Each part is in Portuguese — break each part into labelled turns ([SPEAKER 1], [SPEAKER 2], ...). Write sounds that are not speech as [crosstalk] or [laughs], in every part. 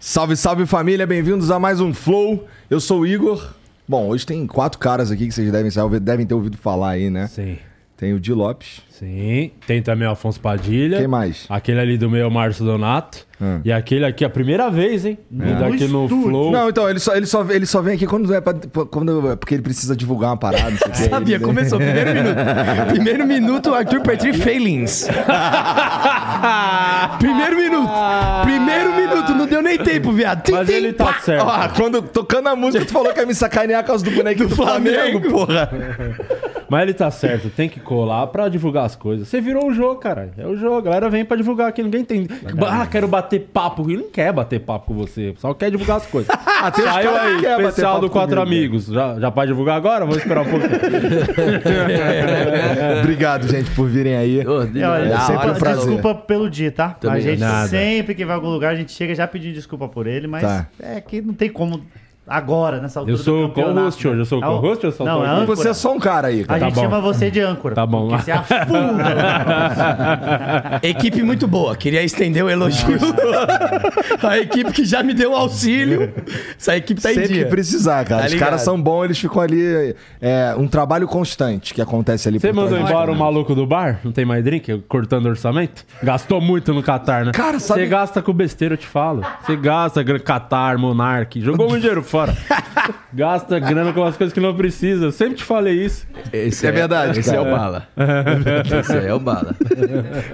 [SPEAKER 1] Salve, salve família, bem-vindos a mais um Flow. Eu sou o Igor. Bom, hoje tem quatro caras aqui que vocês devem, saber, devem ter ouvido falar aí, né?
[SPEAKER 2] Sim.
[SPEAKER 1] Tem o Di Lopes.
[SPEAKER 2] Sim. Tem também o Afonso Padilha.
[SPEAKER 1] Quem mais?
[SPEAKER 2] Aquele ali do meio, é Márcio Donato.
[SPEAKER 1] Hum. É.
[SPEAKER 2] E aquele aqui, a primeira vez, hein? Vindo aqui no
[SPEAKER 3] estúdio.
[SPEAKER 2] Flow.
[SPEAKER 1] Não, então, ele só, ele só, ele só vem aqui quando é pra, quando, porque ele precisa divulgar uma parada. não sei o quê.
[SPEAKER 3] Sabia,
[SPEAKER 1] Ele-
[SPEAKER 3] começou. Primeiro
[SPEAKER 4] [laughs]
[SPEAKER 3] minuto. Primeiro minuto, Arthur Petri failings. Primeiro minuto.
[SPEAKER 1] Ah.
[SPEAKER 3] Primeiro minuto. Não deu nem tempo, viado. Tim,
[SPEAKER 2] Mas
[SPEAKER 3] tim,
[SPEAKER 2] ele tá
[SPEAKER 3] pá.
[SPEAKER 2] certo.
[SPEAKER 1] Ah, quando tocando a música, tu falou que ia me sacanear por causa do bonequinho do Flamengo, porra.
[SPEAKER 2] Mas ele tá certo, tem que colar pra divulgar as coisas. Você virou o jogo, cara. É o jogo. A galera vem pra divulgar aqui, ninguém entende. Ah, quero bater papo. Ele não quer bater papo com você, só quer divulgar as
[SPEAKER 1] [laughs]
[SPEAKER 2] coisas.
[SPEAKER 1] Ah, tem uns
[SPEAKER 2] Saiu
[SPEAKER 1] cara que
[SPEAKER 2] aí,
[SPEAKER 1] quer bater
[SPEAKER 2] especial
[SPEAKER 1] papo
[SPEAKER 2] do Quatro
[SPEAKER 1] comigo,
[SPEAKER 2] Amigos. Já, já pode divulgar agora? Vou esperar um pouquinho.
[SPEAKER 1] [laughs]
[SPEAKER 2] É.
[SPEAKER 1] Obrigado, gente, por virem aí.
[SPEAKER 5] Olha,
[SPEAKER 1] É sempre
[SPEAKER 5] olha,
[SPEAKER 1] um prazer.
[SPEAKER 5] Desculpa pelo dia, tá?
[SPEAKER 3] Também
[SPEAKER 5] a gente
[SPEAKER 2] nada.
[SPEAKER 5] sempre que vai a algum lugar, a gente chega já pedindo desculpa por ele, mas
[SPEAKER 1] Tá.
[SPEAKER 5] é que não tem como agora, nessa altura.
[SPEAKER 2] Eu sou
[SPEAKER 5] do
[SPEAKER 2] o co-host
[SPEAKER 5] campeonato.
[SPEAKER 2] hoje, eu sou o
[SPEAKER 5] É o-
[SPEAKER 2] co-host ou eu sou o
[SPEAKER 5] Não, é
[SPEAKER 2] co-host?
[SPEAKER 5] âncora.
[SPEAKER 1] Você é só um cara aí,
[SPEAKER 5] A
[SPEAKER 1] cara.
[SPEAKER 2] Tá
[SPEAKER 5] gente
[SPEAKER 2] bom.
[SPEAKER 5] chama você de âncora.
[SPEAKER 2] Tá bom. [laughs]
[SPEAKER 5] Porque você afunda.
[SPEAKER 3] Equipe muito boa. Queria estender o elogio. [laughs] A equipe que já me deu auxílio. Essa equipe tá em
[SPEAKER 1] Sempre que
[SPEAKER 3] dia.
[SPEAKER 1] precisar, cara.
[SPEAKER 3] Tá
[SPEAKER 1] Os
[SPEAKER 3] ligado.
[SPEAKER 1] caras são bons, eles ficam ali. É um trabalho constante que acontece ali
[SPEAKER 2] Você
[SPEAKER 1] por
[SPEAKER 2] mandou
[SPEAKER 1] trás.
[SPEAKER 2] embora o maluco do bar? Não tem mais drink? Cortando orçamento? Gastou muito no Qatar, né?
[SPEAKER 1] Cara, sabe-
[SPEAKER 2] Você gasta com besteira, eu te falo. Você gasta grana Qatar, Monark. Jogou muito
[SPEAKER 1] [laughs]
[SPEAKER 2] dinheiro fora. gasta grana com as coisas que não precisa. Eu sempre te falei isso.
[SPEAKER 6] Esse
[SPEAKER 1] É verdade,
[SPEAKER 6] Esse
[SPEAKER 1] cara.
[SPEAKER 6] é o bala.
[SPEAKER 1] [laughs]
[SPEAKER 6] Esse aí é o bala.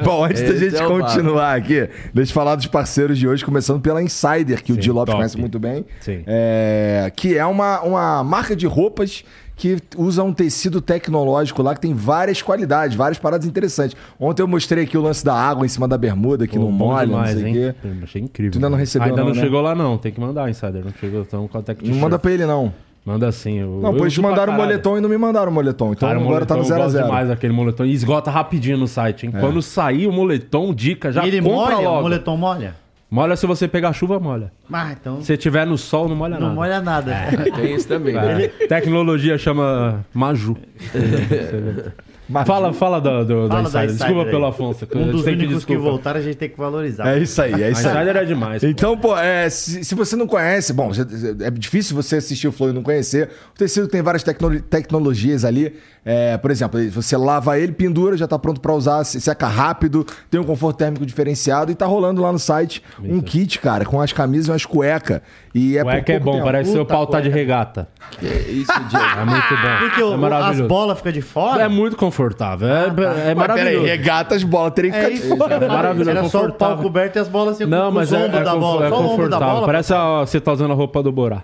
[SPEAKER 1] Bom, antes da
[SPEAKER 6] Esse
[SPEAKER 1] gente
[SPEAKER 6] é o
[SPEAKER 1] continuar aqui, deixa eu falar dos parceiros de hoje, começando pela Insider, que o Di Lopes
[SPEAKER 2] top.
[SPEAKER 1] conhece muito bem.
[SPEAKER 2] Sim.
[SPEAKER 1] É, que é uma, uma marca de roupas que usa um tecido tecnológico lá que tem várias qualidades, várias paradas interessantes. Ontem eu mostrei aqui o lance da água em cima da bermuda, que
[SPEAKER 2] Pô,
[SPEAKER 1] não
[SPEAKER 2] bom
[SPEAKER 1] molha,
[SPEAKER 2] demais,
[SPEAKER 1] não sei o
[SPEAKER 2] hein?
[SPEAKER 1] quê.
[SPEAKER 2] Eu Achei incrível.
[SPEAKER 1] Tu ainda não recebeu,
[SPEAKER 2] Ainda
[SPEAKER 1] não,
[SPEAKER 2] não,
[SPEAKER 1] né?
[SPEAKER 2] chegou lá, não. Tem que mandar, insider. Não chegou, então contact
[SPEAKER 1] Não manda pra ele, não.
[SPEAKER 2] Manda sim. Eu,
[SPEAKER 1] Não,
[SPEAKER 2] eu
[SPEAKER 1] pois te
[SPEAKER 2] uso pra
[SPEAKER 1] mandaram o
[SPEAKER 2] caralho.
[SPEAKER 1] moletom e não me mandaram o moletom. Então
[SPEAKER 2] Cara, o
[SPEAKER 1] agora tá no
[SPEAKER 2] moletom, eu gosto
[SPEAKER 1] 0x0.
[SPEAKER 2] demais aquele moletom. E esgota rapidinho no site, hein?
[SPEAKER 1] É.
[SPEAKER 2] Quando sair o moletom, dica, já
[SPEAKER 5] E ele
[SPEAKER 2] compra
[SPEAKER 5] molha?
[SPEAKER 2] logo.
[SPEAKER 5] O moletom molha?
[SPEAKER 2] Molha se você pegar chuva, molha.
[SPEAKER 5] Ah, então
[SPEAKER 2] Se tiver no sol, não molha
[SPEAKER 5] não
[SPEAKER 2] nada.
[SPEAKER 5] molha nada. [laughs]
[SPEAKER 6] Tem isso também.
[SPEAKER 2] É. [laughs] Tecnologia chama Maju.
[SPEAKER 1] Maju.
[SPEAKER 2] Fala, fala do, do- da
[SPEAKER 5] Fala da
[SPEAKER 2] Insider.
[SPEAKER 5] Insider
[SPEAKER 2] Desculpa
[SPEAKER 5] aí.
[SPEAKER 2] pelo Afonso.
[SPEAKER 5] Um dos
[SPEAKER 2] sempre
[SPEAKER 5] únicos que
[SPEAKER 2] desculpa.
[SPEAKER 5] voltaram, a gente tem que
[SPEAKER 4] Tá
[SPEAKER 5] valorizar.
[SPEAKER 1] É isso aí, é
[SPEAKER 2] A
[SPEAKER 1] isso aí.
[SPEAKER 2] Insider é demais. pô.
[SPEAKER 1] Então, pô, é, se, se você não conhece, bom, você- é difícil você assistir o Flow e não conhecer. O tecido tem várias tecno- tecnologias ali. É, por exemplo, você lava ele, pendura, já tá pronto pra usar, se- seca rápido, tem um conforto térmico diferenciado e tá rolando lá no site um kit, cara, com as camisas e umas cuecas. E é
[SPEAKER 2] o
[SPEAKER 1] por
[SPEAKER 2] Eca é
[SPEAKER 1] pouco
[SPEAKER 2] bom,
[SPEAKER 1] tempo.
[SPEAKER 2] parece seu
[SPEAKER 5] Puta
[SPEAKER 2] pau tá de regata.
[SPEAKER 6] Que isso, Diego.
[SPEAKER 2] É muito bom.
[SPEAKER 5] Porque
[SPEAKER 2] é
[SPEAKER 5] o- as
[SPEAKER 2] maravilhoso.
[SPEAKER 5] bolas Ah, tá. ficam de fora.
[SPEAKER 2] É muito confortável. É, é
[SPEAKER 1] Mas peraí,
[SPEAKER 2] maravilhoso.
[SPEAKER 1] regatas, bola, teria que
[SPEAKER 5] É
[SPEAKER 1] ficar
[SPEAKER 5] isso, eu falei.
[SPEAKER 2] maravilhoso,
[SPEAKER 5] Era só o pau
[SPEAKER 2] confortável.
[SPEAKER 5] coberto e as bolas assim,
[SPEAKER 2] Não,
[SPEAKER 5] com
[SPEAKER 2] mas
[SPEAKER 5] os
[SPEAKER 2] é,
[SPEAKER 5] ombros
[SPEAKER 2] é
[SPEAKER 5] da
[SPEAKER 2] conf-
[SPEAKER 5] bola.
[SPEAKER 2] é
[SPEAKER 5] só o ombro da
[SPEAKER 2] confortável.
[SPEAKER 5] bola.
[SPEAKER 2] Parece a- você tá usando a roupa do Borá.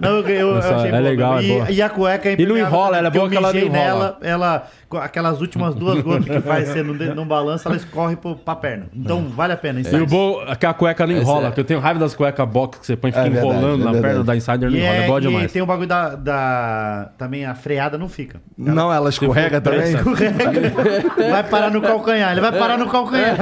[SPEAKER 5] Não, eu, eu
[SPEAKER 2] Nossa,
[SPEAKER 5] achei
[SPEAKER 2] é
[SPEAKER 5] boa,
[SPEAKER 2] legal, é
[SPEAKER 5] e,
[SPEAKER 2] boa.
[SPEAKER 5] e a cueca é
[SPEAKER 2] E não
[SPEAKER 5] impermeável
[SPEAKER 2] enrola,
[SPEAKER 5] também,
[SPEAKER 2] ela é
[SPEAKER 5] porque
[SPEAKER 2] boa que
[SPEAKER 5] eu
[SPEAKER 2] ela não
[SPEAKER 5] mijei
[SPEAKER 2] enrola.
[SPEAKER 5] nela, ela, com aquelas últimas duas gotas que faz você não, de- não balança, ela escorre pro, pra perna. Então vale a pena.
[SPEAKER 2] É. E
[SPEAKER 5] Insider.
[SPEAKER 2] o bom é que a cueca não enrola.
[SPEAKER 6] é.
[SPEAKER 2] Que eu tenho raiva das cuecas box que você põe, fica
[SPEAKER 1] É verdade,
[SPEAKER 2] enrolando
[SPEAKER 1] é
[SPEAKER 2] na
[SPEAKER 1] verdade.
[SPEAKER 2] perna da Insider, não
[SPEAKER 5] E,
[SPEAKER 2] enrola. É
[SPEAKER 5] é,
[SPEAKER 2] bom
[SPEAKER 5] e
[SPEAKER 2] demais.
[SPEAKER 5] tem o bagulho da, da- Também a freada não fica.
[SPEAKER 1] Não, ela escorrega É também? [laughs]
[SPEAKER 2] [laughs]
[SPEAKER 5] Vai parar no calcanhar, ele vai parar no calcanhar.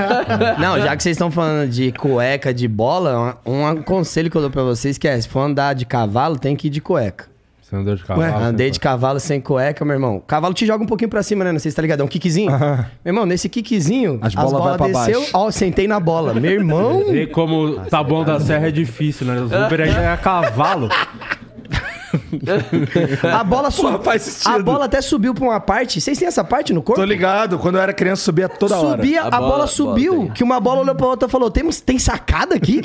[SPEAKER 4] Não, já que vocês estão falando de cueca, de bola, um, um conselho que eu dou pra vocês que é, se for andar de cavalo, tem que ir de cueca.
[SPEAKER 2] Você andou de cavalo. você
[SPEAKER 4] Andei de cavalo sem cueca, meu irmão. O cavalo te joga um pouquinho pra cima, né? Não sei se tá ligado, é um kickzinho. Meu irmão, nesse kickzinho,
[SPEAKER 1] As bola vai pra baixo.
[SPEAKER 4] ó, eu sentei na bola. Meu irmão,
[SPEAKER 2] Ver como Taboão da Serra é difícil, né? Os Uber aí é a cavalo.
[SPEAKER 4] a bola subiu.
[SPEAKER 1] faz sentido.
[SPEAKER 4] A bola até subiu pra uma parte. Vocês têm essa parte no corpo?
[SPEAKER 1] Tô ligado, quando eu era criança subia toda hora.
[SPEAKER 4] Subia, a,
[SPEAKER 6] A
[SPEAKER 4] bola,
[SPEAKER 6] bola-
[SPEAKER 4] subiu,
[SPEAKER 6] bola tem.
[SPEAKER 4] que uma bola olhou pra outra e falou: Temos, tem sacada aqui?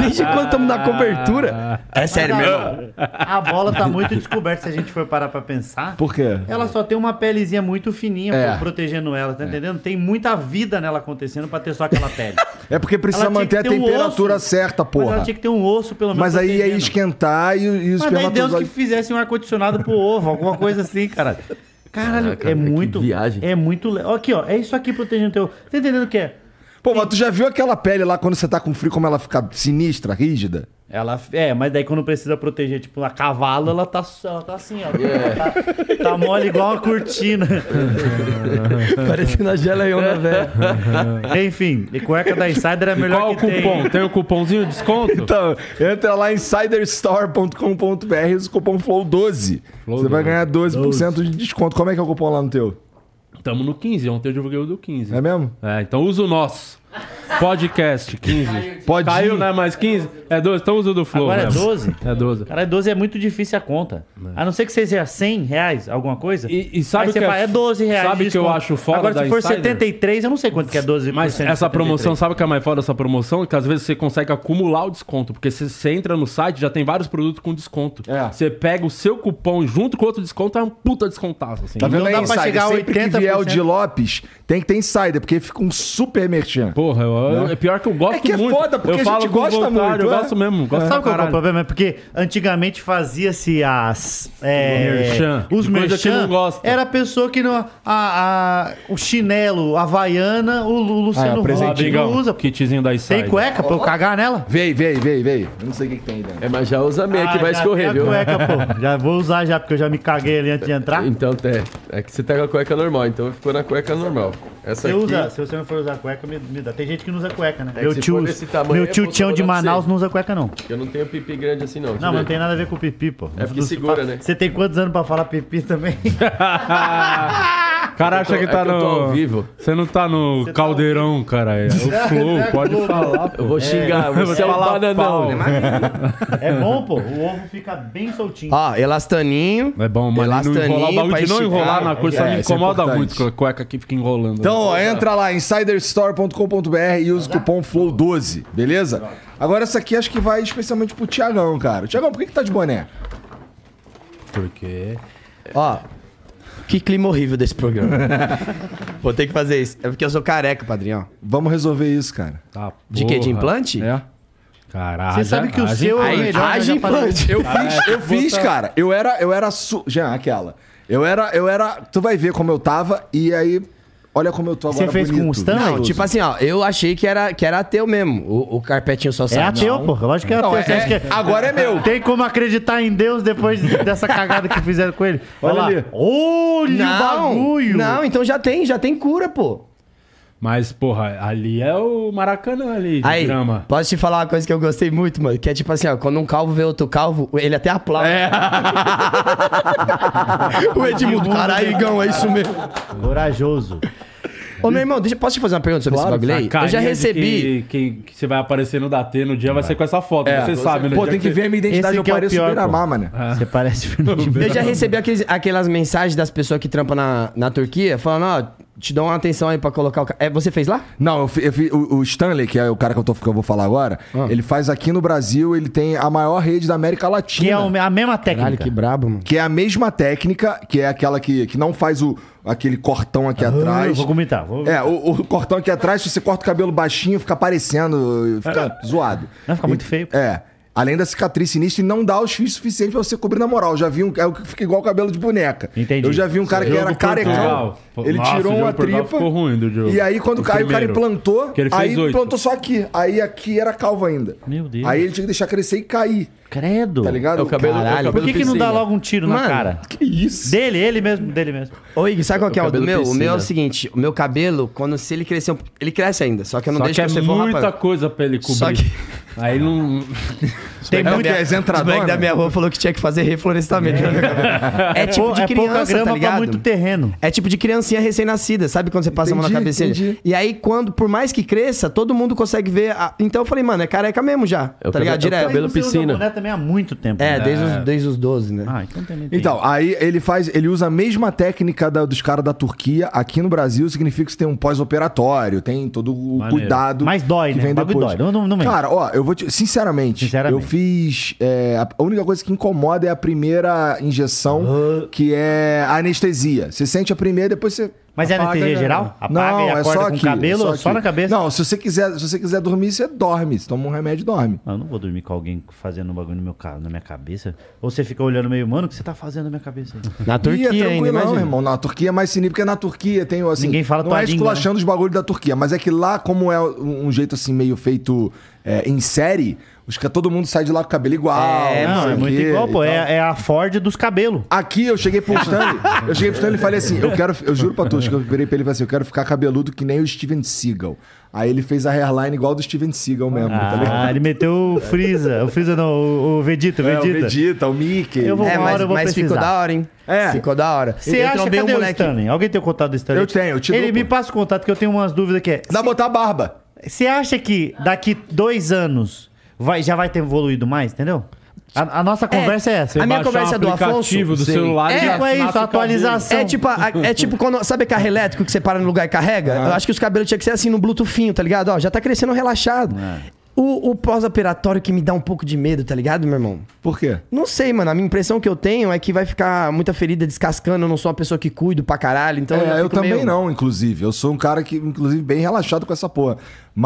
[SPEAKER 4] Desde quando estamos na cobertura? É sério, [laughs] meu irmão.
[SPEAKER 5] A bola tá muito descoberta se a gente for parar pra pensar.
[SPEAKER 1] Por quê?
[SPEAKER 5] Ela só tem uma pelezinha muito fininha
[SPEAKER 1] É.
[SPEAKER 5] pô, protegendo ela, tá entendendo? Tem muita vida nela acontecendo pra ter só aquela pele.
[SPEAKER 1] É porque precisa
[SPEAKER 5] Ela tinha
[SPEAKER 1] manter a
[SPEAKER 5] que ter um
[SPEAKER 1] temperatura
[SPEAKER 5] osso.
[SPEAKER 1] certa,
[SPEAKER 5] Mas
[SPEAKER 1] porra.
[SPEAKER 5] ela tinha que ter um osso, pelo menos.
[SPEAKER 1] Mas aí é ia
[SPEAKER 5] protegendo.
[SPEAKER 1] esquentar e, e os
[SPEAKER 5] Mas daí Deus que
[SPEAKER 1] espermatozoides...
[SPEAKER 5] fizesse um ar-condicionado pro ovo, alguma coisa assim, cara. Caralho, é
[SPEAKER 6] Caraca, que
[SPEAKER 5] muito.
[SPEAKER 6] viagem.
[SPEAKER 5] É muito. le- Ó, Aqui, ó. É isso aqui protegendo teu. Tá entendendo o que é?
[SPEAKER 1] Pô, mas tu já viu aquela pele lá quando você tá com frio, como ela fica sinistra, rígida?
[SPEAKER 5] Ela, é, mas daí quando precisa proteger, tipo, a cavalo, ela tá, ela tá assim, ó.
[SPEAKER 2] É.
[SPEAKER 5] Tá, tá mole igual uma
[SPEAKER 2] [laughs]
[SPEAKER 5] cortina.
[SPEAKER 4] Parecendo a geleiona, é né, velho.
[SPEAKER 5] Enfim, e cueca da Insider é a
[SPEAKER 2] É. E
[SPEAKER 5] [laughs] melhor
[SPEAKER 2] qual o
[SPEAKER 5] que
[SPEAKER 2] cupom? Tem.
[SPEAKER 5] tem.
[SPEAKER 2] o cupomzinho de desconto?
[SPEAKER 1] Então, entra lá em insiderstore.com.br e usa o cupom FLOW12.
[SPEAKER 2] Flow
[SPEAKER 1] você vai
[SPEAKER 2] 12.
[SPEAKER 1] ganhar 12%, de desconto. Como é que é o cupom lá no teu?
[SPEAKER 2] Tamo no 15, ontem eu divulguei o do 15.
[SPEAKER 1] É mesmo?
[SPEAKER 2] É, então usa o nosso. Podcast 15.
[SPEAKER 1] Pode
[SPEAKER 2] Caiu,
[SPEAKER 1] ir.
[SPEAKER 2] né? Mais 15? É 12. Então usa o do Flow.
[SPEAKER 5] Agora é
[SPEAKER 2] mesmo.
[SPEAKER 5] 12?
[SPEAKER 2] É 12.
[SPEAKER 5] Cara, 12 é muito difícil a conta. A não ser que seja 100 reais, alguma coisa.
[SPEAKER 2] É. E- e sabe
[SPEAKER 5] aí
[SPEAKER 2] o
[SPEAKER 5] você
[SPEAKER 2] que é-
[SPEAKER 5] fala, é 12 reais.
[SPEAKER 2] sabe
[SPEAKER 5] de
[SPEAKER 2] o que eu
[SPEAKER 5] desconto.
[SPEAKER 2] acho foda
[SPEAKER 5] Agora,
[SPEAKER 2] da
[SPEAKER 5] se for
[SPEAKER 2] Insider?
[SPEAKER 5] 73, eu não sei quanto que é 12%.
[SPEAKER 2] Mas essa promoção, sabe o que é mais foda essa promoção? Que às vezes você consegue acumular o desconto, porque você, você entra no site já tem vários produtos com desconto.
[SPEAKER 1] É.
[SPEAKER 2] Você pega o seu cupom junto com outro desconto, é um puta descontaço, assim.
[SPEAKER 1] Tá vendo
[SPEAKER 5] Então
[SPEAKER 1] aí,
[SPEAKER 5] dá pra
[SPEAKER 1] Insider?
[SPEAKER 5] chegar a
[SPEAKER 1] Sempre que
[SPEAKER 5] 80%.
[SPEAKER 1] vier o de Lopes, tem que ter Insider, porque fica um super merchan.
[SPEAKER 2] Porra, eu- eu- é pior que eu gosto
[SPEAKER 1] É que é
[SPEAKER 2] muito.
[SPEAKER 1] foda, porque
[SPEAKER 2] eu
[SPEAKER 1] a gente
[SPEAKER 2] falo com
[SPEAKER 1] gosta
[SPEAKER 2] vontade,
[SPEAKER 1] muito,
[SPEAKER 2] Eu
[SPEAKER 1] é.
[SPEAKER 2] gosto mesmo, gosto
[SPEAKER 5] Sabe
[SPEAKER 2] pra
[SPEAKER 5] qual que é o
[SPEAKER 2] caralho.
[SPEAKER 5] problema? É porque antigamente fazia-se as. é,
[SPEAKER 2] Merchan.
[SPEAKER 5] Os
[SPEAKER 2] De coisa que
[SPEAKER 5] merchan.
[SPEAKER 2] não gosta.
[SPEAKER 5] Era a pessoa que não. A, a- o chinelo, a Havaiana, o, Lu- o
[SPEAKER 1] Ah, é,
[SPEAKER 5] Luciano
[SPEAKER 1] presente.
[SPEAKER 2] Ó,
[SPEAKER 5] Huck
[SPEAKER 2] amigão,
[SPEAKER 5] não usa. porque
[SPEAKER 2] kitzinho da Insider.
[SPEAKER 5] Tem cueca pra eu cagar nela?
[SPEAKER 1] Vei, vei, vei, vei. Eu não sei o que, que tem aí dentro.
[SPEAKER 6] É, mas já usa meia que
[SPEAKER 5] Ah,
[SPEAKER 6] vai
[SPEAKER 5] já tem
[SPEAKER 6] escorrer,
[SPEAKER 5] a
[SPEAKER 6] viu?
[SPEAKER 5] Cueca, pô. Já vou usar já, porque eu já me caguei ali antes de entrar.
[SPEAKER 6] Então, é, é que você tá com a cueca normal, então ficou na cueca normal. Essa
[SPEAKER 5] Você
[SPEAKER 6] aqui...
[SPEAKER 5] usa, se você não for usar cueca, me, me dá. Tem gente que não usa cueca, né?
[SPEAKER 6] É que
[SPEAKER 5] meu
[SPEAKER 6] se
[SPEAKER 5] tio,
[SPEAKER 6] for desse tamanho,
[SPEAKER 5] meu
[SPEAKER 6] é
[SPEAKER 5] tio Tião de
[SPEAKER 6] botão pra
[SPEAKER 5] Manaus
[SPEAKER 6] você.
[SPEAKER 5] não usa cueca, não.
[SPEAKER 6] Eu não tenho pipi grande assim, não.
[SPEAKER 5] Não, mas não tem nada a ver com pipi, pô.
[SPEAKER 6] É porque segura, né?
[SPEAKER 5] Você tem quantos anos pra falar pipi também?
[SPEAKER 2] Cara, acha
[SPEAKER 6] Eu tô-
[SPEAKER 2] que tá
[SPEAKER 6] é que eu
[SPEAKER 2] no.
[SPEAKER 6] tô ao vivo.
[SPEAKER 2] Você não tá no
[SPEAKER 5] tá
[SPEAKER 2] caldeirão, cara. É o Flow, pode falar.
[SPEAKER 6] Eu vou xingar,
[SPEAKER 2] Eu vou
[SPEAKER 6] você é um
[SPEAKER 2] falar pau.
[SPEAKER 6] bananão.
[SPEAKER 5] é bom, pô. O ovo fica bem soltinho.
[SPEAKER 4] Ó, elastaninho.
[SPEAKER 2] É bom, mas não
[SPEAKER 4] Elastaninho
[SPEAKER 2] enrolar o bagulho
[SPEAKER 4] pra
[SPEAKER 2] de não
[SPEAKER 4] esticar.
[SPEAKER 2] enrolar na coisa
[SPEAKER 1] É,
[SPEAKER 2] me
[SPEAKER 1] isso é
[SPEAKER 2] incomoda
[SPEAKER 1] importante.
[SPEAKER 2] muito, que a cueca aqui fica enrolando. né?
[SPEAKER 1] Então, ó, entra lá, insiderstore.com.br e usa o cupom FLOW12, beleza? Agora essa aqui acho que vai especialmente pro Tiagão, cara. Tiagão, por que, que tá de boné?
[SPEAKER 2] por quê?
[SPEAKER 4] Ó, que clima horrível desse programa. Vou ter que fazer isso. É porque eu sou careca, padrinho. ó.
[SPEAKER 1] Vamos resolver isso, cara.
[SPEAKER 2] Tá,
[SPEAKER 4] De quê? De
[SPEAKER 2] porra.
[SPEAKER 4] implante?
[SPEAKER 1] É?
[SPEAKER 2] Caralho.
[SPEAKER 5] Você sabe que o
[SPEAKER 2] haja-
[SPEAKER 5] seu é o
[SPEAKER 4] Aí,
[SPEAKER 5] melhor.
[SPEAKER 4] haja
[SPEAKER 5] eu já falei.
[SPEAKER 4] implante.
[SPEAKER 1] Eu fiz, eu fiz, cara. Eu era, eu era su... Jean, aquela. Eu era, eu era. Tu vai ver como eu tava e aí, olha como eu tô agora.
[SPEAKER 5] Você fez com
[SPEAKER 1] bonito.
[SPEAKER 5] o Stanley?
[SPEAKER 4] Não, tipo assim, ó, eu achei que era, que era ateu mesmo. O, o carpetinho só
[SPEAKER 5] É
[SPEAKER 4] sabe.
[SPEAKER 5] ateu, pô. Lógico que é ateu.
[SPEAKER 1] é-
[SPEAKER 5] Você acha
[SPEAKER 1] é-
[SPEAKER 5] que
[SPEAKER 1] agora é meu.
[SPEAKER 5] [laughs] Tem como acreditar em Deus depois dessa cagada que fizeram com ele?
[SPEAKER 1] Olha
[SPEAKER 5] Olha,
[SPEAKER 1] ali.
[SPEAKER 5] lá. Olha o
[SPEAKER 4] Não,
[SPEAKER 5] bagulho.
[SPEAKER 4] não, então já tem, já tem cura, pô.
[SPEAKER 2] Mas, porra, ali é o Maracanã ali, de
[SPEAKER 4] Aí,
[SPEAKER 2] grama.
[SPEAKER 4] posso te falar uma coisa que eu gostei muito, mano? Que é tipo assim, ó, quando um calvo vê outro calvo, ele até aplaude. É. o Edmundo, caralho, Igão, é isso mesmo.
[SPEAKER 5] Corajoso.
[SPEAKER 4] Ô, meu irmão, deixa, posso te fazer uma pergunta sobre esse
[SPEAKER 2] A
[SPEAKER 5] Ah,
[SPEAKER 4] bagulho aí? Eu
[SPEAKER 2] carinha
[SPEAKER 4] já
[SPEAKER 2] de
[SPEAKER 4] recebi.
[SPEAKER 2] Que, que, que você vai aparecer no Datê no dia vai ser com essa foto, você sabe, né?
[SPEAKER 1] Pô,
[SPEAKER 2] Já
[SPEAKER 1] tem que ver a minha identidade,
[SPEAKER 5] Esse
[SPEAKER 1] eu
[SPEAKER 5] que é o
[SPEAKER 1] pareço
[SPEAKER 5] pior,
[SPEAKER 1] o Miramar,
[SPEAKER 5] pô.
[SPEAKER 1] mano.
[SPEAKER 5] Você parece Fernando de
[SPEAKER 4] Eu já recebi aqueles- aquelas mensagens das pessoas que trampam na, na Turquia, falando, ó, te dou uma atenção aí pra colocar o... ca- É, você fez lá?
[SPEAKER 1] Não, eu fi- eu fi- o, o Stanley, que é o cara que eu, tô, que eu vou falar agora, ele faz aqui no Brasil, ele tem a maior rede da América Latina. né?
[SPEAKER 5] Que é [laughs] o- a mesma técnica.
[SPEAKER 4] Caralho, que brabo, mano.
[SPEAKER 1] Que é a mesma técnica, que é aquela que, que não faz o, aquele cortão aqui
[SPEAKER 5] Ah, eu
[SPEAKER 1] atrás.
[SPEAKER 5] vou comentar. Vou...
[SPEAKER 1] É, o, o cortão aqui atrás, se você corta o cabelo baixinho, fica aparecendo, fica zoado.
[SPEAKER 5] É. Não, fica muito feio.
[SPEAKER 1] É. Além da cicatriz sinistra, e não dá os fios suficientes pra você cobrir na moral. Eu já vi um. É o que fica igual cabelo de boneca.
[SPEAKER 5] Entendi.
[SPEAKER 1] Eu já vi um cara que
[SPEAKER 2] Jogo
[SPEAKER 1] era carecão.
[SPEAKER 2] Portugal. Pô,
[SPEAKER 1] Ele
[SPEAKER 2] nossa,
[SPEAKER 1] tirou
[SPEAKER 2] o jogo
[SPEAKER 1] uma
[SPEAKER 2] Portugal
[SPEAKER 1] tripa.
[SPEAKER 2] ficou ruim do jogo.
[SPEAKER 1] E aí, quando
[SPEAKER 2] O
[SPEAKER 1] caiu, o cara
[SPEAKER 2] primeiro.
[SPEAKER 1] implantou.
[SPEAKER 2] Que ele fez
[SPEAKER 1] aí
[SPEAKER 2] oito.
[SPEAKER 1] plantou só aqui. Aí aqui era calvo ainda.
[SPEAKER 5] Meu Deus.
[SPEAKER 1] Aí ele tinha que deixar crescer e cair,
[SPEAKER 5] Credo.
[SPEAKER 1] tá ligado?
[SPEAKER 6] É o cabelo, é o
[SPEAKER 4] Caralho.
[SPEAKER 6] cabelo
[SPEAKER 5] Por que, que não dá
[SPEAKER 6] piscina.
[SPEAKER 5] logo um tiro na
[SPEAKER 4] Mano,
[SPEAKER 5] cara?
[SPEAKER 1] Que isso?
[SPEAKER 5] Dele, ele mesmo, dele mesmo.
[SPEAKER 4] Ô, Igor, sabe qual que é o do
[SPEAKER 6] cabelo
[SPEAKER 4] meu? O
[SPEAKER 6] piscina.
[SPEAKER 4] meu é o seguinte, o meu cabelo, quando se ele crescer, um- ele cresce ainda, só que eu não
[SPEAKER 2] Só
[SPEAKER 4] deixo
[SPEAKER 2] que
[SPEAKER 4] você
[SPEAKER 2] é
[SPEAKER 4] for
[SPEAKER 2] muita
[SPEAKER 4] rapando.
[SPEAKER 2] coisa pra ele
[SPEAKER 4] Só
[SPEAKER 2] cobrir. Aí
[SPEAKER 4] [laughs]
[SPEAKER 2] não...
[SPEAKER 4] Tem
[SPEAKER 1] É o
[SPEAKER 4] muito
[SPEAKER 1] que é, as entradonas?
[SPEAKER 4] Os moleque da minha rua falou que tinha que fazer reflorestamento. né? [laughs] É, tipo
[SPEAKER 5] Pô,
[SPEAKER 4] de
[SPEAKER 5] é pouca
[SPEAKER 4] criança,
[SPEAKER 5] grama
[SPEAKER 4] tá
[SPEAKER 5] pra
[SPEAKER 4] ligado?
[SPEAKER 5] muito terreno.
[SPEAKER 4] É tipo de criancinha recém-nascida, sabe quando você passa a mão na
[SPEAKER 1] Entendi,
[SPEAKER 4] cabecinha?
[SPEAKER 1] entendi.
[SPEAKER 4] E aí, quando, por mais que cresça, todo mundo consegue ver. a- Então eu falei, mano, é careca mesmo já.
[SPEAKER 6] É o
[SPEAKER 4] tá ligado?
[SPEAKER 6] cabelo- é o
[SPEAKER 4] Direto.
[SPEAKER 6] cabelo- Pelo
[SPEAKER 5] Mas você usa
[SPEAKER 6] piscina.
[SPEAKER 5] boné também há muito tempo.
[SPEAKER 4] É,
[SPEAKER 5] né?
[SPEAKER 4] desde os, desde os 12, né?
[SPEAKER 5] Ah, então também tem.
[SPEAKER 1] Então, aí ele faz, ele usa a mesma técnica da- dos caras da Turquia aqui no Brasil, significa que você tem um pós-operatório, tem todo o
[SPEAKER 2] Maneiro.
[SPEAKER 1] cuidado.
[SPEAKER 5] Mas dói,
[SPEAKER 1] que
[SPEAKER 5] né?
[SPEAKER 1] Vem
[SPEAKER 5] O bagulho
[SPEAKER 1] depois.
[SPEAKER 5] dói. Não- não- não mente.
[SPEAKER 1] cara, ó, eu vou te. Sinceramente,
[SPEAKER 5] Sinceramente.
[SPEAKER 1] eu fiz. é, a- a única coisa que incomoda é a primeira injeção, que é a anestesia. Você sente a primeira, depois você.
[SPEAKER 5] Mas é
[SPEAKER 1] apaga,
[SPEAKER 5] anestesia
[SPEAKER 1] já
[SPEAKER 5] geral?
[SPEAKER 1] era.
[SPEAKER 5] Apaga
[SPEAKER 1] não,
[SPEAKER 5] e
[SPEAKER 1] é
[SPEAKER 5] acorda
[SPEAKER 1] só
[SPEAKER 5] com o
[SPEAKER 1] aqui,
[SPEAKER 5] cabelo
[SPEAKER 1] é
[SPEAKER 5] ou só
[SPEAKER 1] aqui.
[SPEAKER 5] na cabeça?
[SPEAKER 1] Não, se você quiser, se você quiser dormir, você dorme. Você toma um remédio e dorme.
[SPEAKER 5] Ah, Eu não vou dormir com alguém fazendo um bagulho no meu, ca- na minha cabeça. Ou você fica olhando meio, mano, o que você tá fazendo na minha cabeça?
[SPEAKER 4] Na Turquia
[SPEAKER 1] Ih, é
[SPEAKER 4] ainda,
[SPEAKER 1] tranquilão,
[SPEAKER 4] imagina.
[SPEAKER 1] irmão. Na Turquia é mais sinistro, porque na Turquia tem, assim...
[SPEAKER 5] Ninguém fala
[SPEAKER 1] Não
[SPEAKER 5] tua
[SPEAKER 1] é
[SPEAKER 5] língua, né?
[SPEAKER 1] esculachando os bagulhos da Turquia, mas é que lá, como é um um jeito, assim, meio feito é, em série, os que todo mundo sai de lá com o cabelo igual.
[SPEAKER 4] É,
[SPEAKER 1] sei
[SPEAKER 5] não, é
[SPEAKER 1] o
[SPEAKER 5] muito
[SPEAKER 1] quê
[SPEAKER 5] igual,
[SPEAKER 1] e
[SPEAKER 5] pô.
[SPEAKER 1] tal.
[SPEAKER 5] É, é a Ford dos cabelos.
[SPEAKER 1] Aqui eu cheguei pro
[SPEAKER 5] [laughs]
[SPEAKER 1] Stanley, eu cheguei pro Stanley e falei assim, eu quero, eu juro pra tu, acho que eu virei pra ele e falei assim, eu quero ficar cabeludo que nem o Steven Seagal. Aí ele fez a hairline igual do Steven Seagal mesmo, tá ligado?
[SPEAKER 5] Ah, ele meteu o Freeza. O Freeza não, o, o Vegeta, o
[SPEAKER 1] É, o
[SPEAKER 5] Vegeta.
[SPEAKER 1] Vegeta, o Mickey.
[SPEAKER 5] Eu vou-
[SPEAKER 4] É,
[SPEAKER 5] Uma
[SPEAKER 4] mas,
[SPEAKER 5] hora eu vou
[SPEAKER 4] mas ficou
[SPEAKER 5] precisar.
[SPEAKER 4] da hora, hein?
[SPEAKER 1] É.
[SPEAKER 4] Ficou da hora.
[SPEAKER 5] Você
[SPEAKER 4] Eu um
[SPEAKER 5] acha que
[SPEAKER 4] trombei
[SPEAKER 5] cadê o Stanley? Alguém tem o contato do Stanley?
[SPEAKER 1] Eu tenho, eu te
[SPEAKER 5] Ele
[SPEAKER 1] dou,
[SPEAKER 5] me
[SPEAKER 1] pô.
[SPEAKER 5] passa o contato que eu tenho umas dúvidas que é.
[SPEAKER 1] Dá pra botar a barba.
[SPEAKER 5] Você acha que daqui dois anos vai, já vai ter evoluído mais, entendeu? A, a nossa conversa é, essa.
[SPEAKER 4] a minha conversa é do
[SPEAKER 2] aplicativo do
[SPEAKER 4] Afonso? Sim.
[SPEAKER 2] celular
[SPEAKER 4] É,
[SPEAKER 2] já
[SPEAKER 5] tipo, é
[SPEAKER 2] nasce
[SPEAKER 5] isso,
[SPEAKER 2] o cabelo.
[SPEAKER 5] atualização.
[SPEAKER 4] É tipo, a- é tipo quando, sabe carro elétrico que você para no lugar e carrega? Eu acho que os cabelos tinham que ser assim, no bluetoothinho, tá ligado? Ó, já tá crescendo relaxado.
[SPEAKER 1] É.
[SPEAKER 4] O, o pós-operatório que me dá um pouco de medo, tá ligado, meu irmão?
[SPEAKER 1] Por quê?
[SPEAKER 4] Não sei, mano. A minha impressão que eu tenho é que vai ficar muita ferida descascando. Eu não sou uma pessoa que cuido pra caralho, então...
[SPEAKER 1] É,
[SPEAKER 4] já
[SPEAKER 1] eu
[SPEAKER 4] fico
[SPEAKER 1] também
[SPEAKER 4] meio-
[SPEAKER 1] não, inclusive. Eu sou um cara que, inclusive, bem relaxado com essa porra.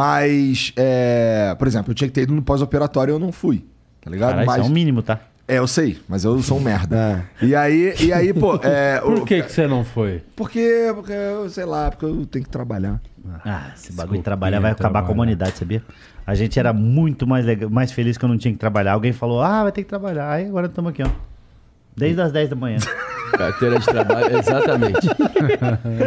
[SPEAKER 1] Mas, é, por exemplo, eu tinha que ter ido no pós-operatório e eu não fui. Tá ligado?
[SPEAKER 5] Caralho, isso
[SPEAKER 1] mas,
[SPEAKER 5] é o mínimo, tá?
[SPEAKER 1] é, eu sei, mas eu sou um merda. E aí, e aí, pô, é, o-
[SPEAKER 2] Por que, que você não foi?
[SPEAKER 1] Porque, porque, eu sei lá, porque eu tenho que trabalhar.
[SPEAKER 5] Ah, esse bagulho de trabalhar vai acabar com a humanidade, sabia? A gente era muito mais, legal, mais feliz quando não tinha que trabalhar. Alguém falou, ah, vai ter que trabalhar. Aí agora estamos aqui, ó. Desde as 10 da manhã.
[SPEAKER 6] Carteira de trabalho, exatamente.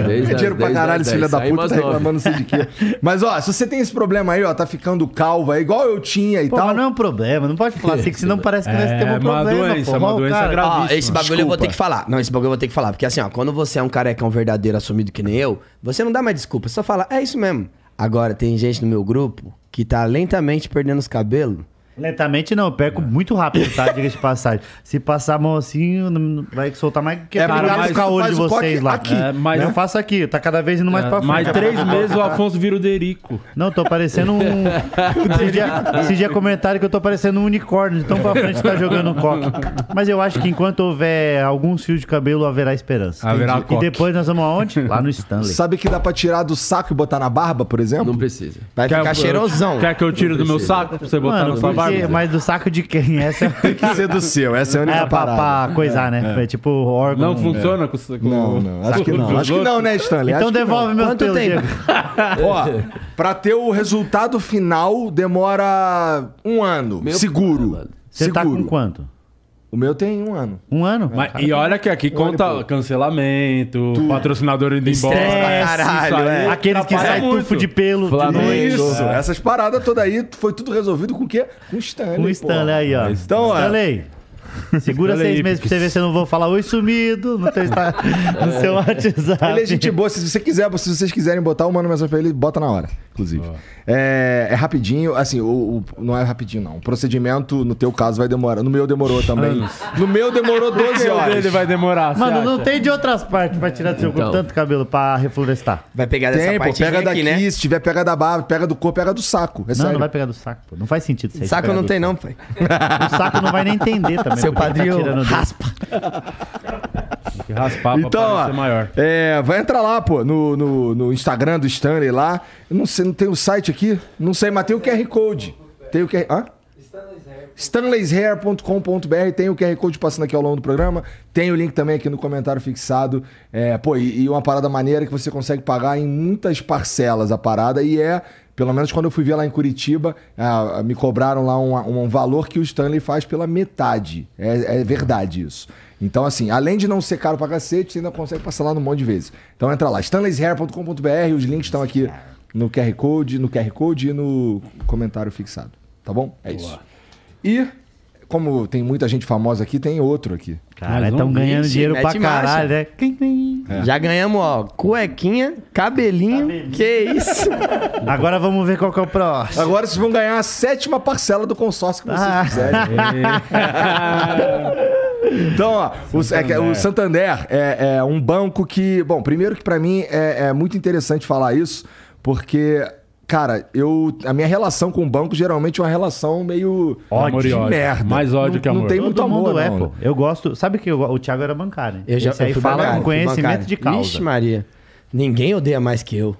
[SPEAKER 6] Desde
[SPEAKER 1] É dinheiro
[SPEAKER 6] as
[SPEAKER 1] pra
[SPEAKER 6] 10,
[SPEAKER 1] caralho,
[SPEAKER 6] das
[SPEAKER 1] esse filho
[SPEAKER 6] 10,
[SPEAKER 1] da puta,
[SPEAKER 6] saímos às
[SPEAKER 1] tá
[SPEAKER 6] nove.
[SPEAKER 1] reclamando não sei de quê. Mas, ó, se você tem esse problema aí, ó, tá ficando calvo aí, igual eu tinha e
[SPEAKER 5] Pô,
[SPEAKER 1] tal.
[SPEAKER 5] mas não é um problema, não pode falar assim, que senão parece que nós
[SPEAKER 2] É,
[SPEAKER 5] temos um
[SPEAKER 2] é uma
[SPEAKER 5] problema.
[SPEAKER 2] doença,
[SPEAKER 5] pô.
[SPEAKER 2] é uma
[SPEAKER 5] Ó,
[SPEAKER 2] doença
[SPEAKER 5] cara,
[SPEAKER 2] grave.
[SPEAKER 4] Ó, esse
[SPEAKER 2] Gravíssimo.
[SPEAKER 4] bagulho eu vou ter
[SPEAKER 2] Desculpa.
[SPEAKER 4] que falar. Não, esse bagulho eu vou ter que falar. Porque assim, ó, quando você é um carecão verdadeiro assumido que nem eu, você não dá mais desculpa. Você só fala, é isso mesmo. Agora, tem gente no meu grupo que tá lentamente perdendo os cabelos.
[SPEAKER 5] Lentamente não, eu perco
[SPEAKER 1] É.
[SPEAKER 5] muito
[SPEAKER 1] [laughs]
[SPEAKER 5] rápido, tá? Diga de passagem. Se passar a mão assim, não- não- vai soltar mais. Porque
[SPEAKER 1] É,
[SPEAKER 5] eu
[SPEAKER 1] cara,
[SPEAKER 5] olho
[SPEAKER 1] mas
[SPEAKER 5] ficar
[SPEAKER 1] tu
[SPEAKER 5] olho de
[SPEAKER 1] faz o coque
[SPEAKER 5] vocês lá.
[SPEAKER 1] aqui. É,
[SPEAKER 5] É, mas
[SPEAKER 2] Né?
[SPEAKER 5] eu faço aqui, tá cada vez indo
[SPEAKER 4] É
[SPEAKER 5] mais pra frente.
[SPEAKER 2] Ah, Mais
[SPEAKER 4] [laughs]
[SPEAKER 2] três
[SPEAKER 5] [laughs]
[SPEAKER 2] meses o Afonso vira o Derico.
[SPEAKER 5] Não, tô
[SPEAKER 1] [laughs]
[SPEAKER 5] parecendo um. Esse dia, esse dia comentaram que eu tô parecendo um unicórnio, de tão pra frente tá jogando um coque. Mas eu acho que enquanto houver alguns fios de cabelo, haverá esperança.
[SPEAKER 2] Haverá
[SPEAKER 5] Entendi.
[SPEAKER 2] coque.
[SPEAKER 5] E depois nós vamos aonde? Lá no Stanley.
[SPEAKER 1] Sabe que dá pra tirar do saco e botar na barba, por exemplo?
[SPEAKER 6] Não precisa.
[SPEAKER 4] Vai
[SPEAKER 2] Quer- um-
[SPEAKER 4] ficar cheirosão.
[SPEAKER 2] Quer que eu tire do meu saco pra você botar
[SPEAKER 5] Mano,
[SPEAKER 2] na sua
[SPEAKER 5] porque,
[SPEAKER 2] barba?
[SPEAKER 5] mas do saco de quem? Essa
[SPEAKER 1] [laughs] Tem que ser do seu, essa é a única
[SPEAKER 5] é pra,
[SPEAKER 1] parada.
[SPEAKER 5] pra coisar, né? É tipo órgão.
[SPEAKER 2] Não funciona com com-
[SPEAKER 1] Não, não, acho que não.
[SPEAKER 2] dos
[SPEAKER 1] Acho que não,
[SPEAKER 2] outros?
[SPEAKER 1] né, Stanley? Acho
[SPEAKER 5] Então
[SPEAKER 1] que não.
[SPEAKER 5] devolve meu
[SPEAKER 4] Quanto
[SPEAKER 5] pelo,
[SPEAKER 4] tempo?
[SPEAKER 1] [laughs]
[SPEAKER 5] Diego.
[SPEAKER 1] Ó, pra ter o resultado final demora um ano.
[SPEAKER 6] Meu
[SPEAKER 1] seguro.
[SPEAKER 6] pai, mano.
[SPEAKER 5] Você
[SPEAKER 1] seguro.
[SPEAKER 5] tá com quanto?
[SPEAKER 1] O meu tem um ano.
[SPEAKER 5] Um ano?
[SPEAKER 2] Mas- e olha que aqui conta cancelamento, patrocinador indo embora.
[SPEAKER 4] Estresse pra caralho,
[SPEAKER 2] isso aí
[SPEAKER 4] é.
[SPEAKER 5] Aqueles que
[SPEAKER 2] atrapalha
[SPEAKER 5] saem
[SPEAKER 2] muito.
[SPEAKER 5] tufo de pelo.
[SPEAKER 6] Flamengo.
[SPEAKER 5] tudo.
[SPEAKER 1] Isso. Essas paradas todas aí foi tudo resolvido com o quê? Com o Stanley.
[SPEAKER 5] O
[SPEAKER 1] pô.
[SPEAKER 5] Stanley aí, ó.
[SPEAKER 1] Então, ó.
[SPEAKER 5] Stanley. Segura
[SPEAKER 2] Stanley
[SPEAKER 5] seis meses pra você ver se eu não vou falar oi sumido no, teu, Insta- no seu WhatsApp.
[SPEAKER 1] Ele é gente boa. Se você quiser, se vocês quiserem botar, eu mando mensagem pra ele, bota na hora, inclusive. É, é rapidinho, assim, o, o- não é rapidinho, não. O procedimento, no teu caso, vai demorar. No meu demorou também. No meu
[SPEAKER 5] [laughs]
[SPEAKER 1] demorou 12
[SPEAKER 2] O
[SPEAKER 1] horas.
[SPEAKER 2] dele vai demorar,
[SPEAKER 5] Mano,
[SPEAKER 2] você
[SPEAKER 5] não
[SPEAKER 2] acha?
[SPEAKER 5] tem de outras partes pra tirar do seu corpo
[SPEAKER 6] Então.
[SPEAKER 5] tanto cabelo pra reflorestar.
[SPEAKER 4] Vai pegar dessa
[SPEAKER 1] Tem, pô,
[SPEAKER 4] parte
[SPEAKER 1] pega daqui,
[SPEAKER 4] aqui, né?
[SPEAKER 1] se tiver pega da barba, pega do corpo, pega do saco. É
[SPEAKER 5] Não,
[SPEAKER 1] sério.
[SPEAKER 5] não vai pegar do saco, pô. Não faz sentido isso aí.
[SPEAKER 4] Saco
[SPEAKER 5] pegar
[SPEAKER 4] não
[SPEAKER 5] do-
[SPEAKER 4] tem não, pai.
[SPEAKER 5] O saco não vai nem entender também.
[SPEAKER 4] Seu
[SPEAKER 5] porque ele tá
[SPEAKER 4] padrinho
[SPEAKER 5] tirando dele.
[SPEAKER 4] raspa.
[SPEAKER 2] Tem que raspar pra
[SPEAKER 1] Então, ó,
[SPEAKER 2] parecer maior.
[SPEAKER 1] é, vai entrar lá, pô, no, no, no Instagram do Stanley lá. Eu não sei, não tem o site aqui? Não sei, mas tem o QR Code. Tem o QR... Hã? Stanley'sHair.com.br tem o QR Code passando aqui ao longo do programa, tem o link também aqui no comentário fixado. É, pô, e, e uma parada maneira que você consegue pagar em muitas parcelas a parada e é, pelo menos quando eu fui ver lá em Curitiba, ah, me cobraram lá um, um valor que o Stanley faz pela metade. É, é verdade isso. Então, assim, além de não ser caro pra cacete, você ainda consegue parcelar um monte de vezes. Então entra lá, stanley'shair.com.br, os links estão aqui no QR Code, no QR Code e no comentário fixado. Tá bom? É isso. E, como tem muita gente famosa aqui, tem outro aqui.
[SPEAKER 5] Cara,
[SPEAKER 2] Mais um
[SPEAKER 5] estão ganhando
[SPEAKER 4] Ixi,
[SPEAKER 5] dinheiro pra
[SPEAKER 4] mete
[SPEAKER 5] caralho,
[SPEAKER 4] marcha. É.
[SPEAKER 5] né? Quem tem?
[SPEAKER 4] Já ganhamos, ó, cuequinha, cabelinho. Que isso?
[SPEAKER 5] Agora vamos ver qual que é o próximo.
[SPEAKER 1] Agora vocês vão ganhar a sétima parcela do consórcio que vocês
[SPEAKER 5] Ah. [laughs]
[SPEAKER 1] quiserem. Então, ó, o, é que- o Santander é, é um banco que. Bom, primeiro que pra mim é, é muito interessante falar isso, porque, cara, eu. A minha relação com o banco geralmente é uma relação meio.
[SPEAKER 2] Ódio.
[SPEAKER 1] de
[SPEAKER 2] Ódio.
[SPEAKER 1] merda.
[SPEAKER 2] Mais ódio
[SPEAKER 1] não,
[SPEAKER 2] que
[SPEAKER 1] Não
[SPEAKER 2] amor.
[SPEAKER 1] tem
[SPEAKER 5] Todo
[SPEAKER 1] muito
[SPEAKER 5] mundo
[SPEAKER 1] amor,
[SPEAKER 5] é,
[SPEAKER 1] não.
[SPEAKER 5] pô. Eu gosto. Sabe que eu- o Thiago era bancário. né? Esse aí
[SPEAKER 4] fui
[SPEAKER 5] fala
[SPEAKER 4] bancário,
[SPEAKER 5] com
[SPEAKER 4] fui
[SPEAKER 5] conhecimento
[SPEAKER 4] bancário.
[SPEAKER 5] de causa.
[SPEAKER 4] Ixi, Maria. Ninguém odeia mais que eu.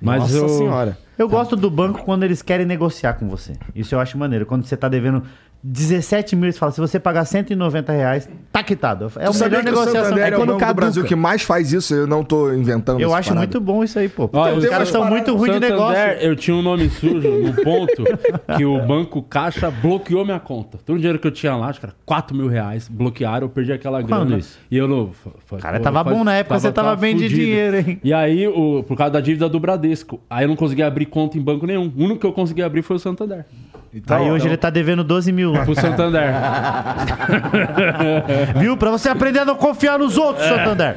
[SPEAKER 2] Mas
[SPEAKER 4] Nossa
[SPEAKER 2] eu-
[SPEAKER 4] senhora.
[SPEAKER 5] Eu gosto do banco quando eles querem negociar com você. Isso eu acho maneiro. Quando você tá devendo 17 mil, eles falam, se você pagar 190 reais, tá quitado. É
[SPEAKER 1] Tu
[SPEAKER 5] o melhor
[SPEAKER 1] sabia que o
[SPEAKER 5] negociação.
[SPEAKER 1] Santander é,
[SPEAKER 5] É
[SPEAKER 1] o
[SPEAKER 5] quando
[SPEAKER 1] banco do
[SPEAKER 5] caduca.
[SPEAKER 1] Brasil que mais faz isso? Eu não tô inventando
[SPEAKER 5] Eu
[SPEAKER 1] essa
[SPEAKER 5] acho
[SPEAKER 1] parada.
[SPEAKER 5] muito bom isso aí, pô.
[SPEAKER 2] Ó,
[SPEAKER 5] Os
[SPEAKER 2] eu-
[SPEAKER 5] caras
[SPEAKER 1] eu-
[SPEAKER 5] são muito ruins Tá de
[SPEAKER 2] Santander,
[SPEAKER 5] negócio.
[SPEAKER 2] eu tinha um nome sujo no ponto que o banco Caixa bloqueou minha conta. Todo o dinheiro que eu tinha lá, acho que era 4 mil reais, bloquearam, eu perdi aquela
[SPEAKER 5] Quando
[SPEAKER 2] grana.
[SPEAKER 5] isso?
[SPEAKER 2] E eu não. fa- fa-
[SPEAKER 5] Cara,
[SPEAKER 2] pô,
[SPEAKER 5] tava
[SPEAKER 2] faz-
[SPEAKER 5] bom na época, você tava bem de dinheiro, hein?
[SPEAKER 2] E aí, o, por causa da dívida do Bradesco, aí eu não consegui abrir conta em banco nenhum. O único que eu consegui abrir foi o Santander.
[SPEAKER 1] Então,
[SPEAKER 5] Aí hoje
[SPEAKER 1] então-
[SPEAKER 5] ele tá devendo 12 mil.
[SPEAKER 2] Pro Santander.
[SPEAKER 5] Viu? Pra você aprender a não confiar nos outros, Santander.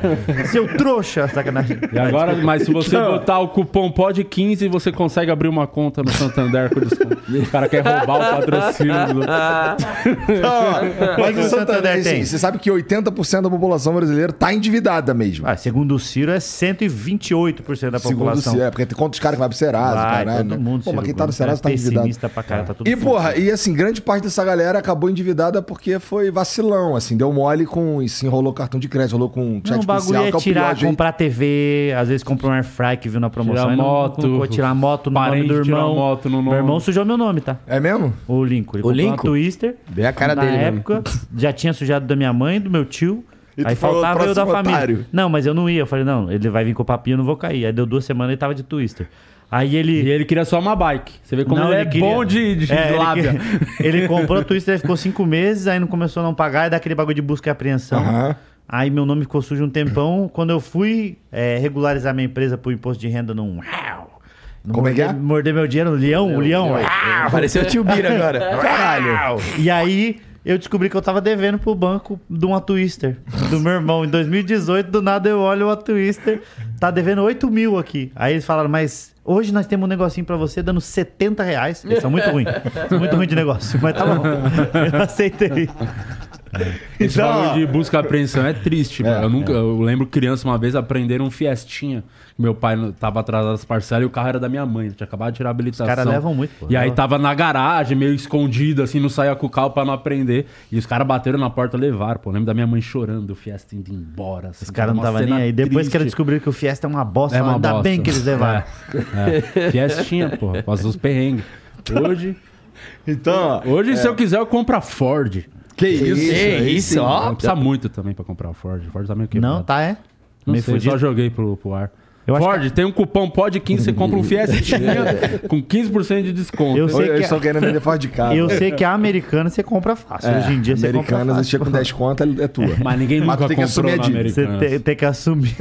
[SPEAKER 5] Seu trouxa, sacanagem.
[SPEAKER 2] E
[SPEAKER 5] [laughs]
[SPEAKER 2] agora, mas se você botar o cupom POD15, você consegue abrir uma conta no Santander com desconto. O cara quer roubar o patrocínio. do-
[SPEAKER 5] Mas o Santander
[SPEAKER 1] assim,
[SPEAKER 5] tem.
[SPEAKER 1] Você sabe que 80% da população brasileira tá endividada mesmo.
[SPEAKER 5] Ah, segundo o Ciro, é 128% da
[SPEAKER 1] Segundo o
[SPEAKER 5] população.
[SPEAKER 1] Ciro, é, porque tem quantos caras que vai pro Serasa,
[SPEAKER 5] Vai,
[SPEAKER 1] caralho. né?
[SPEAKER 5] todo mundo,
[SPEAKER 1] Pô, mas
[SPEAKER 5] Ciro
[SPEAKER 1] quem tá no
[SPEAKER 5] Gomes,
[SPEAKER 1] Serasa tá
[SPEAKER 5] é
[SPEAKER 1] endividado.
[SPEAKER 5] pessimista pra caralho, tá tudo
[SPEAKER 1] E,
[SPEAKER 5] fudido.
[SPEAKER 1] porra, e assim, grande parte dessa galera acabou endividada porque foi vacilão, assim, deu mole com. E se enrolou cartão de crédito, enrolou com
[SPEAKER 5] Não,
[SPEAKER 1] chat
[SPEAKER 5] o bagulho
[SPEAKER 1] especial,
[SPEAKER 5] é
[SPEAKER 1] que é o
[SPEAKER 5] tirar,
[SPEAKER 1] pior jeito.
[SPEAKER 5] comprar TV, às vezes compra um air fry que viu na promoção.
[SPEAKER 2] Tirar
[SPEAKER 5] e não
[SPEAKER 2] moto,
[SPEAKER 5] colocou, tirar moto no
[SPEAKER 2] parente
[SPEAKER 5] nome do
[SPEAKER 2] tirar
[SPEAKER 5] irmão.
[SPEAKER 2] moto no
[SPEAKER 5] Meu
[SPEAKER 2] nome.
[SPEAKER 5] irmão sujou meu nome, tá?
[SPEAKER 1] É mesmo?
[SPEAKER 5] O Lincoln. Ele comprou uma
[SPEAKER 3] Lincoln?
[SPEAKER 5] Twister.
[SPEAKER 3] Bem a cara
[SPEAKER 5] na
[SPEAKER 3] dele, né?
[SPEAKER 5] época, já tinha sujado da minha mãe, do meu tio.
[SPEAKER 1] E tu
[SPEAKER 5] aí
[SPEAKER 1] falou,
[SPEAKER 5] faltava eu da
[SPEAKER 1] próximo
[SPEAKER 5] família.
[SPEAKER 1] otário.
[SPEAKER 5] Não, mas eu não ia. Eu falei, não, ele vai vir com o papinho, eu não vou cair. Aí deu duas semanas e tava de Twister. Aí ele.
[SPEAKER 2] E ele queria só uma bike. Você vê como
[SPEAKER 5] Não,
[SPEAKER 2] ele, é
[SPEAKER 5] ele queria-
[SPEAKER 2] bom de, de
[SPEAKER 5] É, ele
[SPEAKER 2] lábia. [laughs]
[SPEAKER 5] que- Ele, comprou o Twister, aí ficou cinco meses, aí não começou a não pagar, e dá aquele bagulho de busca e apreensão.
[SPEAKER 1] Aham.
[SPEAKER 5] Aí meu nome ficou sujo um tempão. Quando eu fui é, regularizar minha empresa pro imposto de renda num.
[SPEAKER 1] Como é que é?
[SPEAKER 5] Morder, morder meu dinheiro, leão, leão.
[SPEAKER 3] Ah, Pareceu o tio Bira agora. Caralho.
[SPEAKER 5] E aí eu descobri que eu tava devendo pro banco de uma Twister do meu irmão. Em 2018, do nada eu olho uma Twister, tá devendo 8 mil aqui. Aí eles falaram, mas hoje nós temos um negocinho pra você dando 70 reais. Eles são muito ruins, muito ruim de negócio, mas tá
[SPEAKER 2] [laughs]
[SPEAKER 5] bom. Eu aceitei.
[SPEAKER 2] [laughs]
[SPEAKER 5] Então,
[SPEAKER 2] Esse bagulho de busca e apreensão Então, é triste, mano. Eu, nunca, eu lembro criança uma vez aprenderam um Fiestinha. Meu pai não- tava atrasado as parcelas e o carro era da minha mãe. Tinha acabado de tirar a habilitação.
[SPEAKER 5] caras levam muito, pô.
[SPEAKER 2] E aí tava na garagem, meio escondido, assim, não saía com o carro pra não aprender. E os caras bateram na porta e levaram, pô. Eu lembro da minha mãe chorando, o Fiesta indo embora. Assim,
[SPEAKER 5] Os caras não
[SPEAKER 2] uma
[SPEAKER 5] estavam nem
[SPEAKER 2] cena
[SPEAKER 5] aí. Depois que eles
[SPEAKER 2] triste.
[SPEAKER 5] descobriram que o Fiesta é uma bosta,
[SPEAKER 2] É uma
[SPEAKER 5] ainda
[SPEAKER 2] bosta.
[SPEAKER 5] bem que eles levaram.
[SPEAKER 2] É. Fiestinha, pô. Passou os perrengues. Hoje,
[SPEAKER 1] Então,
[SPEAKER 2] hoje se eu quiser, eu compro a Ford.
[SPEAKER 1] que É isso?
[SPEAKER 3] Que
[SPEAKER 1] aí sim.
[SPEAKER 3] isso, ó.
[SPEAKER 2] Não precisa muito também pra comprar a Ford. A Ford tá meio quebrada.
[SPEAKER 5] Não, tá, é?
[SPEAKER 2] Não
[SPEAKER 5] Me
[SPEAKER 2] sei,
[SPEAKER 5] fudi.
[SPEAKER 2] só joguei pro, pro ar.
[SPEAKER 5] Eu acho
[SPEAKER 2] Ford, tem um cupom POD15, você compra um Fiestinha com 15% de desconto.
[SPEAKER 5] Eu sei
[SPEAKER 1] Hoje
[SPEAKER 5] que-
[SPEAKER 1] eu estou querendo vender fora de casa. É,
[SPEAKER 5] Eu sei que a americana você compra fácil.
[SPEAKER 2] É.
[SPEAKER 5] Hoje em dia você compra
[SPEAKER 1] Americanas, você
[SPEAKER 5] fácil.
[SPEAKER 1] chega com 10 conto, é é
[SPEAKER 5] [laughs]
[SPEAKER 1] tua.
[SPEAKER 2] Mas ninguém
[SPEAKER 1] Mas
[SPEAKER 2] nunca
[SPEAKER 1] tu tem que assumir a
[SPEAKER 2] comprou na
[SPEAKER 1] dívida.
[SPEAKER 5] Você
[SPEAKER 2] Americanas.
[SPEAKER 5] tem, tem
[SPEAKER 1] [laughs]
[SPEAKER 5] que assumir.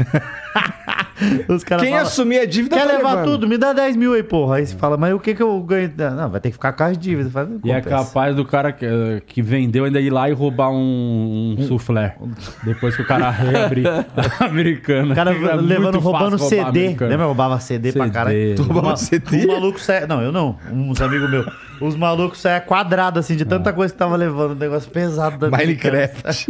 [SPEAKER 5] Os caras
[SPEAKER 1] Quem
[SPEAKER 5] falam,
[SPEAKER 1] assumir a dívida
[SPEAKER 5] Quer
[SPEAKER 1] tá
[SPEAKER 5] levar
[SPEAKER 1] levando.
[SPEAKER 5] tudo? Me dá 10 mil aí, porra. Aí você fala, mas o que que eu ganho? Não, vai ter que ficar com as dívidas. Fala, não
[SPEAKER 2] E é
[SPEAKER 5] compensa.
[SPEAKER 2] capaz do cara que, eh, que vendeu ainda ir lá e roubar um, um soufflé. Depois que o cara [laughs]
[SPEAKER 5] [laughs]
[SPEAKER 2] reabre a americana.
[SPEAKER 1] [laughs]
[SPEAKER 5] O
[SPEAKER 1] É
[SPEAKER 5] cara
[SPEAKER 2] Fica muito
[SPEAKER 5] levando, roubando
[SPEAKER 2] fácil roubar a
[SPEAKER 5] CD.
[SPEAKER 2] americana.
[SPEAKER 5] Lembra? Roubava CD, pra
[SPEAKER 2] CD.
[SPEAKER 5] caralho.
[SPEAKER 2] Tu
[SPEAKER 1] [laughs] roubava
[SPEAKER 5] Ma-
[SPEAKER 1] CD?
[SPEAKER 5] Um maluco saia... Não, eu não. Uns amigos meus. Os malucos saia quadrado, assim, de
[SPEAKER 1] Ah.
[SPEAKER 5] tanta coisa que tava levando. Um negócio pesado. da [laughs]
[SPEAKER 1] Minecraft.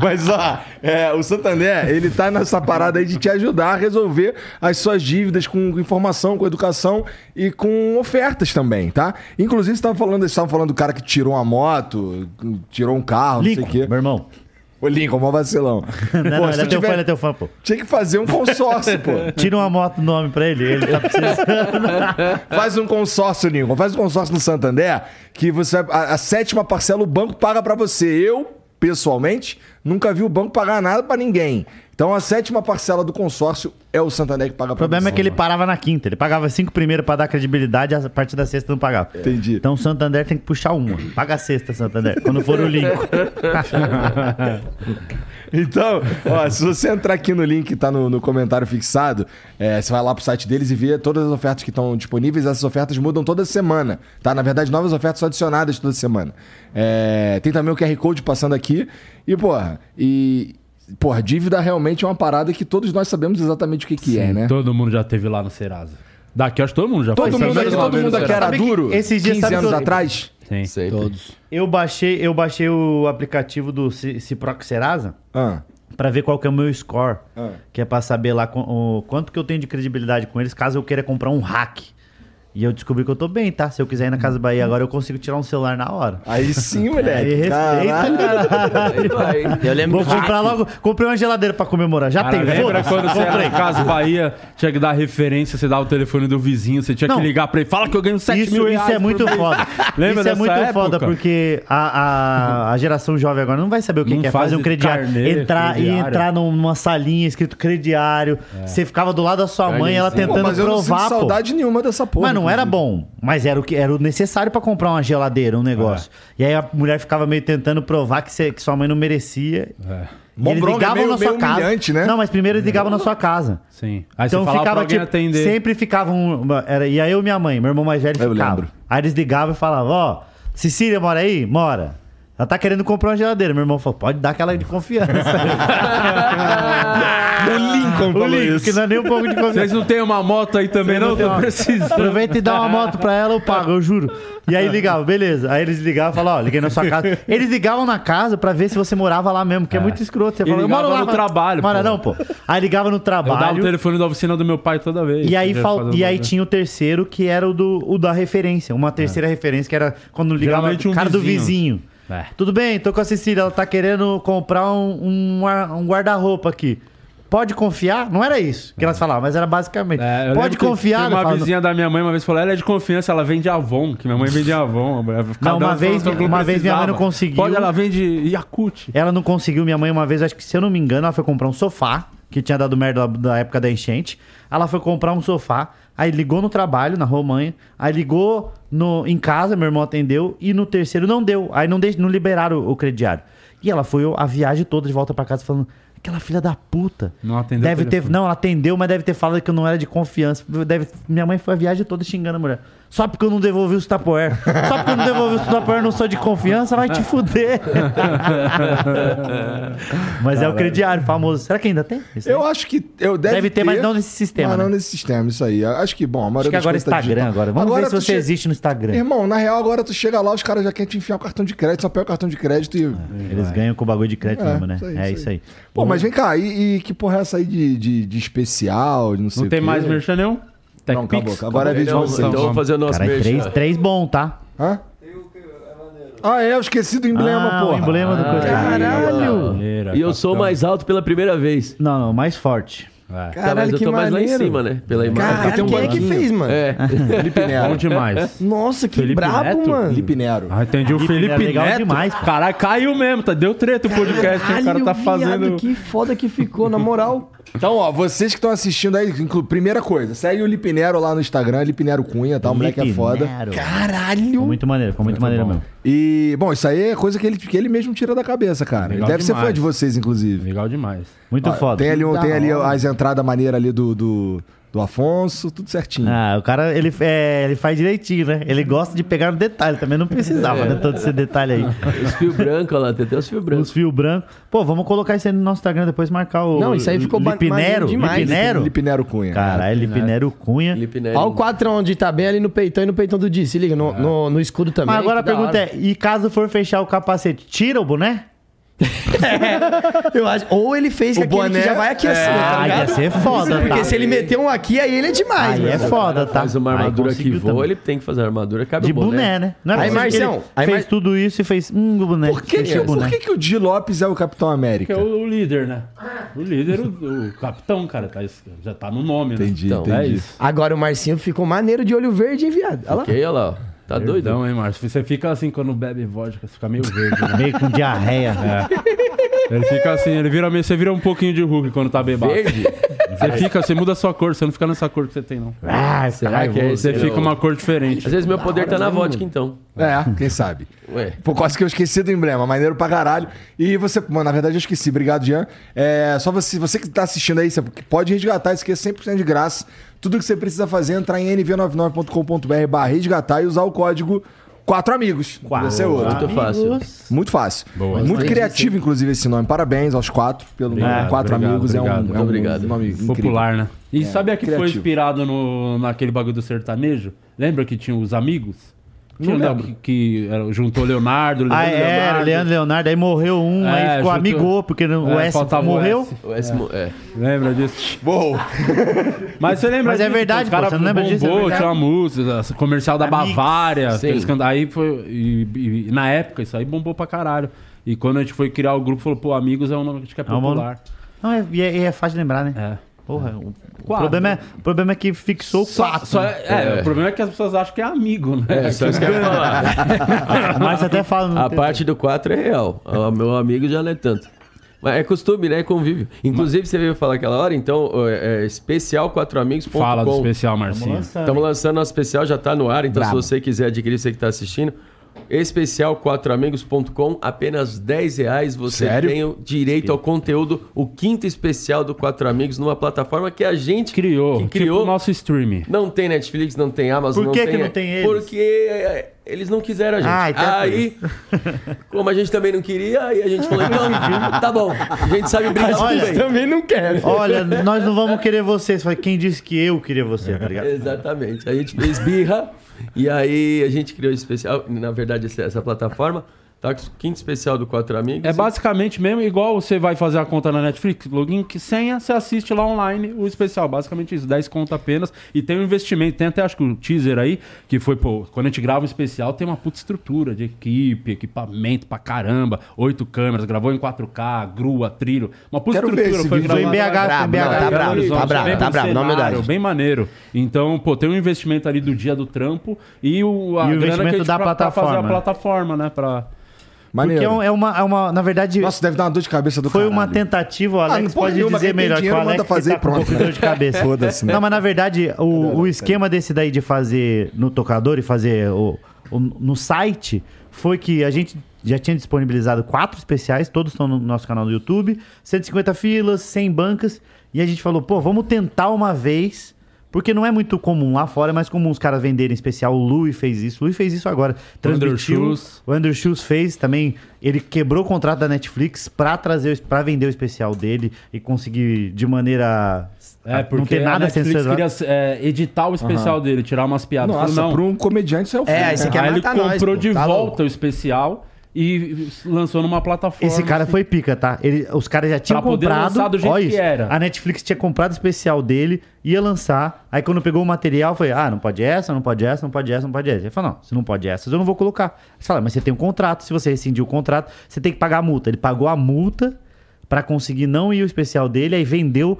[SPEAKER 1] Mas ó, é, o Santander, ele tá nessa parada aí de te ajudar a resolver as suas dívidas com informação, com educação e com ofertas também, tá? Inclusive, você tava falando, vocês estavam falando do cara que tirou uma moto, tirou um carro,
[SPEAKER 5] Lincoln,
[SPEAKER 1] não sei o quê.
[SPEAKER 5] meu irmão.
[SPEAKER 1] Ô, Lincoln, mó vacilão.
[SPEAKER 5] [laughs] Não, não,
[SPEAKER 1] Pô,
[SPEAKER 5] ele
[SPEAKER 1] se
[SPEAKER 5] é teu
[SPEAKER 1] tiver-
[SPEAKER 5] fã, ele é teu fã, pô.
[SPEAKER 1] Tinha que fazer um consórcio, pô.
[SPEAKER 5] Tira uma moto do nome pra ele. Ele tá precisando.
[SPEAKER 1] Faz um consórcio, Lincoln. Faz um consórcio no Santander que você vai- a, a sétima parcela o banco paga pra você. Eu, pessoalmente, nunca vi o banco pagar nada pra ninguém. Então a sétima parcela do consórcio é o Santander que paga
[SPEAKER 5] O problema é
[SPEAKER 1] pra
[SPEAKER 5] que
[SPEAKER 1] você.
[SPEAKER 5] ele
[SPEAKER 2] né?
[SPEAKER 5] parava na quinta. Ele pagava cinco primeiro pra dar credibilidade, a partir da sexta não pagava.
[SPEAKER 1] Entendi.
[SPEAKER 5] Então o Santander tem que puxar uma. Paga a sexta, Santander, quando for o link.
[SPEAKER 2] [laughs]
[SPEAKER 1] Então, ó, se você entrar aqui no link que tá no, no comentário fixado, é, você vai lá pro site deles e vê todas as ofertas que estão disponíveis. Essas ofertas mudam toda semana, tá? Na verdade, novas ofertas são adicionadas toda semana. É, tem também o QR Code passando aqui. E, porra, e. Porra, dívida realmente é uma parada que todos nós sabemos exatamente o que, que é, né?
[SPEAKER 2] Todo mundo já teve lá no Serasa. Daqui, acho que todo mundo já
[SPEAKER 1] Todo
[SPEAKER 2] foi.
[SPEAKER 1] mundo,
[SPEAKER 2] Pelo
[SPEAKER 1] aqui,
[SPEAKER 2] menos uma
[SPEAKER 1] todo
[SPEAKER 2] vez no
[SPEAKER 1] mundo aqui
[SPEAKER 2] Serasa.
[SPEAKER 1] era
[SPEAKER 5] Sabe que
[SPEAKER 1] duro
[SPEAKER 5] esses dias,
[SPEAKER 1] 15
[SPEAKER 5] sabe
[SPEAKER 1] anos
[SPEAKER 5] que eu-
[SPEAKER 1] atrás.
[SPEAKER 2] Sim.
[SPEAKER 6] Todos.
[SPEAKER 5] Eu baixei, eu baixei o aplicativo do Ci- Ciproc Serasa
[SPEAKER 1] Ah,
[SPEAKER 5] pra ver qual que é o meu score.
[SPEAKER 1] Ah.
[SPEAKER 5] Que é pra saber lá qu- o, quanto que eu tenho de credibilidade com eles, caso eu queira comprar um hack. E eu descobri que eu tô bem, tá? Se eu quiser ir na Casa Bahia agora, eu consigo tirar um celular na hora.
[SPEAKER 1] aí sim,
[SPEAKER 5] [laughs] Aí
[SPEAKER 1] moleque.
[SPEAKER 5] respeita,
[SPEAKER 1] Caralho.
[SPEAKER 5] [laughs]
[SPEAKER 6] Aí vai.
[SPEAKER 3] Eu lembro
[SPEAKER 5] Vou
[SPEAKER 3] que o
[SPEAKER 5] comprar
[SPEAKER 3] hack-
[SPEAKER 5] logo. Comprei uma geladeira pra comemorar. Já
[SPEAKER 2] Cara,
[SPEAKER 5] Ah, tem,
[SPEAKER 2] lembra
[SPEAKER 5] foda-se.
[SPEAKER 2] quando você era
[SPEAKER 5] Comprei.
[SPEAKER 2] na Casa Bahia, tinha que dar referência, você dava o telefone do vizinho, você tinha
[SPEAKER 5] Não.
[SPEAKER 2] que ligar pra ele, fala que eu ganho 7
[SPEAKER 5] Isso,
[SPEAKER 2] mil reais.
[SPEAKER 5] isso é muito
[SPEAKER 2] por mês."
[SPEAKER 5] foda.
[SPEAKER 2] [laughs] Lembra
[SPEAKER 5] isso é
[SPEAKER 2] dessa
[SPEAKER 5] muito
[SPEAKER 2] época? Uhum.
[SPEAKER 5] foda, porque a, a, a geração jovem agora não vai saber o que,
[SPEAKER 2] Não
[SPEAKER 5] que é
[SPEAKER 2] faz
[SPEAKER 5] fazer um crediário.
[SPEAKER 2] carnê,
[SPEAKER 5] entrar E
[SPEAKER 2] crediário. É.
[SPEAKER 5] entrar numa salinha escrito crediário. Você ficava do lado da sua mãe, ela
[SPEAKER 6] Carnezinho.
[SPEAKER 1] Pô,
[SPEAKER 5] tentando
[SPEAKER 1] mas eu não sinto
[SPEAKER 5] provar, pô.
[SPEAKER 1] saudade né? nenhuma dessa porra.
[SPEAKER 5] Mas não era bom, mas era o que era o necessário pra comprar uma
[SPEAKER 2] É.
[SPEAKER 5] geladeira, um negócio. E aí a mulher ficava meio tentando provar que, você- que sua mãe não merecia.
[SPEAKER 2] É. Uhum.
[SPEAKER 1] Mó
[SPEAKER 5] E eles
[SPEAKER 1] bronca,
[SPEAKER 5] ligavam
[SPEAKER 1] meio-
[SPEAKER 5] na sua
[SPEAKER 1] meio
[SPEAKER 5] casa.
[SPEAKER 1] humilhante, né?
[SPEAKER 5] Não, mas primeiro eles ligavam na sua casa.
[SPEAKER 2] Sim. Aí
[SPEAKER 5] então
[SPEAKER 2] você falava pra
[SPEAKER 5] ficava,
[SPEAKER 2] alguém
[SPEAKER 5] tipo,
[SPEAKER 2] atender.
[SPEAKER 5] sempre ficava um. uma- Era, e aí eu e minha mãe, meu irmão mais velho
[SPEAKER 1] Eu
[SPEAKER 5] ficava.
[SPEAKER 1] lembro.
[SPEAKER 5] Aí eles ligavam e falavam, ó, Cecília mora aí? Mora. Ela tá querendo comprar uma geladeira. Meu irmão falou, pode dar aquela de confiança.
[SPEAKER 2] [laughs]
[SPEAKER 1] o Lincoln
[SPEAKER 5] o link, que não é nem um pouco de
[SPEAKER 2] Vocês
[SPEAKER 5] confiança.
[SPEAKER 2] não têm uma moto aí também, não?
[SPEAKER 5] não tem
[SPEAKER 2] Tô
[SPEAKER 5] uma-
[SPEAKER 2] precisando.
[SPEAKER 5] Aproveita e dá uma moto pra ela, eu pago, eu juro. E aí ligava, beleza. Aí eles ligavam e falavam, ó, liguei na sua casa. Eles ligavam na casa pra ver se você morava lá mesmo, que é, muito escroto. Você
[SPEAKER 2] E
[SPEAKER 5] falou, eu moro
[SPEAKER 2] ligava
[SPEAKER 5] lá.
[SPEAKER 2] no
[SPEAKER 5] mas-
[SPEAKER 2] trabalho,
[SPEAKER 5] Mora
[SPEAKER 2] pô.
[SPEAKER 5] não, pô. Aí ligava no
[SPEAKER 2] Eu dava um o
[SPEAKER 5] trabalho.
[SPEAKER 2] telefone da oficina do meu pai toda vez.
[SPEAKER 5] E aí, fal-
[SPEAKER 2] Fazendo
[SPEAKER 5] e aí
[SPEAKER 2] bagulho.
[SPEAKER 5] tinha o terceiro, que era o, do, o da referência. Uma terceira referência, que era quando
[SPEAKER 2] É.
[SPEAKER 5] ligava
[SPEAKER 2] Geralmente
[SPEAKER 5] o
[SPEAKER 2] um
[SPEAKER 5] cara do
[SPEAKER 2] vizinho.
[SPEAKER 5] vizinho.
[SPEAKER 2] É.
[SPEAKER 5] Tudo bem, tô com a Cecília, ela tá querendo comprar um, um ar- um guarda-roupa aqui. Pode confiar? Não era isso que elas falavam, mas era basicamente.
[SPEAKER 2] É, eu lembro
[SPEAKER 5] Pode
[SPEAKER 2] que
[SPEAKER 5] confiar,
[SPEAKER 2] tinha Uma
[SPEAKER 5] ela fala,
[SPEAKER 2] vizinha da minha mãe uma vez falou: ela é de confiança, ela vende Avon, que minha mãe vende Avon. Cada
[SPEAKER 5] uma
[SPEAKER 2] falou
[SPEAKER 5] vez-
[SPEAKER 2] o que
[SPEAKER 5] uma vez minha mãe não
[SPEAKER 2] precisava.
[SPEAKER 5] conseguiu.
[SPEAKER 2] Pode, ela vende Yakut.
[SPEAKER 5] Ela não conseguiu, minha mãe, uma vez, acho que se eu não me engano, ela foi comprar um sofá, que tinha dado merda da da época da enchente. Ela foi comprar um sofá, aí ligou no trabalho, na Romanha, aí ligou no, em casa, meu irmão atendeu, e no terceiro não deu. Aí não, deix, não liberaram o, o crediário. E ela foi a viagem toda de volta pra casa falando. Aquela filha da puta.
[SPEAKER 2] Não atendeu
[SPEAKER 5] Deve
[SPEAKER 2] o
[SPEAKER 5] ter,
[SPEAKER 2] telefone.
[SPEAKER 5] não, ela atendeu, mas deve ter falado que eu não era de confiança. Deve, minha mãe foi a viagem toda xingando a mulher. Só porque eu não devolvi os tapoer. Só porque eu não devolvi os tapoer, não sou de confiança, vai te fuder. Mas é o crediário famoso. Será que ainda tem? Isso
[SPEAKER 1] Eu
[SPEAKER 5] aí?
[SPEAKER 1] acho que eu deve,
[SPEAKER 5] Deve ter, mas não nesse sistema,
[SPEAKER 1] Mas não
[SPEAKER 5] né?
[SPEAKER 1] nesse sistema, isso aí. Acho que, bom, a maioria
[SPEAKER 5] Acho que
[SPEAKER 1] das
[SPEAKER 5] agora é
[SPEAKER 1] coisas tá
[SPEAKER 5] Instagram
[SPEAKER 1] digital.
[SPEAKER 5] agora. Vamos ver se
[SPEAKER 1] tu
[SPEAKER 5] você
[SPEAKER 1] che-
[SPEAKER 5] existe no Instagram.
[SPEAKER 1] Irmão, na real, agora tu chega lá, os caras já querem te enfiar o cartão de crédito, só pega o cartão de crédito e.
[SPEAKER 5] Eles ganham com o bagulho de crédito
[SPEAKER 1] É,
[SPEAKER 5] mesmo, né?
[SPEAKER 1] isso aí,
[SPEAKER 5] é
[SPEAKER 1] isso
[SPEAKER 5] isso
[SPEAKER 1] aí.
[SPEAKER 5] aí.
[SPEAKER 1] Pô, mas vem cá, e, e que porra é essa aí de, de, de especial, de não sei
[SPEAKER 2] Não
[SPEAKER 1] o
[SPEAKER 2] tem
[SPEAKER 1] quê?
[SPEAKER 2] mais merchan nenhum?
[SPEAKER 1] Não, acabou. Agora é vez de
[SPEAKER 6] Então,
[SPEAKER 1] vocês.
[SPEAKER 6] então vamos fazer o nosso
[SPEAKER 5] Cara, é
[SPEAKER 6] merchan.
[SPEAKER 5] três, três bom, tá?
[SPEAKER 1] Hã? Ah, é, eu esqueci do emblema,
[SPEAKER 5] Ah,
[SPEAKER 1] pô.
[SPEAKER 5] o emblema do coisa. Caralho!
[SPEAKER 6] E eu sou mais alto pela primeira vez.
[SPEAKER 5] Não, não, mais forte.
[SPEAKER 6] Tá, mas eu tô mais lá em cima, né? Pela imagem.
[SPEAKER 4] Caralho, quem é que fez, mano?
[SPEAKER 6] É.
[SPEAKER 2] Bom demais.
[SPEAKER 4] Nossa, que
[SPEAKER 2] Felipe
[SPEAKER 4] brabo,
[SPEAKER 2] Neto?
[SPEAKER 4] mano.
[SPEAKER 1] Felipe Nero.
[SPEAKER 2] Ah, entendi. O Felipe
[SPEAKER 5] Neto é legal
[SPEAKER 2] Neto.
[SPEAKER 5] demais, pô.
[SPEAKER 2] Caralho, caiu mesmo, tá? Deu treta o podcast, hein? o cara tá
[SPEAKER 4] Caralho,
[SPEAKER 2] fazendo.
[SPEAKER 4] viado, que foda que ficou, na moral.
[SPEAKER 1] Então, ó, vocês que estão assistindo aí, inclu- primeira coisa, segue o Lipinero lá no Instagram, Lipinero Cunha, tá? [laughs] O moleque é
[SPEAKER 5] Felipe
[SPEAKER 1] foda.
[SPEAKER 5] Nero. Ficou
[SPEAKER 4] Caralho.
[SPEAKER 5] muito maneiro, ficou muito, maneiro mesmo.
[SPEAKER 1] E, bom, isso aí é coisa que ele, que ele mesmo tira da cabeça, cara. ele
[SPEAKER 2] Legal
[SPEAKER 1] deve ser
[SPEAKER 2] demais.
[SPEAKER 1] fã de vocês, inclusive.
[SPEAKER 2] Legal demais.
[SPEAKER 5] Muito
[SPEAKER 1] Ó,
[SPEAKER 5] foda.
[SPEAKER 1] Tem ali, um-
[SPEAKER 5] Da
[SPEAKER 1] tem ali
[SPEAKER 5] hora.
[SPEAKER 1] as entradas maneiras ali do, do, do Afonso, tudo certinho.
[SPEAKER 5] Ah, o cara, ele, é, ele faz direitinho, né? Ele gosta de pegar no detalhe, também não precisava,
[SPEAKER 1] É.
[SPEAKER 5] né? Todo esse detalhe aí.
[SPEAKER 6] Os fios brancos, olha lá, tem até os fios brancos.
[SPEAKER 5] Os fios brancos. Pô, vamos colocar isso aí no nosso Instagram depois marcar o.
[SPEAKER 4] Não, isso aí ficou ba- maneiro
[SPEAKER 5] Lipinero.
[SPEAKER 4] demais.
[SPEAKER 5] Lipinero?
[SPEAKER 1] Lipinero Cunha.
[SPEAKER 5] Caralho, Lipinero Cunha.
[SPEAKER 6] Felipe Neri.
[SPEAKER 4] Olha o quadrão onde tá bem ali no peitão e no peitão do Di. Se liga, no, no, no escudo também.
[SPEAKER 5] Mas agora a
[SPEAKER 4] que da
[SPEAKER 5] pergunta
[SPEAKER 4] hora.
[SPEAKER 5] é: e caso for fechar o capacete, tira o boné?
[SPEAKER 4] Eu acho, ou ele fez com
[SPEAKER 1] O
[SPEAKER 4] aquele
[SPEAKER 1] boné-
[SPEAKER 4] que já vai aqui assim, tá
[SPEAKER 5] Ah, ia
[SPEAKER 4] ligado?
[SPEAKER 5] ser foda,
[SPEAKER 4] Porque
[SPEAKER 5] tá?
[SPEAKER 4] se ele meter um aqui, aí ele é demais,
[SPEAKER 5] Aí
[SPEAKER 4] mano.
[SPEAKER 5] é foda, tá?
[SPEAKER 6] Faz uma
[SPEAKER 5] Aí
[SPEAKER 6] armadura que
[SPEAKER 5] conseguiu
[SPEAKER 6] voa,
[SPEAKER 5] também.
[SPEAKER 6] ele tem que fazer a armadura. Cabe
[SPEAKER 5] De
[SPEAKER 6] o boné.
[SPEAKER 5] boné, né? Não é
[SPEAKER 4] Aí,
[SPEAKER 5] possível que
[SPEAKER 4] Marcião,
[SPEAKER 5] ele
[SPEAKER 4] aí,
[SPEAKER 5] fez
[SPEAKER 4] Mar-
[SPEAKER 5] tudo isso e fez. Hum, o boné.
[SPEAKER 1] Por que,
[SPEAKER 5] Fechou
[SPEAKER 1] que,
[SPEAKER 5] o
[SPEAKER 4] é?
[SPEAKER 5] boné.
[SPEAKER 1] por que, que o Di Lopes é o Capitão
[SPEAKER 2] Que é
[SPEAKER 1] América?
[SPEAKER 2] o, o líder, né? O líder, o, o capitão, cara, tá, es- já tá no nome, né?
[SPEAKER 1] Entendi,
[SPEAKER 2] Então, É
[SPEAKER 1] entendi.
[SPEAKER 2] isso.
[SPEAKER 4] Agora o Marcinho ficou maneiro de olho verde, hein, viado? Olha lá.
[SPEAKER 6] Ok, olha lá, ó. Tá doidão.
[SPEAKER 2] Doidão, hein, Márcio? Você fica assim quando bebe vodka, você fica meio verde,
[SPEAKER 4] é?
[SPEAKER 2] né?
[SPEAKER 5] Meio com
[SPEAKER 4] [laughs]
[SPEAKER 5] diarreia.
[SPEAKER 2] Ele fica assim, ele vira meio, você vira um pouquinho de Hulk quando tá bebado.
[SPEAKER 6] Verde?
[SPEAKER 2] Você fica, você muda a sua cor, você não fica nessa cor que você tem, não.
[SPEAKER 5] Ah,
[SPEAKER 6] Será que é esse?
[SPEAKER 2] Você fica uma cor diferente.
[SPEAKER 6] Às vezes meu poder tá na vodka, então.
[SPEAKER 1] É, quem sabe?
[SPEAKER 6] Ué.
[SPEAKER 1] Por causa que eu esqueci do emblema, maneiro pra caralho. E você, mano, na verdade eu esqueci, obrigado, Jean. É, só você, você que tá assistindo aí, você pode resgatar, isso aqui é 100% de graça. Tudo que você precisa fazer é entrar em nv99.com.br barra resgatar e usar o código 4 amigos. Quatro. Ser outro.
[SPEAKER 6] Muito fácil.
[SPEAKER 1] Muito fácil.
[SPEAKER 2] Boa.
[SPEAKER 1] Muito criativo, inclusive, esse nome. Parabéns aos quatro pelo
[SPEAKER 2] Obrigado,
[SPEAKER 1] Quatro
[SPEAKER 2] obrigado,
[SPEAKER 1] Amigos. é um,
[SPEAKER 2] obrigado.
[SPEAKER 1] é um
[SPEAKER 6] Obrigado.
[SPEAKER 1] nome incrível.
[SPEAKER 2] Popular, né? E sabe a que foi
[SPEAKER 1] criativo.
[SPEAKER 2] inspirado no, naquele bagulho do sertanejo? Lembra que tinha os amigos? Tinha um
[SPEAKER 1] lembro.
[SPEAKER 2] da- que, que era- juntou Leonardo, Leandro
[SPEAKER 5] Ah, era, Leandro Leonardo, aí morreu um,
[SPEAKER 2] É,
[SPEAKER 5] aí ficou
[SPEAKER 2] juntou-
[SPEAKER 5] amigou, porque não- o
[SPEAKER 2] É,
[SPEAKER 5] S
[SPEAKER 2] faltava o
[SPEAKER 5] morreu.
[SPEAKER 2] S.
[SPEAKER 6] O S mo- é.
[SPEAKER 2] Lembra disso? Bom. [laughs] Mas você lembra
[SPEAKER 5] Mas é
[SPEAKER 2] disso,
[SPEAKER 5] verdade,
[SPEAKER 2] os
[SPEAKER 5] pô,
[SPEAKER 2] caras
[SPEAKER 5] você não lembra disso, é
[SPEAKER 2] bombou,
[SPEAKER 5] verdade.
[SPEAKER 2] tinha uma música, essa comercial da
[SPEAKER 5] Amigos.
[SPEAKER 2] Bavária.
[SPEAKER 6] Sim.
[SPEAKER 2] aqueles canta- Aí foi. E, e- e na época, isso aí bombou pra caralho. E quando a gente foi criar o grupo, falou, pô, amigos é um nome que a gente quer
[SPEAKER 5] É um bom-
[SPEAKER 2] popular.
[SPEAKER 5] Não, é, e é, e é fácil de lembrar, né?
[SPEAKER 2] É.
[SPEAKER 5] Porra, o o
[SPEAKER 2] Quatro.
[SPEAKER 5] problema, é, o problema é que fixou né? o
[SPEAKER 2] Só,
[SPEAKER 5] 4.
[SPEAKER 2] só é,
[SPEAKER 6] É.
[SPEAKER 2] O problema é que as pessoas acham que é amigo, né?
[SPEAKER 6] É, só isso que eu ia falar.
[SPEAKER 5] Mas até fala. no-
[SPEAKER 6] A parte do 4 é real. O meu amigo já não é tanto. Mas é costume, né? É convívio. Inclusive, você veio falar aquela hora, então, é, é especial 4 amigos.com.
[SPEAKER 2] Fala do especial, Marcinho.
[SPEAKER 6] Estamos lançando nosso especial, já tá no ar, então se você quiser adquirir, você que tá assistindo, especial4amigos.com, apenas 10 reais você
[SPEAKER 1] Sério?
[SPEAKER 6] tem o direito ao conteúdo, o quinto especial do Quatro Amigos, numa plataforma que a gente
[SPEAKER 2] Criou.
[SPEAKER 6] que
[SPEAKER 2] criou
[SPEAKER 6] criou.
[SPEAKER 2] o nosso streaming.
[SPEAKER 6] Não tem Netflix, não tem Amazon,
[SPEAKER 5] Tipo Por que que não tem eles?
[SPEAKER 6] Porque é, eles não quiseram a gente.
[SPEAKER 5] Ah, então é por
[SPEAKER 6] aí, como a gente também não queria, aí a gente falou,
[SPEAKER 5] [laughs]
[SPEAKER 6] então, tá bom, a gente sabe brigar
[SPEAKER 5] Olha,
[SPEAKER 6] tudo bem.
[SPEAKER 3] Também não quero.
[SPEAKER 5] Olha, nós não vamos querer você. Você fala, Quem disse que eu queria você, tá ligado?
[SPEAKER 6] Exatamente. A gente fez birra e aí a gente criou esse especial. Na verdade, essa, essa plataforma tá com o quinto especial do Quatro Amigos.
[SPEAKER 2] É basicamente mesmo igual você vai fazer a conta na Netflix, login que senha, você assiste lá online o especial. Basicamente isso, 10 conto apenas. E tem um investimento, tem até acho que um teaser aí, que foi, pô, quando a gente grava um especial, tem uma puta estrutura de equipe, equipamento pra caramba, oito câmeras, gravou em 4K, grua, trilho. Uma puta
[SPEAKER 1] Quero ver
[SPEAKER 2] estrutura
[SPEAKER 1] esse
[SPEAKER 2] foi
[SPEAKER 1] vídeo.
[SPEAKER 2] gravada.
[SPEAKER 5] Foi em BH,
[SPEAKER 2] lá
[SPEAKER 5] foi em BH.
[SPEAKER 3] Tá brabo,
[SPEAKER 2] Belo Horizonte,
[SPEAKER 3] tá bravo,
[SPEAKER 2] bem
[SPEAKER 3] tá
[SPEAKER 2] com
[SPEAKER 3] bravo, na
[SPEAKER 2] cenário,
[SPEAKER 3] humildade.
[SPEAKER 2] Bem maneiro. Então, pô, tem um investimento ali do dia do trampo e o, a grana que a
[SPEAKER 5] E o investimento
[SPEAKER 2] gente
[SPEAKER 5] da
[SPEAKER 2] pra- pra fazer
[SPEAKER 5] plataforma.
[SPEAKER 2] a plataforma, né? Pra...
[SPEAKER 1] Maneiro.
[SPEAKER 5] Porque é, um- é uma, é uma- Na verdade,
[SPEAKER 1] Nossa, deve dar uma dor de cabeça do
[SPEAKER 5] foi
[SPEAKER 1] caralho.
[SPEAKER 5] uma tentativa. O
[SPEAKER 1] Ah, não
[SPEAKER 5] Alex
[SPEAKER 1] porra
[SPEAKER 5] pode
[SPEAKER 1] nenhuma,
[SPEAKER 5] dizer
[SPEAKER 1] quem tem
[SPEAKER 5] melhor que o
[SPEAKER 1] dinheiro manda
[SPEAKER 5] Alex que
[SPEAKER 1] fazer e
[SPEAKER 5] tá com um pouco
[SPEAKER 1] pronto.
[SPEAKER 5] de dor de cabeça.
[SPEAKER 1] Foda-se, né?
[SPEAKER 5] É. Não, mas na verdade, o, o esquema desse daí de fazer no tocador e fazer o, o- no site foi que a gente já tinha disponibilizado quatro especiais, todos estão no nosso canal do YouTube, 150 filas, 100 bancas, e a gente falou, pô, vamos tentar uma vez, porque não é muito comum lá fora, é mais comum os caras venderem especial. O Lui fez isso, o Lui fez isso agora.
[SPEAKER 2] Andrew
[SPEAKER 5] Transmitiu,
[SPEAKER 2] Schultz.
[SPEAKER 5] o Andrew Schultz fez também, ele quebrou o contrato da Netflix pra trazer, para vender o especial dele e conseguir de maneira
[SPEAKER 2] É, porque a Netflix
[SPEAKER 5] censurado.
[SPEAKER 2] queria é, editar o especial dele, tirar umas piadas.
[SPEAKER 1] Nossa,
[SPEAKER 2] Falou,
[SPEAKER 1] pra um comediante isso é o fim.
[SPEAKER 4] É, esse
[SPEAKER 1] né?
[SPEAKER 4] aqui é
[SPEAKER 2] Aí ele
[SPEAKER 4] matar
[SPEAKER 2] comprou
[SPEAKER 4] nós. pô,
[SPEAKER 2] de
[SPEAKER 4] tá
[SPEAKER 2] volta
[SPEAKER 4] louco.
[SPEAKER 2] o especial e lançou numa plataforma.
[SPEAKER 5] Esse cara foi pica, tá? Ele, os caras já tinham
[SPEAKER 2] Pra poder
[SPEAKER 5] comprado.
[SPEAKER 2] lançar do jeito
[SPEAKER 5] ó
[SPEAKER 2] que era.
[SPEAKER 5] A Netflix tinha comprado o especial dele, ia lançar. Aí quando pegou o material, foi: ah, não pode essa, não pode essa, não pode essa, não pode essa. Ele falou: não, se não pode essas, eu não vou colocar. Você fala, mas você tem um contrato, se você rescindir o contrato, você tem que pagar a multa. Ele pagou a multa pra conseguir não ir o especial dele, aí vendeu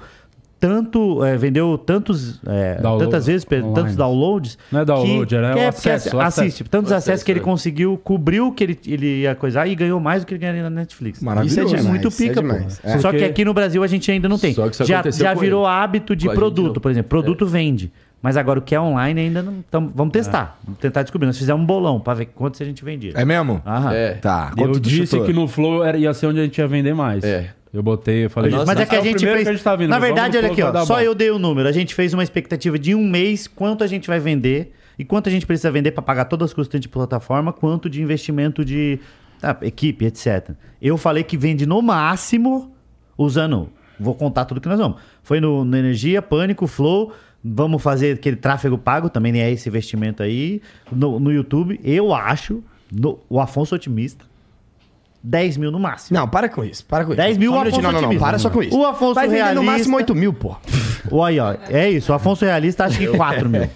[SPEAKER 5] tanto é, vendeu tantos é,
[SPEAKER 2] Download-
[SPEAKER 5] tantas vezes pe-
[SPEAKER 2] online.
[SPEAKER 5] tantos downloads
[SPEAKER 2] Não é download,
[SPEAKER 5] que,
[SPEAKER 2] era
[SPEAKER 5] que
[SPEAKER 2] um
[SPEAKER 5] é,
[SPEAKER 2] acesso,
[SPEAKER 5] porque
[SPEAKER 2] acesso.
[SPEAKER 5] assiste tantos
[SPEAKER 6] Acesso,
[SPEAKER 5] acessos que ele
[SPEAKER 6] é.
[SPEAKER 5] conseguiu cobriu o que ele, ele ia coisar e ganhou mais do que ele ganharia na Netflix
[SPEAKER 1] Maravilhoso.
[SPEAKER 5] isso é de- muito
[SPEAKER 4] Isso é
[SPEAKER 5] pica, pô.
[SPEAKER 4] demais.
[SPEAKER 1] É.
[SPEAKER 5] Só
[SPEAKER 2] Porque-
[SPEAKER 5] que aqui no Brasil a gente ainda não tem.
[SPEAKER 6] Só que isso
[SPEAKER 5] já
[SPEAKER 6] aconteceu
[SPEAKER 5] já
[SPEAKER 6] com
[SPEAKER 5] virou
[SPEAKER 6] ele.
[SPEAKER 5] hábito de
[SPEAKER 6] Com a gente
[SPEAKER 5] produto,
[SPEAKER 6] não. É.
[SPEAKER 5] por exemplo. Produto vende. Mas agora o que é online ainda não. Então, vamos testar. Vamos tentar descobrir. Nós fizemos um bolão pra ver quanto a gente vendia.
[SPEAKER 1] É mesmo?
[SPEAKER 5] Aham.
[SPEAKER 6] É.
[SPEAKER 1] Tá. quanto
[SPEAKER 2] Eu
[SPEAKER 1] tu
[SPEAKER 2] disse
[SPEAKER 1] chutou?
[SPEAKER 2] que no Flow era- ia ser onde a gente ia vender mais.
[SPEAKER 6] É.
[SPEAKER 2] Eu botei, eu falei.
[SPEAKER 6] Nossa,
[SPEAKER 5] Mas é que a
[SPEAKER 2] o
[SPEAKER 5] gente
[SPEAKER 2] primeiro
[SPEAKER 5] fez.
[SPEAKER 2] que a gente tá vendo.
[SPEAKER 5] Na
[SPEAKER 2] Vamos
[SPEAKER 5] verdade,
[SPEAKER 2] no
[SPEAKER 5] olha
[SPEAKER 2] Flow
[SPEAKER 5] aqui,
[SPEAKER 2] que vai
[SPEAKER 5] ó.
[SPEAKER 2] dar
[SPEAKER 5] Só
[SPEAKER 2] bom.
[SPEAKER 5] eu dei o número. A gente fez uma expectativa de um mês, quanto a gente vai vender e quanto a gente precisa vender pra pagar todas as custas de plataforma, quanto de investimento de ah, equipe, etc. Eu falei que vende no máximo usando. Vou contar tudo que nós vamos. Foi no, no Energia, Pânico, Flow. Vamos fazer aquele tráfego pago, também é esse investimento aí. No, no YouTube, eu acho, no- o Afonso Otimista, 10 mil no máximo.
[SPEAKER 4] Não, para com isso, para com isso.
[SPEAKER 5] 10 mil,
[SPEAKER 4] Só
[SPEAKER 5] o
[SPEAKER 4] um minutinho,
[SPEAKER 5] Afonso
[SPEAKER 4] Não, não, não,
[SPEAKER 5] otimista.
[SPEAKER 4] para só com isso.
[SPEAKER 5] O Afonso
[SPEAKER 4] Vai vender no
[SPEAKER 5] realista.
[SPEAKER 4] máximo 8 mil, pô.
[SPEAKER 5] Olha, ó, é isso. O Afonso Realista acha que 4 mil.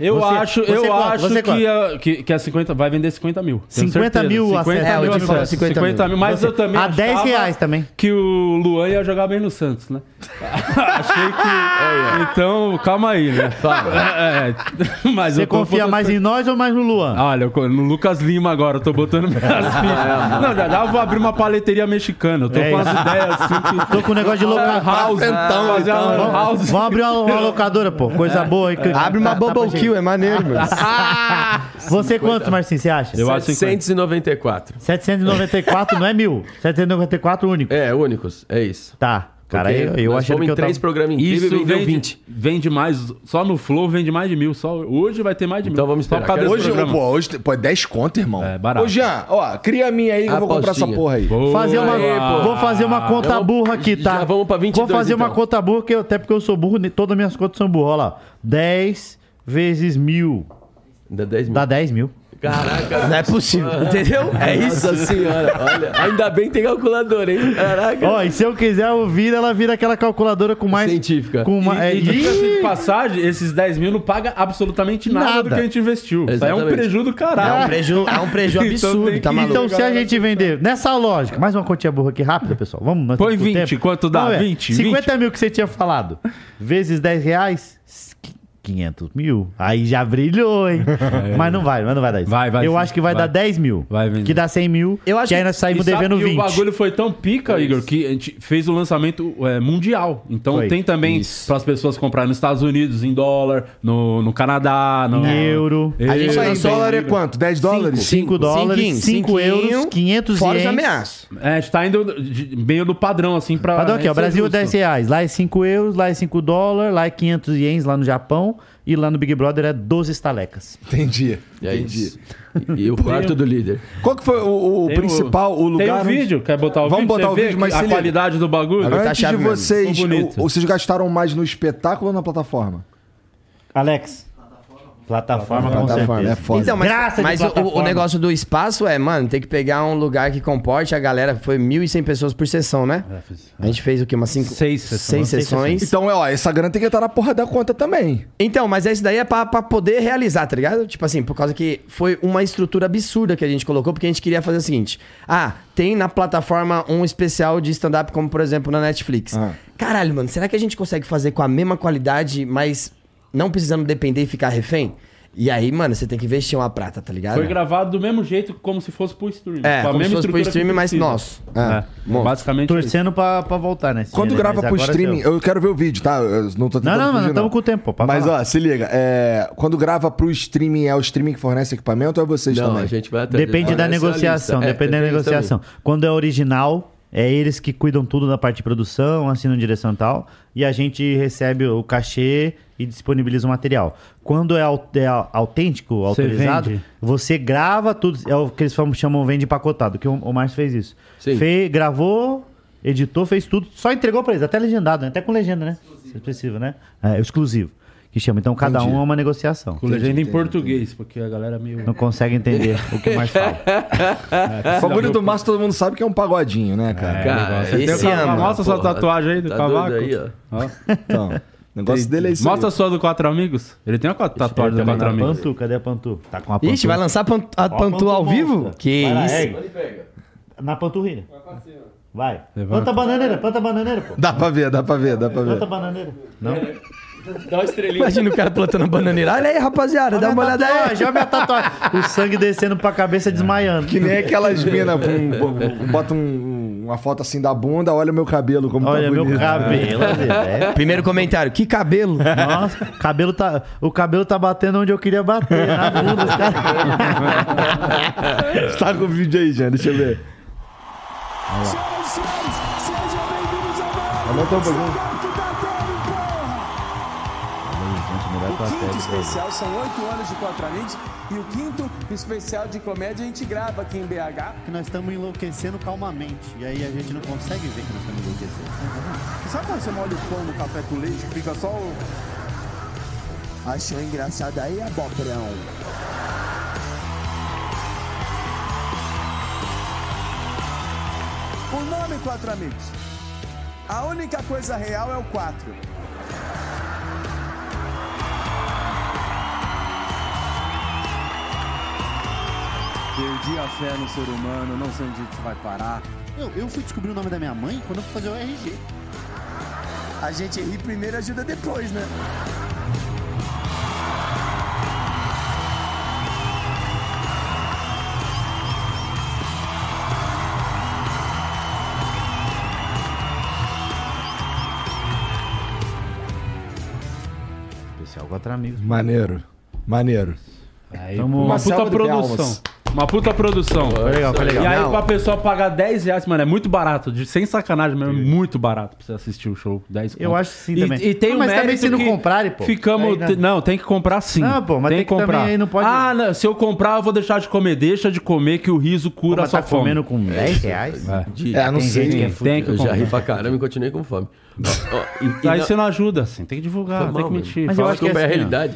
[SPEAKER 2] Eu
[SPEAKER 5] Você-
[SPEAKER 2] acho,
[SPEAKER 5] você
[SPEAKER 2] eu
[SPEAKER 5] quanto?
[SPEAKER 2] acho
[SPEAKER 5] Você
[SPEAKER 2] que, a, que, que a 50 vai vender 50 mil. tenho
[SPEAKER 5] 50
[SPEAKER 2] certeza.
[SPEAKER 5] mil
[SPEAKER 2] 50
[SPEAKER 5] acesso.
[SPEAKER 4] É,
[SPEAKER 2] mil,
[SPEAKER 4] eu te falo,
[SPEAKER 2] acesso,
[SPEAKER 4] 50 mil.
[SPEAKER 2] 50 mil. Mas eu também.
[SPEAKER 5] a 10
[SPEAKER 2] achava
[SPEAKER 5] Ah, reais também.
[SPEAKER 2] Que o Luan ia jogar bem no Santos,
[SPEAKER 5] [laughs]
[SPEAKER 2] né? Achei que. Então, calma aí, né? [laughs] É, é, mas
[SPEAKER 5] Você
[SPEAKER 2] eu tô
[SPEAKER 5] confia
[SPEAKER 2] botando-
[SPEAKER 5] mais em nós ou mais no Luan?
[SPEAKER 2] Olha, eu co- no Lucas Lima agora, eu tô botando
[SPEAKER 5] [laughs]
[SPEAKER 2] minhas fichas. Não, já, já vou abrir uma paleteria mexicana. Eu tô
[SPEAKER 5] É
[SPEAKER 2] com
[SPEAKER 5] isso.
[SPEAKER 2] umas ideias assim. Que...
[SPEAKER 5] Tô com um negócio
[SPEAKER 2] [laughs]
[SPEAKER 5] de Ah, então,
[SPEAKER 2] Lan
[SPEAKER 5] loca...
[SPEAKER 2] house, fazer uma lan
[SPEAKER 5] Vamos,
[SPEAKER 2] house.
[SPEAKER 5] vamos abrir uma, uma locadora, pô. Coisa boa aí. que-
[SPEAKER 4] Abre uma
[SPEAKER 5] tá- tá pra
[SPEAKER 4] bubble
[SPEAKER 5] gente.
[SPEAKER 4] kill, é maneiro, mano.
[SPEAKER 5] Você quanto, Marcinho, você
[SPEAKER 6] É.
[SPEAKER 5] acha?
[SPEAKER 2] Eu acho 50.
[SPEAKER 6] 794.
[SPEAKER 5] 794 não é mil. 794 único.
[SPEAKER 6] É, únicos, é isso.
[SPEAKER 5] Tá. Cara,
[SPEAKER 6] Porque
[SPEAKER 5] eu, eu
[SPEAKER 6] nós
[SPEAKER 5] achei
[SPEAKER 6] fomos
[SPEAKER 5] que eu
[SPEAKER 6] em três
[SPEAKER 5] tava...
[SPEAKER 6] programas incríveis e
[SPEAKER 2] Isso
[SPEAKER 6] vendeu
[SPEAKER 2] vende,
[SPEAKER 6] 20.
[SPEAKER 2] vende mais, só no Flow vende mais de mil. Só, hoje vai ter mais de mil.
[SPEAKER 6] Então vamos
[SPEAKER 2] Só por
[SPEAKER 6] esperar,
[SPEAKER 2] causa
[SPEAKER 6] quero
[SPEAKER 2] desse
[SPEAKER 1] Hoje,
[SPEAKER 6] ver.
[SPEAKER 2] programa.
[SPEAKER 1] pô, hoje, pô, é 10 conto, irmão.
[SPEAKER 2] É, barato.
[SPEAKER 1] Ô, Jean, ó, cria a minha aí que eu vou comprar essa
[SPEAKER 6] Apostinha.
[SPEAKER 1] porra aí.
[SPEAKER 2] Boa.
[SPEAKER 5] Fazer uma,
[SPEAKER 6] Aí, pô.
[SPEAKER 5] vou fazer uma conta
[SPEAKER 6] Já vamos-
[SPEAKER 5] burra aqui, tá?
[SPEAKER 6] já vamos pra 22,
[SPEAKER 5] Vou fazer uma
[SPEAKER 6] então.
[SPEAKER 5] conta burra, que eu- até porque eu sou burro, ne- todas as minhas contas são burras. Olha lá. 10 vezes mil.
[SPEAKER 6] Ainda 10 mil.
[SPEAKER 5] Dá 10 mil. [laughs]
[SPEAKER 6] Caraca.
[SPEAKER 4] Não é possível, entendeu?
[SPEAKER 6] É isso? Nossa senhora, olha. Ainda bem que tem calculador, hein? Caraca.
[SPEAKER 5] Ó, e se eu quiser ouvir, ela vira aquela calculadora com mais.
[SPEAKER 6] Científica.
[SPEAKER 5] Com uma, é,
[SPEAKER 2] E, tipo assim, e diga-se de passagem, esses 10 mil não paga absolutamente nada,
[SPEAKER 5] Nada.
[SPEAKER 2] do que a gente investiu. Isso aí é um
[SPEAKER 6] Exatamente.
[SPEAKER 2] prejuízo do caralho.
[SPEAKER 4] É um preju, é um preju
[SPEAKER 2] Então
[SPEAKER 4] absurdo,
[SPEAKER 2] tem
[SPEAKER 4] tá
[SPEAKER 2] que-
[SPEAKER 4] maluco?
[SPEAKER 5] Então, se a gente vender
[SPEAKER 4] é.
[SPEAKER 5] nessa lógica, mais uma quantia burra aqui rápida, pessoal. Vamos nós
[SPEAKER 2] Põe
[SPEAKER 5] temos pouco
[SPEAKER 2] 20, quanto dá?
[SPEAKER 5] Vamos ver.
[SPEAKER 2] 20,
[SPEAKER 5] 50 mil que você tinha falado, vezes 10 reais, 500 mil. Aí já
[SPEAKER 2] [laughs]
[SPEAKER 5] brilhou, hein? Mas não vai, mas não vai dar
[SPEAKER 2] É.
[SPEAKER 5] isso.
[SPEAKER 2] Vai, vai
[SPEAKER 5] Eu
[SPEAKER 2] sim,
[SPEAKER 5] acho que vai,
[SPEAKER 2] vai.
[SPEAKER 5] dar 10 mil.
[SPEAKER 2] Vai, Vini.
[SPEAKER 5] que dá 100 mil.
[SPEAKER 4] Eu acho
[SPEAKER 5] que aí
[SPEAKER 4] que-
[SPEAKER 5] nós saímos
[SPEAKER 2] E sabe
[SPEAKER 5] Tá devendo
[SPEAKER 2] que
[SPEAKER 5] 20.
[SPEAKER 2] O bagulho foi tão pica, Igor, que a gente fez o lançamento é, mundial. Então
[SPEAKER 5] Foi.
[SPEAKER 2] tem também para as pessoas comprarem nos Estados Unidos, em dólar, no, no Canadá, no
[SPEAKER 5] Em euro.
[SPEAKER 2] Eu-
[SPEAKER 4] A gente
[SPEAKER 1] Isso aí,
[SPEAKER 4] vai
[SPEAKER 1] em dólar é quanto? 10 dólares?
[SPEAKER 5] 5 dólares,
[SPEAKER 4] Cinquinho,
[SPEAKER 5] 5 euros,
[SPEAKER 4] cinquinho,
[SPEAKER 5] 500
[SPEAKER 4] Fora os
[SPEAKER 5] ienes.
[SPEAKER 4] ameaças.
[SPEAKER 2] É, a gente tá indo de- meio do padrão, assim, pra.
[SPEAKER 5] Padrão aqui, ó.
[SPEAKER 2] isso é
[SPEAKER 5] Brasil é
[SPEAKER 2] justo.
[SPEAKER 5] 10 reais. Lá é 5 euros, lá é 5 dólares, lá é 500 ienes, lá no Japão. E lá no Big Brother é 12 estalecas.
[SPEAKER 1] Entendi.
[SPEAKER 6] E é
[SPEAKER 1] Entendi.
[SPEAKER 6] isso. E, e o
[SPEAKER 5] um
[SPEAKER 6] quarto do líder.
[SPEAKER 1] Qual que foi o, o
[SPEAKER 2] Tem
[SPEAKER 1] principal, o lugar
[SPEAKER 2] Tem um
[SPEAKER 1] onde-
[SPEAKER 2] vídeo, quer botar o
[SPEAKER 1] Vamos
[SPEAKER 2] vídeo?
[SPEAKER 1] botar
[SPEAKER 2] Você
[SPEAKER 1] o
[SPEAKER 2] vê
[SPEAKER 1] vídeo, mas
[SPEAKER 2] a
[SPEAKER 1] se liga.
[SPEAKER 2] qualidade do bagulho.
[SPEAKER 4] Agora- Tá
[SPEAKER 1] Antes de
[SPEAKER 4] chave mesmo.
[SPEAKER 1] vocês,
[SPEAKER 2] Ficou bonito.
[SPEAKER 1] o- vocês gastaram mais no espetáculo ou na plataforma?
[SPEAKER 5] Alex. Plataforma, com
[SPEAKER 1] Plataforma, é
[SPEAKER 5] certeza.
[SPEAKER 1] foda.
[SPEAKER 4] Então, mas,
[SPEAKER 5] Graça de
[SPEAKER 4] mas o- o,
[SPEAKER 5] plataforma.
[SPEAKER 4] negócio do espaço é, mano, tem que pegar um lugar que comporte a galera. Foi 1.100 pessoas por sessão, né? A gente fez o quê? Umas cinco,
[SPEAKER 2] Seis
[SPEAKER 4] seis
[SPEAKER 2] sessões.
[SPEAKER 4] sessões.
[SPEAKER 1] Então, é, ó, essa grana tem que estar na porra da conta também.
[SPEAKER 4] Então, mas isso daí é pra, pra poder realizar, tá ligado? Tipo assim, por causa que foi uma estrutura absurda que a gente colocou, porque a gente queria fazer o seguinte: ah, tem na plataforma um especial de stand-up, como por exemplo na Netflix.
[SPEAKER 1] Ah.
[SPEAKER 4] Caralho, mano, será que a gente consegue fazer com a mesma qualidade, mas não precisando depender e ficar refém? E aí, mano, você tem que investir uma prata, tá ligado?
[SPEAKER 2] Foi gravado do mesmo jeito, como se fosse pro stream.
[SPEAKER 4] É,
[SPEAKER 2] com a
[SPEAKER 4] como se
[SPEAKER 2] mesma
[SPEAKER 4] fosse pro
[SPEAKER 2] estrutura que
[SPEAKER 4] stream, mas
[SPEAKER 2] precisa.
[SPEAKER 4] nosso.
[SPEAKER 2] É,
[SPEAKER 4] monstro.
[SPEAKER 2] basicamente.
[SPEAKER 5] Torcendo pra, pra voltar, né?
[SPEAKER 1] Quando grava pro streaming, eu quero ver o vídeo, tá? Eu não tô
[SPEAKER 5] Não,
[SPEAKER 1] tentando
[SPEAKER 5] não,
[SPEAKER 1] fugir,
[SPEAKER 5] não. Estamos com o tempo. pode
[SPEAKER 1] Mas
[SPEAKER 5] falar.
[SPEAKER 1] ó, se liga, é, quando grava pro streaming, é o streaming que fornece equipamento ou é vocês
[SPEAKER 6] Não,
[SPEAKER 1] também?
[SPEAKER 6] a gente vai atrás.
[SPEAKER 5] Depende da
[SPEAKER 6] Essa é a
[SPEAKER 5] negociação,
[SPEAKER 6] lista. É,
[SPEAKER 5] depende da
[SPEAKER 6] tem isso
[SPEAKER 5] negociação.
[SPEAKER 6] também.
[SPEAKER 5] Quando é original, é eles que cuidam tudo da parte de produção, assinam direção e tal, e a gente recebe o cachê e disponibiliza o material. Quando é, au- é au- autêntico,
[SPEAKER 2] Você
[SPEAKER 5] autorizado,
[SPEAKER 2] vende.
[SPEAKER 5] você grava tudo, é o que eles falam- chamam vende empacotado, que o, o Márcio fez isso.
[SPEAKER 6] Sim.
[SPEAKER 5] Fe- gravou, editou, fez tudo, só entregou pra eles, até legendado, né? até com legenda, né? Se possível, né? É, exclusivo. Que chama. Então cada um é uma negociação.
[SPEAKER 2] Com legenda em português, porque a galera é meio.
[SPEAKER 5] Não consegue entender o que mais fala.
[SPEAKER 1] O bagulho do Márcio todo mundo sabe que é um pagodinho, né, cara?
[SPEAKER 6] Cara,
[SPEAKER 5] É,
[SPEAKER 6] é
[SPEAKER 2] Você tem
[SPEAKER 4] esse
[SPEAKER 2] o ca-
[SPEAKER 4] ano,
[SPEAKER 2] Mostra sua
[SPEAKER 6] porra,
[SPEAKER 2] tatuagem aí do
[SPEAKER 6] tá doido
[SPEAKER 2] cavaco.
[SPEAKER 6] aí, ó.
[SPEAKER 2] Ó.
[SPEAKER 1] Então, o negócio dele é isso
[SPEAKER 2] Mostra
[SPEAKER 1] aí.
[SPEAKER 2] sua do Quatro Amigos. Ele tem uma quatro- tatuagem do
[SPEAKER 5] Cadê
[SPEAKER 2] Quatro
[SPEAKER 5] a é
[SPEAKER 2] Amigos.
[SPEAKER 5] Pantu? Cadê a Pantu? Tá com a Pantu.
[SPEAKER 4] Ixi, vai lançar a Pantu, a
[SPEAKER 5] Ó,
[SPEAKER 4] Pantu ao
[SPEAKER 5] monstra.
[SPEAKER 4] vivo? Que
[SPEAKER 5] Vai lá,
[SPEAKER 4] isso?
[SPEAKER 5] ergue. Na panturrilha. Vai.
[SPEAKER 2] Levanta.
[SPEAKER 5] Planta a bananeira, planta a bananeira, pô.
[SPEAKER 1] Dá pra ver, dá pra ver, dá pra ver.
[SPEAKER 5] Planta a bananeira.
[SPEAKER 4] Imagina o cara plantando a bananeira. Olha aí, rapaziada, dá uma olhada aí.
[SPEAKER 5] Olha minha tatuagem. O sangue descendo pra cabeça desmaiando.
[SPEAKER 1] Que
[SPEAKER 4] é
[SPEAKER 1] nem aquelas minas, bota um- uma foto assim da bunda, olha o meu cabelo, como
[SPEAKER 5] Olha
[SPEAKER 1] tá bonito.
[SPEAKER 5] meu cabelo.
[SPEAKER 4] É.
[SPEAKER 5] Zé.
[SPEAKER 4] Primeiro comentário, que
[SPEAKER 5] [laughs]
[SPEAKER 4] cabelo.
[SPEAKER 5] Nossa, o cabelo tá, o cabelo tá batendo onde eu queria bater, na bunda, os caras.
[SPEAKER 1] [laughs] Tá com o vídeo aí, Jean, deixa eu ver. Aumenta um pouquinho.
[SPEAKER 7] O quinto especial são oito anos de Quatro Amigos e o quinto especial de comédia a gente grava aqui em BH.
[SPEAKER 8] É que nós estamos enlouquecendo calmamente. E aí a gente não consegue ver que nós estamos enlouquecendo.
[SPEAKER 7] Sabe quando você molha o pão no café com leite que fica só o... Achou engraçado aí, abobrão? O nome Quatro Amigos. A única coisa real é o quatro. Perdi a fé no ser humano, não sei onde isso vai parar.
[SPEAKER 8] Eu, eu fui descobrir o nome da minha mãe quando eu fui fazer o RG.
[SPEAKER 7] A gente ri primeiro, ajuda depois, né?
[SPEAKER 5] Especial quatro amigos.
[SPEAKER 1] Maneiro, maneiro.
[SPEAKER 2] Uma,
[SPEAKER 5] Tamo...
[SPEAKER 1] salva
[SPEAKER 2] puta
[SPEAKER 1] de
[SPEAKER 2] produção.
[SPEAKER 1] palmas.
[SPEAKER 2] Uma puta produção.
[SPEAKER 5] Foi legal, foi legal.
[SPEAKER 2] E aí,
[SPEAKER 4] Não.
[SPEAKER 2] pra pessoa pagar 10 reais, mano, é muito barato. De, sem sacanagem mesmo, é muito barato pra você assistir o show. 10
[SPEAKER 5] Eu
[SPEAKER 2] conto.
[SPEAKER 5] acho que sim
[SPEAKER 2] e,
[SPEAKER 5] também.
[SPEAKER 2] E tem
[SPEAKER 5] Não,
[SPEAKER 2] um
[SPEAKER 5] mas também
[SPEAKER 2] mérito
[SPEAKER 5] se não
[SPEAKER 2] que
[SPEAKER 5] comprarem, pô.
[SPEAKER 2] Ficamos.
[SPEAKER 5] Aí, né?
[SPEAKER 2] te- não, tem que comprar sim.
[SPEAKER 5] Não, pô, mas tem que também aí não pode-
[SPEAKER 2] Ah, não, se eu comprar, eu vou deixar de comer. Deixa de comer que o riso cura a
[SPEAKER 5] Mas
[SPEAKER 2] sua
[SPEAKER 5] tá
[SPEAKER 2] fome.
[SPEAKER 5] comendo com 10 reais?
[SPEAKER 6] De-
[SPEAKER 1] É, não
[SPEAKER 5] Tem
[SPEAKER 1] sei.
[SPEAKER 5] gente que é
[SPEAKER 2] Tem que
[SPEAKER 6] Eu já
[SPEAKER 2] comprar.
[SPEAKER 6] ri pra caramba e continuei com fome. Ó, ó, e- e
[SPEAKER 2] Aí
[SPEAKER 6] na-
[SPEAKER 2] você não ajuda, assim. Tem que
[SPEAKER 6] Foi
[SPEAKER 2] divulgar,
[SPEAKER 6] mal,
[SPEAKER 2] tem que
[SPEAKER 6] mano.
[SPEAKER 2] mentir.
[SPEAKER 5] Mas eu
[SPEAKER 6] Fala
[SPEAKER 5] acho que
[SPEAKER 6] como
[SPEAKER 5] é
[SPEAKER 6] é a
[SPEAKER 5] assim, ó.
[SPEAKER 6] realidade.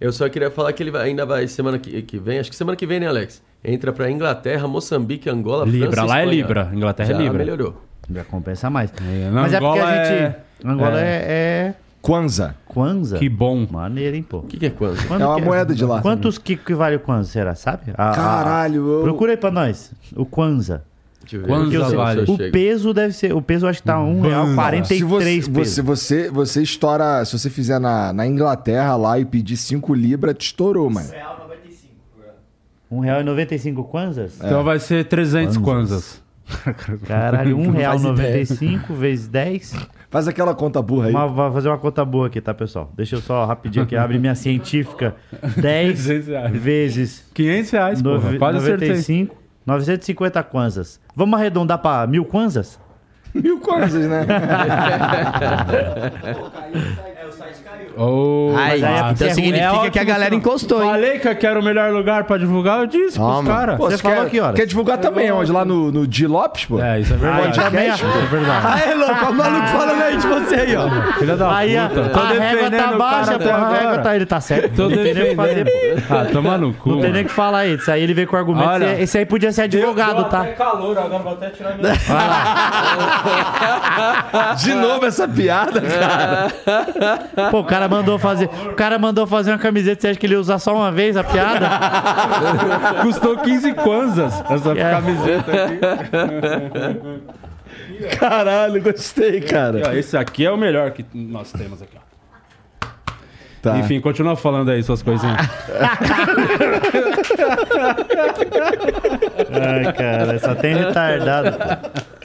[SPEAKER 6] Eu só queria falar que ele vai- ainda vai semana que, que vem, acho que semana que vem, né, Alex? Entra pra Inglaterra, Moçambique, Angola,
[SPEAKER 2] Libra,
[SPEAKER 6] França, e
[SPEAKER 2] lá é
[SPEAKER 6] Espanha.
[SPEAKER 2] Libra, Inglaterra é
[SPEAKER 6] Já
[SPEAKER 2] Libra.
[SPEAKER 6] melhorou.
[SPEAKER 5] Já compensa mais.
[SPEAKER 2] na
[SPEAKER 5] Mas é porque
[SPEAKER 2] Angola
[SPEAKER 5] a gente...
[SPEAKER 2] é-
[SPEAKER 5] Angola é... é...
[SPEAKER 1] Kwanza.
[SPEAKER 5] Kwanza.
[SPEAKER 2] Que bom.
[SPEAKER 5] Maneiro, hein, pô.
[SPEAKER 6] O que, que é quando?
[SPEAKER 5] Quando
[SPEAKER 1] É uma
[SPEAKER 5] que-
[SPEAKER 1] moeda de lá.
[SPEAKER 5] Quantos que, que vale o Kwanza, será? Sabe? A- a-
[SPEAKER 1] Caralho, eu-
[SPEAKER 5] Procura aí pra nós. O Kwanza.
[SPEAKER 6] Deixa eu ver.
[SPEAKER 2] Quantos
[SPEAKER 6] Quantos
[SPEAKER 2] avales?
[SPEAKER 6] eu
[SPEAKER 5] O
[SPEAKER 6] chego.
[SPEAKER 5] peso deve ser. O peso acho que tá um real
[SPEAKER 1] Se
[SPEAKER 5] 43
[SPEAKER 1] você,
[SPEAKER 5] peso.
[SPEAKER 1] você, você, você estoura. Se você fizer na, na Inglaterra lá e pedir 5 libras, te estourou, mano.
[SPEAKER 5] Um real e 95
[SPEAKER 1] É.
[SPEAKER 5] kwanzas?
[SPEAKER 2] Então vai ser 300 kwanzas.
[SPEAKER 5] Caralho,
[SPEAKER 1] [laughs]
[SPEAKER 5] um real
[SPEAKER 4] faz
[SPEAKER 5] 95 vezes 10.
[SPEAKER 1] Faz aquela conta burra aí.
[SPEAKER 5] Uma, vou fazer uma conta boa aqui, tá, pessoal? Deixa eu só rapidinho aqui, abre
[SPEAKER 2] [laughs]
[SPEAKER 5] minha científica. 10
[SPEAKER 2] 300 reais.
[SPEAKER 5] vezes
[SPEAKER 2] 500 reais, porra.
[SPEAKER 5] nove-
[SPEAKER 2] Quase acertei.
[SPEAKER 5] 95, 950 kwanzas. Vamos arredondar pra mil kwanzas?
[SPEAKER 1] Mil coisas,
[SPEAKER 2] [laughs]
[SPEAKER 1] né?
[SPEAKER 2] Oh,
[SPEAKER 4] Aí,
[SPEAKER 5] aí é porque
[SPEAKER 4] então
[SPEAKER 5] é ruim.
[SPEAKER 4] significa
[SPEAKER 2] É ótimo,
[SPEAKER 4] que a galera
[SPEAKER 2] senão-
[SPEAKER 4] encostou, hein?
[SPEAKER 2] Falei que eu quero o melhor lugar pra divulgar, eu disse pros
[SPEAKER 4] Toma.
[SPEAKER 2] caras.
[SPEAKER 1] Pô,
[SPEAKER 5] Você
[SPEAKER 1] você
[SPEAKER 5] falou
[SPEAKER 1] quer, É,
[SPEAKER 5] que horas?
[SPEAKER 1] quer divulgar também onde? Lá no, no G Lopes, pô? [laughs]
[SPEAKER 2] É, isso é verdade.
[SPEAKER 5] Aí, aí,
[SPEAKER 2] É verdade.
[SPEAKER 4] Aí, louco, o maluco falando
[SPEAKER 1] né,
[SPEAKER 4] aí de
[SPEAKER 1] tipo,
[SPEAKER 4] você aí, ó.
[SPEAKER 2] Filha da
[SPEAKER 5] aí a,
[SPEAKER 2] puta.
[SPEAKER 5] a régua tá baixa, porra, a régua tá... Ele tá certo.
[SPEAKER 2] Tô
[SPEAKER 5] não tem nem o que fazer,
[SPEAKER 2] defendendo.
[SPEAKER 5] pô.
[SPEAKER 2] Ah, toma no cu.
[SPEAKER 5] Não tem nem o
[SPEAKER 2] mano.
[SPEAKER 5] que falar aí. Isso aí ele veio com argumento.
[SPEAKER 2] Olha,
[SPEAKER 5] esse, esse aí podia ser advogado, tá?
[SPEAKER 2] calor, agora vou até tirar meu...
[SPEAKER 1] De novo [laughs] essa piada, cara.
[SPEAKER 5] Pô, o cara mandou fazer. O cara mandou fazer uma camiseta. Você acha que ele ia usar só uma vez a piada?
[SPEAKER 2] Custou 15 kwanzas essa
[SPEAKER 5] É.
[SPEAKER 2] camiseta
[SPEAKER 1] Caralho, gostei, cara.
[SPEAKER 2] aqui. ó. Esse aqui é o melhor que nós temos aqui, ó.
[SPEAKER 1] Tá.
[SPEAKER 2] Enfim, continua falando aí suas coisinhas.
[SPEAKER 5] Ai, cara, só tem retardado. pô.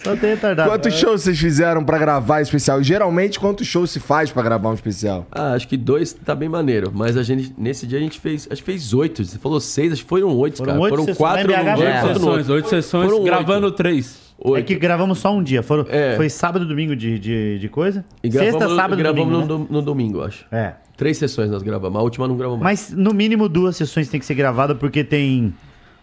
[SPEAKER 5] Só tem retardado.
[SPEAKER 1] Quantos shows vocês fizeram pra gravar esse especial? E, Geralmente, quantos shows se faz pra gravar um especial?
[SPEAKER 6] Ah, acho que dois tá bem maneiro. Mas a gente, nesse dia a gente fez. Acho que fez oito. Você falou seis, acho que foram oito,
[SPEAKER 5] Foram
[SPEAKER 6] cara.
[SPEAKER 5] oito
[SPEAKER 6] foram
[SPEAKER 5] sessões,
[SPEAKER 6] quatro
[SPEAKER 5] lá em
[SPEAKER 6] no
[SPEAKER 5] BH
[SPEAKER 6] outro,
[SPEAKER 4] Ah,
[SPEAKER 5] já.
[SPEAKER 4] é.
[SPEAKER 2] Oito
[SPEAKER 6] quatro no
[SPEAKER 2] sessões,
[SPEAKER 6] outro.
[SPEAKER 2] oito
[SPEAKER 4] um
[SPEAKER 2] sessões,
[SPEAKER 6] Foram oito.
[SPEAKER 2] gravando três.
[SPEAKER 5] É que gravamos só um dia. Foram,
[SPEAKER 6] É.
[SPEAKER 5] Foi sábado e domingo de, de, de coisa?
[SPEAKER 6] E gravamos,
[SPEAKER 5] Sexta, sábado e
[SPEAKER 6] gravamos
[SPEAKER 5] domingo.
[SPEAKER 6] no,
[SPEAKER 5] né?
[SPEAKER 6] dom- no domingo, acho.
[SPEAKER 5] É.
[SPEAKER 6] Três sessões nós gravamos. A última não gravamos mais.
[SPEAKER 5] Mas no mínimo duas sessões tem que ser gravada, porque tem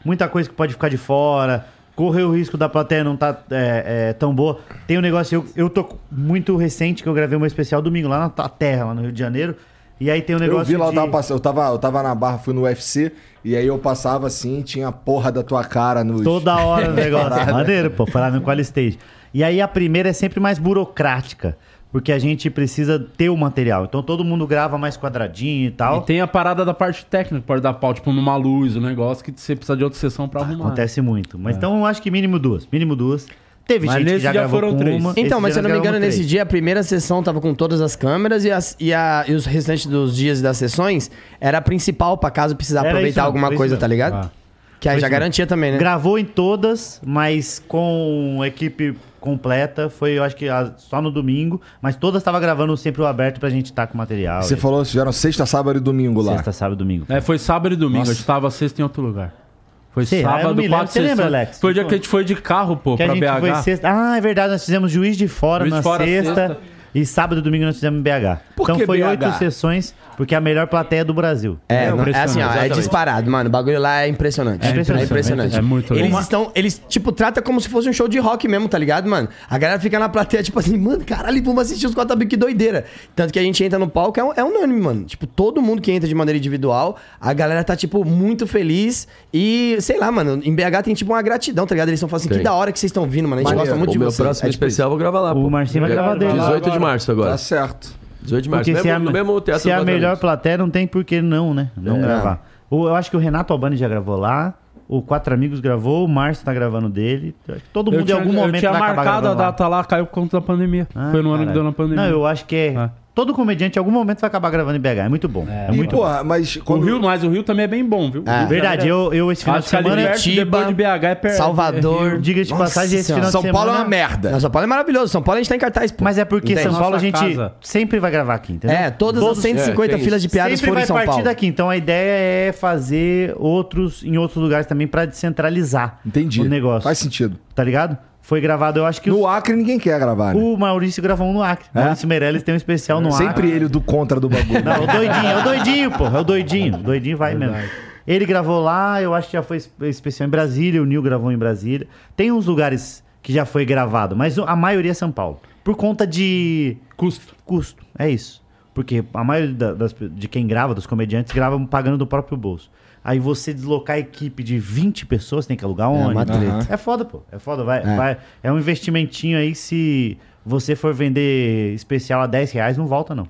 [SPEAKER 5] muita coisa que pode ficar de fora. Correr o risco da plateia não tá é, é, tão boa. Tem um negócio, eu, eu tô muito recente que eu gravei um especial domingo lá na tua terra, lá no Rio de Janeiro. E aí tem um negócio.
[SPEAKER 1] Eu vi lá, eu
[SPEAKER 5] de...
[SPEAKER 1] tava, pass- eu, tava, eu tava na barra, fui no UFC, e aí eu passava assim, tinha a porra da tua cara nos.
[SPEAKER 5] Toda hora o negócio. Maneiro, pô, falar no qual stage. E aí a primeira é sempre mais burocrática, porque a gente precisa ter o material. Então todo mundo grava mais quadradinho e
[SPEAKER 2] E
[SPEAKER 5] tal.
[SPEAKER 2] tem a parada da parte técnica, pode dar pau, tipo numa luz, um negócio que você precisa de outra sessão pra arrumar.
[SPEAKER 5] Ah, Acontece muito. Mas então eu acho que mínimo duas. Mínimo duas.
[SPEAKER 2] É.
[SPEAKER 5] Teve
[SPEAKER 2] Mas
[SPEAKER 5] gente que
[SPEAKER 2] nesse
[SPEAKER 5] já
[SPEAKER 2] dia
[SPEAKER 5] gravou
[SPEAKER 2] foram
[SPEAKER 5] com
[SPEAKER 2] três.
[SPEAKER 5] uma.
[SPEAKER 4] Então,
[SPEAKER 5] esse
[SPEAKER 4] mas se
[SPEAKER 5] dia
[SPEAKER 4] eu não
[SPEAKER 5] nós
[SPEAKER 4] me engano,
[SPEAKER 5] gravamos
[SPEAKER 4] nesse
[SPEAKER 5] três.
[SPEAKER 4] dia a primeira sessão tava com todas as câmeras e, as, e, a, e os restantes dos dias das sessões era a principal pra caso precisar
[SPEAKER 5] Era isso
[SPEAKER 4] aproveitar
[SPEAKER 5] mesmo,
[SPEAKER 4] alguma
[SPEAKER 5] foi
[SPEAKER 4] coisa,
[SPEAKER 5] isso mesmo. Ah,
[SPEAKER 4] tá ligado?
[SPEAKER 2] Ah,
[SPEAKER 4] Que aí já garantia também, né?
[SPEAKER 5] Gravou em todas, mas com equipe completa. Foi, eu acho que a- só no domingo. Mas todas tava gravando sempre o aberto pra gente estar com material.
[SPEAKER 1] Você
[SPEAKER 5] E-
[SPEAKER 1] falou que fizeram sexta, sábado e domingo lá.
[SPEAKER 5] Sexta, sábado e domingo.
[SPEAKER 2] É, foi sábado e domingo,
[SPEAKER 1] Nossa.
[SPEAKER 2] a gente tava sexta em outro lugar. Foi
[SPEAKER 5] Será? Eu não
[SPEAKER 2] sábado,
[SPEAKER 5] me lembro.
[SPEAKER 2] quatro
[SPEAKER 5] Você lembra,
[SPEAKER 2] sessões.
[SPEAKER 5] Alex?
[SPEAKER 2] Foi o dia que a gente foi de carro, pô,
[SPEAKER 5] Que a
[SPEAKER 2] pra
[SPEAKER 5] gente
[SPEAKER 2] BH.
[SPEAKER 5] foi sexta. Ah, é verdade, nós fizemos juiz de fora
[SPEAKER 2] Juiz de
[SPEAKER 5] na
[SPEAKER 2] Fora,
[SPEAKER 5] sexta,
[SPEAKER 2] sexta.
[SPEAKER 5] E sábado e domingo nós fizemos em BH.
[SPEAKER 1] Por
[SPEAKER 5] então
[SPEAKER 1] que
[SPEAKER 5] foi
[SPEAKER 1] BH?
[SPEAKER 5] oito sessões, porque é a melhor plateia do Brasil.
[SPEAKER 4] É, não- é assim, ó, é
[SPEAKER 6] exatamente.
[SPEAKER 4] disparado, mano. O bagulho lá é impressionante.
[SPEAKER 5] É impressionante.
[SPEAKER 4] É impressionante.
[SPEAKER 2] É muito
[SPEAKER 4] Eles
[SPEAKER 2] legal.
[SPEAKER 4] estão, eles, tipo, trata como se fosse um show de rock mesmo, tá ligado, mano? A galera fica na plateia, tipo assim, mano, caralho, vamos assistir os Cota que doideira. Tanto que a gente entra no palco, é, um- é unânime, mano. Tipo, todo mundo que entra de maneira individual, a galera tá, tipo, muito feliz. E, sei lá, mano, em BH tem, tipo, uma gratidão, tá ligado? Eles estão falando assim,
[SPEAKER 6] Tem.
[SPEAKER 4] que da hora que vocês estão vindo, mano. A gente
[SPEAKER 1] Maneiro.
[SPEAKER 4] gosta muito
[SPEAKER 6] O
[SPEAKER 4] de
[SPEAKER 6] meu
[SPEAKER 4] vocês.
[SPEAKER 6] próximo
[SPEAKER 4] É, tipo,
[SPEAKER 6] especial eu vou gravar lá.
[SPEAKER 5] O
[SPEAKER 6] pô.
[SPEAKER 5] Marcinho vai
[SPEAKER 6] Dia
[SPEAKER 5] gravar dele lá
[SPEAKER 6] 18 de
[SPEAKER 2] agora.
[SPEAKER 6] março agora.
[SPEAKER 1] Tá certo.
[SPEAKER 6] 18 de março.
[SPEAKER 5] Porque
[SPEAKER 6] Mesmo,
[SPEAKER 5] se é a,
[SPEAKER 6] no mesmo teatro
[SPEAKER 5] se é
[SPEAKER 6] do É.
[SPEAKER 5] a
[SPEAKER 6] Guarani.
[SPEAKER 5] melhor plateia, não tem por que não, né? Não gravar. O, eu acho que o Renato Albani já gravou lá, o Quatro Amigos gravou, o Márcio tá gravando dele. Eu acho que Todo mundo
[SPEAKER 2] Eu tinha,
[SPEAKER 5] em algum
[SPEAKER 2] eu
[SPEAKER 5] momento
[SPEAKER 2] tinha
[SPEAKER 5] vai acabar
[SPEAKER 2] marcado a
[SPEAKER 5] gravando lá.
[SPEAKER 2] data lá, caiu por conta da pandemia.
[SPEAKER 5] Ah,
[SPEAKER 2] foi no ano que
[SPEAKER 5] caralho.
[SPEAKER 2] deu na pandemia.
[SPEAKER 5] Não, eu acho que é.
[SPEAKER 2] Ah.
[SPEAKER 5] Todo comediante em algum momento vai acabar gravando em BH. É muito bom. É,
[SPEAKER 1] E,
[SPEAKER 5] muito bom.
[SPEAKER 1] porra, mas
[SPEAKER 2] O
[SPEAKER 1] quando.
[SPEAKER 2] Rio, mas o Rio também é bem bom, viu?
[SPEAKER 4] É.
[SPEAKER 5] Ah. Verdade, eu, eu esse final
[SPEAKER 2] Acho
[SPEAKER 5] de
[SPEAKER 2] que é ali
[SPEAKER 5] semana.
[SPEAKER 2] perto, depois de BH é perto.
[SPEAKER 4] Salvador.
[SPEAKER 5] Diga de
[SPEAKER 4] Nossa
[SPEAKER 5] passagem, esse
[SPEAKER 4] Senhora.
[SPEAKER 5] final
[SPEAKER 1] São
[SPEAKER 5] de
[SPEAKER 1] Paulo é
[SPEAKER 5] semana.
[SPEAKER 1] uma merda.
[SPEAKER 4] Não, São Paulo é maravilhoso. São Paulo a gente tá em cartaz, pô.
[SPEAKER 5] Mas é porque
[SPEAKER 4] Entendi.
[SPEAKER 5] São Paulo a
[SPEAKER 2] Nossa
[SPEAKER 5] gente
[SPEAKER 2] casa.
[SPEAKER 5] sempre vai gravar aqui, entendeu?
[SPEAKER 4] É, todas as 150
[SPEAKER 6] é, tem
[SPEAKER 4] filas de piadas
[SPEAKER 5] sempre
[SPEAKER 4] foram
[SPEAKER 5] vai
[SPEAKER 4] em São
[SPEAKER 5] partir
[SPEAKER 4] Paulo.
[SPEAKER 5] daqui. Então a ideia é fazer outros em outros lugares também pra descentralizar
[SPEAKER 1] Entendi.
[SPEAKER 5] o negócio.
[SPEAKER 1] Faz sentido.
[SPEAKER 5] Tá ligado? Foi gravado, eu acho que
[SPEAKER 1] No Acre ninguém quer gravar, né?
[SPEAKER 5] o, o Maurício gravou um no Acre. Maurício Meirelles tem um especial no Acre.
[SPEAKER 1] Sempre ele do contra do bagulho.
[SPEAKER 5] Não, é o doidinho, é o doidinho, pô. É o doidinho. O doidinho vai mesmo. Ele gravou lá, eu acho que já foi es- especial em Brasília, o Nil gravou em Brasília. Tem uns lugares que já foi gravado, mas a maioria é São Paulo. Por conta de
[SPEAKER 2] Custo.
[SPEAKER 5] custo, é isso. Porque a maioria da- das, pe- de quem grava, dos comediantes, grava pagando do próprio bolso. Aí você deslocar a equipe de 20 pessoas, tem que alugar
[SPEAKER 4] uma
[SPEAKER 5] ônibus.
[SPEAKER 4] treta.
[SPEAKER 5] É foda, pô. É foda. Vai, vai- é. um investimentinho aí se você for vender especial a 10 reais, não volta, não.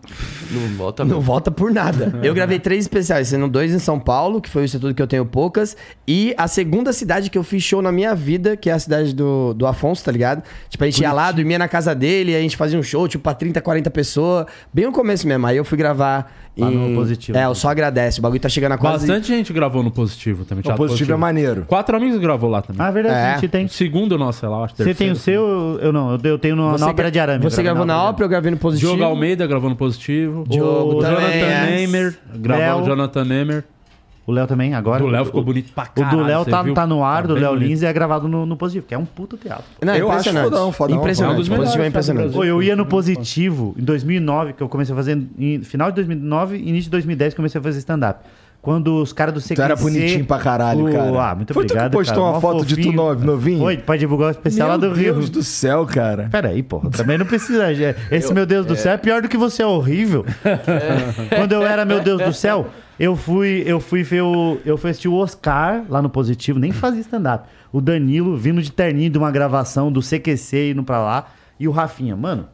[SPEAKER 6] Não volta
[SPEAKER 4] Não
[SPEAKER 6] mesmo.
[SPEAKER 4] volta por
[SPEAKER 5] [laughs]
[SPEAKER 4] nada. Eu gravei três especiais, sendo dois em São Paulo, que foi o Instituto que eu tenho poucas, e a segunda cidade que eu fiz show na minha vida, que é a cidade do, do Afonso, tá ligado? Tipo, a gente ia lá, dormia na casa dele, a gente fazia um show, tipo, pra 30, 40 pessoas, bem no começo mesmo. Aí eu fui gravar
[SPEAKER 5] Lá Ah, no
[SPEAKER 4] em...
[SPEAKER 5] Positivo.
[SPEAKER 4] É, eu só agradece, o bagulho tá chegando a quase...
[SPEAKER 2] Bastante gente gravou no Positivo também.
[SPEAKER 1] O
[SPEAKER 2] Teatro
[SPEAKER 1] positivo é [laughs] maneiro.
[SPEAKER 2] Quatro amigos gravou lá também.
[SPEAKER 5] Ah, verdade,
[SPEAKER 4] É.
[SPEAKER 5] a gente tem.
[SPEAKER 2] O Segundo nosso, sei lá, acho
[SPEAKER 5] Você tem o seu, eu não, eu- eu tenho no,
[SPEAKER 4] Você
[SPEAKER 5] na ópera
[SPEAKER 4] gra-
[SPEAKER 5] de arame.
[SPEAKER 4] Você
[SPEAKER 5] gravei
[SPEAKER 4] gravou na
[SPEAKER 5] Ópera de
[SPEAKER 4] ópera, eu gravei no Positivo.
[SPEAKER 2] Diogo Almeida gravou no Positivo.
[SPEAKER 4] Diogo
[SPEAKER 2] o Jonathan
[SPEAKER 4] também, é.
[SPEAKER 2] Neymer. Gravou
[SPEAKER 5] Léo.
[SPEAKER 2] o Jonathan Neymer.
[SPEAKER 5] Arame. O Léo também, agora.
[SPEAKER 2] O Léo ficou bonito pra
[SPEAKER 5] O
[SPEAKER 2] caralho.
[SPEAKER 5] do Léo
[SPEAKER 2] você
[SPEAKER 5] tá,
[SPEAKER 2] viu?
[SPEAKER 5] tá no ar,
[SPEAKER 2] Tá
[SPEAKER 5] do
[SPEAKER 2] bem
[SPEAKER 5] Léo
[SPEAKER 2] bonito.
[SPEAKER 5] Lins, e é gravado no, no Positivo, que é um puto teatro.
[SPEAKER 4] Não, é
[SPEAKER 1] Eu acho
[SPEAKER 4] impressionante.
[SPEAKER 1] fodão, fodão,
[SPEAKER 4] impressionante.
[SPEAKER 2] fodão.
[SPEAKER 4] Positivo é
[SPEAKER 2] É um
[SPEAKER 4] impressionante.
[SPEAKER 2] dos
[SPEAKER 5] Pô, eu ia no Positivo em 2009, que eu comecei a fazer em final de 2009 e início de 2010 comecei a fazer stand-up. Quando os caras do CQC...
[SPEAKER 1] Tu era bonitinho pra caralho,
[SPEAKER 5] o-
[SPEAKER 1] cara.
[SPEAKER 5] Ah, muito
[SPEAKER 1] Foi tu que
[SPEAKER 5] obrigado,
[SPEAKER 1] postou
[SPEAKER 5] cara.
[SPEAKER 1] uma
[SPEAKER 5] Mó
[SPEAKER 1] foto de tu
[SPEAKER 5] fofinho.
[SPEAKER 1] novo- novinho?
[SPEAKER 5] Foi, pra divulgar o especial é lá do
[SPEAKER 1] Meu
[SPEAKER 5] Rio.
[SPEAKER 1] Deus do céu, cara.
[SPEAKER 5] Peraí, porra. Também não precisa. é- Esse meu Deus do céu é pior do que você é horrível. Quando eu era meu Deus do céu, eu fui, eu fui ver o. Eu fui assistir o Oscar lá no Positivo, nem fazia stand-up. O Danilo vindo de terninho de uma gravação do CQC indo pra lá. E o Rafinha, mano.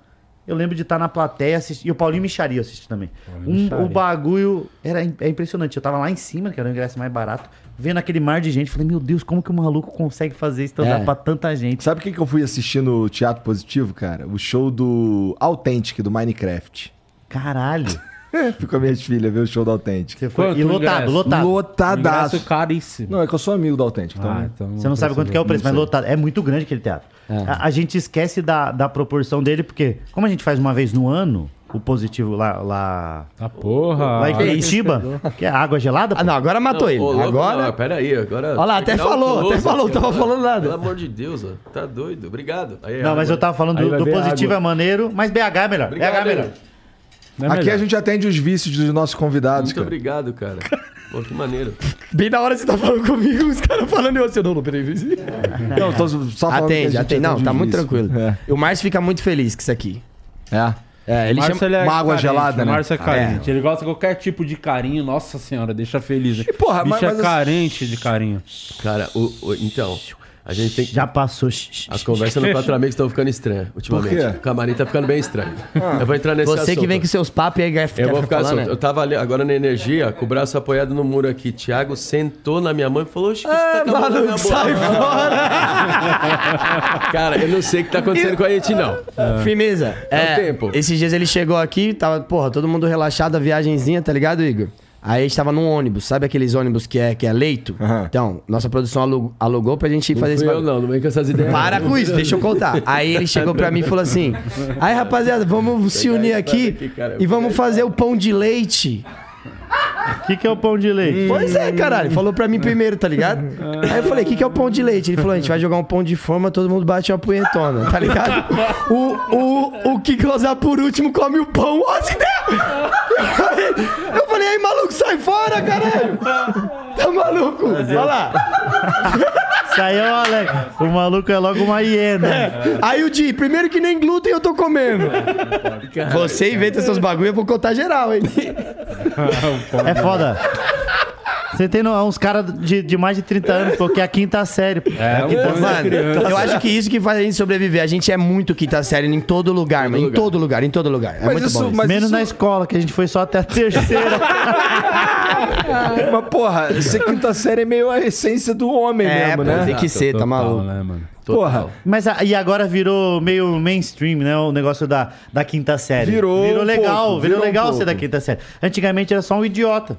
[SPEAKER 5] Eu lembro de estar na plateia assistindo. E o Paulinho Micharia assiste também. Um- o bagulho era im- é impressionante. Eu tava lá em cima, que era o ingresso mais barato, vendo aquele mar de gente. Falei, meu Deus, como que o maluco consegue fazer stand-up
[SPEAKER 1] É.
[SPEAKER 5] pra tanta gente?
[SPEAKER 1] Sabe o que, que eu fui assistir no Teatro Positivo, cara? O show do Authentic, do Minecraft. É,
[SPEAKER 5] Caralho.
[SPEAKER 1] Fui com as minhas filhas ver o show do Authentic.
[SPEAKER 5] Você foi.
[SPEAKER 2] Quanto
[SPEAKER 5] E lotado,
[SPEAKER 2] ingresso?
[SPEAKER 5] lotado.
[SPEAKER 1] Lotadaço.
[SPEAKER 2] Ingresso caríssimo.
[SPEAKER 1] Não, é que eu sou amigo do Authentic, então.
[SPEAKER 2] Ah, então
[SPEAKER 5] Você não sabe quanto que é o preço, mas lotado. É muito grande aquele teatro. A, a gente esquece da, da proporção dele, porque como a gente faz uma vez no ano, o positivo lá, lá,
[SPEAKER 2] Ah, porra.
[SPEAKER 5] lá em Curitiba, que é água gelada, pô.
[SPEAKER 4] Ah, não, agora matou ele.
[SPEAKER 6] ô, louco,
[SPEAKER 4] agora...
[SPEAKER 6] Não, é peraí, agora.
[SPEAKER 4] Olha lá, até
[SPEAKER 6] tem que dar um
[SPEAKER 4] falou, até
[SPEAKER 6] close
[SPEAKER 4] falou,
[SPEAKER 6] aqui,
[SPEAKER 4] tava
[SPEAKER 6] ó.
[SPEAKER 4] falando nada.
[SPEAKER 6] Pelo amor de Deus, ó. Tá doido. Obrigado. Aí,
[SPEAKER 5] Não, mas eu tava falando
[SPEAKER 1] Aí
[SPEAKER 5] do,
[SPEAKER 1] vai
[SPEAKER 5] do
[SPEAKER 1] ver
[SPEAKER 5] positivo
[SPEAKER 1] água.
[SPEAKER 5] é maneiro, mas BH é melhor.
[SPEAKER 6] Obrigado,
[SPEAKER 5] BH é melhor.
[SPEAKER 6] hein?
[SPEAKER 2] Não é
[SPEAKER 1] Aqui
[SPEAKER 2] melhor.
[SPEAKER 1] a gente atende os vícios dos nossos convidados,
[SPEAKER 6] Muito
[SPEAKER 1] cara.
[SPEAKER 6] obrigado, cara. Pô, que maneiro.
[SPEAKER 4] Bem na hora que você tá falando comigo, os caras falando e eu assim, não, não, peraí.
[SPEAKER 6] Tá
[SPEAKER 1] Não, tô só falando que a
[SPEAKER 4] Atende,
[SPEAKER 1] gente
[SPEAKER 4] atende. Não,
[SPEAKER 1] os
[SPEAKER 4] tá muito
[SPEAKER 1] vícios.
[SPEAKER 4] tranquilo.
[SPEAKER 1] É.
[SPEAKER 4] O Márcio fica muito feliz com isso aqui.
[SPEAKER 1] É.
[SPEAKER 4] É, ele
[SPEAKER 2] Márcio,
[SPEAKER 4] chama...
[SPEAKER 2] ele é
[SPEAKER 1] uma água
[SPEAKER 2] carente,
[SPEAKER 1] gelada,
[SPEAKER 2] o
[SPEAKER 1] né?
[SPEAKER 5] Ah,
[SPEAKER 2] Márcio é carente. Ele gosta de qualquer tipo de carinho. Nossa senhora, deixa feliz. hein?
[SPEAKER 1] porra,
[SPEAKER 2] Bicho
[SPEAKER 1] mas- mas-
[SPEAKER 2] é carente de carinho.
[SPEAKER 6] Cara, o- o- então, a gente tem que.
[SPEAKER 5] Já passou.
[SPEAKER 6] As conversas no Quatro Amigos estão ficando estranhas ultimamente.
[SPEAKER 1] Por quê?
[SPEAKER 6] O camarim tá ficando bem estranho.
[SPEAKER 4] Ah.
[SPEAKER 6] Eu vou entrar nesse
[SPEAKER 4] Você que
[SPEAKER 6] assunto.
[SPEAKER 4] vem com seus papos e aí quer
[SPEAKER 6] Eu
[SPEAKER 4] quer
[SPEAKER 6] vou ficar
[SPEAKER 4] falando,
[SPEAKER 6] solto.
[SPEAKER 4] né?
[SPEAKER 6] Eu tava ali agora na energia, com o braço apoiado no muro aqui. Thiago sentou na minha mão e falou: Oxe, que você tá acabando com a minha sai fora! [laughs] Cara, eu não sei o que tá acontecendo com a gente, não.
[SPEAKER 4] Firmeza.
[SPEAKER 6] É
[SPEAKER 4] É,
[SPEAKER 6] o tempo.
[SPEAKER 4] Esses dias ele chegou aqui, tava, porra, todo mundo relaxado, a viagenzinha, tá ligado, Igor? Aí a gente tava num ônibus, sabe aqueles ônibus que é, que é leito?
[SPEAKER 1] Aham.
[SPEAKER 4] Então, nossa produção alugou, alugou pra gente ir fazer esse
[SPEAKER 6] Fui eu
[SPEAKER 4] bagulho.
[SPEAKER 6] não, não vem com essas ideias.
[SPEAKER 4] Para com isso, deixa eu contar. Aí ele chegou pra mim e falou assim: Aí, rapaziada, vamos se unir
[SPEAKER 6] esse lado
[SPEAKER 4] aqui
[SPEAKER 6] aqui, cara. é Eu
[SPEAKER 4] e vamos fazer o pão de leite.
[SPEAKER 5] O que, que é o pão de leite?
[SPEAKER 4] Pois é, caralho. Falou pra mim primeiro,
[SPEAKER 1] [laughs]
[SPEAKER 4] tá ligado? Aí eu falei, o que, que é o pão de leite? Ele falou, a gente vai jogar um pão de forma, todo mundo bate uma punhetona, tá ligado? O, o, o que causar por último come o pão. Ó, se der! Eu falei, aí, maluco, sai fora, caralho! Tá maluco? Olha lá.
[SPEAKER 5] Saiu, Alex. é O maluco é logo uma hiena.
[SPEAKER 4] Aí o Di, primeiro que nem glúten eu tô comendo. Você inventa seus bagulho, eu vou contar geral, hein?
[SPEAKER 5] É foda. Você tem no- uns caras de, de mais de 30 anos, porque é a quinta série. pô.
[SPEAKER 2] É,
[SPEAKER 5] a quinta
[SPEAKER 2] mano.
[SPEAKER 4] [laughs]
[SPEAKER 5] série.
[SPEAKER 4] Mano, eu acho que isso que faz a gente sobreviver. A gente é muito quinta série em todo lugar, mano. Em todo lugar, em todo lugar. É
[SPEAKER 1] Mas
[SPEAKER 4] muito
[SPEAKER 1] isso-
[SPEAKER 4] bom. isso.
[SPEAKER 1] mas
[SPEAKER 5] Menos
[SPEAKER 1] isso-
[SPEAKER 5] na escola, que a gente foi só até a [laughs] terceira.
[SPEAKER 1] Mas, porra, essa quinta série é meio a essência do homem
[SPEAKER 4] É,
[SPEAKER 1] mesmo,
[SPEAKER 4] pô,
[SPEAKER 1] né?
[SPEAKER 4] tem que ser, tá
[SPEAKER 2] Total,
[SPEAKER 4] maluco.
[SPEAKER 2] né, mano?
[SPEAKER 1] Porra,
[SPEAKER 5] Mas a- e agora virou meio mainstream, né? O negócio da, da quinta série.
[SPEAKER 1] Virou
[SPEAKER 5] Virou
[SPEAKER 1] um
[SPEAKER 5] legal,
[SPEAKER 1] pouco,
[SPEAKER 5] virou,
[SPEAKER 1] virou um
[SPEAKER 5] legal
[SPEAKER 1] pouco.
[SPEAKER 5] ser da quinta série. Antigamente era só um idiota.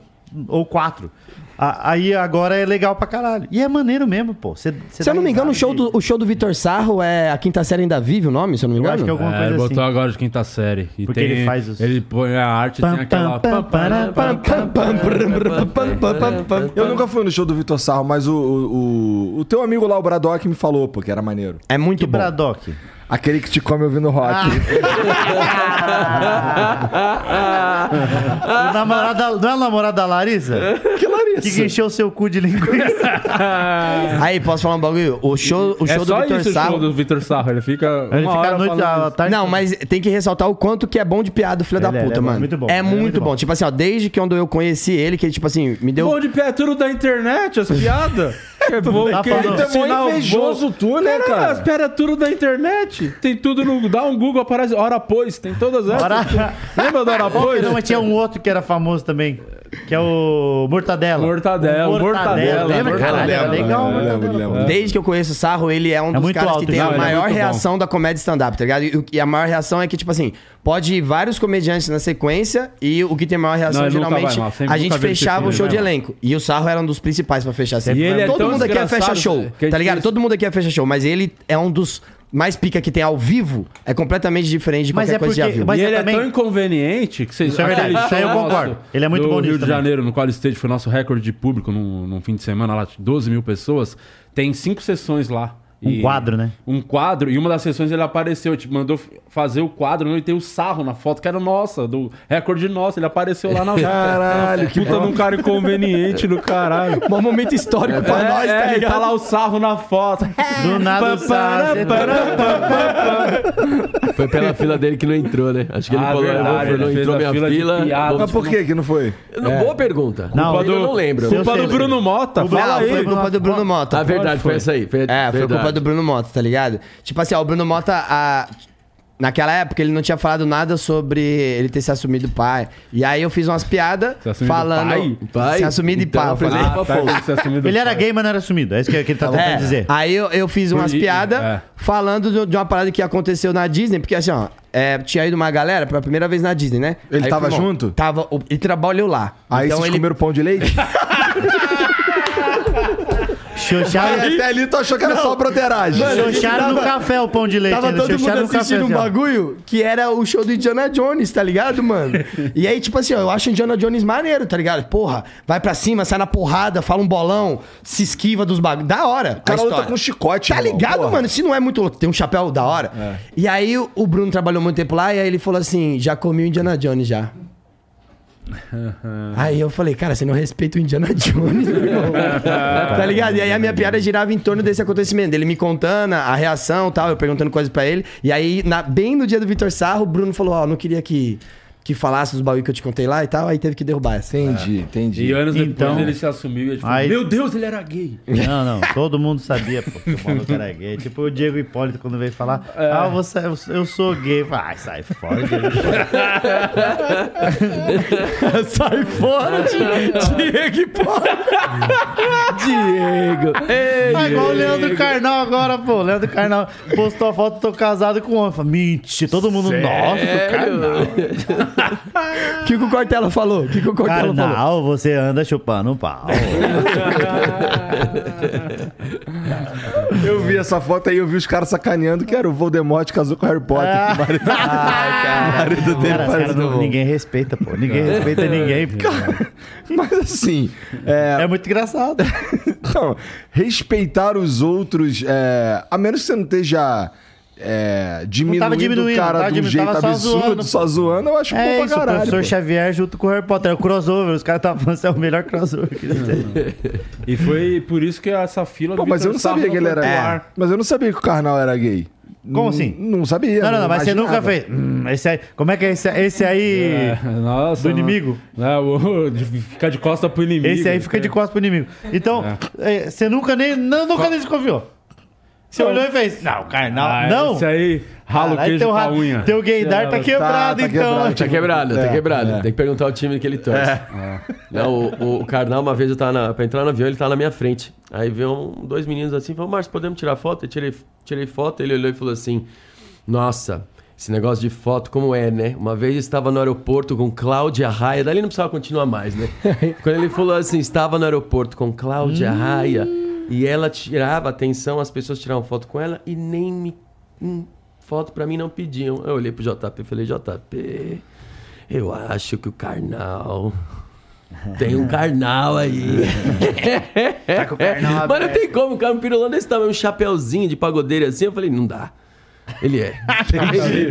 [SPEAKER 5] Ou quatro. A- aí agora é legal pra caralho. E é maneiro mesmo, pô. Cê, cê
[SPEAKER 4] Se eu
[SPEAKER 5] dá
[SPEAKER 4] não me engano, o show
[SPEAKER 5] risada
[SPEAKER 4] do, o show do Vitor Sarro é a quinta série ainda vive o nome, se eu não me
[SPEAKER 5] de- Eu
[SPEAKER 4] engano?
[SPEAKER 5] acho que é alguma
[SPEAKER 2] É, ele
[SPEAKER 5] coisa
[SPEAKER 2] botou
[SPEAKER 5] assim.
[SPEAKER 2] agora de quinta série. E
[SPEAKER 5] Porque
[SPEAKER 2] tem-
[SPEAKER 5] ele faz os-
[SPEAKER 2] Ele põe a arte,
[SPEAKER 5] Pam,
[SPEAKER 2] tem aquela... né?
[SPEAKER 5] pam, pam, para, pam,
[SPEAKER 4] [laughs]
[SPEAKER 5] pam, pam.
[SPEAKER 2] É,
[SPEAKER 1] eu nunca fui no show do Vitor Sarro, mas o, o, o- o teu amigo lá, o Bradock, me falou, pô, que era maneiro.
[SPEAKER 4] É muito bom.
[SPEAKER 5] Bradock.
[SPEAKER 1] Aquele que te come ouvindo rock.
[SPEAKER 5] O namorado, não é o namorado
[SPEAKER 1] [laughs]
[SPEAKER 5] da Larissa? Que Larissa? Que encheu o seu cu de linguiça. né?
[SPEAKER 4] Aí, posso falar um bagulho? O show, o
[SPEAKER 2] É
[SPEAKER 4] show do
[SPEAKER 2] só
[SPEAKER 4] Vitor
[SPEAKER 2] isso o show
[SPEAKER 4] Sarro.
[SPEAKER 2] do Vitor Sarro. Ele fica uma
[SPEAKER 5] Ele fica a
[SPEAKER 2] hora
[SPEAKER 5] noite,
[SPEAKER 2] falando
[SPEAKER 5] a tarde.
[SPEAKER 4] Não, mas tem que ressaltar o quanto que é bom de piada, o filho da
[SPEAKER 5] Ele é-
[SPEAKER 4] puta,
[SPEAKER 5] ele é
[SPEAKER 4] mano.
[SPEAKER 5] muito bom,
[SPEAKER 4] É
[SPEAKER 5] ele é
[SPEAKER 4] muito,
[SPEAKER 5] muito
[SPEAKER 4] bom.
[SPEAKER 5] bom.
[SPEAKER 4] Tipo assim, ó, desde que quando eu conheci ele, que ele, tipo assim, me deu.
[SPEAKER 2] Bom de pé, é tudo da internet, as piadas. Que [laughs] é bom,
[SPEAKER 5] Tá
[SPEAKER 2] que
[SPEAKER 5] falando.
[SPEAKER 2] sinal bom.
[SPEAKER 1] tu, né,
[SPEAKER 2] Cara, as piadas é tudo da internet. Gente, tem tudo no. Dá um Google, aparece. Hora pois, tem todas essas.
[SPEAKER 5] Ora-
[SPEAKER 2] Lembra [laughs] da Hora pois?
[SPEAKER 5] Não, mas tinha um outro que era famoso também, que é o Mortadela.
[SPEAKER 2] Mortadela, mortadela.
[SPEAKER 5] Lembra, cara?
[SPEAKER 6] Mortadela.
[SPEAKER 5] Era legal,
[SPEAKER 1] Eu
[SPEAKER 5] né?
[SPEAKER 1] lembro, lembro.
[SPEAKER 4] Desde que eu conheço o Sarro, ele é um dos
[SPEAKER 5] muito
[SPEAKER 4] caras
[SPEAKER 5] alto,
[SPEAKER 4] que tem
[SPEAKER 5] não,
[SPEAKER 4] a
[SPEAKER 5] ele é
[SPEAKER 4] maior
[SPEAKER 2] muito bom.
[SPEAKER 4] reação da comédia stand-up, tá ligado? E, o- e a maior reação é que, tipo assim, pode ir vários comediantes na sequência e o que tem maior reação
[SPEAKER 2] Não, ele nunca
[SPEAKER 4] geralmente
[SPEAKER 2] vai mal, sempre-
[SPEAKER 4] a
[SPEAKER 2] nunca
[SPEAKER 4] gente
[SPEAKER 2] vi ele
[SPEAKER 4] fechava
[SPEAKER 2] ter
[SPEAKER 4] o show
[SPEAKER 2] sido,
[SPEAKER 4] de
[SPEAKER 2] né?
[SPEAKER 4] elenco. E o Sarro era um dos principais pra fechar sempre.
[SPEAKER 2] E ele é
[SPEAKER 4] Todo
[SPEAKER 2] tão
[SPEAKER 4] mundo aqui é fecha
[SPEAKER 2] desgraçado,
[SPEAKER 4] show,
[SPEAKER 2] que é
[SPEAKER 4] tá ligado?
[SPEAKER 2] difícil.
[SPEAKER 4] Todo mundo aqui é fecha show, mas ele é um dos mais pica que tem ao vivo. É completamente diferente de
[SPEAKER 5] Mas
[SPEAKER 4] qualquer
[SPEAKER 5] é
[SPEAKER 4] coisa de ao
[SPEAKER 5] porque-
[SPEAKER 4] vivo.
[SPEAKER 5] mas
[SPEAKER 2] e
[SPEAKER 5] eu
[SPEAKER 2] ele
[SPEAKER 5] também-
[SPEAKER 2] é tão inconveniente que vocês
[SPEAKER 5] Isso é verdade,
[SPEAKER 2] aquele
[SPEAKER 5] isso aí eu
[SPEAKER 2] show nosso
[SPEAKER 5] concordo. Ele é muito
[SPEAKER 2] do
[SPEAKER 5] bom nisso
[SPEAKER 2] Rio de
[SPEAKER 5] também.
[SPEAKER 2] Janeiro, no qual o stage foi nosso recorde de público num, num fim de semana lá, 12 mil pessoas. Tem cinco sessões lá.
[SPEAKER 5] Um quadro, né?
[SPEAKER 2] Um quadro, e uma das sessões ele apareceu, tipo, mandou f- fazer o quadro, não, e tem o sarro na foto, que era nossa, do recorde nosso. Ele apareceu lá na
[SPEAKER 4] [laughs]
[SPEAKER 1] Caralho, que
[SPEAKER 2] puta de um cara inconveniente do caralho.
[SPEAKER 4] [laughs] Bom momento histórico pra
[SPEAKER 2] É,
[SPEAKER 4] nós, tá
[SPEAKER 2] é, e
[SPEAKER 4] ligado?
[SPEAKER 2] tá lá o sarro na foto.
[SPEAKER 5] [laughs] Do nada o tá- Sarro.
[SPEAKER 6] Foi pela fila dele que não entrou, né? Acho que ele
[SPEAKER 2] Ah,
[SPEAKER 6] falou,
[SPEAKER 2] verdade,
[SPEAKER 6] eu vou-
[SPEAKER 2] ele
[SPEAKER 6] não
[SPEAKER 2] fez
[SPEAKER 6] entrou
[SPEAKER 2] a
[SPEAKER 6] minha
[SPEAKER 2] fila de
[SPEAKER 6] fila.
[SPEAKER 2] piada.
[SPEAKER 6] vou-
[SPEAKER 1] Mas por que que não foi?
[SPEAKER 6] Não, Boa pergunta.
[SPEAKER 5] Não,
[SPEAKER 6] Culpa do... Eu não lembro.
[SPEAKER 5] seu-
[SPEAKER 2] Culpa
[SPEAKER 5] sei,
[SPEAKER 2] do
[SPEAKER 5] eu sei.
[SPEAKER 2] Bruno Mota.
[SPEAKER 5] O
[SPEAKER 2] Fala
[SPEAKER 4] Ah,
[SPEAKER 2] aí.
[SPEAKER 4] foi culpa do Bruno Mota.
[SPEAKER 6] A verdade, foi essa aí. Foi,
[SPEAKER 4] É, foi
[SPEAKER 6] verdade.
[SPEAKER 4] culpa do Bruno Mota, tá ligado? Tipo assim, ó, o Bruno Mota, a- naquela época, ele não tinha falado nada sobre ele ter se assumido pai. E aí eu fiz umas piadas
[SPEAKER 2] Se assumido
[SPEAKER 4] falando.
[SPEAKER 2] pai?
[SPEAKER 6] Pai?
[SPEAKER 4] Se assumido
[SPEAKER 6] Então,
[SPEAKER 4] pai. Eu
[SPEAKER 6] foi
[SPEAKER 4] falei,
[SPEAKER 6] lá.
[SPEAKER 2] Ah, tá, ele se assumiu do
[SPEAKER 5] Ele era
[SPEAKER 2] pai.
[SPEAKER 5] gay, mas não era sumido. É isso que que ele tá tentando
[SPEAKER 4] É,
[SPEAKER 5] dizer.
[SPEAKER 4] Aí eu, eu fiz umas
[SPEAKER 2] Por-
[SPEAKER 4] piadas
[SPEAKER 2] é.
[SPEAKER 4] falando de, de uma parada que aconteceu na Disney, porque assim, ó, é, tinha ido uma galera pela primeira vez na Disney, né?
[SPEAKER 1] Ele
[SPEAKER 4] Aí,
[SPEAKER 1] tava
[SPEAKER 4] irmão,
[SPEAKER 1] junto?
[SPEAKER 4] Tava, o- ele trabalhou lá. Então
[SPEAKER 1] Aí vocês comeram pão de
[SPEAKER 4] [laughs]
[SPEAKER 1] leite?
[SPEAKER 5] Xoxaram,
[SPEAKER 1] É, Até ali tu achou que era só broderagem.
[SPEAKER 5] xoxaram no café o pão de leite.
[SPEAKER 4] Tava
[SPEAKER 5] né?
[SPEAKER 4] todo mundo
[SPEAKER 5] Xoxaram no café,
[SPEAKER 4] assistindo um
[SPEAKER 5] assim, ó.
[SPEAKER 4] bagulho que era o show do Indiana Jones, tá ligado, mano? e aí, tipo assim, ó, eu acho o Indiana Jones maneiro, tá ligado? Porra, vai pra cima, sai na porrada, fala um bolão, se esquiva dos bagulhos. Da hora.
[SPEAKER 1] O cara
[SPEAKER 4] a
[SPEAKER 1] luta
[SPEAKER 4] história.
[SPEAKER 1] com chicote,
[SPEAKER 4] Tá
[SPEAKER 1] irmão,
[SPEAKER 4] ligado,
[SPEAKER 1] Tipo, porra. É.
[SPEAKER 4] mano? Se não é muito louco, tem um chapéu da hora. E aí o o Bruno trabalhou muito tempo lá e aí ele falou assim: já comi o Indiana Jones
[SPEAKER 1] [laughs]
[SPEAKER 4] já. Aí eu falei, cara, você não respeita o Indiana Jones,
[SPEAKER 1] [laughs]
[SPEAKER 4] meu irmão. tá ligado? E aí a minha piada girava em torno desse acontecimento. Ele me contando a reação e tal, eu perguntando coisas pra ele. E aí, na- bem no dia do Vitor Sarro, o Bruno falou: Ó, não queria que, que falasse os baús que eu te contei lá e tal. Aí teve que derrubar essa.
[SPEAKER 1] Entendi, entendi.
[SPEAKER 2] E anos
[SPEAKER 5] Então-
[SPEAKER 2] depois ele se assumiu e ele falou,
[SPEAKER 5] Aí-
[SPEAKER 2] meu Deus, ele era
[SPEAKER 5] [laughs]
[SPEAKER 2] gay.
[SPEAKER 5] Não, não. Todo mundo sabia, pô, que o maluco era gay. Tipo o Diego Hipólito quando veio falar: Ah, eu, vou sa- eu, eu sou gay. Fala, Ai, sai fora, Diego.
[SPEAKER 4] [laughs]
[SPEAKER 5] [laughs]
[SPEAKER 4] Sai fora,
[SPEAKER 2] [laughs]
[SPEAKER 4] Diego, pô.
[SPEAKER 6] Diego. Ei,
[SPEAKER 5] Ah, igual o Leandro Carnal agora, pô. O Leandro Carnal postou a foto, tô casado com um homem. Fala, Mentira, todo mundo, nossa,
[SPEAKER 6] Sério?
[SPEAKER 4] [laughs] O que que o Cortella falou? O que que o Cortella falou?
[SPEAKER 5] Carnal, você anda chupando um pau.
[SPEAKER 1] Eu vi essa foto aí, eu vi os caras sacaneando que era o Voldemort que casou com o Harry Potter.
[SPEAKER 4] É.
[SPEAKER 1] que marido- marido dele
[SPEAKER 5] Ah. [laughs] Cara, os
[SPEAKER 1] parece- É.
[SPEAKER 5] caras não, ninguém respeita, pô. Ninguém respeita ninguém. pô.
[SPEAKER 1] Mas assim, é,
[SPEAKER 5] É muito engraçado.
[SPEAKER 1] [laughs] então, respeitar os outros, é, a menos que você não esteja é, diminuindo,
[SPEAKER 5] diminuindo,
[SPEAKER 1] o cara
[SPEAKER 5] tava
[SPEAKER 1] de um
[SPEAKER 5] diminuindo,
[SPEAKER 1] jeito
[SPEAKER 5] tava só
[SPEAKER 1] absurdo,
[SPEAKER 5] zoando.
[SPEAKER 1] só zoando, eu acho bom
[SPEAKER 5] É
[SPEAKER 1] pra
[SPEAKER 5] isso, o
[SPEAKER 1] caralho.
[SPEAKER 5] professor
[SPEAKER 1] pô.
[SPEAKER 5] Xavier junto com o Harry Potter. É o crossover, os caras estavam falando que é o melhor crossover que tem.
[SPEAKER 2] E foi por isso que essa fila
[SPEAKER 1] Pô, mas eu não sabia que ele era. É, Mas eu não sabia que o Karnal era gay. N-
[SPEAKER 5] Como assim?
[SPEAKER 1] Não sabia.
[SPEAKER 5] Não, não, não, mas você nunca
[SPEAKER 1] imaginava.
[SPEAKER 5] fez. Hum, esse aí, como é que é esse, esse aí?
[SPEAKER 4] É.
[SPEAKER 2] É, nossa,
[SPEAKER 5] É. Do
[SPEAKER 2] não.
[SPEAKER 5] inimigo?
[SPEAKER 2] É, o, de ficar de costa pro inimigo.
[SPEAKER 5] Esse aí fica de costas pro inimigo. Então, é, você nunca nem. Não, nunca nem desconfiou. Você olhou e fez. Não, carnal.
[SPEAKER 2] Ah,
[SPEAKER 5] não.
[SPEAKER 2] Esse aí rala o
[SPEAKER 5] Caralho,
[SPEAKER 2] queijo
[SPEAKER 5] teu,
[SPEAKER 2] com
[SPEAKER 5] ra-
[SPEAKER 2] a unha.
[SPEAKER 5] teu gaydar tá quebrado,
[SPEAKER 1] tá
[SPEAKER 5] então.
[SPEAKER 1] quebrado.
[SPEAKER 6] Tá quebrado,
[SPEAKER 1] É,
[SPEAKER 6] tá quebrado.
[SPEAKER 1] é.
[SPEAKER 6] Tem que perguntar o time que ele torce. É. Não, o, o Karnal, uma vez eu tava na, pra entrar no avião, ele tava na minha frente. Aí veio um- dois meninos assim, falou, Márcio, podemos tirar foto? Eu tirei, tirei foto, ele olhou e falou assim, nossa, esse negócio de foto, como é, né? Uma vez eu estava no aeroporto com Cláudia Raia, dali não precisava continuar mais, né? Quando ele falou assim, estava no aeroporto com Cláudia Raia, e ela tirava atenção, as pessoas tiravam foto com ela e nem me... hum, Foto pra mim não pediam. Eu olhei pro JP e falei, JP, eu acho que o carnal. Tem um carnal aí. Mas não tem como, o cara me pirulando desse tamanho, um chapéuzinho de pagodeiro assim. Eu falei, não dá. Ele é.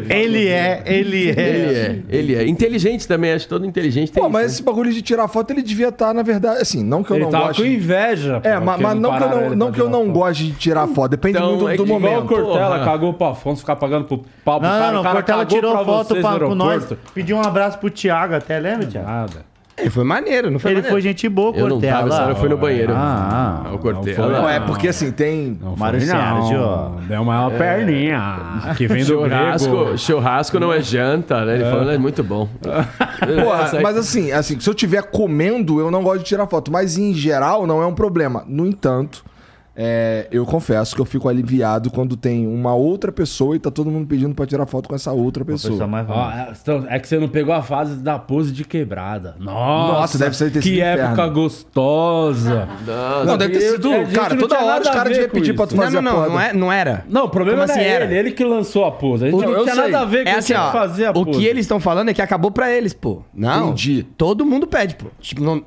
[SPEAKER 5] Ele é, ele é.
[SPEAKER 6] Ele é. Ele é. Inteligente também, acho que todo inteligente tem
[SPEAKER 1] Pô,
[SPEAKER 6] isso,
[SPEAKER 1] mas
[SPEAKER 6] né?
[SPEAKER 1] esse bagulho de tirar foto, ele devia estar, na verdade, assim, não que eu
[SPEAKER 2] Ele
[SPEAKER 1] não
[SPEAKER 2] tava
[SPEAKER 1] goste.
[SPEAKER 2] com inveja.
[SPEAKER 1] É,
[SPEAKER 2] pô,
[SPEAKER 1] mas,
[SPEAKER 2] porque
[SPEAKER 1] mas não, que eu
[SPEAKER 2] pararam
[SPEAKER 1] não,
[SPEAKER 2] ele
[SPEAKER 1] não
[SPEAKER 2] pra
[SPEAKER 1] que eu
[SPEAKER 2] tirar
[SPEAKER 1] não
[SPEAKER 2] foto.
[SPEAKER 1] gosto de tirar foto, depende
[SPEAKER 6] Então,
[SPEAKER 1] muito do,
[SPEAKER 6] é que igual
[SPEAKER 2] Igual o
[SPEAKER 1] momento.
[SPEAKER 2] Cortella
[SPEAKER 6] Porra.
[SPEAKER 2] cagou pro Afonso ficar pagando pro pau pro
[SPEAKER 5] Não,
[SPEAKER 2] cara,
[SPEAKER 5] não, não.
[SPEAKER 2] o cara
[SPEAKER 5] Cortella
[SPEAKER 2] cagou
[SPEAKER 5] tirou
[SPEAKER 2] pra
[SPEAKER 5] foto
[SPEAKER 2] vocês
[SPEAKER 5] pra,
[SPEAKER 2] no
[SPEAKER 5] com nós.
[SPEAKER 2] aeroporto. Ah,
[SPEAKER 5] Pediu um abraço pro Thiago até, lembra, Thiago?
[SPEAKER 2] Nada.
[SPEAKER 4] Ele foi maneiro, não foi
[SPEAKER 5] Ele
[SPEAKER 4] maneiro?
[SPEAKER 5] foi gente boa,
[SPEAKER 6] Eu não tava, essa hora
[SPEAKER 5] Cortella.
[SPEAKER 6] foi no banheiro.
[SPEAKER 2] Ah,
[SPEAKER 6] eu
[SPEAKER 2] não
[SPEAKER 6] cortei.
[SPEAKER 2] foi.
[SPEAKER 6] Olha
[SPEAKER 1] Não,
[SPEAKER 6] lá.
[SPEAKER 1] é porque assim, tem.
[SPEAKER 2] Não,
[SPEAKER 5] Mário
[SPEAKER 2] foi, não.
[SPEAKER 5] Sérgio.
[SPEAKER 2] Deu uma perninha. Que vem do
[SPEAKER 6] Churrasco,
[SPEAKER 2] grego.
[SPEAKER 6] churrasco não é janta, né? Ele falando, é muito bom.
[SPEAKER 1] Porra,
[SPEAKER 6] Essa aí-
[SPEAKER 1] mas assim, assim, se eu tiver comendo, eu não gosto de tirar foto. Mas em geral, não é um problema. No entanto, é, eu confesso que eu fico aliviado quando tem uma outra pessoa e tá todo mundo pedindo pra tirar foto com essa outra pessoa.
[SPEAKER 5] Pessoa mais
[SPEAKER 2] Ó, é, então, é que você não pegou a fase da pose de quebrada. Nossa,
[SPEAKER 1] Nossa, deve ser ter
[SPEAKER 2] que
[SPEAKER 1] sido inferno.
[SPEAKER 2] época gostosa.
[SPEAKER 1] Não, deve ter sido.
[SPEAKER 2] Eu- a gente
[SPEAKER 1] Cara,
[SPEAKER 2] não
[SPEAKER 1] toda
[SPEAKER 2] tinha
[SPEAKER 1] hora os
[SPEAKER 2] nada a
[SPEAKER 1] caras
[SPEAKER 2] ver
[SPEAKER 1] deviam
[SPEAKER 2] com
[SPEAKER 1] pedir pra
[SPEAKER 2] isso.
[SPEAKER 1] tu fazer
[SPEAKER 4] não, não,
[SPEAKER 1] a porra
[SPEAKER 4] não,
[SPEAKER 1] do-
[SPEAKER 4] não, é, não era.
[SPEAKER 2] Não, o problema
[SPEAKER 4] Como
[SPEAKER 2] era
[SPEAKER 4] assim era?
[SPEAKER 2] ele, ele que lançou a pose. A gente
[SPEAKER 4] Eu
[SPEAKER 2] não tinha
[SPEAKER 4] sei.
[SPEAKER 2] nada a ver com
[SPEAKER 4] é
[SPEAKER 2] ele
[SPEAKER 4] assim, ó,
[SPEAKER 2] fazer a
[SPEAKER 4] O
[SPEAKER 2] pose.
[SPEAKER 4] que eles estão falando é que acabou pra eles, pô. Não.
[SPEAKER 1] Entendi.
[SPEAKER 4] Todo mundo pede, pô. Tipo, não-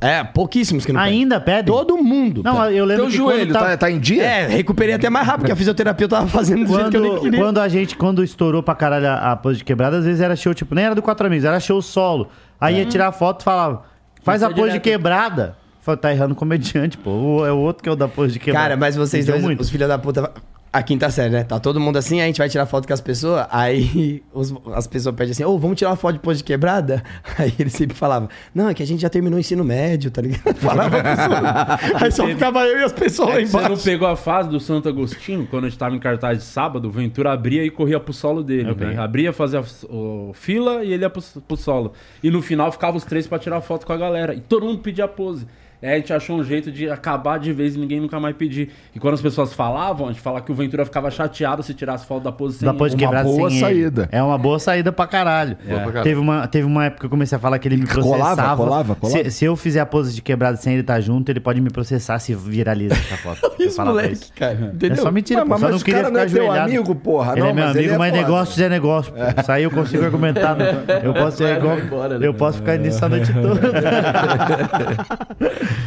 [SPEAKER 4] é, pouquíssimos que não pedem.
[SPEAKER 5] Ainda pede?
[SPEAKER 4] Todo mundo.
[SPEAKER 2] tá.
[SPEAKER 5] Não,
[SPEAKER 4] pede.
[SPEAKER 5] eu lembro
[SPEAKER 1] Teu
[SPEAKER 5] que
[SPEAKER 1] joelho
[SPEAKER 5] quando tava-
[SPEAKER 1] tá, tá em dia?
[SPEAKER 4] É, recuperei até mais rápido, porque a fisioterapia eu tava fazendo do jeito que eu nem
[SPEAKER 5] Quando,
[SPEAKER 4] queria.
[SPEAKER 5] quando a gente, quando estourou pra caralho a, a pose de quebrada, às vezes era show, tipo, nem era do quatro amigos, era show solo. Aí
[SPEAKER 4] É.
[SPEAKER 5] ia tirar foto e falava, faz a
[SPEAKER 2] Passou
[SPEAKER 5] pose
[SPEAKER 2] direto.
[SPEAKER 5] de quebrada. Falei, tá errando o comediante, pô. O- É o outro que é o da pose de quebrada.
[SPEAKER 4] Cara, mas vocês
[SPEAKER 5] Deu
[SPEAKER 4] dois,
[SPEAKER 5] muito.
[SPEAKER 4] os filhos da puta. A quinta série, né? Tá todo mundo assim, aí a gente vai tirar foto com as pessoas, aí [laughs] os- as pessoas pedem assim, ô, vamos tirar uma foto depois de quebrada? [laughs] Aí ele sempre falava, não, é que a gente já terminou o ensino médio, tá ligado? [laughs] Falava pra pessoa. Aí só ficava eu e as pessoas lá
[SPEAKER 2] É que Você não
[SPEAKER 4] embaixo.
[SPEAKER 2] pegou a fase do Santo Agostinho, quando a gente tava em cartaz de sábado, o Ventura abria e corria pro solo dele. Né? Abria, fazia f- o fila e ele ia pro, pro solo. E no final ficava os três pra tirar foto com a galera. E todo mundo pedia pose. Aí a gente achou um jeito de acabar de vez e ninguém nunca mais pedir. E quando as pessoas falavam, a gente falava que o Ventura ficava chateado se tirasse foto da pose sem
[SPEAKER 5] Da pose de
[SPEAKER 2] ele.
[SPEAKER 5] quebrada
[SPEAKER 1] boa
[SPEAKER 5] sem ele.
[SPEAKER 1] saída.
[SPEAKER 5] É uma boa saída pra caralho. É.
[SPEAKER 6] caralho.
[SPEAKER 5] Teve, uma, teve uma época que eu comecei a falar que ele me
[SPEAKER 1] colava,
[SPEAKER 5] processava.
[SPEAKER 1] colava, colava.
[SPEAKER 5] Se, se eu fizer a pose de quebrada sem ele estar junto, ele pode me processar se viraliza essa
[SPEAKER 4] [laughs]
[SPEAKER 5] foto. Eu
[SPEAKER 4] Isso,
[SPEAKER 5] falava
[SPEAKER 4] moleque,
[SPEAKER 5] isso.
[SPEAKER 4] cara.
[SPEAKER 5] É
[SPEAKER 4] Entendeu?
[SPEAKER 5] só mentira,
[SPEAKER 1] Mas-
[SPEAKER 5] pô.
[SPEAKER 1] mas
[SPEAKER 5] Só não
[SPEAKER 1] o
[SPEAKER 5] queria
[SPEAKER 1] cara não
[SPEAKER 5] ficar
[SPEAKER 1] é teu
[SPEAKER 5] ajoelhado.
[SPEAKER 1] amigo, porra.
[SPEAKER 5] Ele
[SPEAKER 1] Não,
[SPEAKER 5] é meu
[SPEAKER 1] mas
[SPEAKER 5] amigo,
[SPEAKER 1] ele é
[SPEAKER 5] mas
[SPEAKER 1] foda.
[SPEAKER 5] negócios é negócio, pô. Isso aí eu consigo argumentar. não. Eu posso ser igual.
[SPEAKER 6] embora, né?
[SPEAKER 5] Eu posso ficar nisso a noite toda.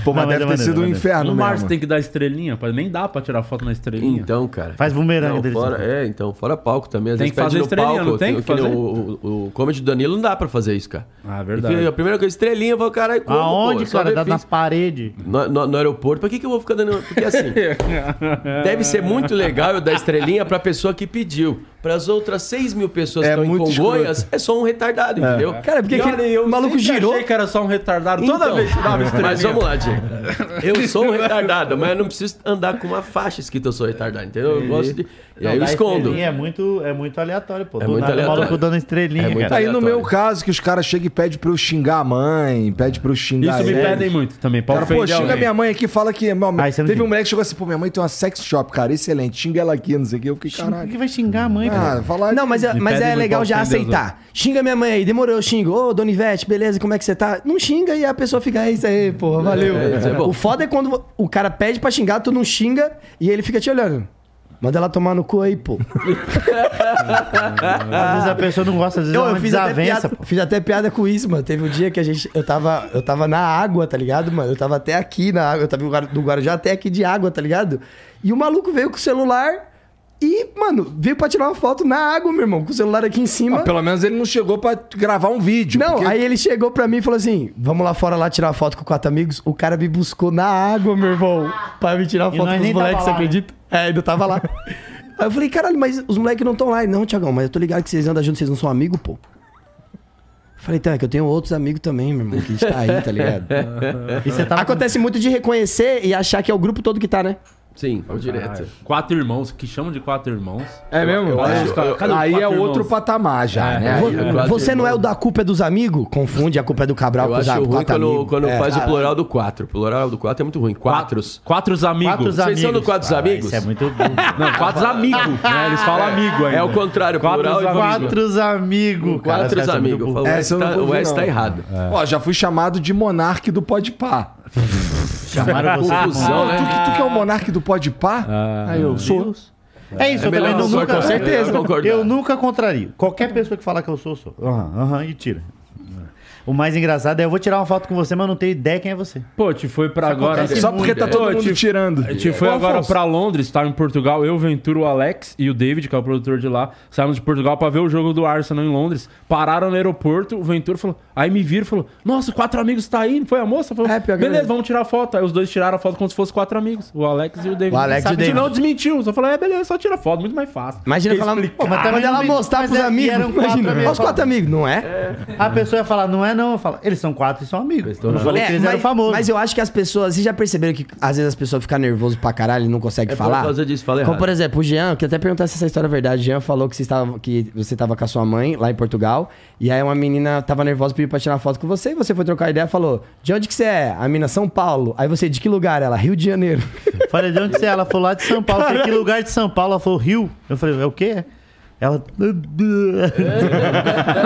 [SPEAKER 1] Pô, mas
[SPEAKER 5] Não, mas é
[SPEAKER 1] deve ter
[SPEAKER 5] maneiro,
[SPEAKER 1] sido um
[SPEAKER 5] maneiro.
[SPEAKER 1] inferno
[SPEAKER 2] No Márcio
[SPEAKER 1] mesmo.
[SPEAKER 2] tem que dar estrelinha, pra- nem dá pra tirar foto na estrelinha.
[SPEAKER 6] Então, cara.
[SPEAKER 5] Faz bumerangue
[SPEAKER 6] Não,
[SPEAKER 5] dele.
[SPEAKER 6] fora-
[SPEAKER 5] sabe?
[SPEAKER 6] é, então, fora palco também. Às
[SPEAKER 2] Tem
[SPEAKER 6] vezes
[SPEAKER 2] que fazer
[SPEAKER 6] pede no
[SPEAKER 2] estrelinha,
[SPEAKER 6] palco.
[SPEAKER 2] não tem que
[SPEAKER 6] nem
[SPEAKER 2] fazer?
[SPEAKER 6] O, o, o comedy do Danilo não dá pra fazer isso, cara.
[SPEAKER 2] Ah, verdade.
[SPEAKER 6] Enfim, a primeira coisa, estrelinha, eu falo, caralho, como,
[SPEAKER 5] Aonde,
[SPEAKER 6] pô? Só
[SPEAKER 5] cara? Dá na
[SPEAKER 6] benefício.
[SPEAKER 5] parede.
[SPEAKER 6] no, no- no aeroporto, pra que, que eu vou ficar dando... Porque assim, deve ser muito legal eu dar estrelinha pra pessoa que pediu. Pras outras 6 mil pessoas
[SPEAKER 1] É
[SPEAKER 6] que estão em
[SPEAKER 1] muito
[SPEAKER 6] Congonhas, é só um retardado, entendeu?
[SPEAKER 4] Cara, porque
[SPEAKER 2] E olha,
[SPEAKER 4] aquele
[SPEAKER 2] eu
[SPEAKER 4] maluco
[SPEAKER 2] sempre
[SPEAKER 4] girou.
[SPEAKER 2] achei que era só um retardado. Toda
[SPEAKER 6] Então.
[SPEAKER 2] vez que dava estrelinha.
[SPEAKER 6] Mas vamos lá, Diego. Eu sou um retardado, mas eu não preciso andar com uma faixa escrita eu sou retardado, entendeu? Eu gosto de. E aí eu
[SPEAKER 5] Dá
[SPEAKER 6] escondo.
[SPEAKER 5] estrelinha É muito, é muito aleatório, pô.
[SPEAKER 6] É muito
[SPEAKER 5] o maluco
[SPEAKER 6] aleatório.
[SPEAKER 5] dando estrelinha,
[SPEAKER 6] É muito
[SPEAKER 5] cara.
[SPEAKER 1] Aí no
[SPEAKER 6] aleatório.
[SPEAKER 1] meu caso, que os caras chegam e pedem pra eu xingar a mãe, pede pra eu xingar
[SPEAKER 2] é Isso me
[SPEAKER 1] ele.
[SPEAKER 2] pedem muito também. Pra
[SPEAKER 1] Cara, pô,
[SPEAKER 2] ofender
[SPEAKER 1] xinga
[SPEAKER 2] alguém.
[SPEAKER 1] minha mãe aqui, fala que. meu,
[SPEAKER 5] Aí você
[SPEAKER 1] teve um
[SPEAKER 5] não xinga.
[SPEAKER 1] moleque que chegou assim, pô, minha mãe tem uma sex shop, cara, excelente. Xinga ela aqui, não sei o que. Eu fiquei,
[SPEAKER 5] Xinga- Por
[SPEAKER 1] caralho.
[SPEAKER 5] que vai xingar a mãe, cara?
[SPEAKER 1] Ah, falar.
[SPEAKER 4] Não, mas, é-
[SPEAKER 2] Me
[SPEAKER 4] mas
[SPEAKER 2] pedem
[SPEAKER 4] é
[SPEAKER 2] muito
[SPEAKER 4] legal
[SPEAKER 2] pra
[SPEAKER 4] já
[SPEAKER 2] ofender os
[SPEAKER 4] aceitar. Xinga minha mãe aí, demorou, eu xingo. Ô, Dona Ivete, beleza, como é que você tá? Não xinga e a pessoa fica, é isso aí, porra, valeu.
[SPEAKER 6] É, isso é bom.
[SPEAKER 4] o foda é quando o cara pede pra xingar, tu não xinga e ele fica te olhando. Manda ela tomar no cu aí, pô.
[SPEAKER 5] Às vezes a pessoa não gosta, às vezes
[SPEAKER 4] Eu,
[SPEAKER 5] é
[SPEAKER 4] eu
[SPEAKER 5] uma
[SPEAKER 4] fiz, até
[SPEAKER 5] desavença,
[SPEAKER 4] piada,
[SPEAKER 5] pô.
[SPEAKER 4] fiz até piada com isso, mano. Teve um dia que a gente. Eu tava, eu tava na água, tá ligado, mano? Eu tava até aqui na água. Eu tava no Guar- do Guarujá até aqui de água, tá ligado? E o maluco veio com o celular e, mano, veio pra tirar uma foto na água, meu irmão. Com o celular aqui em cima.
[SPEAKER 1] Ah, pelo menos ele não chegou pra gravar um vídeo.
[SPEAKER 4] Não,
[SPEAKER 1] porque-
[SPEAKER 4] aí ele chegou pra mim e falou assim: vamos lá fora lá tirar uma foto com quatro amigos. O cara me buscou na água, meu irmão, pra me tirar uma
[SPEAKER 5] E
[SPEAKER 4] foto
[SPEAKER 5] nós
[SPEAKER 4] com os
[SPEAKER 5] nem tava
[SPEAKER 4] moleques, você
[SPEAKER 5] lá, né?
[SPEAKER 4] acredita? É, ainda tava
[SPEAKER 5] [laughs]
[SPEAKER 4] lá. aí eu falei, caralho, mas os moleques não estão lá. Ele, não, Tiagão, mas eu tô ligado que vocês andam juntos, vocês não são amigos, pô. Eu Falei, tá, é que eu tenho outros amigos também, meu irmão, que está aí,
[SPEAKER 1] [laughs]
[SPEAKER 4] tá ligado?
[SPEAKER 5] E você tava
[SPEAKER 4] Acontece muito de reconhecer e achar que é o grupo todo que tá, né?
[SPEAKER 6] Sim, vou direto.
[SPEAKER 2] Caralho. Quatro irmãos, que chamam de quatro irmãos.
[SPEAKER 1] É mesmo?
[SPEAKER 6] Eu acho-
[SPEAKER 1] Aí-
[SPEAKER 6] eu-
[SPEAKER 2] Cadê os
[SPEAKER 1] aí é
[SPEAKER 2] quatro irmãos?
[SPEAKER 1] outro patamar já,
[SPEAKER 2] É.
[SPEAKER 1] né?
[SPEAKER 6] É,
[SPEAKER 1] Aí-
[SPEAKER 6] eu- quatro
[SPEAKER 4] Você não é o
[SPEAKER 6] irmãos.
[SPEAKER 4] da culpa é dos amigos? Confunde a culpa é do Cabral
[SPEAKER 6] Eu
[SPEAKER 4] com os
[SPEAKER 6] acho
[SPEAKER 4] amigos.
[SPEAKER 6] ruim
[SPEAKER 4] quatro
[SPEAKER 6] quando,
[SPEAKER 4] amigos.
[SPEAKER 6] quando
[SPEAKER 4] É.
[SPEAKER 6] faz o plural do quatro. O plural do quatro é muito ruim. Quatros.
[SPEAKER 2] Quatro amigos.
[SPEAKER 5] quatro
[SPEAKER 6] Vocês são do Quatro
[SPEAKER 5] Ah,
[SPEAKER 6] Amigos?
[SPEAKER 5] Isso é muito burro.
[SPEAKER 2] Não, quatro amigos. Né? Eles falam amigo ainda.
[SPEAKER 6] É o contrário,
[SPEAKER 2] Quatro
[SPEAKER 6] plural e
[SPEAKER 2] amigos.
[SPEAKER 6] amigo.
[SPEAKER 5] Quatro amigos, cara.
[SPEAKER 6] Quatro
[SPEAKER 5] Essa é muito
[SPEAKER 6] amigos. Eu
[SPEAKER 5] burra.
[SPEAKER 6] falo,
[SPEAKER 1] Essa eu não vou
[SPEAKER 6] O
[SPEAKER 1] ouvir,
[SPEAKER 6] S
[SPEAKER 1] não.
[SPEAKER 6] tá errado.
[SPEAKER 1] Ó, já fui chamado de monarque do Podpah.
[SPEAKER 5] Chamaram você.
[SPEAKER 6] Confusão,
[SPEAKER 2] Ah,
[SPEAKER 1] Tu,
[SPEAKER 6] né?
[SPEAKER 1] que- tu que é o monarque do Podpah? aí eu sou.
[SPEAKER 5] É isso,
[SPEAKER 6] É
[SPEAKER 5] eu também
[SPEAKER 6] melhor
[SPEAKER 5] não,
[SPEAKER 6] só
[SPEAKER 5] nunca...
[SPEAKER 6] com certeza.
[SPEAKER 5] Eu,
[SPEAKER 6] Concordar.
[SPEAKER 5] eu nunca contrario. Qualquer pessoa que falar que eu sou, eu sou. Aham, aham, e tira. O mais engraçado é eu vou tirar uma foto com você, mas eu não tenho ideia quem é você.
[SPEAKER 2] Pô, te foi pra agora.
[SPEAKER 1] Só porque tá todo
[SPEAKER 2] Pô,
[SPEAKER 1] mundo
[SPEAKER 2] te-
[SPEAKER 1] tirando.
[SPEAKER 2] A gente foi
[SPEAKER 1] Ô,
[SPEAKER 2] agora
[SPEAKER 1] Afonso,
[SPEAKER 2] pra Londres, tava em Portugal. Eu, Ventura, o Alex e o David, que é o produtor de lá, saímos de Portugal pra ver o jogo do Arsenal em Londres. Pararam no aeroporto, o Ventura falou. Aí me viram e falou: Nossa, quatro amigos tá aí. Foi a moça? Falou,
[SPEAKER 4] É, pior que
[SPEAKER 2] beleza,
[SPEAKER 4] eu-
[SPEAKER 2] vamos tirar foto. Aí os dois tiraram a foto como se fosse quatro amigos: o Alex e o David.
[SPEAKER 4] O Alex e o
[SPEAKER 2] Sabe,
[SPEAKER 4] David.
[SPEAKER 2] Não desmentiu, só falou: É, beleza, só tira foto, muito mais fácil.
[SPEAKER 4] Imagina
[SPEAKER 2] Porque
[SPEAKER 4] falar.
[SPEAKER 2] explica-
[SPEAKER 4] Pô, mas
[SPEAKER 5] também
[SPEAKER 4] ela
[SPEAKER 5] não me-
[SPEAKER 4] mostrar
[SPEAKER 5] mas
[SPEAKER 4] pros
[SPEAKER 5] é- e
[SPEAKER 4] amigos.
[SPEAKER 5] eram quatro
[SPEAKER 4] Imagina.
[SPEAKER 5] amigos.
[SPEAKER 4] Olha os quatro amigos, não é?
[SPEAKER 5] A pessoa ia falar, não é não. Eu falo, eles são quatro e são amigos.
[SPEAKER 6] Eles
[SPEAKER 5] Eu
[SPEAKER 6] tão
[SPEAKER 5] não
[SPEAKER 6] juntos.
[SPEAKER 5] falei que eles
[SPEAKER 4] É, mas,
[SPEAKER 5] eram famosos.
[SPEAKER 4] mas eu acho que as pessoas. Vocês já perceberam que às vezes as pessoas ficam nervosas pra caralho e não conseguem
[SPEAKER 6] É por
[SPEAKER 4] falar?
[SPEAKER 6] causa disso, fala
[SPEAKER 4] Como
[SPEAKER 6] errado.
[SPEAKER 4] por exemplo, o Jean, que até perguntar se essa história é verdade. O Jean falou que você, estava, que você tava com a sua mãe lá em Portugal. E aí uma menina tava nervosa pediu pra tirar foto com você. E você foi trocar ideia e falou: De onde que você é? A menina São Paulo. Aí você, de que lugar? Ela, Rio de Janeiro.
[SPEAKER 5] Falei, de onde você é? Ela falou lá de São Paulo. Eu Falei, que lugar de São Paulo? Ela falou, Rio. Eu falei, é o quê?
[SPEAKER 6] [laughs]
[SPEAKER 5] Ela.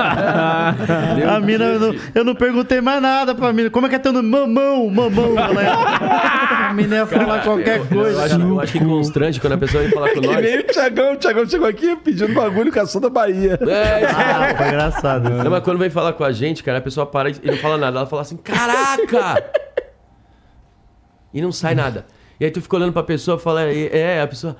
[SPEAKER 5] a mina, eu não, eu não perguntei mais nada pra mina. Como é que é teu nome? Mamão, mamão. Ela ia- a mina ia falar qualquer
[SPEAKER 6] Eu acho,
[SPEAKER 5] coisa.
[SPEAKER 6] eu acho que constrange quando a pessoa vem falar
[SPEAKER 1] [laughs]
[SPEAKER 6] com
[SPEAKER 1] Que
[SPEAKER 6] nós. É,
[SPEAKER 1] nem o Thiagão, o Thiagão chegou aqui pedindo bagulho com a da Bahia.
[SPEAKER 6] É, isso é
[SPEAKER 5] Ah, foi engraçado.
[SPEAKER 6] Não, mas quando vem falar com a gente, cara, a pessoa para e não fala nada. Ela fala assim, caraca! e não sai nada. E aí tu fica olhando pra pessoa e fala, "E- é, a pessoa.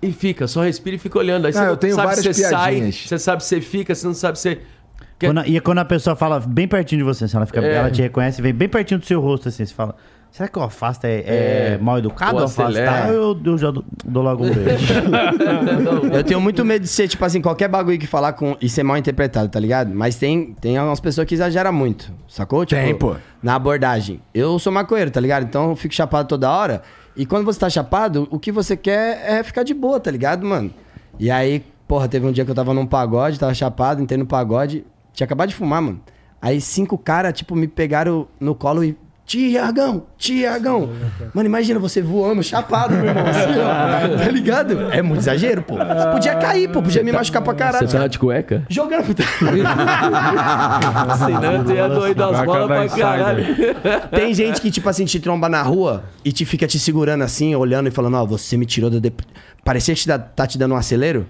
[SPEAKER 6] E fica, só respira e fica olhando. Aí
[SPEAKER 1] Ah,
[SPEAKER 6] você
[SPEAKER 1] eu tenho
[SPEAKER 6] sabe se
[SPEAKER 1] várias
[SPEAKER 6] você sai,
[SPEAKER 1] piadinhas.
[SPEAKER 6] você sabe se você fica, você [laughs] não sabe se.
[SPEAKER 1] [laughs]
[SPEAKER 6] Que-
[SPEAKER 5] Quando a- e quando a pessoa fala bem pertinho de você, assim, ela, fica,
[SPEAKER 6] É.
[SPEAKER 5] ela te reconhece, vem bem pertinho do seu rosto, assim, você fala. Será que o afasta é, é
[SPEAKER 6] É.
[SPEAKER 5] mal educado?
[SPEAKER 6] Ou
[SPEAKER 5] O afasta?
[SPEAKER 6] acelera.
[SPEAKER 5] Ah, Eu, eu já dou, dou logo um
[SPEAKER 6] [laughs]
[SPEAKER 5] beijo.
[SPEAKER 4] Eu tenho muito medo de ser, tipo assim, qualquer bagulho que falar com e ser mal interpretado, tá ligado? Mas tem, tem algumas pessoas que exageram muito, sacou? Tipo,
[SPEAKER 1] Tem, pô.
[SPEAKER 4] Na abordagem. Eu sou maconheiro, tá ligado? Então eu fico chapado toda hora. E quando você tá chapado, o que você quer é ficar de boa, tá ligado, mano? E aí, porra, teve um dia que eu tava num pagode, tava chapado, entrei no pagode, tinha acabado de fumar, mano. Aí cinco caras, tipo, me pegaram no colo e. Tiagão, Tiagão. Mano, imagina você voando, chapado, meu irmão. assim, ó. tá ligado? É muito exagero, pô. Você podia cair, pô. Podia me machucar pra caralho.
[SPEAKER 6] tá de cueca?
[SPEAKER 4] Jogando.
[SPEAKER 6] Assinante é doido
[SPEAKER 2] Cueca
[SPEAKER 6] as bolas
[SPEAKER 2] da
[SPEAKER 6] pra
[SPEAKER 2] Insider.
[SPEAKER 6] caralho.
[SPEAKER 4] Tem gente que, tipo assim, te tromba na rua e te fica te segurando assim, olhando e falando, ó, você me tirou da... dep- Parecia que te dá- tá te dando um acelero.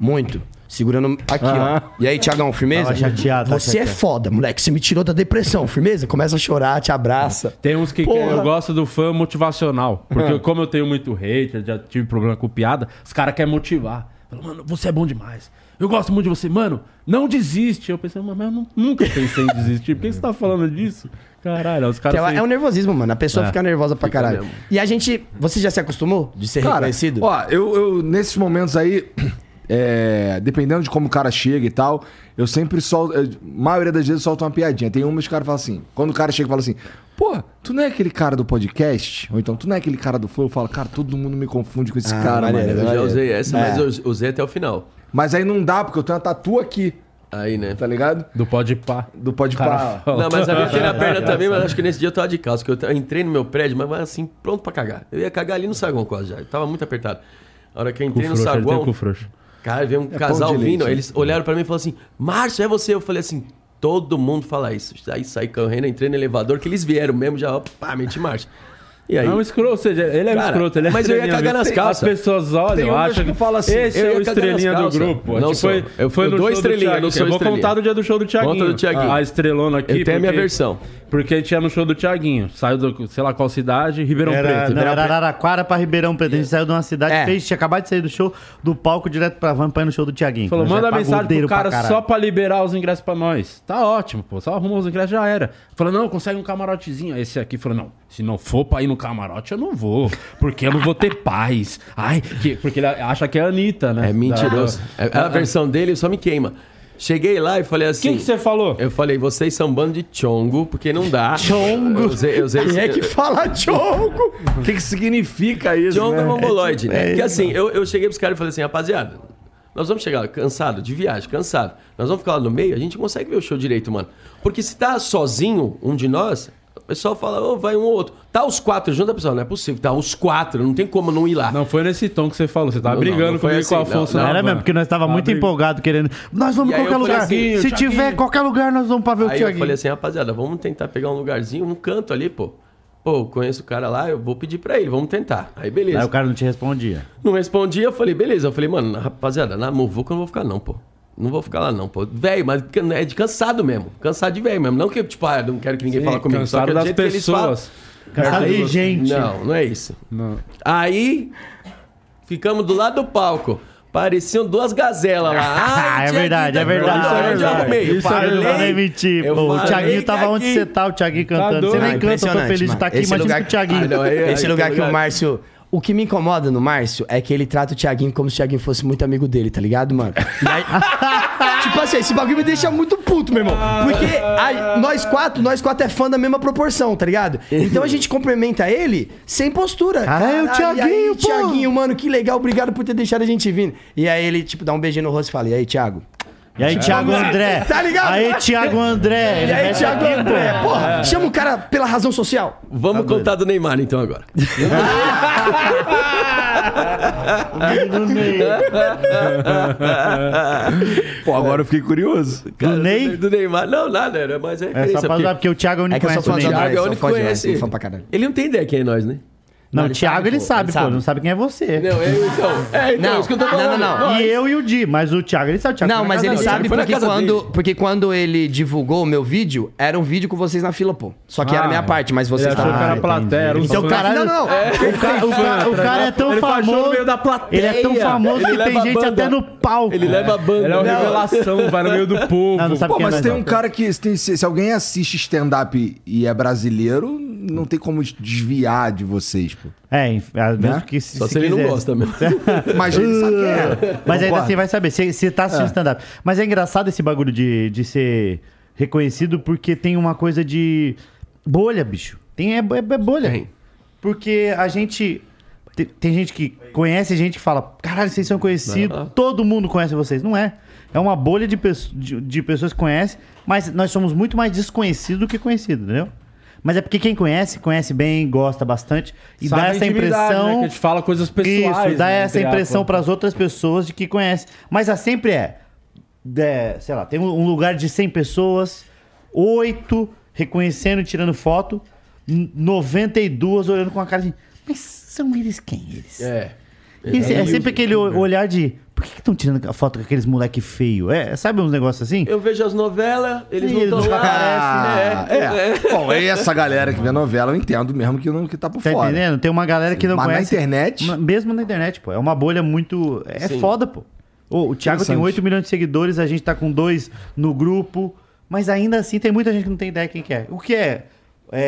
[SPEAKER 4] Muito. Segurando aqui, ó. E aí, Tiagão, firmeza?
[SPEAKER 5] Tava chateado, tá
[SPEAKER 4] Você é
[SPEAKER 5] chateado.
[SPEAKER 4] foda, moleque. Você me tirou da depressão, firmeza? Começa a chorar, te abraça.
[SPEAKER 2] Tem uns que
[SPEAKER 4] Porra. É.
[SPEAKER 2] eu gosto do fã motivacional. Porque como eu tenho muito hater, já tive problema com piada, os caras querem motivar. Falam, mano, você é bom demais. Eu gosto muito de você. Mano, não desiste. Eu pensei, mano, mas eu nu- nunca pensei em desistir. Por que você tá falando disso? Caralho, os
[SPEAKER 4] Que
[SPEAKER 2] caras...
[SPEAKER 4] é,
[SPEAKER 2] sem-
[SPEAKER 4] é um nervosismo, mano. A pessoa fica nervosa pra caralho.
[SPEAKER 6] mesmo.
[SPEAKER 4] E a gente... Você já se acostumou de ser
[SPEAKER 1] Cara,
[SPEAKER 4] reconhecido?
[SPEAKER 1] ó, eu, eu- nesses momentos aí, [clears throat] é, dependendo de como o cara chega e tal, eu sempre solto, eu, maioria das vezes eu solto uma piadinha. Tem umas que o cara fala assim, quando o cara chega e fala assim, pô, tu não é aquele cara do podcast? Ou então, tu não é aquele cara do flow? Eu falo, cara, todo mundo me confunde com esse
[SPEAKER 4] Ah,
[SPEAKER 1] cara,
[SPEAKER 4] maneiro,
[SPEAKER 1] mano.
[SPEAKER 6] Eu já usei essa,
[SPEAKER 4] É.
[SPEAKER 6] mas eu usei até o final.
[SPEAKER 1] Mas aí não dá, porque eu tenho uma tatu aqui,
[SPEAKER 6] Aí, né?
[SPEAKER 1] tá ligado?
[SPEAKER 4] é um
[SPEAKER 2] Do pode pá.
[SPEAKER 1] Do pode
[SPEAKER 2] [laughs]
[SPEAKER 1] parar.
[SPEAKER 6] Não, mas a minha tem na perna também, mas acho que nesse dia eu tava de calça, que eu t- entrei no meu prédio, mas mas assim, pronto pra cagar. Eu ia cagar ali no saguão quase já, eu tava muito apertado. A hora que eu
[SPEAKER 2] Cu
[SPEAKER 6] entrei no
[SPEAKER 2] frouxo, ele tem
[SPEAKER 6] saguão,
[SPEAKER 2] cu frouxo.
[SPEAKER 6] cara, veio um casal
[SPEAKER 1] de leite,
[SPEAKER 6] vindo,
[SPEAKER 1] né?
[SPEAKER 6] eles olharam pra mim e falaram assim, Márcio, é você? Eu falei assim, todo mundo fala isso. Aí saí correndo, entrei no elevador, que eles vieram mesmo, já, ó, pá, meti marcha. E aí...
[SPEAKER 2] É um escroto, ou seja, ele é um
[SPEAKER 6] Cara,
[SPEAKER 2] escroto, ele é
[SPEAKER 6] mas eu ia
[SPEAKER 2] estrelinha
[SPEAKER 6] cagar
[SPEAKER 2] mesmo.
[SPEAKER 6] nas
[SPEAKER 2] Tem-
[SPEAKER 6] calças.
[SPEAKER 2] As
[SPEAKER 6] um
[SPEAKER 2] pessoas
[SPEAKER 1] Tem
[SPEAKER 2] olham,
[SPEAKER 1] umas
[SPEAKER 2] acham
[SPEAKER 1] que
[SPEAKER 2] que
[SPEAKER 1] fala assim,
[SPEAKER 2] esse é
[SPEAKER 6] eu ia
[SPEAKER 2] o
[SPEAKER 6] cagar
[SPEAKER 2] estrelinha
[SPEAKER 6] nas
[SPEAKER 2] do
[SPEAKER 6] calças.
[SPEAKER 2] grupo.
[SPEAKER 6] Não
[SPEAKER 2] Tipo,
[SPEAKER 6] sou.
[SPEAKER 2] foi,
[SPEAKER 6] Eu-
[SPEAKER 2] foi
[SPEAKER 6] eu
[SPEAKER 2] no
[SPEAKER 6] dou
[SPEAKER 2] show
[SPEAKER 6] estrelinha,
[SPEAKER 2] do
[SPEAKER 6] eu não sou
[SPEAKER 2] Eu vou
[SPEAKER 6] estrelinha.
[SPEAKER 2] contar do dia do show do Thiaguinho.
[SPEAKER 6] Conta do Thiaguinho.
[SPEAKER 2] A estrelona aqui.
[SPEAKER 6] Eu tenho a minha
[SPEAKER 2] porque-
[SPEAKER 6] versão.
[SPEAKER 2] Porque a gente ia no show do Thiaguinho. Saiu do, sei lá qual cidade, Ribeirão
[SPEAKER 5] Era,
[SPEAKER 2] Preto.
[SPEAKER 5] não,
[SPEAKER 2] Ribeirão
[SPEAKER 5] era
[SPEAKER 2] Preto.
[SPEAKER 5] Araraquara pra Ribeirão Preto. A gente saiu de uma cidade,
[SPEAKER 4] É.
[SPEAKER 5] fez, tinha acabado de sair do show, do palco direto pra van pra ir no show do Tiaguinho.
[SPEAKER 2] Falou,
[SPEAKER 5] Nós
[SPEAKER 2] manda
[SPEAKER 5] é
[SPEAKER 2] mensagem pro
[SPEAKER 5] pagodeiro pra
[SPEAKER 2] cara
[SPEAKER 5] caralho.
[SPEAKER 2] só pra liberar os ingressos pra nós. Tá ótimo, pô. Só arruma os ingressos, já era. Falou, não, consegue um camarotezinho. Aí Esse aqui falou, não, se não for pra ir no camarote, eu não vou. Porque eu não vou ter paz. Ai, que- porque ele acha que é a Anitta, né?
[SPEAKER 6] É mentiroso.
[SPEAKER 2] Da-
[SPEAKER 6] É- A versão dele só me queima. Cheguei lá e falei
[SPEAKER 2] O que
[SPEAKER 6] assim...
[SPEAKER 2] que você falou?
[SPEAKER 6] Eu falei, vocês são um bando de chongo, porque não dá. Chongo? Eu usei, eu usei
[SPEAKER 4] Quem é que fala [laughs] tchongo?
[SPEAKER 1] O que, que significa isso,
[SPEAKER 6] John
[SPEAKER 1] né?
[SPEAKER 6] é mongoloide, né? Porque assim, eu, eu cheguei pros caras e falei assim, rapaziada, nós vamos chegar lá cansado, de viagem, cansado. Nós vamos ficar lá no meio, a gente não consegue ver o show direito, mano. Porque se tá sozinho, um de nós, o pessoal fala, ô, vai um ou outro. Tá os quatro junto, a pessoa, não é possível, tá os quatro, não tem como não ir lá.
[SPEAKER 2] Não foi nesse tom que você falou. Você tava
[SPEAKER 6] Não, não,
[SPEAKER 2] brigando
[SPEAKER 6] não foi
[SPEAKER 2] comigo
[SPEAKER 6] assim,
[SPEAKER 2] com o
[SPEAKER 6] não,
[SPEAKER 2] Afonso. né?
[SPEAKER 5] Não
[SPEAKER 2] na
[SPEAKER 5] era
[SPEAKER 2] van.
[SPEAKER 5] mesmo, porque nós tava
[SPEAKER 2] Tava
[SPEAKER 5] muito
[SPEAKER 2] brigando.
[SPEAKER 5] empolgado querendo. Nós vamos
[SPEAKER 6] E
[SPEAKER 5] em
[SPEAKER 6] aí
[SPEAKER 5] qualquer
[SPEAKER 6] eu falei
[SPEAKER 5] lugar.
[SPEAKER 6] assim,
[SPEAKER 5] Se
[SPEAKER 2] Thiaguinho.
[SPEAKER 5] tiver qualquer lugar, nós vamos pra ver o
[SPEAKER 6] Aí eu
[SPEAKER 5] Tiaguinho.
[SPEAKER 6] falei assim, rapaziada, vamos tentar pegar um lugarzinho, um canto ali, pô. Pô, eu conheço o cara lá, eu vou pedir pra ele, vamos tentar. Aí beleza.
[SPEAKER 5] Aí o cara não te respondia.
[SPEAKER 6] Não respondia, eu falei, beleza. Eu falei, mano, rapaziada, na muvuca eu não vou ficar não, pô. Não vou ficar lá não, pô. Velho, mas é de cansado mesmo. Cansado de velho mesmo. Não que, tipo, ah, não quero que ninguém fale comigo.
[SPEAKER 2] Cansado
[SPEAKER 6] que
[SPEAKER 2] das
[SPEAKER 6] que eles falam-
[SPEAKER 2] pessoas.
[SPEAKER 5] Cansado
[SPEAKER 6] Aí-
[SPEAKER 5] de gente.
[SPEAKER 6] Não, não é isso. Aí, ficamos do lado do palco. Pareciam duas gazelas lá. Ah,
[SPEAKER 5] Ah, [laughs] é
[SPEAKER 6] tinha
[SPEAKER 5] verdade,
[SPEAKER 6] aqui,
[SPEAKER 5] é verdade.
[SPEAKER 6] tá?
[SPEAKER 5] Isso é
[SPEAKER 6] Onde eu
[SPEAKER 5] verdade.
[SPEAKER 6] arrumei? Eu
[SPEAKER 5] Isso é verdade. Eu
[SPEAKER 6] falei-
[SPEAKER 5] falei mentir.
[SPEAKER 6] eu
[SPEAKER 5] pô. O
[SPEAKER 6] falei
[SPEAKER 5] Thiaguinho tava
[SPEAKER 6] que
[SPEAKER 5] onde
[SPEAKER 6] aqui-
[SPEAKER 5] você tá, o Thiaguinho
[SPEAKER 2] Tá
[SPEAKER 5] cantando.
[SPEAKER 2] doido.
[SPEAKER 5] Você
[SPEAKER 2] Ah,
[SPEAKER 5] nem canta, eu tô feliz de estar aqui,
[SPEAKER 4] Esse
[SPEAKER 5] imagina
[SPEAKER 4] lugar
[SPEAKER 5] com o Thiaguinho.
[SPEAKER 6] Ah, não, aí-
[SPEAKER 4] Esse
[SPEAKER 6] aí
[SPEAKER 4] lugar
[SPEAKER 6] tem
[SPEAKER 4] que o
[SPEAKER 6] lugar.
[SPEAKER 4] Márcio. O que me incomoda no Márcio é que ele trata o Thiaguinho como se o Thiaguinho fosse muito amigo dele, tá ligado, mano? E aí- [laughs] tipo assim, esse bagulho me deixa muito puto, meu irmão. Porque a- nós quatro, nós quatro é fã da mesma proporção, tá ligado? Então a gente complementa ele sem postura.
[SPEAKER 5] Caralho, Ah, é o
[SPEAKER 4] e aí,
[SPEAKER 5] Thiaguinho, pô!
[SPEAKER 4] Thiaguinho, mano, que legal, obrigado por ter deixado a gente vir. E aí ele, tipo, dá um beijinho no rosto e fala, e aí, Thiago?
[SPEAKER 5] E aí, Thiago André.
[SPEAKER 4] Tá ligado?
[SPEAKER 5] Aí, Thiago André.
[SPEAKER 4] E
[SPEAKER 5] Ele
[SPEAKER 4] aí,
[SPEAKER 5] mete
[SPEAKER 4] Thiago
[SPEAKER 5] aqui, pô.
[SPEAKER 4] André,
[SPEAKER 5] É.
[SPEAKER 4] porra, chama o cara pela razão social.
[SPEAKER 6] Vamos contar do Neymar então agora.
[SPEAKER 5] Do Ney.
[SPEAKER 1] Pô, agora eu fiquei curioso.
[SPEAKER 6] Cara,
[SPEAKER 5] Ney?
[SPEAKER 6] Do Neymar. Não, nada, era- mas é
[SPEAKER 5] É
[SPEAKER 6] referência.
[SPEAKER 5] só pra usar, porque
[SPEAKER 6] porque...
[SPEAKER 5] o Thiago é o
[SPEAKER 4] É
[SPEAKER 5] único
[SPEAKER 4] que eu
[SPEAKER 5] que
[SPEAKER 4] sou
[SPEAKER 5] conhece
[SPEAKER 4] fã
[SPEAKER 5] o
[SPEAKER 4] do
[SPEAKER 5] Ney.
[SPEAKER 6] Thiago é o
[SPEAKER 4] Só
[SPEAKER 6] único
[SPEAKER 4] fã
[SPEAKER 6] que
[SPEAKER 4] demais,
[SPEAKER 6] conhece.
[SPEAKER 4] sou fã pra caralho.
[SPEAKER 6] Ele não tem ideia quem é nós, né?
[SPEAKER 5] Não, o
[SPEAKER 4] ele
[SPEAKER 5] Thiago
[SPEAKER 4] sabe,
[SPEAKER 5] ele
[SPEAKER 4] pô,
[SPEAKER 5] sabe,
[SPEAKER 4] ele
[SPEAKER 5] pô.
[SPEAKER 4] sabe.
[SPEAKER 5] Não sabe quem é você.
[SPEAKER 6] Não, é, então. É, então,
[SPEAKER 4] Não,
[SPEAKER 6] isso que eu tô falando.
[SPEAKER 4] não, não, não.
[SPEAKER 5] E eu e o Di, mas o Thiago, ele sabe. O Thiago
[SPEAKER 4] Não,
[SPEAKER 5] tá na
[SPEAKER 4] mas
[SPEAKER 5] casa
[SPEAKER 4] ele
[SPEAKER 5] dele.
[SPEAKER 4] sabe
[SPEAKER 6] Ele foi na
[SPEAKER 4] porque
[SPEAKER 6] casa
[SPEAKER 4] quando,
[SPEAKER 6] dele.
[SPEAKER 4] porque quando ele divulgou o meu vídeo, era um vídeo com vocês na fila, pô. Só que
[SPEAKER 2] Ah,
[SPEAKER 4] era a minha
[SPEAKER 2] é.
[SPEAKER 4] parte, mas vocês
[SPEAKER 2] Ele achou
[SPEAKER 4] estavam.
[SPEAKER 2] que era
[SPEAKER 5] entendi.
[SPEAKER 2] plateia, era um
[SPEAKER 5] Então,
[SPEAKER 2] fã.
[SPEAKER 5] caralho,
[SPEAKER 4] Não, não.
[SPEAKER 5] O, ca- o ca- o cara é tão
[SPEAKER 2] Ele fachou
[SPEAKER 5] famoso.
[SPEAKER 2] no meio da plateia.
[SPEAKER 5] Ele é tão famoso
[SPEAKER 6] Ele
[SPEAKER 5] que tem
[SPEAKER 6] leva
[SPEAKER 5] gente
[SPEAKER 6] banda.
[SPEAKER 5] até no palco.
[SPEAKER 6] Ele leva a banda. né?
[SPEAKER 2] Ele é uma revelação, vai no meio do povo.
[SPEAKER 5] Não, não sabe
[SPEAKER 1] Pô,
[SPEAKER 5] quem é
[SPEAKER 1] mas
[SPEAKER 5] nós,
[SPEAKER 1] tem
[SPEAKER 5] não.
[SPEAKER 1] um cara que. Se, tem- se- se alguém assiste stand-up e é brasileiro, não tem como desviar de vocês, pô.
[SPEAKER 5] É, enfim, às vezes
[SPEAKER 1] Né?
[SPEAKER 5] que se,
[SPEAKER 6] Só se, ele
[SPEAKER 5] quiser.
[SPEAKER 6] não gosta mesmo.
[SPEAKER 1] Mas ele sabe quem
[SPEAKER 5] [laughs]
[SPEAKER 1] é.
[SPEAKER 5] Mas ainda
[SPEAKER 1] Concorda?
[SPEAKER 5] assim vai saber, você você tá assistindo stand-up. Mas é engraçado esse bagulho de, de ser reconhecido porque tem uma coisa de bolha, bicho. Tem, é, é- é bolha. Porque a gente. Tem, tem gente que conhece gente que fala: caralho, vocês são conhecidos, todo mundo conhece vocês. Não é. É uma bolha de, pesso- de, de pessoas que conhecem, mas nós somos muito mais desconhecidos do que conhecidos, entendeu? Mas é porque quem conhece, conhece bem, gosta bastante. E
[SPEAKER 2] Sabe
[SPEAKER 5] dá
[SPEAKER 2] a
[SPEAKER 5] essa
[SPEAKER 2] intimidade, né,
[SPEAKER 5] impressão.
[SPEAKER 2] que a gente fala coisas pessoais.
[SPEAKER 5] Isso, dá
[SPEAKER 2] né,
[SPEAKER 5] essa
[SPEAKER 2] entre
[SPEAKER 5] impressão
[SPEAKER 2] aspas.
[SPEAKER 5] pras outras pessoas de que conhece. Mas a sempre é, é, sei lá, tem um um lugar de 100 pessoas, 8 reconhecendo e tirando foto, n- 92 olhando com a cara assim, mas são eles quem eles?
[SPEAKER 6] É.
[SPEAKER 5] Esse- é sempre aquele o- olhar de, por que estão tirando a foto com aqueles moleque feio? É, sabe uns negócios assim?
[SPEAKER 6] Eu vejo as novelas, eles
[SPEAKER 5] Eles
[SPEAKER 6] não
[SPEAKER 5] não
[SPEAKER 6] estão lá.
[SPEAKER 1] Ah,
[SPEAKER 5] assim,
[SPEAKER 6] É,
[SPEAKER 5] né?
[SPEAKER 1] é.
[SPEAKER 5] [laughs]
[SPEAKER 1] Bom, aí essa galera que vê novela, eu entendo mesmo que, não, que tá por
[SPEAKER 5] Tá
[SPEAKER 1] fora.
[SPEAKER 5] entendendo? Tem uma galera que não
[SPEAKER 1] Mas
[SPEAKER 5] conhece.
[SPEAKER 1] na internet.
[SPEAKER 5] Ma- Mesmo na internet, pô. É uma bolha muito. É
[SPEAKER 6] Sim.
[SPEAKER 5] foda, pô. Ô, o Thiago tem
[SPEAKER 1] Interessante.
[SPEAKER 5] 8 milhões de seguidores, a gente tá com dois no grupo. Mas ainda assim tem muita gente que não tem ideia quem que é. O que é,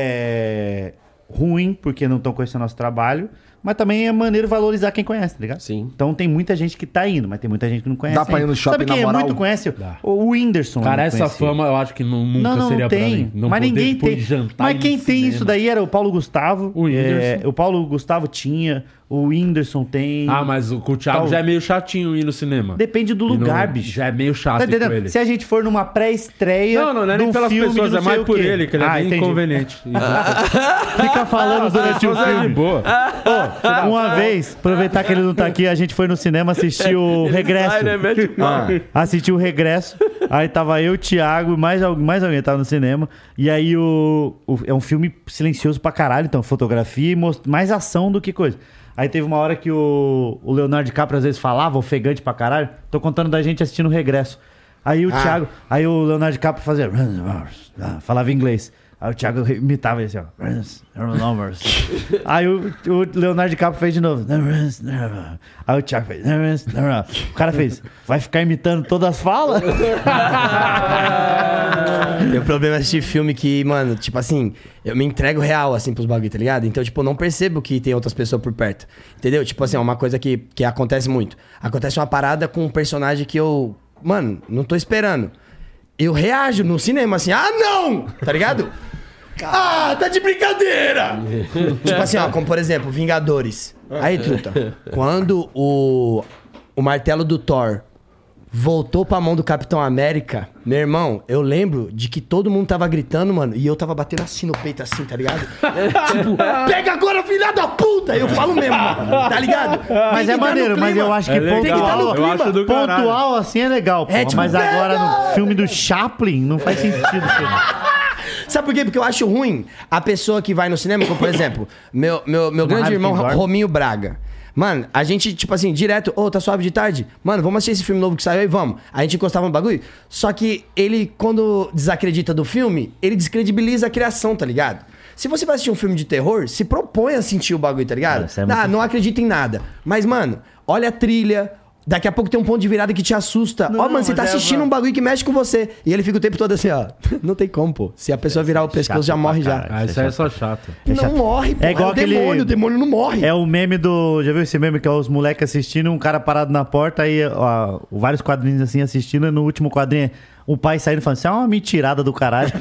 [SPEAKER 5] é, ruim, porque não estão conhecendo nosso trabalho. Mas também é maneiro valorizar quem conhece, tá ligado?
[SPEAKER 6] Sim.
[SPEAKER 5] Então tem muita gente que tá indo, mas tem muita gente que não conhece.
[SPEAKER 1] Dá pra ir
[SPEAKER 5] ainda.
[SPEAKER 1] no shopping
[SPEAKER 5] Sabe quem
[SPEAKER 1] na
[SPEAKER 5] é
[SPEAKER 1] moral?
[SPEAKER 5] muito conhece? O Whindersson. né,
[SPEAKER 2] Cara,
[SPEAKER 5] eu
[SPEAKER 2] essa
[SPEAKER 5] conheci.
[SPEAKER 2] fama eu acho que nu- nunca
[SPEAKER 5] Não, não,
[SPEAKER 2] seria
[SPEAKER 5] não
[SPEAKER 2] pra mim.
[SPEAKER 5] tem.
[SPEAKER 2] Não
[SPEAKER 5] mas
[SPEAKER 2] poder
[SPEAKER 5] ninguém
[SPEAKER 2] depois
[SPEAKER 5] tem.
[SPEAKER 2] jantar
[SPEAKER 5] mas
[SPEAKER 2] no
[SPEAKER 5] quem tem
[SPEAKER 2] cinema.
[SPEAKER 5] isso daí era o Paulo Gustavo.
[SPEAKER 2] O Whindersson.
[SPEAKER 5] É, o Paulo Gustavo tinha, o Whindersson tem.
[SPEAKER 2] Ah, mas o, com o Thiago
[SPEAKER 5] Tal-
[SPEAKER 2] já é meio chatinho ir no cinema.
[SPEAKER 5] Então, Depende do
[SPEAKER 2] E no-
[SPEAKER 5] lugar, bicho.
[SPEAKER 2] Já é meio chato
[SPEAKER 5] Tá
[SPEAKER 2] ir com
[SPEAKER 5] entendendo?
[SPEAKER 2] ele.
[SPEAKER 5] Se a gente for numa pré-estreia.
[SPEAKER 2] Não, não, não é nem
[SPEAKER 5] de um
[SPEAKER 2] pelas
[SPEAKER 5] filme,
[SPEAKER 2] pessoas,
[SPEAKER 5] de
[SPEAKER 2] é
[SPEAKER 5] não sei
[SPEAKER 2] mais
[SPEAKER 5] o
[SPEAKER 2] por
[SPEAKER 5] quê.
[SPEAKER 2] ele, que ele é
[SPEAKER 5] Ah,
[SPEAKER 2] bem
[SPEAKER 5] entendi. [laughs]
[SPEAKER 2] inconveniente.
[SPEAKER 5] Fica falando durante
[SPEAKER 2] [laughs]
[SPEAKER 5] o
[SPEAKER 2] Mas é de
[SPEAKER 5] filme. Ah,
[SPEAKER 2] boa.
[SPEAKER 5] Ó, uma vez, aproveitar que ele não tá aqui, a gente foi no cinema assistir o Regresso.
[SPEAKER 6] Sai, né? Mete o pau.
[SPEAKER 5] Assisti o Regresso. Aí tava eu, Thiago e mais, al- mais alguém tava no cinema. E aí o, o- É um filme silencioso pra caralho, então fotografia e most- mais ação do que coisa. Aí teve uma hora que o, o Leonardo DiCaprio às vezes falava, ofegante pra caralho. Tô contando da gente assistindo o Regresso. Aí
[SPEAKER 4] Ah.
[SPEAKER 5] o Thiago. Aí o Leonardo DiCaprio fazia. Falava inglês. Aí o Thiago imitava ele assim, ó. Aí o, o Leonardo DiCaprio fez de novo. Aí o Thiago fez. O cara fez. Vai ficar imitando todas as falas?
[SPEAKER 4] Meu problema é assistir filme que, mano, tipo assim, eu me entrego real, assim, pros bagulho, tá ligado? Então, tipo, eu não percebo que tem outras pessoas por perto. Entendeu? Tipo assim, é uma coisa que, que acontece muito. Acontece uma parada com um personagem que eu, mano, não tô esperando. Eu reajo no cinema assim, ah, não! Tá ligado? Ah, tá de
[SPEAKER 5] [laughs]
[SPEAKER 4] brincadeira! tipo assim, ó, como por exemplo, Vingadores. Aí, truta, quando o, o martelo do Thor voltou pra mão do Capitão América, meu irmão, eu lembro de que todo mundo tava gritando, mano, e eu tava batendo assim no peito, assim, tá
[SPEAKER 5] [laughs]
[SPEAKER 4] ligado? tipo, pega agora, filha da puta! Eu falo mesmo, mano, tá ligado?
[SPEAKER 5] [laughs] Mas é maneiro, mas eu acho que
[SPEAKER 2] É legal,
[SPEAKER 5] pontual.
[SPEAKER 2] eu acho do caralho.
[SPEAKER 5] pontual assim é legal. pô.
[SPEAKER 4] É, tipo,
[SPEAKER 5] mas agora
[SPEAKER 4] pega!
[SPEAKER 5] no filme do Chaplin não faz sentido. Assim.
[SPEAKER 4] Sabe por quê? Porque eu acho ruim a pessoa que vai no cinema, como por exemplo, meu, meu, meu grande
[SPEAKER 5] raiva
[SPEAKER 4] irmão
[SPEAKER 5] que dorme.
[SPEAKER 4] Rominho Braga. Mano, a gente, tipo assim, direto, ô, tá suave de tarde? Mano, vamos assistir esse filme novo que saiu aí, vamos. A gente encostava no bagulho. Só que ele, quando desacredita do filme, ele descredibiliza a criação, tá ligado? Se você vai assistir um filme de terror, se propõe a sentir o bagulho, tá ligado?
[SPEAKER 5] Cara, isso é
[SPEAKER 4] ah,
[SPEAKER 5] muito
[SPEAKER 4] não acredita em nada. Mas, mano, olha a trilha, Daqui a pouco tem um ponto de virada que te assusta. Ó, mano, você
[SPEAKER 5] mas
[SPEAKER 4] tá
[SPEAKER 5] é,
[SPEAKER 4] assistindo
[SPEAKER 5] mano.
[SPEAKER 4] um bagulho que mexe com você. E ele fica o tempo todo assim, ó. [laughs] Não tem como, pô. Se a
[SPEAKER 5] É,
[SPEAKER 4] pessoa virar o pescoço, já
[SPEAKER 5] pra
[SPEAKER 4] morre já.
[SPEAKER 5] caralho.
[SPEAKER 2] Ah, isso aí é só chato.
[SPEAKER 4] Não morre, pô.
[SPEAKER 5] É igual
[SPEAKER 4] o
[SPEAKER 5] aquele-
[SPEAKER 4] demônio, o demônio não morre.
[SPEAKER 5] É o meme do. Já viu esse meme que é os moleques assistindo, um cara parado na porta, aí ó, vários quadrinhos assim assistindo, e no último quadrinho é o pai saindo falando: Isso é uma mentirada do caralho.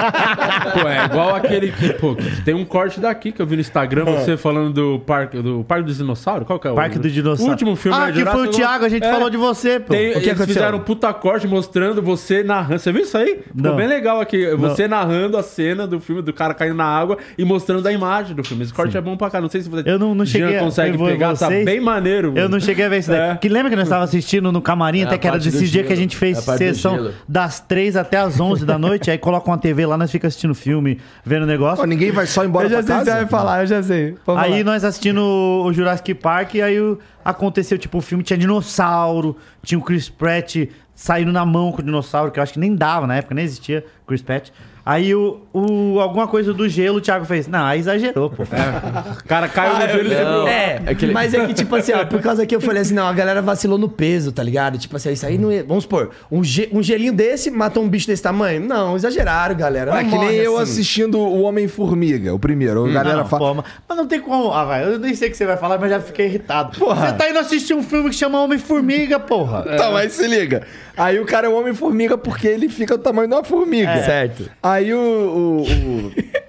[SPEAKER 2] Pô, é igual aquele que, pô, que tem um corte daqui que eu vi no Instagram, você falando do Parque do Parque dos Dinossauros. Qual que é o
[SPEAKER 5] Ah. Parque do Dinossauro.
[SPEAKER 2] O último filme
[SPEAKER 5] Ah,
[SPEAKER 2] é
[SPEAKER 5] que foi o
[SPEAKER 2] Jurassic-
[SPEAKER 5] Thiago, a gente
[SPEAKER 2] É,
[SPEAKER 5] falou de você, pô.
[SPEAKER 2] Tem,
[SPEAKER 4] O que
[SPEAKER 2] eles
[SPEAKER 4] aconteceu?
[SPEAKER 2] fizeram um puta corte mostrando você narrando. Você viu isso aí? Ficou
[SPEAKER 5] Não.
[SPEAKER 2] bem legal aqui. Você narrando a cena do filme do cara caindo na água e mostrando a imagem do filme. Esse corte é bom pra cá. Não sei se você
[SPEAKER 5] Eu não- não cheguei a-
[SPEAKER 2] consegue
[SPEAKER 5] eu vou-
[SPEAKER 2] pegar,
[SPEAKER 5] vocês-
[SPEAKER 2] tá bem maneiro.
[SPEAKER 5] Eu não
[SPEAKER 2] mano.
[SPEAKER 5] cheguei a ver isso daí.
[SPEAKER 2] É.
[SPEAKER 5] Que lembra que nós estávamos assistindo no camarim, até
[SPEAKER 6] a
[SPEAKER 5] que era
[SPEAKER 6] parte do
[SPEAKER 5] desse dia que a
[SPEAKER 6] gelo.
[SPEAKER 5] gente fez
[SPEAKER 6] É a parte do
[SPEAKER 5] sessão
[SPEAKER 6] gelo.
[SPEAKER 5] das 3 até as 11 da noite, aí coloca uma TV lá, nós ficamos assistindo filme, vendo negócio.
[SPEAKER 1] Pô, ninguém vai só embora pra casa?
[SPEAKER 4] falar, eu já sei.
[SPEAKER 5] Aí nós assistindo o o Jurassic Park, e aí o- aconteceu, tipo, o filme tinha dinossauro, tinha o Chris Pratt saindo na mão com o dinossauro, que eu acho que nem dava na época, nem existia Chris Pratt. Aí o, o- alguma coisa do gelo, o Thiago fez, não, aí exagerou, pô.
[SPEAKER 2] O cara caiu
[SPEAKER 4] Ah,
[SPEAKER 2] no joelho e
[SPEAKER 6] não.
[SPEAKER 2] segurou.
[SPEAKER 4] né? É,
[SPEAKER 6] Aquele-
[SPEAKER 4] mas é que, tipo assim, ó, por causa que eu falei assim, não, a galera vacilou no peso, tá ligado? Tipo assim, isso aí não ia- Vamos supor, um, ge- um gelinho desse matou um bicho desse tamanho? Não, exageraram, galera. Não
[SPEAKER 1] É que nem
[SPEAKER 4] morre
[SPEAKER 1] eu
[SPEAKER 4] assim.
[SPEAKER 1] assistindo o Homem-Formiga, o primeiro. A galera
[SPEAKER 5] Hum, não,
[SPEAKER 1] fala.
[SPEAKER 5] pô, mas- mas não tem como. Ah, vai, eu nem sei o que você vai falar, mas já fiquei irritado. Você tá indo assistir um filme que chama Homem-Formiga, porra.
[SPEAKER 1] Tá, mas se liga. Aí o cara é o Homem-Formiga porque ele fica do tamanho de uma formiga.
[SPEAKER 5] É.
[SPEAKER 4] Certo.
[SPEAKER 1] Aí o. o- o- [laughs]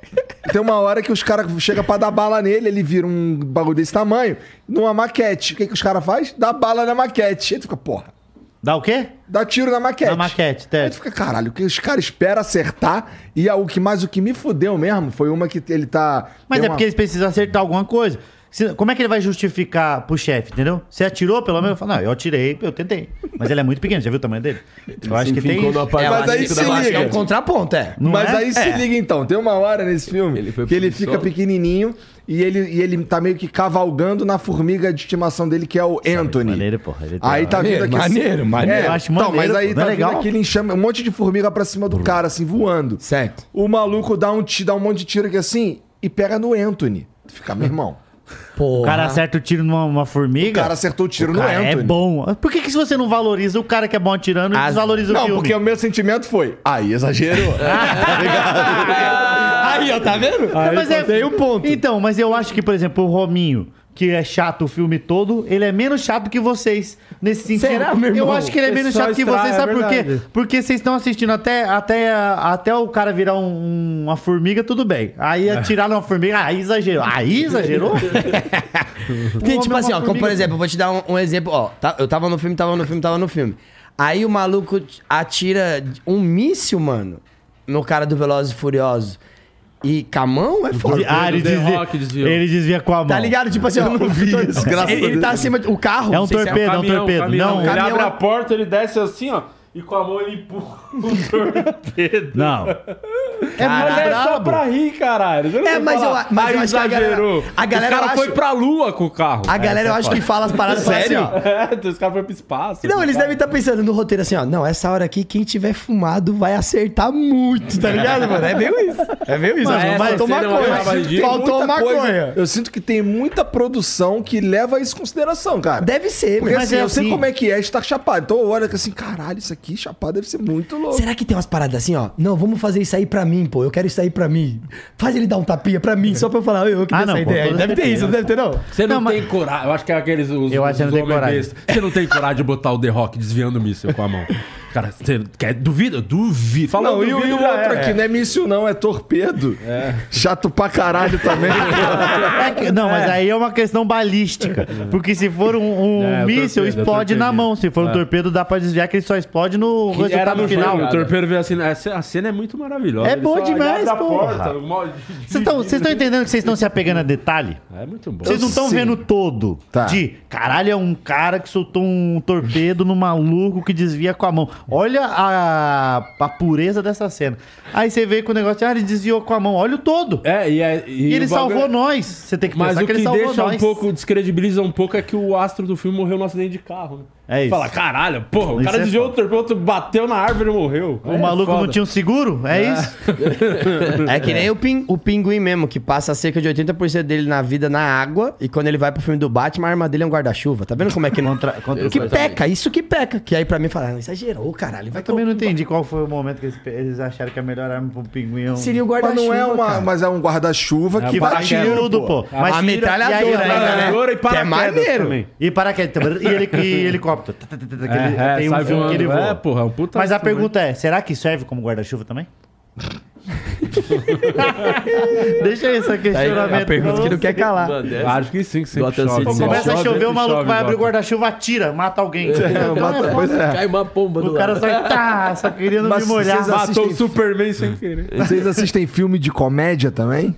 [SPEAKER 1] Tem uma hora que os caras chegam pra dar bala nele, ele vira um bagulho desse tamanho, numa maquete. O que, que os caras fazem? Dá bala na maquete. Aí tu fica, porra,
[SPEAKER 5] Dá o quê?
[SPEAKER 1] dá tiro na maquete.
[SPEAKER 5] Na maquete,
[SPEAKER 1] Aí
[SPEAKER 5] Ted.
[SPEAKER 1] tu fica, caralho, o que os caras esperam acertar. E a- o que mais o que me fudeu mesmo foi uma que ele tá.
[SPEAKER 5] Mas
[SPEAKER 1] tem
[SPEAKER 5] é
[SPEAKER 1] uma-
[SPEAKER 5] porque eles precisam acertar alguma coisa. Se- Como é que ele vai justificar pro chefe, entendeu? Você atirou, pelo menos? Fala, Não, eu atirei, eu tentei. Mas ele é muito pequeno, já viu o tamanho dele? Eu acho que tem.
[SPEAKER 6] Ficou
[SPEAKER 5] isso.
[SPEAKER 6] no
[SPEAKER 4] É,
[SPEAKER 6] apartamento.
[SPEAKER 1] Mas aí
[SPEAKER 4] eu acho
[SPEAKER 1] se
[SPEAKER 4] que- eu acho que É um
[SPEAKER 1] liga.
[SPEAKER 4] contraponto, é.
[SPEAKER 5] Não
[SPEAKER 1] Mas
[SPEAKER 5] é?
[SPEAKER 1] aí se liga então, tem uma hora nesse filme
[SPEAKER 6] Ele foi
[SPEAKER 1] que ele
[SPEAKER 6] preguiçoso.
[SPEAKER 1] fica pequenininho e ele, e ele tá meio que cavalgando na formiga de estimação dele, que é o Anthony.
[SPEAKER 5] Maneiro, porra. Ele tem-
[SPEAKER 1] Aí tá vindo aqui.
[SPEAKER 4] maneiro, maneiro.
[SPEAKER 1] É,
[SPEAKER 5] Eu acho
[SPEAKER 1] então,
[SPEAKER 5] maneiro,
[SPEAKER 1] mas aí
[SPEAKER 5] pô, não
[SPEAKER 1] tá
[SPEAKER 5] é legal? Uhum.
[SPEAKER 1] vindo aquele enxame, um monte de formiga pra cima do cara, assim, voando.
[SPEAKER 4] Certo.
[SPEAKER 1] O maluco dá um, ti- dá um monte de tiro aqui assim e pega no Anthony. Fica, meu irmão.
[SPEAKER 5] O cara acerta o tiro numa uma
[SPEAKER 1] O
[SPEAKER 5] formiga.
[SPEAKER 1] cara acertou o tiro
[SPEAKER 5] o
[SPEAKER 1] no
[SPEAKER 5] cara é
[SPEAKER 1] Anthony.
[SPEAKER 5] bom. Por que, que você não valoriza o cara que é bom atirando e
[SPEAKER 4] As-
[SPEAKER 5] desvaloriza o
[SPEAKER 1] Não,
[SPEAKER 5] filme?
[SPEAKER 1] porque o meu sentimento foi. Aí exagerou.
[SPEAKER 4] É. Aí, um ó, tá
[SPEAKER 2] Ah,
[SPEAKER 4] vendo?
[SPEAKER 5] É, mas é
[SPEAKER 2] um
[SPEAKER 5] o ponto. Então, mas eu acho que, por exemplo, o Rominho, que é chato o filme todo, ele é menos chato que vocês. Nesse sentido.
[SPEAKER 4] Será, meu irmão?
[SPEAKER 5] Eu acho que ele é
[SPEAKER 2] Ele
[SPEAKER 5] menos
[SPEAKER 2] só
[SPEAKER 5] chato que
[SPEAKER 2] estraga,
[SPEAKER 5] vocês,
[SPEAKER 2] é
[SPEAKER 5] sabe por quê?
[SPEAKER 2] verdade.
[SPEAKER 5] Porque vocês estão assistindo até, até, até o cara virar um- uma formiga, tudo bem. Aí
[SPEAKER 4] É.
[SPEAKER 5] atiraram uma formiga, aí exagerou.
[SPEAKER 4] [laughs]
[SPEAKER 5] Aí exagerou?
[SPEAKER 4] Tem,
[SPEAKER 5] O homem é
[SPEAKER 4] tipo
[SPEAKER 5] uma
[SPEAKER 4] assim, ó, como
[SPEAKER 5] formiga,
[SPEAKER 4] por exemplo, eu vou te dar um, um exemplo, ó. tá- eu tava no filme, tava no filme, tava no filme. Aí o maluco t- atira um míssil, mano, no cara do Velozes e Furiosos. E com a mão é foda.
[SPEAKER 5] Ah, ele
[SPEAKER 2] The
[SPEAKER 5] desvia,
[SPEAKER 2] Rock desviou.
[SPEAKER 5] ele desvia com a mão.
[SPEAKER 4] Tá ligado? Tipo assim, ó, eu não vi
[SPEAKER 1] isso, graças a
[SPEAKER 4] ele, ele
[SPEAKER 1] Deus.
[SPEAKER 4] tá acima do carro.
[SPEAKER 5] É um
[SPEAKER 4] não sei se
[SPEAKER 5] torpedo. Não, torpedo, não,
[SPEAKER 2] Ele
[SPEAKER 4] caminhão
[SPEAKER 2] abre
[SPEAKER 4] é-
[SPEAKER 2] a porta, ele desce assim, ó. E com a mão ele empurra o torpedo.
[SPEAKER 5] Não.
[SPEAKER 4] É
[SPEAKER 2] Mas
[SPEAKER 4] muito
[SPEAKER 2] é só
[SPEAKER 4] brabo.
[SPEAKER 2] pra rir, caralho. Você não
[SPEAKER 4] É,
[SPEAKER 2] tem que
[SPEAKER 4] mas
[SPEAKER 2] falar,
[SPEAKER 4] eu- mas eu
[SPEAKER 2] "Aí
[SPEAKER 4] acho que a galera-
[SPEAKER 2] exagerou."
[SPEAKER 4] a galera
[SPEAKER 2] Os
[SPEAKER 4] acha-
[SPEAKER 2] caras foi pra lua com o carro.
[SPEAKER 4] A galera, eu acho que fala as paradas
[SPEAKER 5] Assim,
[SPEAKER 2] Sério?
[SPEAKER 4] é Sério?
[SPEAKER 2] É, [laughs]
[SPEAKER 4] ó.
[SPEAKER 2] os caras foram pro espaço. tipo,
[SPEAKER 4] Não, eles devem estar pensando no roteiro assim, ó. Não, essa hora aqui, quem tiver fumado vai acertar muito, tá ligado, mano? É meio isso. É meio isso.
[SPEAKER 2] Mas
[SPEAKER 4] Mano,
[SPEAKER 2] essa
[SPEAKER 4] faltou
[SPEAKER 2] cena é uma parada
[SPEAKER 4] maconha.
[SPEAKER 2] ridícula.
[SPEAKER 4] Faltou
[SPEAKER 1] Muita
[SPEAKER 4] maconha.
[SPEAKER 1] coisa- eu sinto que tem muita produção que leva isso em consideração, cara.
[SPEAKER 4] Deve ser,
[SPEAKER 1] Porque
[SPEAKER 4] mano.
[SPEAKER 1] assim,
[SPEAKER 5] é
[SPEAKER 1] eu sei
[SPEAKER 5] assim.
[SPEAKER 1] como é que é estar chapado. Então eu olho assim, caralho, isso aqui chapado deve ser muito louco.
[SPEAKER 4] Será que tem umas paradas assim, ó? Não, vamos fazer isso aí pra mim, pô. Eu quero isso aí pra mim. Faz ele dar um tapinha pra mim, só pra eu falar, "Ô, eu que
[SPEAKER 5] Ah,
[SPEAKER 4] dei essa
[SPEAKER 5] não, pô,
[SPEAKER 4] ideia. aí."
[SPEAKER 5] todas
[SPEAKER 4] deve ter
[SPEAKER 5] tem,
[SPEAKER 4] isso, não deve ter, não?
[SPEAKER 2] Você não,
[SPEAKER 5] Não, mas-
[SPEAKER 2] tem coragem. Eu acho que é aqueles. Os,
[SPEAKER 5] Eu acho que
[SPEAKER 2] os
[SPEAKER 5] não tem
[SPEAKER 2] homem
[SPEAKER 5] coragem.
[SPEAKER 2] besta. Você não tem coragem de botar o The Rock desviando o míssil com a mão. Cara, você quer. Duvida? Duvido. Fala,
[SPEAKER 1] Não, e o,
[SPEAKER 2] duvido,
[SPEAKER 1] e o
[SPEAKER 2] já
[SPEAKER 1] outro
[SPEAKER 2] era.
[SPEAKER 1] aqui não é míssil, não, é torpedo.
[SPEAKER 4] É.
[SPEAKER 1] Chato pra caralho também.
[SPEAKER 5] É que- não, mas aí é uma questão balística. Porque se for um, um
[SPEAKER 2] É, o
[SPEAKER 5] míssil,
[SPEAKER 2] torpedo,
[SPEAKER 5] explode
[SPEAKER 2] o
[SPEAKER 5] na
[SPEAKER 2] torpedo.
[SPEAKER 5] mão. Se for um torpedo, dá pra desviar que ele só explode no
[SPEAKER 2] Que era
[SPEAKER 5] resultado
[SPEAKER 2] no
[SPEAKER 5] final.
[SPEAKER 2] final. O torpeiro veio assim. Essa, a cena é muito maravilhosa.
[SPEAKER 5] É
[SPEAKER 2] Ele
[SPEAKER 5] bom
[SPEAKER 2] só- ele
[SPEAKER 5] demais,
[SPEAKER 2] abre a
[SPEAKER 5] porra.
[SPEAKER 2] porta, o mó-
[SPEAKER 5] Vocês estão- Vocês estão entendendo que vocês estão se apegando a detalhe?
[SPEAKER 2] É muito bom.
[SPEAKER 5] Vocês não estão
[SPEAKER 1] sim.
[SPEAKER 5] vendo todo.
[SPEAKER 1] Tá.
[SPEAKER 5] De caralho, é um cara que soltou um torpedo no maluco que desvia com a mão. Olha a, a pureza dessa cena. Aí você vê com o negócio, ah, ele desviou com a mão. Olha o todo.
[SPEAKER 2] É, e, é, e
[SPEAKER 5] E ele
[SPEAKER 2] o bagulho-
[SPEAKER 5] salvou nós. Você tem que
[SPEAKER 2] Mas
[SPEAKER 5] pensar
[SPEAKER 2] o
[SPEAKER 5] que
[SPEAKER 2] que,
[SPEAKER 5] ele salvou
[SPEAKER 2] deixa
[SPEAKER 5] nós.
[SPEAKER 2] um pouco, descredibiliza um pouco é que o astro do filme morreu no acidente de carro. né?
[SPEAKER 5] É isso.
[SPEAKER 2] Fala, caralho, porra, o
[SPEAKER 5] Isso
[SPEAKER 2] cara
[SPEAKER 5] é
[SPEAKER 2] desviou o torpedo, o outro bateu na árvore e morreu.
[SPEAKER 5] O maluco não tinha um seguro? É, isso?
[SPEAKER 4] É que nem o, pin, o pinguim mesmo, que passa cerca de 80% dele na vida na água, e quando ele vai pro filme do Batman, a arma dele é um guarda-chuva. Tá vendo como é que [laughs] não.
[SPEAKER 5] Contra, contra...
[SPEAKER 4] Que
[SPEAKER 6] Exatamente.
[SPEAKER 4] peca, isso que peca. Que aí pra mim fala, "Ah, exagerou, caralho. Vai
[SPEAKER 5] Eu também não entendi qual foi o momento que eles, eles acharam que a melhor arma pro pinguim é um-
[SPEAKER 4] Seria o
[SPEAKER 1] Mas
[SPEAKER 4] [laughs] guarda-chuva.
[SPEAKER 1] não é uma.
[SPEAKER 4] cara.
[SPEAKER 1] Mas é um guarda-chuva que vai
[SPEAKER 5] tiro,
[SPEAKER 1] tiro.
[SPEAKER 5] pô.
[SPEAKER 4] Uma
[SPEAKER 5] tiro-
[SPEAKER 4] metralhadora, né,
[SPEAKER 5] e aí, né?
[SPEAKER 4] cara?
[SPEAKER 2] Metralhadora e
[SPEAKER 4] Que é
[SPEAKER 2] paraquedas
[SPEAKER 4] maneiro.
[SPEAKER 2] também.
[SPEAKER 5] E paraquedas. E, heli- e helicóptero.
[SPEAKER 2] É, é, sai voando. É, porra, é um
[SPEAKER 4] tá
[SPEAKER 2] puta
[SPEAKER 5] um Mas a
[SPEAKER 2] instrumento.
[SPEAKER 5] pergunta é, será que serve como guarda-chuva também? [laughs] Deixa esse questionamento.
[SPEAKER 4] Tá Aí, a pergunta
[SPEAKER 5] pra
[SPEAKER 4] que não quer
[SPEAKER 5] você.
[SPEAKER 4] calar.
[SPEAKER 6] Mano, deve-
[SPEAKER 2] Acho que sim, que sempre
[SPEAKER 6] Gotham
[SPEAKER 2] chove.
[SPEAKER 6] City
[SPEAKER 5] Pô,
[SPEAKER 6] Sempre
[SPEAKER 5] começa a
[SPEAKER 2] Chove,
[SPEAKER 5] chover, o
[SPEAKER 2] sempre
[SPEAKER 5] maluco
[SPEAKER 2] chove,
[SPEAKER 5] vai abrir o
[SPEAKER 2] Gotham.
[SPEAKER 5] guarda-chuva, atira,
[SPEAKER 4] [laughs]
[SPEAKER 5] mata alguém. Então,
[SPEAKER 1] Mata- Pois é.
[SPEAKER 6] Cai uma pomba do
[SPEAKER 5] O cara
[SPEAKER 6] lado.
[SPEAKER 5] só tá, só queria não
[SPEAKER 1] Mas
[SPEAKER 5] me molhar.
[SPEAKER 1] vocês assistem-
[SPEAKER 2] Matou o Superman sem querer.
[SPEAKER 1] Vocês assistem filme de comédia também?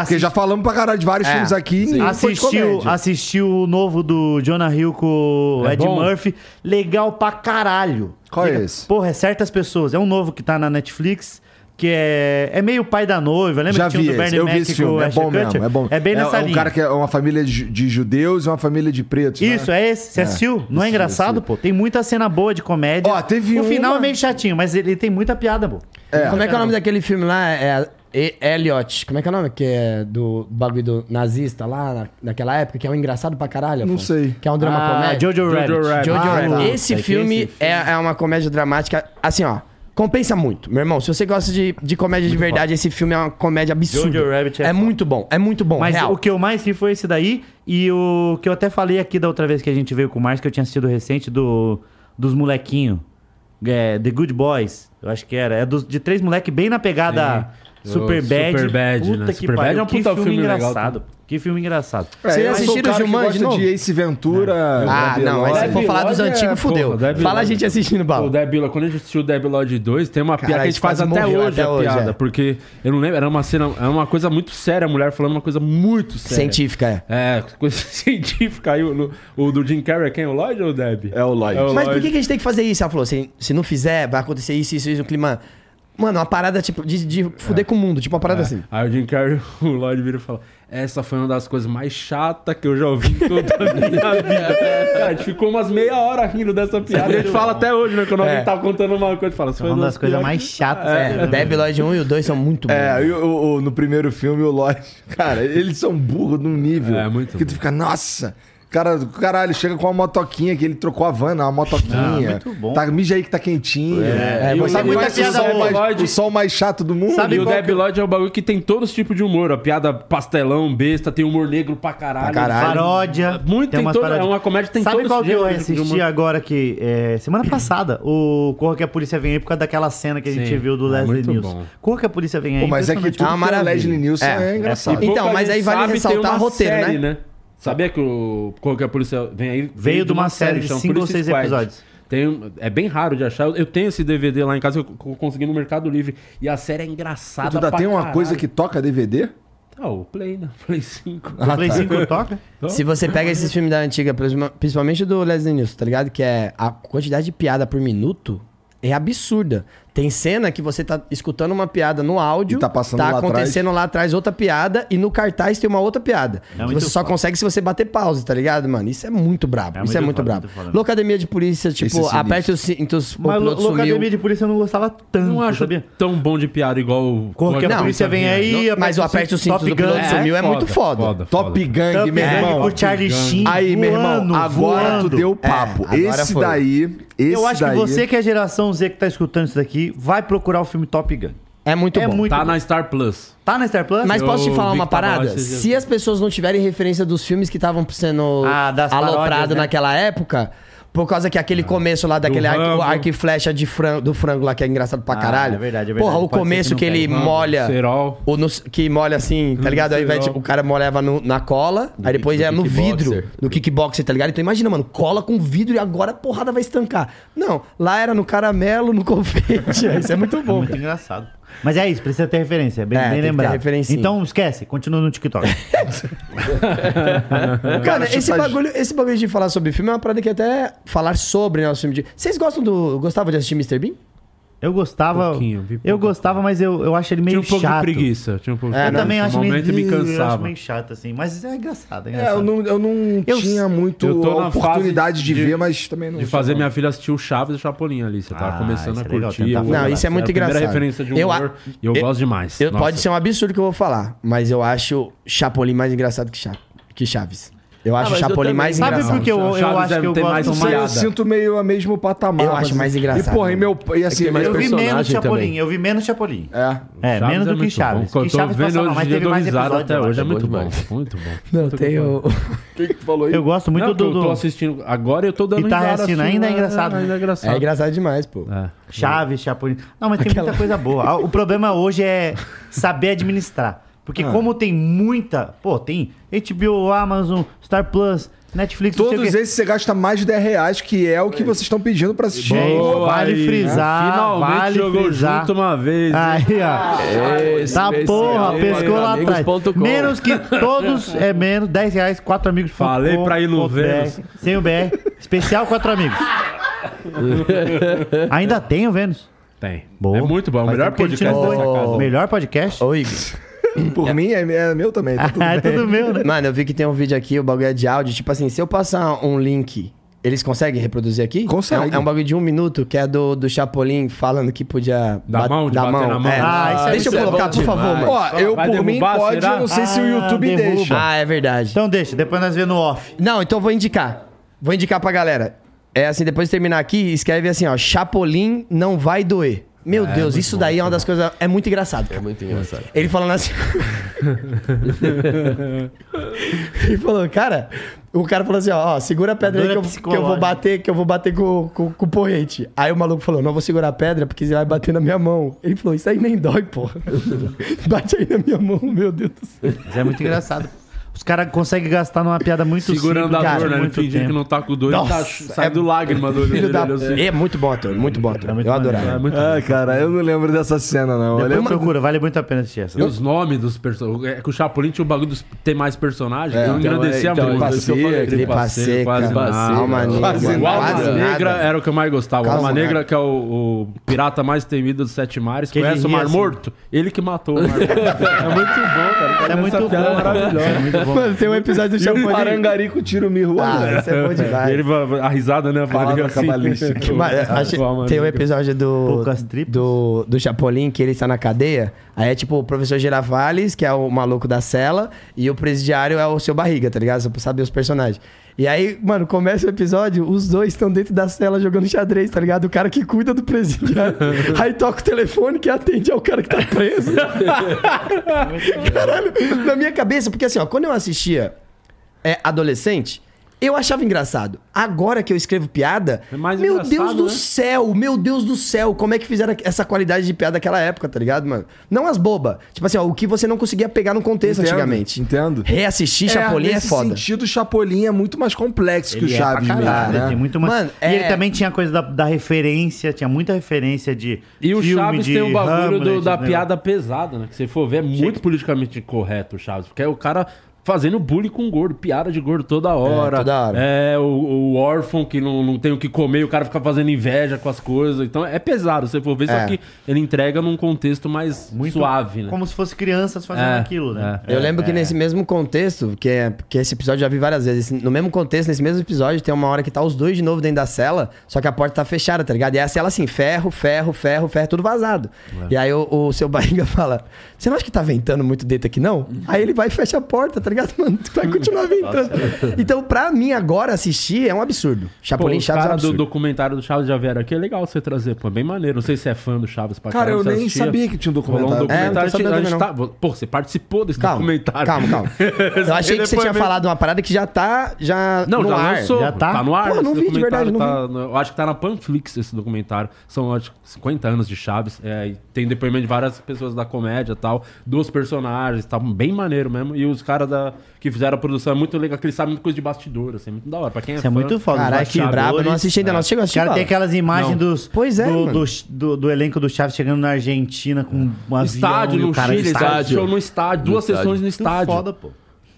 [SPEAKER 1] Porque
[SPEAKER 5] assisti,
[SPEAKER 1] já falamos pra caralho de
[SPEAKER 4] É.
[SPEAKER 1] vários filmes aqui. nenhum foi de
[SPEAKER 5] assistiu,
[SPEAKER 1] comédia.
[SPEAKER 5] assistiu o novo do Jonah Hill com o
[SPEAKER 2] É
[SPEAKER 5] Ed
[SPEAKER 2] bom?
[SPEAKER 5] Murphy. Legal pra caralho.
[SPEAKER 1] Qual é
[SPEAKER 5] Legal-
[SPEAKER 1] esse?
[SPEAKER 5] Porra, é certas pessoas. É um novo que tá na Netflix. Que é, é meio pai da noiva, lembra
[SPEAKER 1] Já
[SPEAKER 5] que tinha
[SPEAKER 1] vi
[SPEAKER 5] o do
[SPEAKER 1] esse,
[SPEAKER 5] Bernie
[SPEAKER 1] eu vi
[SPEAKER 5] Mac
[SPEAKER 1] esse
[SPEAKER 5] com o
[SPEAKER 1] filme, é
[SPEAKER 5] Ashton
[SPEAKER 1] bom mesmo,
[SPEAKER 5] Kutcher?
[SPEAKER 1] é bom.
[SPEAKER 5] É bem nessa
[SPEAKER 1] é
[SPEAKER 5] linha.
[SPEAKER 1] um cara que é uma família ju- de judeus e uma família de pretos. né?
[SPEAKER 5] Isso, é esse. Você assistiu? Não é engraçado, pô? Tem muita cena boa de comédia.
[SPEAKER 1] Ó, teve
[SPEAKER 5] O final
[SPEAKER 1] uma-
[SPEAKER 5] é meio chatinho, mas ele tem muita piada, pô.
[SPEAKER 4] Como é que é o nome daquele filme lá? É E- Elliot. Como é que é o nome? Que é do bagulho do nazista lá, na- naquela época, que é um engraçado pra caralho.
[SPEAKER 1] Não
[SPEAKER 4] Afonso.
[SPEAKER 1] sei.
[SPEAKER 4] Que é um drama comédia.
[SPEAKER 5] Ah, Jojo Rabbit.
[SPEAKER 2] Rabbit.
[SPEAKER 4] Jojo
[SPEAKER 1] Ah,
[SPEAKER 4] Rabbit.
[SPEAKER 1] tá.
[SPEAKER 4] Esse
[SPEAKER 5] É que
[SPEAKER 4] filme
[SPEAKER 5] esse filme-
[SPEAKER 4] é, é uma comédia dramática, assim, ó. Compensa muito, meu irmão. Se você gosta de, de comédia de verdade, esse filme é uma comédia absurda.
[SPEAKER 5] Jojo Rabbit é
[SPEAKER 4] é
[SPEAKER 5] foda.
[SPEAKER 4] muito bom, é muito bom.
[SPEAKER 5] Mas
[SPEAKER 4] real.
[SPEAKER 5] o que eu mais ri foi esse daí. E o que eu até falei aqui da outra vez que a gente veio com o Márcio, que eu tinha assistido recente, do, dos molequinhos. É, The Good Boys, eu acho que era. É dos, de três moleque bem na pegada Super Bad.
[SPEAKER 2] Superbad, né? Superbad é um
[SPEAKER 5] que
[SPEAKER 2] puta
[SPEAKER 5] filme,
[SPEAKER 2] filme legal
[SPEAKER 5] engraçado. Que filme engraçado.
[SPEAKER 1] É, eu
[SPEAKER 4] Vocês
[SPEAKER 1] sou
[SPEAKER 4] assistiram
[SPEAKER 1] o cara que
[SPEAKER 4] Jumanji
[SPEAKER 1] gosta
[SPEAKER 4] de novo?
[SPEAKER 1] de Ace Ventura.
[SPEAKER 4] Ah, não, mas se
[SPEAKER 1] Devilóide.
[SPEAKER 4] for falar dos
[SPEAKER 2] Devilóide é-
[SPEAKER 4] antigos, fudeu.
[SPEAKER 2] porra, Devilóide.
[SPEAKER 4] Fala a gente assistindo,
[SPEAKER 2] O
[SPEAKER 4] Bala.
[SPEAKER 2] Debbie Lloyd- quando a gente assistiu o Debbie Lloyd 2, tem uma piada que a gente faz
[SPEAKER 4] quase
[SPEAKER 2] até
[SPEAKER 4] morreu
[SPEAKER 2] hoje
[SPEAKER 4] até
[SPEAKER 2] a
[SPEAKER 4] hoje,
[SPEAKER 2] piada,
[SPEAKER 4] é.
[SPEAKER 2] porque eu não lembro, era uma cena, era uma coisa muito séria, a mulher falando uma coisa muito séria.
[SPEAKER 4] Científica, é.
[SPEAKER 2] É, coisa [laughs] científica. Aí o, no- o do Jim Carrey é quem? O Lloyd ou o Debbie?
[SPEAKER 1] É o Lloyd.
[SPEAKER 4] Mas por que, que a gente tem que fazer isso? Ela falou, se, se não fizer, vai acontecer isso, isso, isso, o clima. Mano, uma parada tipo de, de fuder com o mundo, tipo uma parada assim.
[SPEAKER 2] Aí o Jim Carrey, [laughs] o Lloyd vira e fala: Essa foi uma das coisas mais chatas que eu já ouvi em toda a minha vida.
[SPEAKER 4] [laughs]
[SPEAKER 2] Cara, a gente ficou umas meia hora rindo dessa piada. E a gente fala até hoje, né? Quando alguém tá contando uma coisa, fala: "Isso
[SPEAKER 5] É
[SPEAKER 2] foi
[SPEAKER 5] uma das coisas
[SPEAKER 2] piores
[SPEAKER 5] mais chatas. que eu
[SPEAKER 4] É,
[SPEAKER 5] já vi.
[SPEAKER 4] Debbie Lloyd 1 e o 2 são muito bons.
[SPEAKER 1] É, e o- o- no primeiro filme, o Lloyd. [laughs] Cara, eles são burros num nível.
[SPEAKER 2] É, muito
[SPEAKER 1] Que tu
[SPEAKER 2] burro.
[SPEAKER 1] fica, nossa. Cara, caralho, chega com uma motoquinha que ele trocou a vana, uma motoquinha.
[SPEAKER 5] Ah, muito bom.
[SPEAKER 1] Tá, mija aí que tá quentinho.
[SPEAKER 2] É,
[SPEAKER 1] É,
[SPEAKER 2] e o-
[SPEAKER 1] mas sabe
[SPEAKER 2] e
[SPEAKER 1] qual
[SPEAKER 2] o
[SPEAKER 1] é que é o
[SPEAKER 2] Debbie
[SPEAKER 1] sol mais-
[SPEAKER 2] Lloyd-
[SPEAKER 1] o sol mais chato do mundo?
[SPEAKER 2] e o
[SPEAKER 5] qual
[SPEAKER 2] Debbie Lloyd é o bagulho que tem todos os tipos de humor. A piada pastelão, besta, tem humor negro pra caralho.
[SPEAKER 4] Pra caralho.
[SPEAKER 5] Paródia.
[SPEAKER 2] Muito, tem
[SPEAKER 5] umas
[SPEAKER 2] toda-
[SPEAKER 5] paródias.
[SPEAKER 2] é uma comédia que tem
[SPEAKER 5] Sabe
[SPEAKER 2] todos
[SPEAKER 5] qual
[SPEAKER 2] os
[SPEAKER 5] que eu
[SPEAKER 2] gêneros de
[SPEAKER 5] assisti
[SPEAKER 2] humor?
[SPEAKER 5] agora que... é,
[SPEAKER 2] [clears throat]
[SPEAKER 5] semana passada, o Corra que a Polícia Vem Aí por causa daquela cena que a gente
[SPEAKER 2] Sim,
[SPEAKER 5] viu do
[SPEAKER 2] é
[SPEAKER 5] Leslie
[SPEAKER 2] muito
[SPEAKER 5] Nielsen.
[SPEAKER 2] bom.
[SPEAKER 5] Corra que a Polícia Vem Aí...
[SPEAKER 1] Pô, mas é que
[SPEAKER 5] impressionante.
[SPEAKER 1] tudo
[SPEAKER 4] uma
[SPEAKER 1] que é
[SPEAKER 4] maravilha.
[SPEAKER 1] Leslie Nielson
[SPEAKER 4] É,
[SPEAKER 1] é,
[SPEAKER 4] é
[SPEAKER 1] engraçado.
[SPEAKER 2] E
[SPEAKER 4] Então,
[SPEAKER 2] pouca
[SPEAKER 4] mas
[SPEAKER 2] gente
[SPEAKER 4] aí vale
[SPEAKER 2] sabe, tem
[SPEAKER 4] ressaltar
[SPEAKER 2] uma
[SPEAKER 4] o roteiro,
[SPEAKER 2] série,
[SPEAKER 4] né?
[SPEAKER 2] Sabia que o Qualquer Polícia vem aí?
[SPEAKER 5] Veio de uma série de
[SPEAKER 2] chama
[SPEAKER 5] cinco ou
[SPEAKER 2] Police
[SPEAKER 5] seis
[SPEAKER 2] Squad.
[SPEAKER 5] episódios.
[SPEAKER 2] Tem, um- é bem raro de achar. Eu tenho esse DVD lá em casa que eu co- consegui no Mercado Livre. E a série é engraçada.
[SPEAKER 1] Tu ainda
[SPEAKER 2] pra
[SPEAKER 1] tem uma
[SPEAKER 2] caralho.
[SPEAKER 1] coisa que toca DVD?
[SPEAKER 2] Ah, o Play, né? [laughs] Play 5.
[SPEAKER 5] O Play 5 toca?
[SPEAKER 4] Se você pega esses filmes da antiga, prisma- principalmente do Leslie Nielsen, tá ligado? Que é a quantidade de piada por minuto é absurda. Tem cena que você tá escutando uma piada no áudio,
[SPEAKER 1] E tá passando lá
[SPEAKER 4] acontecendo lá atrás outra piada e no cartaz tem uma outra piada. Que
[SPEAKER 5] muito
[SPEAKER 4] você só
[SPEAKER 5] foda.
[SPEAKER 4] consegue se você bater pause, tá ligado, mano? Isso é muito brabo.
[SPEAKER 5] É
[SPEAKER 4] isso é muito
[SPEAKER 5] muito foda,
[SPEAKER 4] brabo.
[SPEAKER 5] muito foda.
[SPEAKER 4] Locademia de polícia,
[SPEAKER 1] Esse é
[SPEAKER 4] tipo,
[SPEAKER 1] sinistro.
[SPEAKER 4] aperta os cintos, o
[SPEAKER 5] Mas lo-
[SPEAKER 4] piloto sumiu.
[SPEAKER 5] Locademia de Polícia eu não gostava tanto,
[SPEAKER 2] Não acho
[SPEAKER 5] sabia?
[SPEAKER 2] tão bom de piada igual o
[SPEAKER 5] Corra que é? a
[SPEAKER 4] Não,
[SPEAKER 5] Polícia Vem Aí...
[SPEAKER 4] Não, mas o aperta os cintos
[SPEAKER 5] Top
[SPEAKER 4] do piloto
[SPEAKER 5] Gun.
[SPEAKER 4] sumiu é,
[SPEAKER 2] foda,
[SPEAKER 4] muito foda.
[SPEAKER 2] foda.
[SPEAKER 1] Top Gang,
[SPEAKER 5] Top
[SPEAKER 1] meu
[SPEAKER 5] Gun
[SPEAKER 1] irmão.
[SPEAKER 5] com o Charlie Sheen
[SPEAKER 1] Aí, meu irmão,
[SPEAKER 5] voando,
[SPEAKER 1] agora tu
[SPEAKER 5] voando.
[SPEAKER 1] deu papo.
[SPEAKER 4] É, agora
[SPEAKER 1] esse
[SPEAKER 4] foi.
[SPEAKER 1] daí, esse
[SPEAKER 5] Eu acho
[SPEAKER 1] daí...
[SPEAKER 5] que você que é a geração Z que tá escutando isso daqui, vai procurar o filme Top Gun.
[SPEAKER 4] É muito
[SPEAKER 5] é
[SPEAKER 4] bom.
[SPEAKER 5] muito
[SPEAKER 2] Tá
[SPEAKER 5] bom.
[SPEAKER 2] na Star Plus.
[SPEAKER 5] Tá na Star Plus?
[SPEAKER 4] Mas
[SPEAKER 2] Eu
[SPEAKER 4] posso te falar
[SPEAKER 2] vi
[SPEAKER 4] uma
[SPEAKER 2] que tava lá
[SPEAKER 4] parada?
[SPEAKER 2] esses dias.
[SPEAKER 4] Se as pessoas não tiverem referência dos filmes que estavam sendo
[SPEAKER 5] Ah, das
[SPEAKER 4] aloprado
[SPEAKER 5] paródias, né? Ah,
[SPEAKER 4] naquela época, por causa que aquele começo lá daquele arco,
[SPEAKER 2] Rambo.
[SPEAKER 4] arco e flecha de fran- do frango lá que é engraçado pra
[SPEAKER 5] Ah,
[SPEAKER 4] caralho.
[SPEAKER 5] é verdade, é verdade.
[SPEAKER 4] Porra, o
[SPEAKER 5] Pode ser
[SPEAKER 4] começo que,
[SPEAKER 5] que não
[SPEAKER 4] ele
[SPEAKER 5] pegue.
[SPEAKER 4] molha.
[SPEAKER 2] Serol.
[SPEAKER 4] O no- que molha assim, tá ligado? Aí vai,
[SPEAKER 2] Serol.
[SPEAKER 4] tipo, o cara molhava no- na cola, aí depois
[SPEAKER 6] do
[SPEAKER 4] é no
[SPEAKER 6] kickboxer.
[SPEAKER 4] vidro, no kickboxer, tá ligado? Então imagina, mano, cola com vidro e agora a porrada vai estancar. Não, lá era no caramelo, no [laughs] confete. Isso é muito bom.
[SPEAKER 5] Muito engraçado. Mas é isso, precisa ter referência, é bem,
[SPEAKER 4] É,
[SPEAKER 5] bem
[SPEAKER 4] tem que ter
[SPEAKER 5] lembrado.
[SPEAKER 4] referencinha.
[SPEAKER 5] então esquece, continua no [laughs] TikTok.
[SPEAKER 4] Cara, esse
[SPEAKER 1] chupa-
[SPEAKER 4] bagulho, esse bagulho de falar sobre filme é uma parada que até falar sobre, né? Os filmes de. Vocês gostam do. Gostavam de assistir Mr. Bean?
[SPEAKER 5] Eu gostava.
[SPEAKER 2] Pouquinho, vi pouco.
[SPEAKER 5] eu gostava, mas eu, eu acho ele meio
[SPEAKER 2] Tinha um pouco
[SPEAKER 5] chato.
[SPEAKER 2] de preguiça. Tinha um pouco
[SPEAKER 5] Eu
[SPEAKER 2] de
[SPEAKER 5] também acho meio,
[SPEAKER 2] momento me
[SPEAKER 5] eu acho
[SPEAKER 2] cansava.
[SPEAKER 5] meio chato, assim. Mas é engraçado, é
[SPEAKER 1] É,
[SPEAKER 5] engraçado.
[SPEAKER 1] eu não, eu não
[SPEAKER 5] Eu-
[SPEAKER 1] tinha muito
[SPEAKER 2] eu tô na
[SPEAKER 1] oportunidade
[SPEAKER 2] fase
[SPEAKER 1] de,
[SPEAKER 2] de-
[SPEAKER 1] ver, mas também não.
[SPEAKER 2] De fazer minha filha assistir o Chaves e o Chapolin ali. Você tava
[SPEAKER 5] Ah,
[SPEAKER 2] começando
[SPEAKER 5] isso
[SPEAKER 2] a
[SPEAKER 5] é legal,
[SPEAKER 2] curtir.
[SPEAKER 5] tentar
[SPEAKER 2] eu-
[SPEAKER 5] fazer.
[SPEAKER 4] Não, isso é
[SPEAKER 2] era
[SPEAKER 4] muito
[SPEAKER 2] a primeira
[SPEAKER 4] engraçado.
[SPEAKER 2] referência de
[SPEAKER 4] Eu
[SPEAKER 2] humor
[SPEAKER 4] a-
[SPEAKER 2] e eu,
[SPEAKER 4] eu-
[SPEAKER 2] gosto demais.
[SPEAKER 4] Eu-
[SPEAKER 2] Nossa.
[SPEAKER 4] pode ser um absurdo que eu vou falar, mas eu acho Chapolin mais engraçado que, Cha que Chaves. Ah, Eu acho
[SPEAKER 6] mas eu
[SPEAKER 4] Chapolin
[SPEAKER 6] também.
[SPEAKER 4] mais
[SPEAKER 5] Sabe
[SPEAKER 4] engraçado.
[SPEAKER 5] por que eu, eu
[SPEAKER 2] Chaves
[SPEAKER 5] acho que
[SPEAKER 2] deve
[SPEAKER 5] eu
[SPEAKER 2] ter
[SPEAKER 5] gosto
[SPEAKER 2] mais
[SPEAKER 5] mais?
[SPEAKER 1] Não sei, eu
[SPEAKER 2] piada.
[SPEAKER 1] sinto meio a mesmo patamar.
[SPEAKER 4] Eu acho
[SPEAKER 1] mas-
[SPEAKER 4] mais engraçado.
[SPEAKER 1] E, porra, e meu. E assim,
[SPEAKER 6] É que tem mais
[SPEAKER 1] eu-
[SPEAKER 5] Eu vi
[SPEAKER 6] personagem
[SPEAKER 5] menos Chapolin,
[SPEAKER 6] também.
[SPEAKER 5] eu vi menos Chapolin.
[SPEAKER 1] É.
[SPEAKER 5] É,
[SPEAKER 2] Chaves
[SPEAKER 5] menos do que
[SPEAKER 2] muito
[SPEAKER 5] Chaves.
[SPEAKER 2] bom.
[SPEAKER 5] Que
[SPEAKER 2] Eu tô
[SPEAKER 5] Chaves
[SPEAKER 2] vendo
[SPEAKER 5] passava,
[SPEAKER 2] hoje
[SPEAKER 5] mas
[SPEAKER 2] em dia
[SPEAKER 5] teve
[SPEAKER 2] dou
[SPEAKER 5] mais
[SPEAKER 2] risada
[SPEAKER 5] episódios,
[SPEAKER 2] até
[SPEAKER 5] eu
[SPEAKER 2] hoje. É
[SPEAKER 6] acho.
[SPEAKER 2] muito
[SPEAKER 6] É bom
[SPEAKER 2] bom.
[SPEAKER 6] demais.
[SPEAKER 2] Muito bom.
[SPEAKER 4] Não, tem o...
[SPEAKER 1] Quem que falou aí?
[SPEAKER 5] Eu gosto muito
[SPEAKER 2] Não, que
[SPEAKER 5] do,
[SPEAKER 2] eu tô
[SPEAKER 5] do
[SPEAKER 2] assistindo agora e eu tô dando
[SPEAKER 5] E tá
[SPEAKER 2] risada,
[SPEAKER 5] assistindo, ainda é
[SPEAKER 2] mas
[SPEAKER 5] engraçado.
[SPEAKER 2] Ainda é
[SPEAKER 4] É
[SPEAKER 2] engraçado.
[SPEAKER 4] engraçado demais, pô.
[SPEAKER 2] É.
[SPEAKER 5] Chaves, Chapolin. Não, mas tem muita coisa boa. Ah, O problema hoje é saber administrar. Porque
[SPEAKER 2] Ah.
[SPEAKER 5] como tem muita... Pô, tem HBO, Amazon, Star Plus, Netflix, não sei o
[SPEAKER 1] Todos
[SPEAKER 5] quê.
[SPEAKER 1] esses você gasta mais de 10 reais, que é o que vocês estão pedindo pra assistir.
[SPEAKER 5] Gente,
[SPEAKER 2] Boa,
[SPEAKER 5] vale
[SPEAKER 2] aí.
[SPEAKER 5] frisar,
[SPEAKER 2] Finalmente
[SPEAKER 5] vale
[SPEAKER 2] jogou
[SPEAKER 5] frisar.
[SPEAKER 2] junto uma vez. hein?
[SPEAKER 5] Aí, ó.
[SPEAKER 2] É,
[SPEAKER 5] Tá
[SPEAKER 6] é
[SPEAKER 5] porra, pescou lá atrás.
[SPEAKER 2] [laughs]
[SPEAKER 5] Menos que todos é menos, 10 reais, 4 amigos.
[SPEAKER 2] Falei pra ir no
[SPEAKER 5] ponto BR,
[SPEAKER 2] Vênus.
[SPEAKER 5] Sem o BR. Especial
[SPEAKER 2] [laughs]
[SPEAKER 5] 4 amigos. Ainda tem o Vênus.
[SPEAKER 2] Tem.
[SPEAKER 5] Boa.
[SPEAKER 2] É muito bom. É o
[SPEAKER 5] Faz
[SPEAKER 2] melhor
[SPEAKER 5] tempo que a gente
[SPEAKER 2] podcast
[SPEAKER 5] não
[SPEAKER 2] dessa
[SPEAKER 5] foi.
[SPEAKER 2] casa.
[SPEAKER 5] Melhor podcast?
[SPEAKER 4] Oi,
[SPEAKER 1] Por mim, é, é meu também.
[SPEAKER 5] [laughs]
[SPEAKER 1] Tá tudo
[SPEAKER 5] Ah, é tudo meu, né?
[SPEAKER 4] mano, eu vi que tem um vídeo aqui, o bagulho é de áudio. Tipo assim, se eu passar um link, eles conseguem reproduzir aqui?
[SPEAKER 1] Consegue.
[SPEAKER 4] É, um- é um bagulho de um minuto, que é do, do Chapolin falando que podia...
[SPEAKER 2] Da
[SPEAKER 4] bat-
[SPEAKER 2] mão, de
[SPEAKER 4] da
[SPEAKER 2] bater na mão.
[SPEAKER 4] é.
[SPEAKER 5] Ah, isso é-
[SPEAKER 4] Deixa
[SPEAKER 6] isso
[SPEAKER 4] eu
[SPEAKER 6] é
[SPEAKER 4] colocar,
[SPEAKER 6] bom
[SPEAKER 4] por favor,
[SPEAKER 6] demais.
[SPEAKER 4] mano.
[SPEAKER 1] Ó, eu
[SPEAKER 2] Vai
[SPEAKER 1] por mim
[SPEAKER 2] derrubar,
[SPEAKER 1] pode,
[SPEAKER 2] será?
[SPEAKER 1] eu não sei se o
[SPEAKER 5] Ah,
[SPEAKER 1] YouTube
[SPEAKER 5] derruba.
[SPEAKER 1] deixa.
[SPEAKER 4] Ah, é verdade.
[SPEAKER 5] Então deixa, depois nós vemos no off.
[SPEAKER 4] Não, então eu vou indicar. Vou indicar pra galera. É assim, depois de terminar aqui, escreve assim, ó. Chapolin não vai doer. Meu Deus, isso daí é uma das coisas... É muito engraçado, cara.
[SPEAKER 6] É muito engraçado.
[SPEAKER 4] Ele falando assim. Ele falou, cara. O cara falou assim: ó, ó, segura a pedra aí que eu,
[SPEAKER 5] Dura
[SPEAKER 4] que eu vou
[SPEAKER 5] psicológica.
[SPEAKER 4] bater, que eu vou bater com, com, com o porrete. Aí o maluco falou: não vou segurar a pedra porque você vai bater na minha mão. Ele falou: isso aí nem dói, porra. [laughs] Bate aí na minha mão, meu Deus do céu.
[SPEAKER 5] Mas é muito engraçado. Os caras conseguem gastar numa piada muito
[SPEAKER 2] Segurando
[SPEAKER 5] simples,
[SPEAKER 2] a
[SPEAKER 5] cara,
[SPEAKER 2] dor, né? Ele
[SPEAKER 5] muito
[SPEAKER 2] fingindo que
[SPEAKER 5] tempo.
[SPEAKER 2] não tá com dor, ele tá
[SPEAKER 4] Nossa, é
[SPEAKER 2] saindo lágrima do olho dele.
[SPEAKER 4] Filho da.
[SPEAKER 2] assim.
[SPEAKER 4] É muito bom, ator, muito bom, ator. eu adorava.
[SPEAKER 2] É muito
[SPEAKER 1] Ah, cara, eu não lembro dessa cena, não. Eu
[SPEAKER 5] Depois
[SPEAKER 1] lembro-
[SPEAKER 5] procura, vale muito a pena assistir essa.
[SPEAKER 2] E os nomes dos personagens. É que o Chapolin tinha o bagulho dos ter mais personagens. eu
[SPEAKER 6] então,
[SPEAKER 2] engrandecia
[SPEAKER 6] é, então,
[SPEAKER 2] muito.
[SPEAKER 6] é isso que eu falei.
[SPEAKER 4] Tripasseca,
[SPEAKER 2] Quase nada.
[SPEAKER 4] Alma Negra,
[SPEAKER 1] Quase
[SPEAKER 4] Quase
[SPEAKER 1] nada.
[SPEAKER 2] O Alma
[SPEAKER 4] nada.
[SPEAKER 2] Negra era o que eu mais gostava. O
[SPEAKER 4] Quase
[SPEAKER 2] Alma
[SPEAKER 4] nada.
[SPEAKER 2] Negra, que é o, o pirata mais temido dos Sete Mares,
[SPEAKER 5] Que ele
[SPEAKER 2] conhece o
[SPEAKER 5] ria
[SPEAKER 2] Mar
[SPEAKER 5] assim.
[SPEAKER 2] Morto? Ele que matou o Mar
[SPEAKER 4] [laughs]
[SPEAKER 2] Morto. é muito bom, cara.
[SPEAKER 5] É muito
[SPEAKER 2] Essa
[SPEAKER 5] bom,
[SPEAKER 2] piada é maravilhosa.
[SPEAKER 5] é muito bom.
[SPEAKER 4] Mano, tem um episódio do
[SPEAKER 1] E o
[SPEAKER 4] Chapolin.
[SPEAKER 1] Parangarico tira o mirro.
[SPEAKER 4] Ah, isso é bom demais. [laughs]
[SPEAKER 2] Ele, va- a risada, né? Vale
[SPEAKER 1] Palavra cabalística.
[SPEAKER 2] assim.
[SPEAKER 4] Mas, é,
[SPEAKER 2] [laughs]
[SPEAKER 4] acho-
[SPEAKER 2] O Alma
[SPEAKER 4] tem um
[SPEAKER 2] Negra.
[SPEAKER 4] episódio do,
[SPEAKER 5] Poucas tripas.
[SPEAKER 4] do, do Chapolin que ele está na cadeia. Aí é tipo o professor Girafales, que é o maluco da cela, e o presidiário é o seu barriga, tá ligado? Só pra saber os personagens. E aí, mano, começa o episódio, os dois estão dentro da cela jogando xadrez, tá ligado? O cara que cuida do presidiário. Aí toca o telefone que atende ao cara que tá preso. [laughs] Caralho, na minha cabeça, porque assim, ó, quando eu assistia é, adolescente, eu achava engraçado. Agora que eu escrevo piada,
[SPEAKER 2] É mais
[SPEAKER 4] meu
[SPEAKER 2] engraçado,
[SPEAKER 4] Deus do
[SPEAKER 2] né?
[SPEAKER 4] céu, meu Deus do céu, como é que fizeram essa qualidade de piada daquela época, tá ligado, mano? Não as bobas. Tipo assim, ó, o que você não conseguia pegar no contexto
[SPEAKER 1] Entendo,
[SPEAKER 4] antigamente.
[SPEAKER 1] entendo.
[SPEAKER 4] Reassistir Chapolin é
[SPEAKER 1] nesse
[SPEAKER 4] foda.
[SPEAKER 1] sentido, o Chapolin é muito mais complexo que o
[SPEAKER 5] Ele é pra
[SPEAKER 1] Chaves mesmo,
[SPEAKER 5] caralho,
[SPEAKER 1] né?
[SPEAKER 5] tem muito mais-
[SPEAKER 4] Mano,
[SPEAKER 5] E ele
[SPEAKER 4] é-
[SPEAKER 5] também tinha coisa da, da referência, tinha muita referência de
[SPEAKER 2] E o
[SPEAKER 5] filme,
[SPEAKER 2] Chaves
[SPEAKER 5] de
[SPEAKER 2] tem o bagulho do-
[SPEAKER 5] Hamlet,
[SPEAKER 2] da
[SPEAKER 5] né?
[SPEAKER 2] piada pesada, né? Que se for ver, é muito politicamente correto o Chaves. Porque é o cara fazendo bullying com gordo, piada de gordo toda hora.
[SPEAKER 4] É, toda hora.
[SPEAKER 2] É, o, o órfão que não, não tem o que comer, e o cara fica fazendo inveja com as coisas. Então é pesado, se você for ver, só
[SPEAKER 4] É.
[SPEAKER 2] que ele entrega num contexto mais
[SPEAKER 5] Muito
[SPEAKER 2] suave, né?
[SPEAKER 5] Como se fosse crianças fazendo
[SPEAKER 2] É,
[SPEAKER 5] aquilo, né?
[SPEAKER 4] Eu lembro que nesse mesmo contexto, que, é- que esse episódio eu já vi várias vezes, no mesmo contexto, nesse mesmo episódio, tem uma hora que tá os dois de novo dentro da cela, só que a porta tá fechada, tá ligado? E é a cela assim, ferro, ferro, ferro, ferro, tudo vazado.
[SPEAKER 2] É.
[SPEAKER 4] E aí o, o seu barriga [laughs] fala: Você não acha que tá ventando muito dentro aqui, não? Aí ele vai e fecha a porta, tá ligado? [laughs] Mano, tu vai continuar ventando. então, pra mim, agora assistir é um absurdo.
[SPEAKER 2] Pô,
[SPEAKER 4] Chapolin
[SPEAKER 2] os
[SPEAKER 4] Chaves é um
[SPEAKER 2] caras do
[SPEAKER 4] absurdo.
[SPEAKER 2] documentário do Chaves já vieram aqui, é legal você trazer, pô, é bem maneiro. Não sei se é fã do Chaves pra
[SPEAKER 1] Cara,
[SPEAKER 2] caramba,
[SPEAKER 1] eu
[SPEAKER 2] você
[SPEAKER 1] nem
[SPEAKER 2] assistia.
[SPEAKER 1] sabia que tinha um
[SPEAKER 2] Rolou um
[SPEAKER 1] documentário.
[SPEAKER 4] É, não tô
[SPEAKER 2] documentário.
[SPEAKER 4] sabendo
[SPEAKER 2] a gente
[SPEAKER 4] também,
[SPEAKER 2] tá- Pô, você participou desse
[SPEAKER 4] Calma,
[SPEAKER 2] documentário. [laughs]
[SPEAKER 4] calma, calma. Eu achei que você tinha falado uma parada que já tá. Já
[SPEAKER 2] Não,
[SPEAKER 4] no
[SPEAKER 2] já
[SPEAKER 4] ar.
[SPEAKER 2] lançou.
[SPEAKER 5] Já tá?
[SPEAKER 2] no ar.
[SPEAKER 4] Pô, não
[SPEAKER 2] esse
[SPEAKER 4] vi, de verdade, não
[SPEAKER 2] documentário tá- eu acho que tá na Panflix esse documentário. São acho, que, 50 anos de Chaves. é, e tem depoimento de várias pessoas da comédia e tal. Dos personagens, tá bem maneiro mesmo. E os caras da- que fizeram a produção é muito legal, que eles sabem muita coisa de bastidor, assim, muito da hora. Pra quem é
[SPEAKER 5] Isso é
[SPEAKER 2] fã,
[SPEAKER 5] muito foda. os
[SPEAKER 4] Caralho, que
[SPEAKER 5] bastidores. né?
[SPEAKER 4] brabo. Eu não assisti ainda, não. Chega a
[SPEAKER 5] Os caras têm aquelas imagens
[SPEAKER 2] Não.
[SPEAKER 5] dos.
[SPEAKER 4] Pois é,
[SPEAKER 5] do,
[SPEAKER 4] mano.
[SPEAKER 5] do, do- do elenco do Chaves chegando na Argentina com um avião
[SPEAKER 2] Estádio
[SPEAKER 5] e o
[SPEAKER 2] no
[SPEAKER 5] cara
[SPEAKER 2] Chile,
[SPEAKER 5] estádio.
[SPEAKER 2] estádio. show no estádio, duas
[SPEAKER 6] estádio.
[SPEAKER 2] sessões no estádio.
[SPEAKER 5] Foda, pô.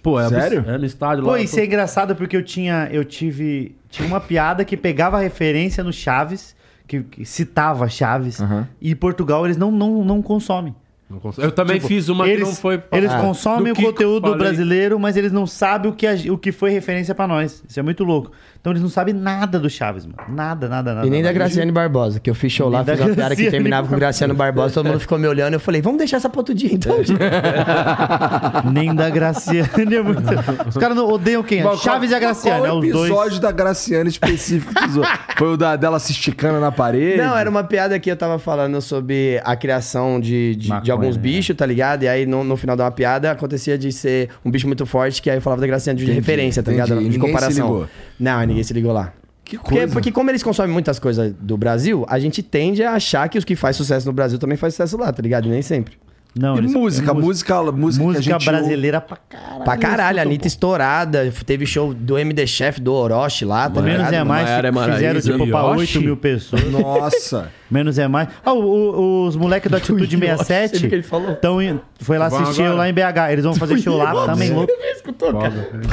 [SPEAKER 2] Pô, é,
[SPEAKER 1] Sério?
[SPEAKER 2] É no estádio
[SPEAKER 5] Pô,
[SPEAKER 2] lá.
[SPEAKER 5] isso é engraçado porque eu tinha. Eu tive. Tinha uma piada que pegava referência no Chaves, que, que citava Chaves. E Portugal, eles não, não, não consomem.
[SPEAKER 2] Não cons- Eu também
[SPEAKER 5] Tipo,
[SPEAKER 2] fiz uma
[SPEAKER 5] eles,
[SPEAKER 2] que não foi.
[SPEAKER 5] Eles
[SPEAKER 2] Ah,
[SPEAKER 5] consomem
[SPEAKER 2] do
[SPEAKER 5] o
[SPEAKER 2] Kiko,
[SPEAKER 5] conteúdo
[SPEAKER 2] falei.
[SPEAKER 5] brasileiro, mas eles não sabem o que, a- o que foi referência pra nós. Isso é muito louco. Então eles não sabem nada do Chaves, mano. Nada, nada, nada.
[SPEAKER 4] E nem da
[SPEAKER 5] nada.
[SPEAKER 4] Graciane Barbosa, que eu fiz show lá,
[SPEAKER 5] Nem da
[SPEAKER 4] fiz uma piada que
[SPEAKER 5] Graciane
[SPEAKER 4] terminava com Graciano Barbosa, todo mundo ficou me olhando. Eu falei, vamos deixar essa pra outro dia
[SPEAKER 5] [laughs]
[SPEAKER 4] então. gente.
[SPEAKER 5] [laughs] Nem da Graciane.
[SPEAKER 4] [laughs]
[SPEAKER 5] é muito- Os caras não odeiam quem? é?
[SPEAKER 1] Mas qual-
[SPEAKER 5] Chaves e a Graciane.
[SPEAKER 1] Qual
[SPEAKER 5] é os
[SPEAKER 1] episódio
[SPEAKER 5] dois.
[SPEAKER 1] da Graciane específico que tu zoou? Foi o da, dela se esticando na parede?
[SPEAKER 4] Não, era uma piada que eu tava falando sobre a criação de, de, de
[SPEAKER 5] Maconha,
[SPEAKER 4] alguns
[SPEAKER 5] né?
[SPEAKER 4] bichos, tá ligado? E aí no, no final de uma piada acontecia de ser um bicho muito forte, que aí eu falava da Graciane de referência, tá
[SPEAKER 1] entendi.
[SPEAKER 4] ligado? De
[SPEAKER 1] Ninguém se
[SPEAKER 4] comparação.
[SPEAKER 1] ligou.
[SPEAKER 4] Não, ninguém se ligou lá.
[SPEAKER 1] Que
[SPEAKER 4] Porque,
[SPEAKER 5] é
[SPEAKER 1] coisa.
[SPEAKER 4] porque como eles consomem muitas coisas do Brasil, a gente tende a achar que os que faz sucesso no Brasil também faz sucesso lá, tá ligado? E Nem sempre.
[SPEAKER 5] Não,
[SPEAKER 1] E
[SPEAKER 5] eles-
[SPEAKER 1] música, música, é música, que a
[SPEAKER 5] música
[SPEAKER 1] gente
[SPEAKER 5] brasileira pra caralho.
[SPEAKER 4] Pra caralho, a
[SPEAKER 5] Isso,
[SPEAKER 4] Anitta estourada, teve show do MD Chef, do Orochi lá, tá
[SPEAKER 5] Menos
[SPEAKER 4] ligado?
[SPEAKER 5] é mais,
[SPEAKER 6] Maiara é Maraíza,
[SPEAKER 5] fizeram tipo pra
[SPEAKER 2] Yoshi.
[SPEAKER 5] 8 mil pessoas.
[SPEAKER 1] [laughs] ouve. Nossa.
[SPEAKER 5] Menos é mais. Ah, o- o- os moleques do Atitude
[SPEAKER 6] Yoshi,
[SPEAKER 5] 67
[SPEAKER 6] que ele falou.
[SPEAKER 5] tão in- foi lá
[SPEAKER 2] Vão
[SPEAKER 5] assistir eu
[SPEAKER 2] agora.
[SPEAKER 5] lá em BH. Eles vão fazer show lá também, louco.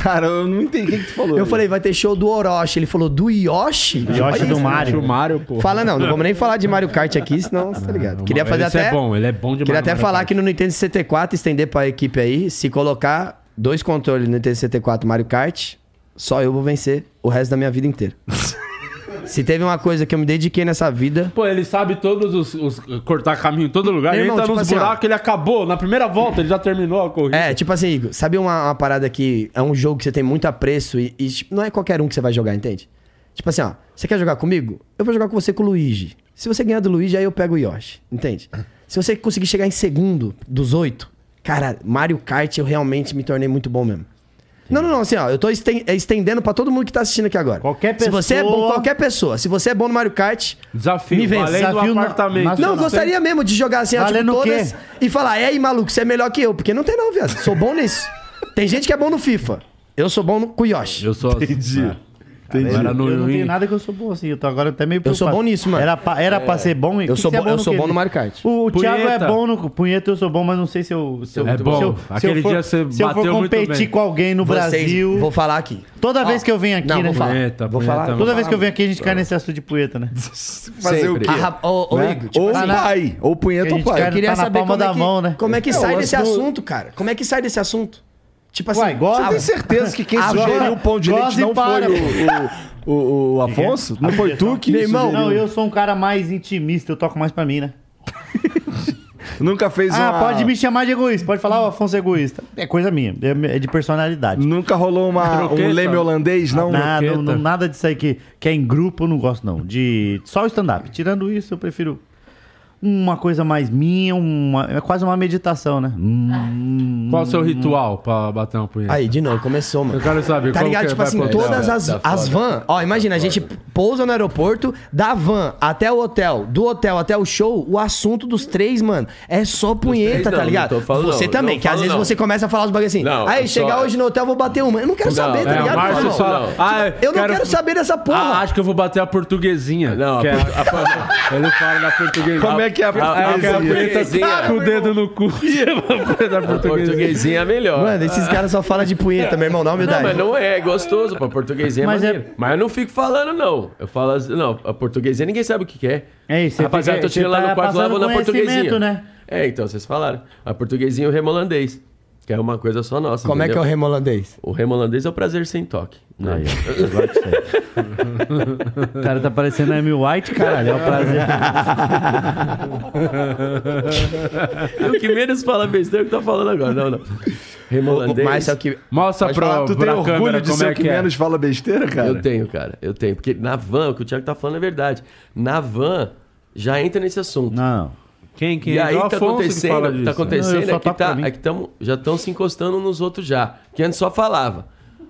[SPEAKER 1] Cara, eu não entendi o que, que tu falou.
[SPEAKER 4] Eu falei, vai ter show do Orochi. Ele falou, do Yoshi?
[SPEAKER 5] Yoshi do
[SPEAKER 2] Tio
[SPEAKER 5] Mario.
[SPEAKER 2] Mario, pô.
[SPEAKER 4] Fala não, não vamos nem falar de Mario Kart aqui, senão você tá ligado. Queria fazer
[SPEAKER 2] Esse
[SPEAKER 4] até.
[SPEAKER 2] é bom, ele é bom demais.
[SPEAKER 4] Queria até
[SPEAKER 2] Mario
[SPEAKER 4] falar
[SPEAKER 2] Kart.
[SPEAKER 4] que no Nintendo 64, estender pra equipe aí, se colocar dois controles no Nintendo 64 Mario Kart, só eu vou vencer o resto da minha
[SPEAKER 2] [laughs]
[SPEAKER 4] vida inteira. se teve uma coisa que eu me dediquei nessa vida.
[SPEAKER 2] Pô, ele sabe todos os. os- cortar caminho em todo lugar.
[SPEAKER 4] Meu
[SPEAKER 2] Ele
[SPEAKER 4] irmão,
[SPEAKER 2] entra
[SPEAKER 4] tipo
[SPEAKER 2] nos
[SPEAKER 4] assim, ó.
[SPEAKER 2] buracos, ele acabou. Na primeira volta, ele já terminou a corrida.
[SPEAKER 4] É, tipo assim, Igor, sabe uma, uma parada que é um jogo que você tem muito apreço e, e, tipo, não é qualquer um que você vai jogar, entende? Tipo assim, ó, você quer jogar comigo? Eu vou jogar com você com o Luigi. Se você ganhar do Luigi, aí eu pego o Yoshi, entende? Se você conseguir chegar em segundo dos oito, cara, Mario Kart eu realmente me tornei muito bom mesmo. Não, não, não, assim, ó, eu tô esten- estendendo pra todo mundo que tá assistindo aqui agora.
[SPEAKER 5] Qualquer
[SPEAKER 4] Se você é bom,
[SPEAKER 5] pessoa-
[SPEAKER 4] qualquer pessoa, se você é bom no Mario Kart,
[SPEAKER 2] Desafio,
[SPEAKER 4] Me vence.
[SPEAKER 2] além
[SPEAKER 5] Desafio
[SPEAKER 2] do
[SPEAKER 5] na-
[SPEAKER 2] apartamento.
[SPEAKER 5] na-
[SPEAKER 4] não, eu gostaria mesmo de jogar assim, ó, tipo,
[SPEAKER 5] Valendo o quê?
[SPEAKER 4] todas e falar, e aí, maluco, você é melhor que eu, porque não tem não, viado. Sou bom nisso. Tem gente que é bom no FIFA. Eu sou bom no com Yoshi.
[SPEAKER 2] Eu sou. Entendi. Entendi. Era no,
[SPEAKER 5] Eu não tenho
[SPEAKER 2] em-
[SPEAKER 5] nada que eu sou bom assim. Eu tô agora até meio
[SPEAKER 4] Eu sou
[SPEAKER 5] preocupado.
[SPEAKER 4] bom nisso, mano.
[SPEAKER 5] Era pra, era pra ser bom e
[SPEAKER 4] Eu sou
[SPEAKER 5] você
[SPEAKER 4] bom- eu sou
[SPEAKER 5] quê?
[SPEAKER 4] bom no Mario Kart.
[SPEAKER 5] O, o
[SPEAKER 2] Punheta.
[SPEAKER 5] Thiago é bom no punheta, eu sou bom, mas não sei se eu. Se eu
[SPEAKER 2] É
[SPEAKER 5] se
[SPEAKER 2] bom.
[SPEAKER 5] eu- se
[SPEAKER 2] Aquele
[SPEAKER 5] eu for-
[SPEAKER 2] dia você
[SPEAKER 5] Se eu for
[SPEAKER 2] bateu muito
[SPEAKER 5] competir
[SPEAKER 2] bem.
[SPEAKER 5] com alguém no
[SPEAKER 4] Vocês-
[SPEAKER 5] Brasil.
[SPEAKER 4] Vou falar aqui.
[SPEAKER 5] Toda vez que eu venho aqui,
[SPEAKER 4] Não,
[SPEAKER 5] né?
[SPEAKER 4] vou falar.
[SPEAKER 2] Punheta,
[SPEAKER 4] vou falar.
[SPEAKER 2] punheta,
[SPEAKER 5] Toda
[SPEAKER 2] mano.
[SPEAKER 5] vez que eu venho aqui, a gente cai nesse assunto de punheta, né?
[SPEAKER 1] Fazer o quê?
[SPEAKER 4] A rap- Ô, ô,
[SPEAKER 1] Né?
[SPEAKER 4] Igor, tipo
[SPEAKER 1] ou
[SPEAKER 4] assim,
[SPEAKER 1] pai, ou punheta
[SPEAKER 5] que a
[SPEAKER 1] ou
[SPEAKER 5] gente
[SPEAKER 1] pai.
[SPEAKER 5] quer-
[SPEAKER 4] eu queria
[SPEAKER 5] tá na
[SPEAKER 4] saber
[SPEAKER 5] palma
[SPEAKER 4] como,
[SPEAKER 5] da
[SPEAKER 4] é que,
[SPEAKER 5] mão, né?
[SPEAKER 4] como é que
[SPEAKER 1] É,
[SPEAKER 4] sai
[SPEAKER 1] o
[SPEAKER 4] desse
[SPEAKER 1] lance do-
[SPEAKER 4] assunto, cara. Como é que sai desse assunto? Tipo assim,
[SPEAKER 5] Uai, gosta?
[SPEAKER 1] Você tem certeza
[SPEAKER 5] [laughs]
[SPEAKER 1] que quem
[SPEAKER 4] Ah,
[SPEAKER 1] sugeriu
[SPEAKER 4] agora-
[SPEAKER 1] o pão de
[SPEAKER 5] goza
[SPEAKER 1] leite
[SPEAKER 5] e
[SPEAKER 1] não foi
[SPEAKER 5] para,
[SPEAKER 1] o, o, o, o Afonso? Não foi tu que
[SPEAKER 4] Meu irmão,
[SPEAKER 1] sugeriu?
[SPEAKER 5] Não, eu sou um cara mais intimista, eu toco mais pra mim, né?
[SPEAKER 1] Nunca fez
[SPEAKER 5] Ah,
[SPEAKER 1] uma...
[SPEAKER 5] pode me chamar de egoísta, pode falar, o Afonso é egoísta. É coisa minha, é é de personalidade.
[SPEAKER 1] Nunca rolou uma, um
[SPEAKER 2] Troqueta.
[SPEAKER 1] leme holandês, não?
[SPEAKER 5] nada, não,
[SPEAKER 2] roqueta.
[SPEAKER 5] nada disso aí que, que é em grupo, eu não gosto, não. De só o stand-up. Tirando isso, eu prefiro uma coisa mais minha, uma, é quase uma meditação, né? Hum,
[SPEAKER 2] Qual o seu ritual pra bater uma punheta?
[SPEAKER 4] É. Aí, de novo, começou, mano.
[SPEAKER 2] Eu quero saber
[SPEAKER 4] Tá
[SPEAKER 2] qual
[SPEAKER 4] ligado?
[SPEAKER 6] é,
[SPEAKER 2] que
[SPEAKER 4] Tipo
[SPEAKER 2] vai
[SPEAKER 4] assim,
[SPEAKER 2] acontecer.
[SPEAKER 4] todas as,
[SPEAKER 6] tá
[SPEAKER 4] as van. Ó, imagina, a gente pousa no aeroporto, da van até o hotel, do hotel até o show, o assunto dos três, mano, é só punheta,
[SPEAKER 6] três,
[SPEAKER 4] tá
[SPEAKER 6] não,
[SPEAKER 4] ligado?
[SPEAKER 6] não tô falando,
[SPEAKER 4] você
[SPEAKER 6] não.
[SPEAKER 4] também,
[SPEAKER 6] Não
[SPEAKER 4] que às
[SPEAKER 6] falo,
[SPEAKER 4] vezes
[SPEAKER 6] não.
[SPEAKER 4] você começa a falar os bagulho assim.
[SPEAKER 6] Não,
[SPEAKER 4] aí,
[SPEAKER 6] eu
[SPEAKER 4] chegar
[SPEAKER 6] só- é."
[SPEAKER 4] hoje no hotel, eu vou bater uma. Eu não quero saber, tá
[SPEAKER 2] É, o
[SPEAKER 4] ligado?
[SPEAKER 2] Márcio
[SPEAKER 4] irmão?
[SPEAKER 2] fala. Ah,
[SPEAKER 4] Eu não quero saber dessa
[SPEAKER 2] Ah,
[SPEAKER 4] porra.
[SPEAKER 2] acho que eu vou bater a portuguesinha.
[SPEAKER 6] Não, a
[SPEAKER 2] que é-
[SPEAKER 6] por- a por-
[SPEAKER 2] Ele fala da portuguesinha.
[SPEAKER 1] Como é que é a
[SPEAKER 2] Ah, que é a punheta
[SPEAKER 6] portuguesinha.
[SPEAKER 2] com o dedo no cu. da portuguesinha.
[SPEAKER 6] Portuguesinha é melhor.
[SPEAKER 4] Mano, esses caras só falam de punheta, meu irmão, na
[SPEAKER 6] Não,
[SPEAKER 4] humildade.
[SPEAKER 6] mas não é, é gostoso. Pra portuguesinha é
[SPEAKER 5] Mas
[SPEAKER 6] mas
[SPEAKER 5] é-
[SPEAKER 6] Mas eu não fico falando, não. Eu falo assim, não, a portuguesinha ninguém sabe o que que é.
[SPEAKER 5] É isso, você
[SPEAKER 6] Rapaziada,
[SPEAKER 5] fica-
[SPEAKER 6] tô tirando
[SPEAKER 5] você
[SPEAKER 6] lá
[SPEAKER 5] tá
[SPEAKER 6] no quarto, lá
[SPEAKER 5] passando
[SPEAKER 6] vou na
[SPEAKER 5] conhecimento,
[SPEAKER 6] portuguesinha.
[SPEAKER 5] né?
[SPEAKER 6] É, então, vocês falaram. A portuguesinha e o remolandês, que é uma coisa só nossa,
[SPEAKER 4] Como é que é o
[SPEAKER 6] entendeu?
[SPEAKER 4] remolandês?
[SPEAKER 6] O remolandês é o prazer sem toque. né?
[SPEAKER 5] O cara tá parecendo a Amy White, caralho. É um prazer.
[SPEAKER 6] [laughs] o que menos fala besteira é o que tá falando agora. Não, não.
[SPEAKER 4] O
[SPEAKER 6] Remolandês...
[SPEAKER 4] Márcio é o que.
[SPEAKER 2] Mostra
[SPEAKER 1] Pode
[SPEAKER 2] pra,
[SPEAKER 1] falar, tu tem
[SPEAKER 2] pra
[SPEAKER 1] orgulho
[SPEAKER 2] câmera
[SPEAKER 1] de
[SPEAKER 2] como
[SPEAKER 1] ser
[SPEAKER 2] é
[SPEAKER 1] o que,
[SPEAKER 2] que é.
[SPEAKER 1] menos fala besteira, cara?
[SPEAKER 6] Eu tenho, cara. Eu tenho. Porque na van, o que o Thiago tá falando é verdade. Na van, já entra nesse assunto.
[SPEAKER 5] Não.
[SPEAKER 2] Quem, quem?
[SPEAKER 6] E aí
[SPEAKER 2] Igual
[SPEAKER 6] tá
[SPEAKER 2] Afonso que fala disso, né?
[SPEAKER 6] acontecendo, tá
[SPEAKER 5] Não, eu
[SPEAKER 6] acontecendo
[SPEAKER 5] só
[SPEAKER 6] é que,
[SPEAKER 5] toco pra
[SPEAKER 6] tá,
[SPEAKER 5] mim.
[SPEAKER 6] é que tamo, já estão se encostando nos outros já. Que antes só falava.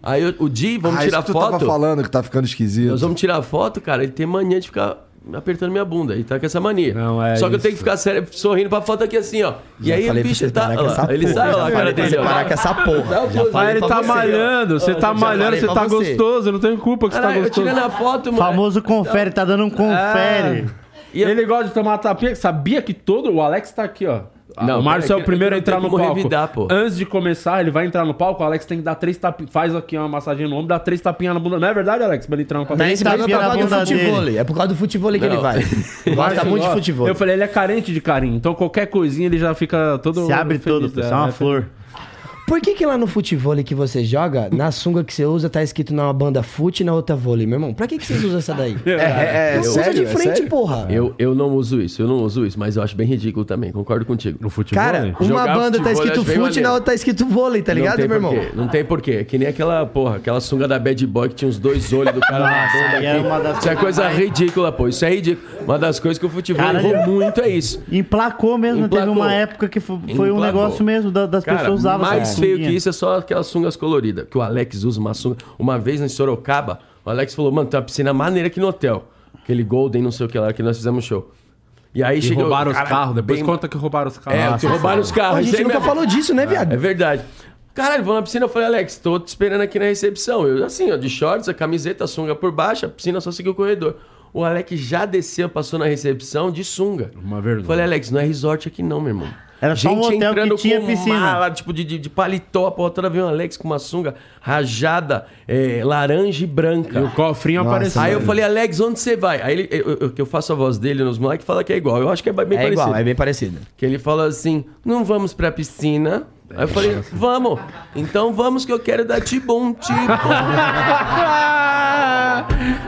[SPEAKER 6] Aí o, o Di, vamos
[SPEAKER 1] Ah, isso
[SPEAKER 6] tirar
[SPEAKER 1] que tu tava
[SPEAKER 6] foto.
[SPEAKER 1] falando que tá ficando esquisito.
[SPEAKER 6] Nós vamos tirar foto, cara. Ele tem mania de ficar apertando minha bunda. Ele tá com essa mania.
[SPEAKER 2] Não, é
[SPEAKER 6] só que eu
[SPEAKER 2] isso.
[SPEAKER 6] tenho que ficar sério, sorrindo pra foto aqui assim, ó. E aí o
[SPEAKER 4] falei pra
[SPEAKER 6] bicho
[SPEAKER 4] você
[SPEAKER 6] tá.
[SPEAKER 4] parar com
[SPEAKER 6] ó lá,
[SPEAKER 4] essa
[SPEAKER 6] ele
[SPEAKER 4] porra.
[SPEAKER 6] sai, ó lá, a cara dele, ó.
[SPEAKER 4] Parar com essa porra.
[SPEAKER 6] Dá o close.
[SPEAKER 2] Aí ele tá malhando, você tá
[SPEAKER 4] já
[SPEAKER 2] malhando,
[SPEAKER 4] falei
[SPEAKER 2] você
[SPEAKER 4] pra
[SPEAKER 2] tá
[SPEAKER 4] você.
[SPEAKER 2] gostoso, não tem culpa que você tá
[SPEAKER 6] Caralho, eu
[SPEAKER 2] gostoso.
[SPEAKER 6] tirando a foto, mano.
[SPEAKER 5] Famoso confere, tá dando um confere.
[SPEAKER 2] E ele gosta de tomar tapinha. Sabia que todo. O Alex tá aqui, ó.
[SPEAKER 6] Não,
[SPEAKER 2] o Márcio
[SPEAKER 6] pera,
[SPEAKER 2] é o primeiro a
[SPEAKER 6] eu- eu
[SPEAKER 2] entrar
[SPEAKER 6] tenho
[SPEAKER 2] no
[SPEAKER 6] como
[SPEAKER 2] palco.
[SPEAKER 6] revidar, pô.
[SPEAKER 2] Antes de começar, ele vai entrar no palco, o Alex tem que dar três tapinhas. Faz aqui uma massagem no ombro, dá três tapinhas na bunda. Não é verdade, Alex? Pra ele entrar no palco.
[SPEAKER 4] Não,
[SPEAKER 5] Tem
[SPEAKER 4] esse vai por
[SPEAKER 5] tapinha na
[SPEAKER 4] causa do
[SPEAKER 5] bunda dele.
[SPEAKER 4] tá futebol. É por causa do futebol que ele
[SPEAKER 6] Não.
[SPEAKER 4] vai. Gosta muito de futebol.
[SPEAKER 2] Eu falei, ele é carente de carinho. Então qualquer coisinha ele já fica todo.
[SPEAKER 5] Se abre
[SPEAKER 2] feliz,
[SPEAKER 5] todo,
[SPEAKER 2] né?
[SPEAKER 5] pessoal. É uma flor.
[SPEAKER 4] Por que que lá no futebol que você joga, na sunga que você usa, tá escrito na banda fute e na outra vôlei, meu irmão? Pra que que vocês usam essa
[SPEAKER 6] [laughs]
[SPEAKER 4] daí?
[SPEAKER 1] É, é, é,
[SPEAKER 4] não usa
[SPEAKER 1] sério,
[SPEAKER 4] de
[SPEAKER 1] é
[SPEAKER 4] frente,
[SPEAKER 1] sério?
[SPEAKER 4] porra.
[SPEAKER 6] Eu, eu não uso isso, eu não uso isso, mas eu acho bem ridículo também, concordo contigo.
[SPEAKER 2] No futebol.
[SPEAKER 4] Cara,
[SPEAKER 2] né?
[SPEAKER 4] uma
[SPEAKER 6] Jogar
[SPEAKER 4] banda tá
[SPEAKER 6] futebol,
[SPEAKER 4] escrito
[SPEAKER 6] acho bem
[SPEAKER 4] fute e na
[SPEAKER 6] maneiro.
[SPEAKER 4] outra tá escrito vôlei, tá ligado,
[SPEAKER 6] não tem
[SPEAKER 4] meu irmão?
[SPEAKER 6] porquê, Não tem porquê. É Que nem aquela, porra, aquela sunga da Bad Boy que tinha uns dois olhos do cara na bunda
[SPEAKER 5] aí é
[SPEAKER 6] aqui.
[SPEAKER 5] uma das
[SPEAKER 6] Isso é coisa ridícula, pô. Isso é ridículo. Uma das coisas que o futebol
[SPEAKER 5] Caralho.
[SPEAKER 6] errou muito é isso.
[SPEAKER 5] Emplacou mesmo.
[SPEAKER 6] Emplacou.
[SPEAKER 5] Teve uma época que fo- foi um
[SPEAKER 6] Emplacou.
[SPEAKER 5] negócio mesmo da- das
[SPEAKER 6] Cara,
[SPEAKER 5] pessoas usavam assim,
[SPEAKER 6] mais
[SPEAKER 5] essa
[SPEAKER 6] feio
[SPEAKER 5] sunguinha.
[SPEAKER 6] que isso é só aquelas sungas coloridas. Que o Alex usa uma sunga. Uma vez em Sorocaba, o Alex falou, mano, tem uma piscina maneira aqui no hotel. Aquele Golden, não sei o que lá, que nós fizemos show. E aí
[SPEAKER 2] E
[SPEAKER 6] chegou...
[SPEAKER 2] roubaram os
[SPEAKER 6] cara,
[SPEAKER 2] carros. Depois
[SPEAKER 6] bem-
[SPEAKER 2] conta que roubaram os carros.
[SPEAKER 6] É, que roubaram os carros.
[SPEAKER 4] Pô, a
[SPEAKER 6] Isso
[SPEAKER 4] gente
[SPEAKER 6] aí
[SPEAKER 4] nunca
[SPEAKER 6] mesmo.
[SPEAKER 4] falou disso, né, viado?
[SPEAKER 6] É verdade. Caralho, vou na piscina, eu falei, Alex, tô te esperando aqui na recepção. Eu, assim, ó, de shorts, a camiseta, a sunga por baixo, a piscina só seguiu o corredor. O Alex já desceu, passou na recepção de sunga.
[SPEAKER 2] Uma vergonha.
[SPEAKER 6] Falei, Alex, não é resort aqui não, meu irmão.
[SPEAKER 5] Era só um hotel que tinha
[SPEAKER 6] com
[SPEAKER 5] piscina.
[SPEAKER 6] mala, tipo, de, de, de paletó, a porra toda, veio o Alex com uma sunga rajada, é, laranja e branca.
[SPEAKER 2] E o cofrinho apareceu.
[SPEAKER 6] Aí eu falei, Alex, onde você vai? Aí ele, eu, eu- que eu faço a voz dele nos moleques fala que é igual. Eu acho que é bem
[SPEAKER 4] É
[SPEAKER 6] parecido.
[SPEAKER 4] igual, é bem parecido.
[SPEAKER 6] Que ele fala assim: não vamos pra piscina. Aí eu falei, vamos, então vamos que eu quero dar tibum, tibum.
[SPEAKER 4] [laughs]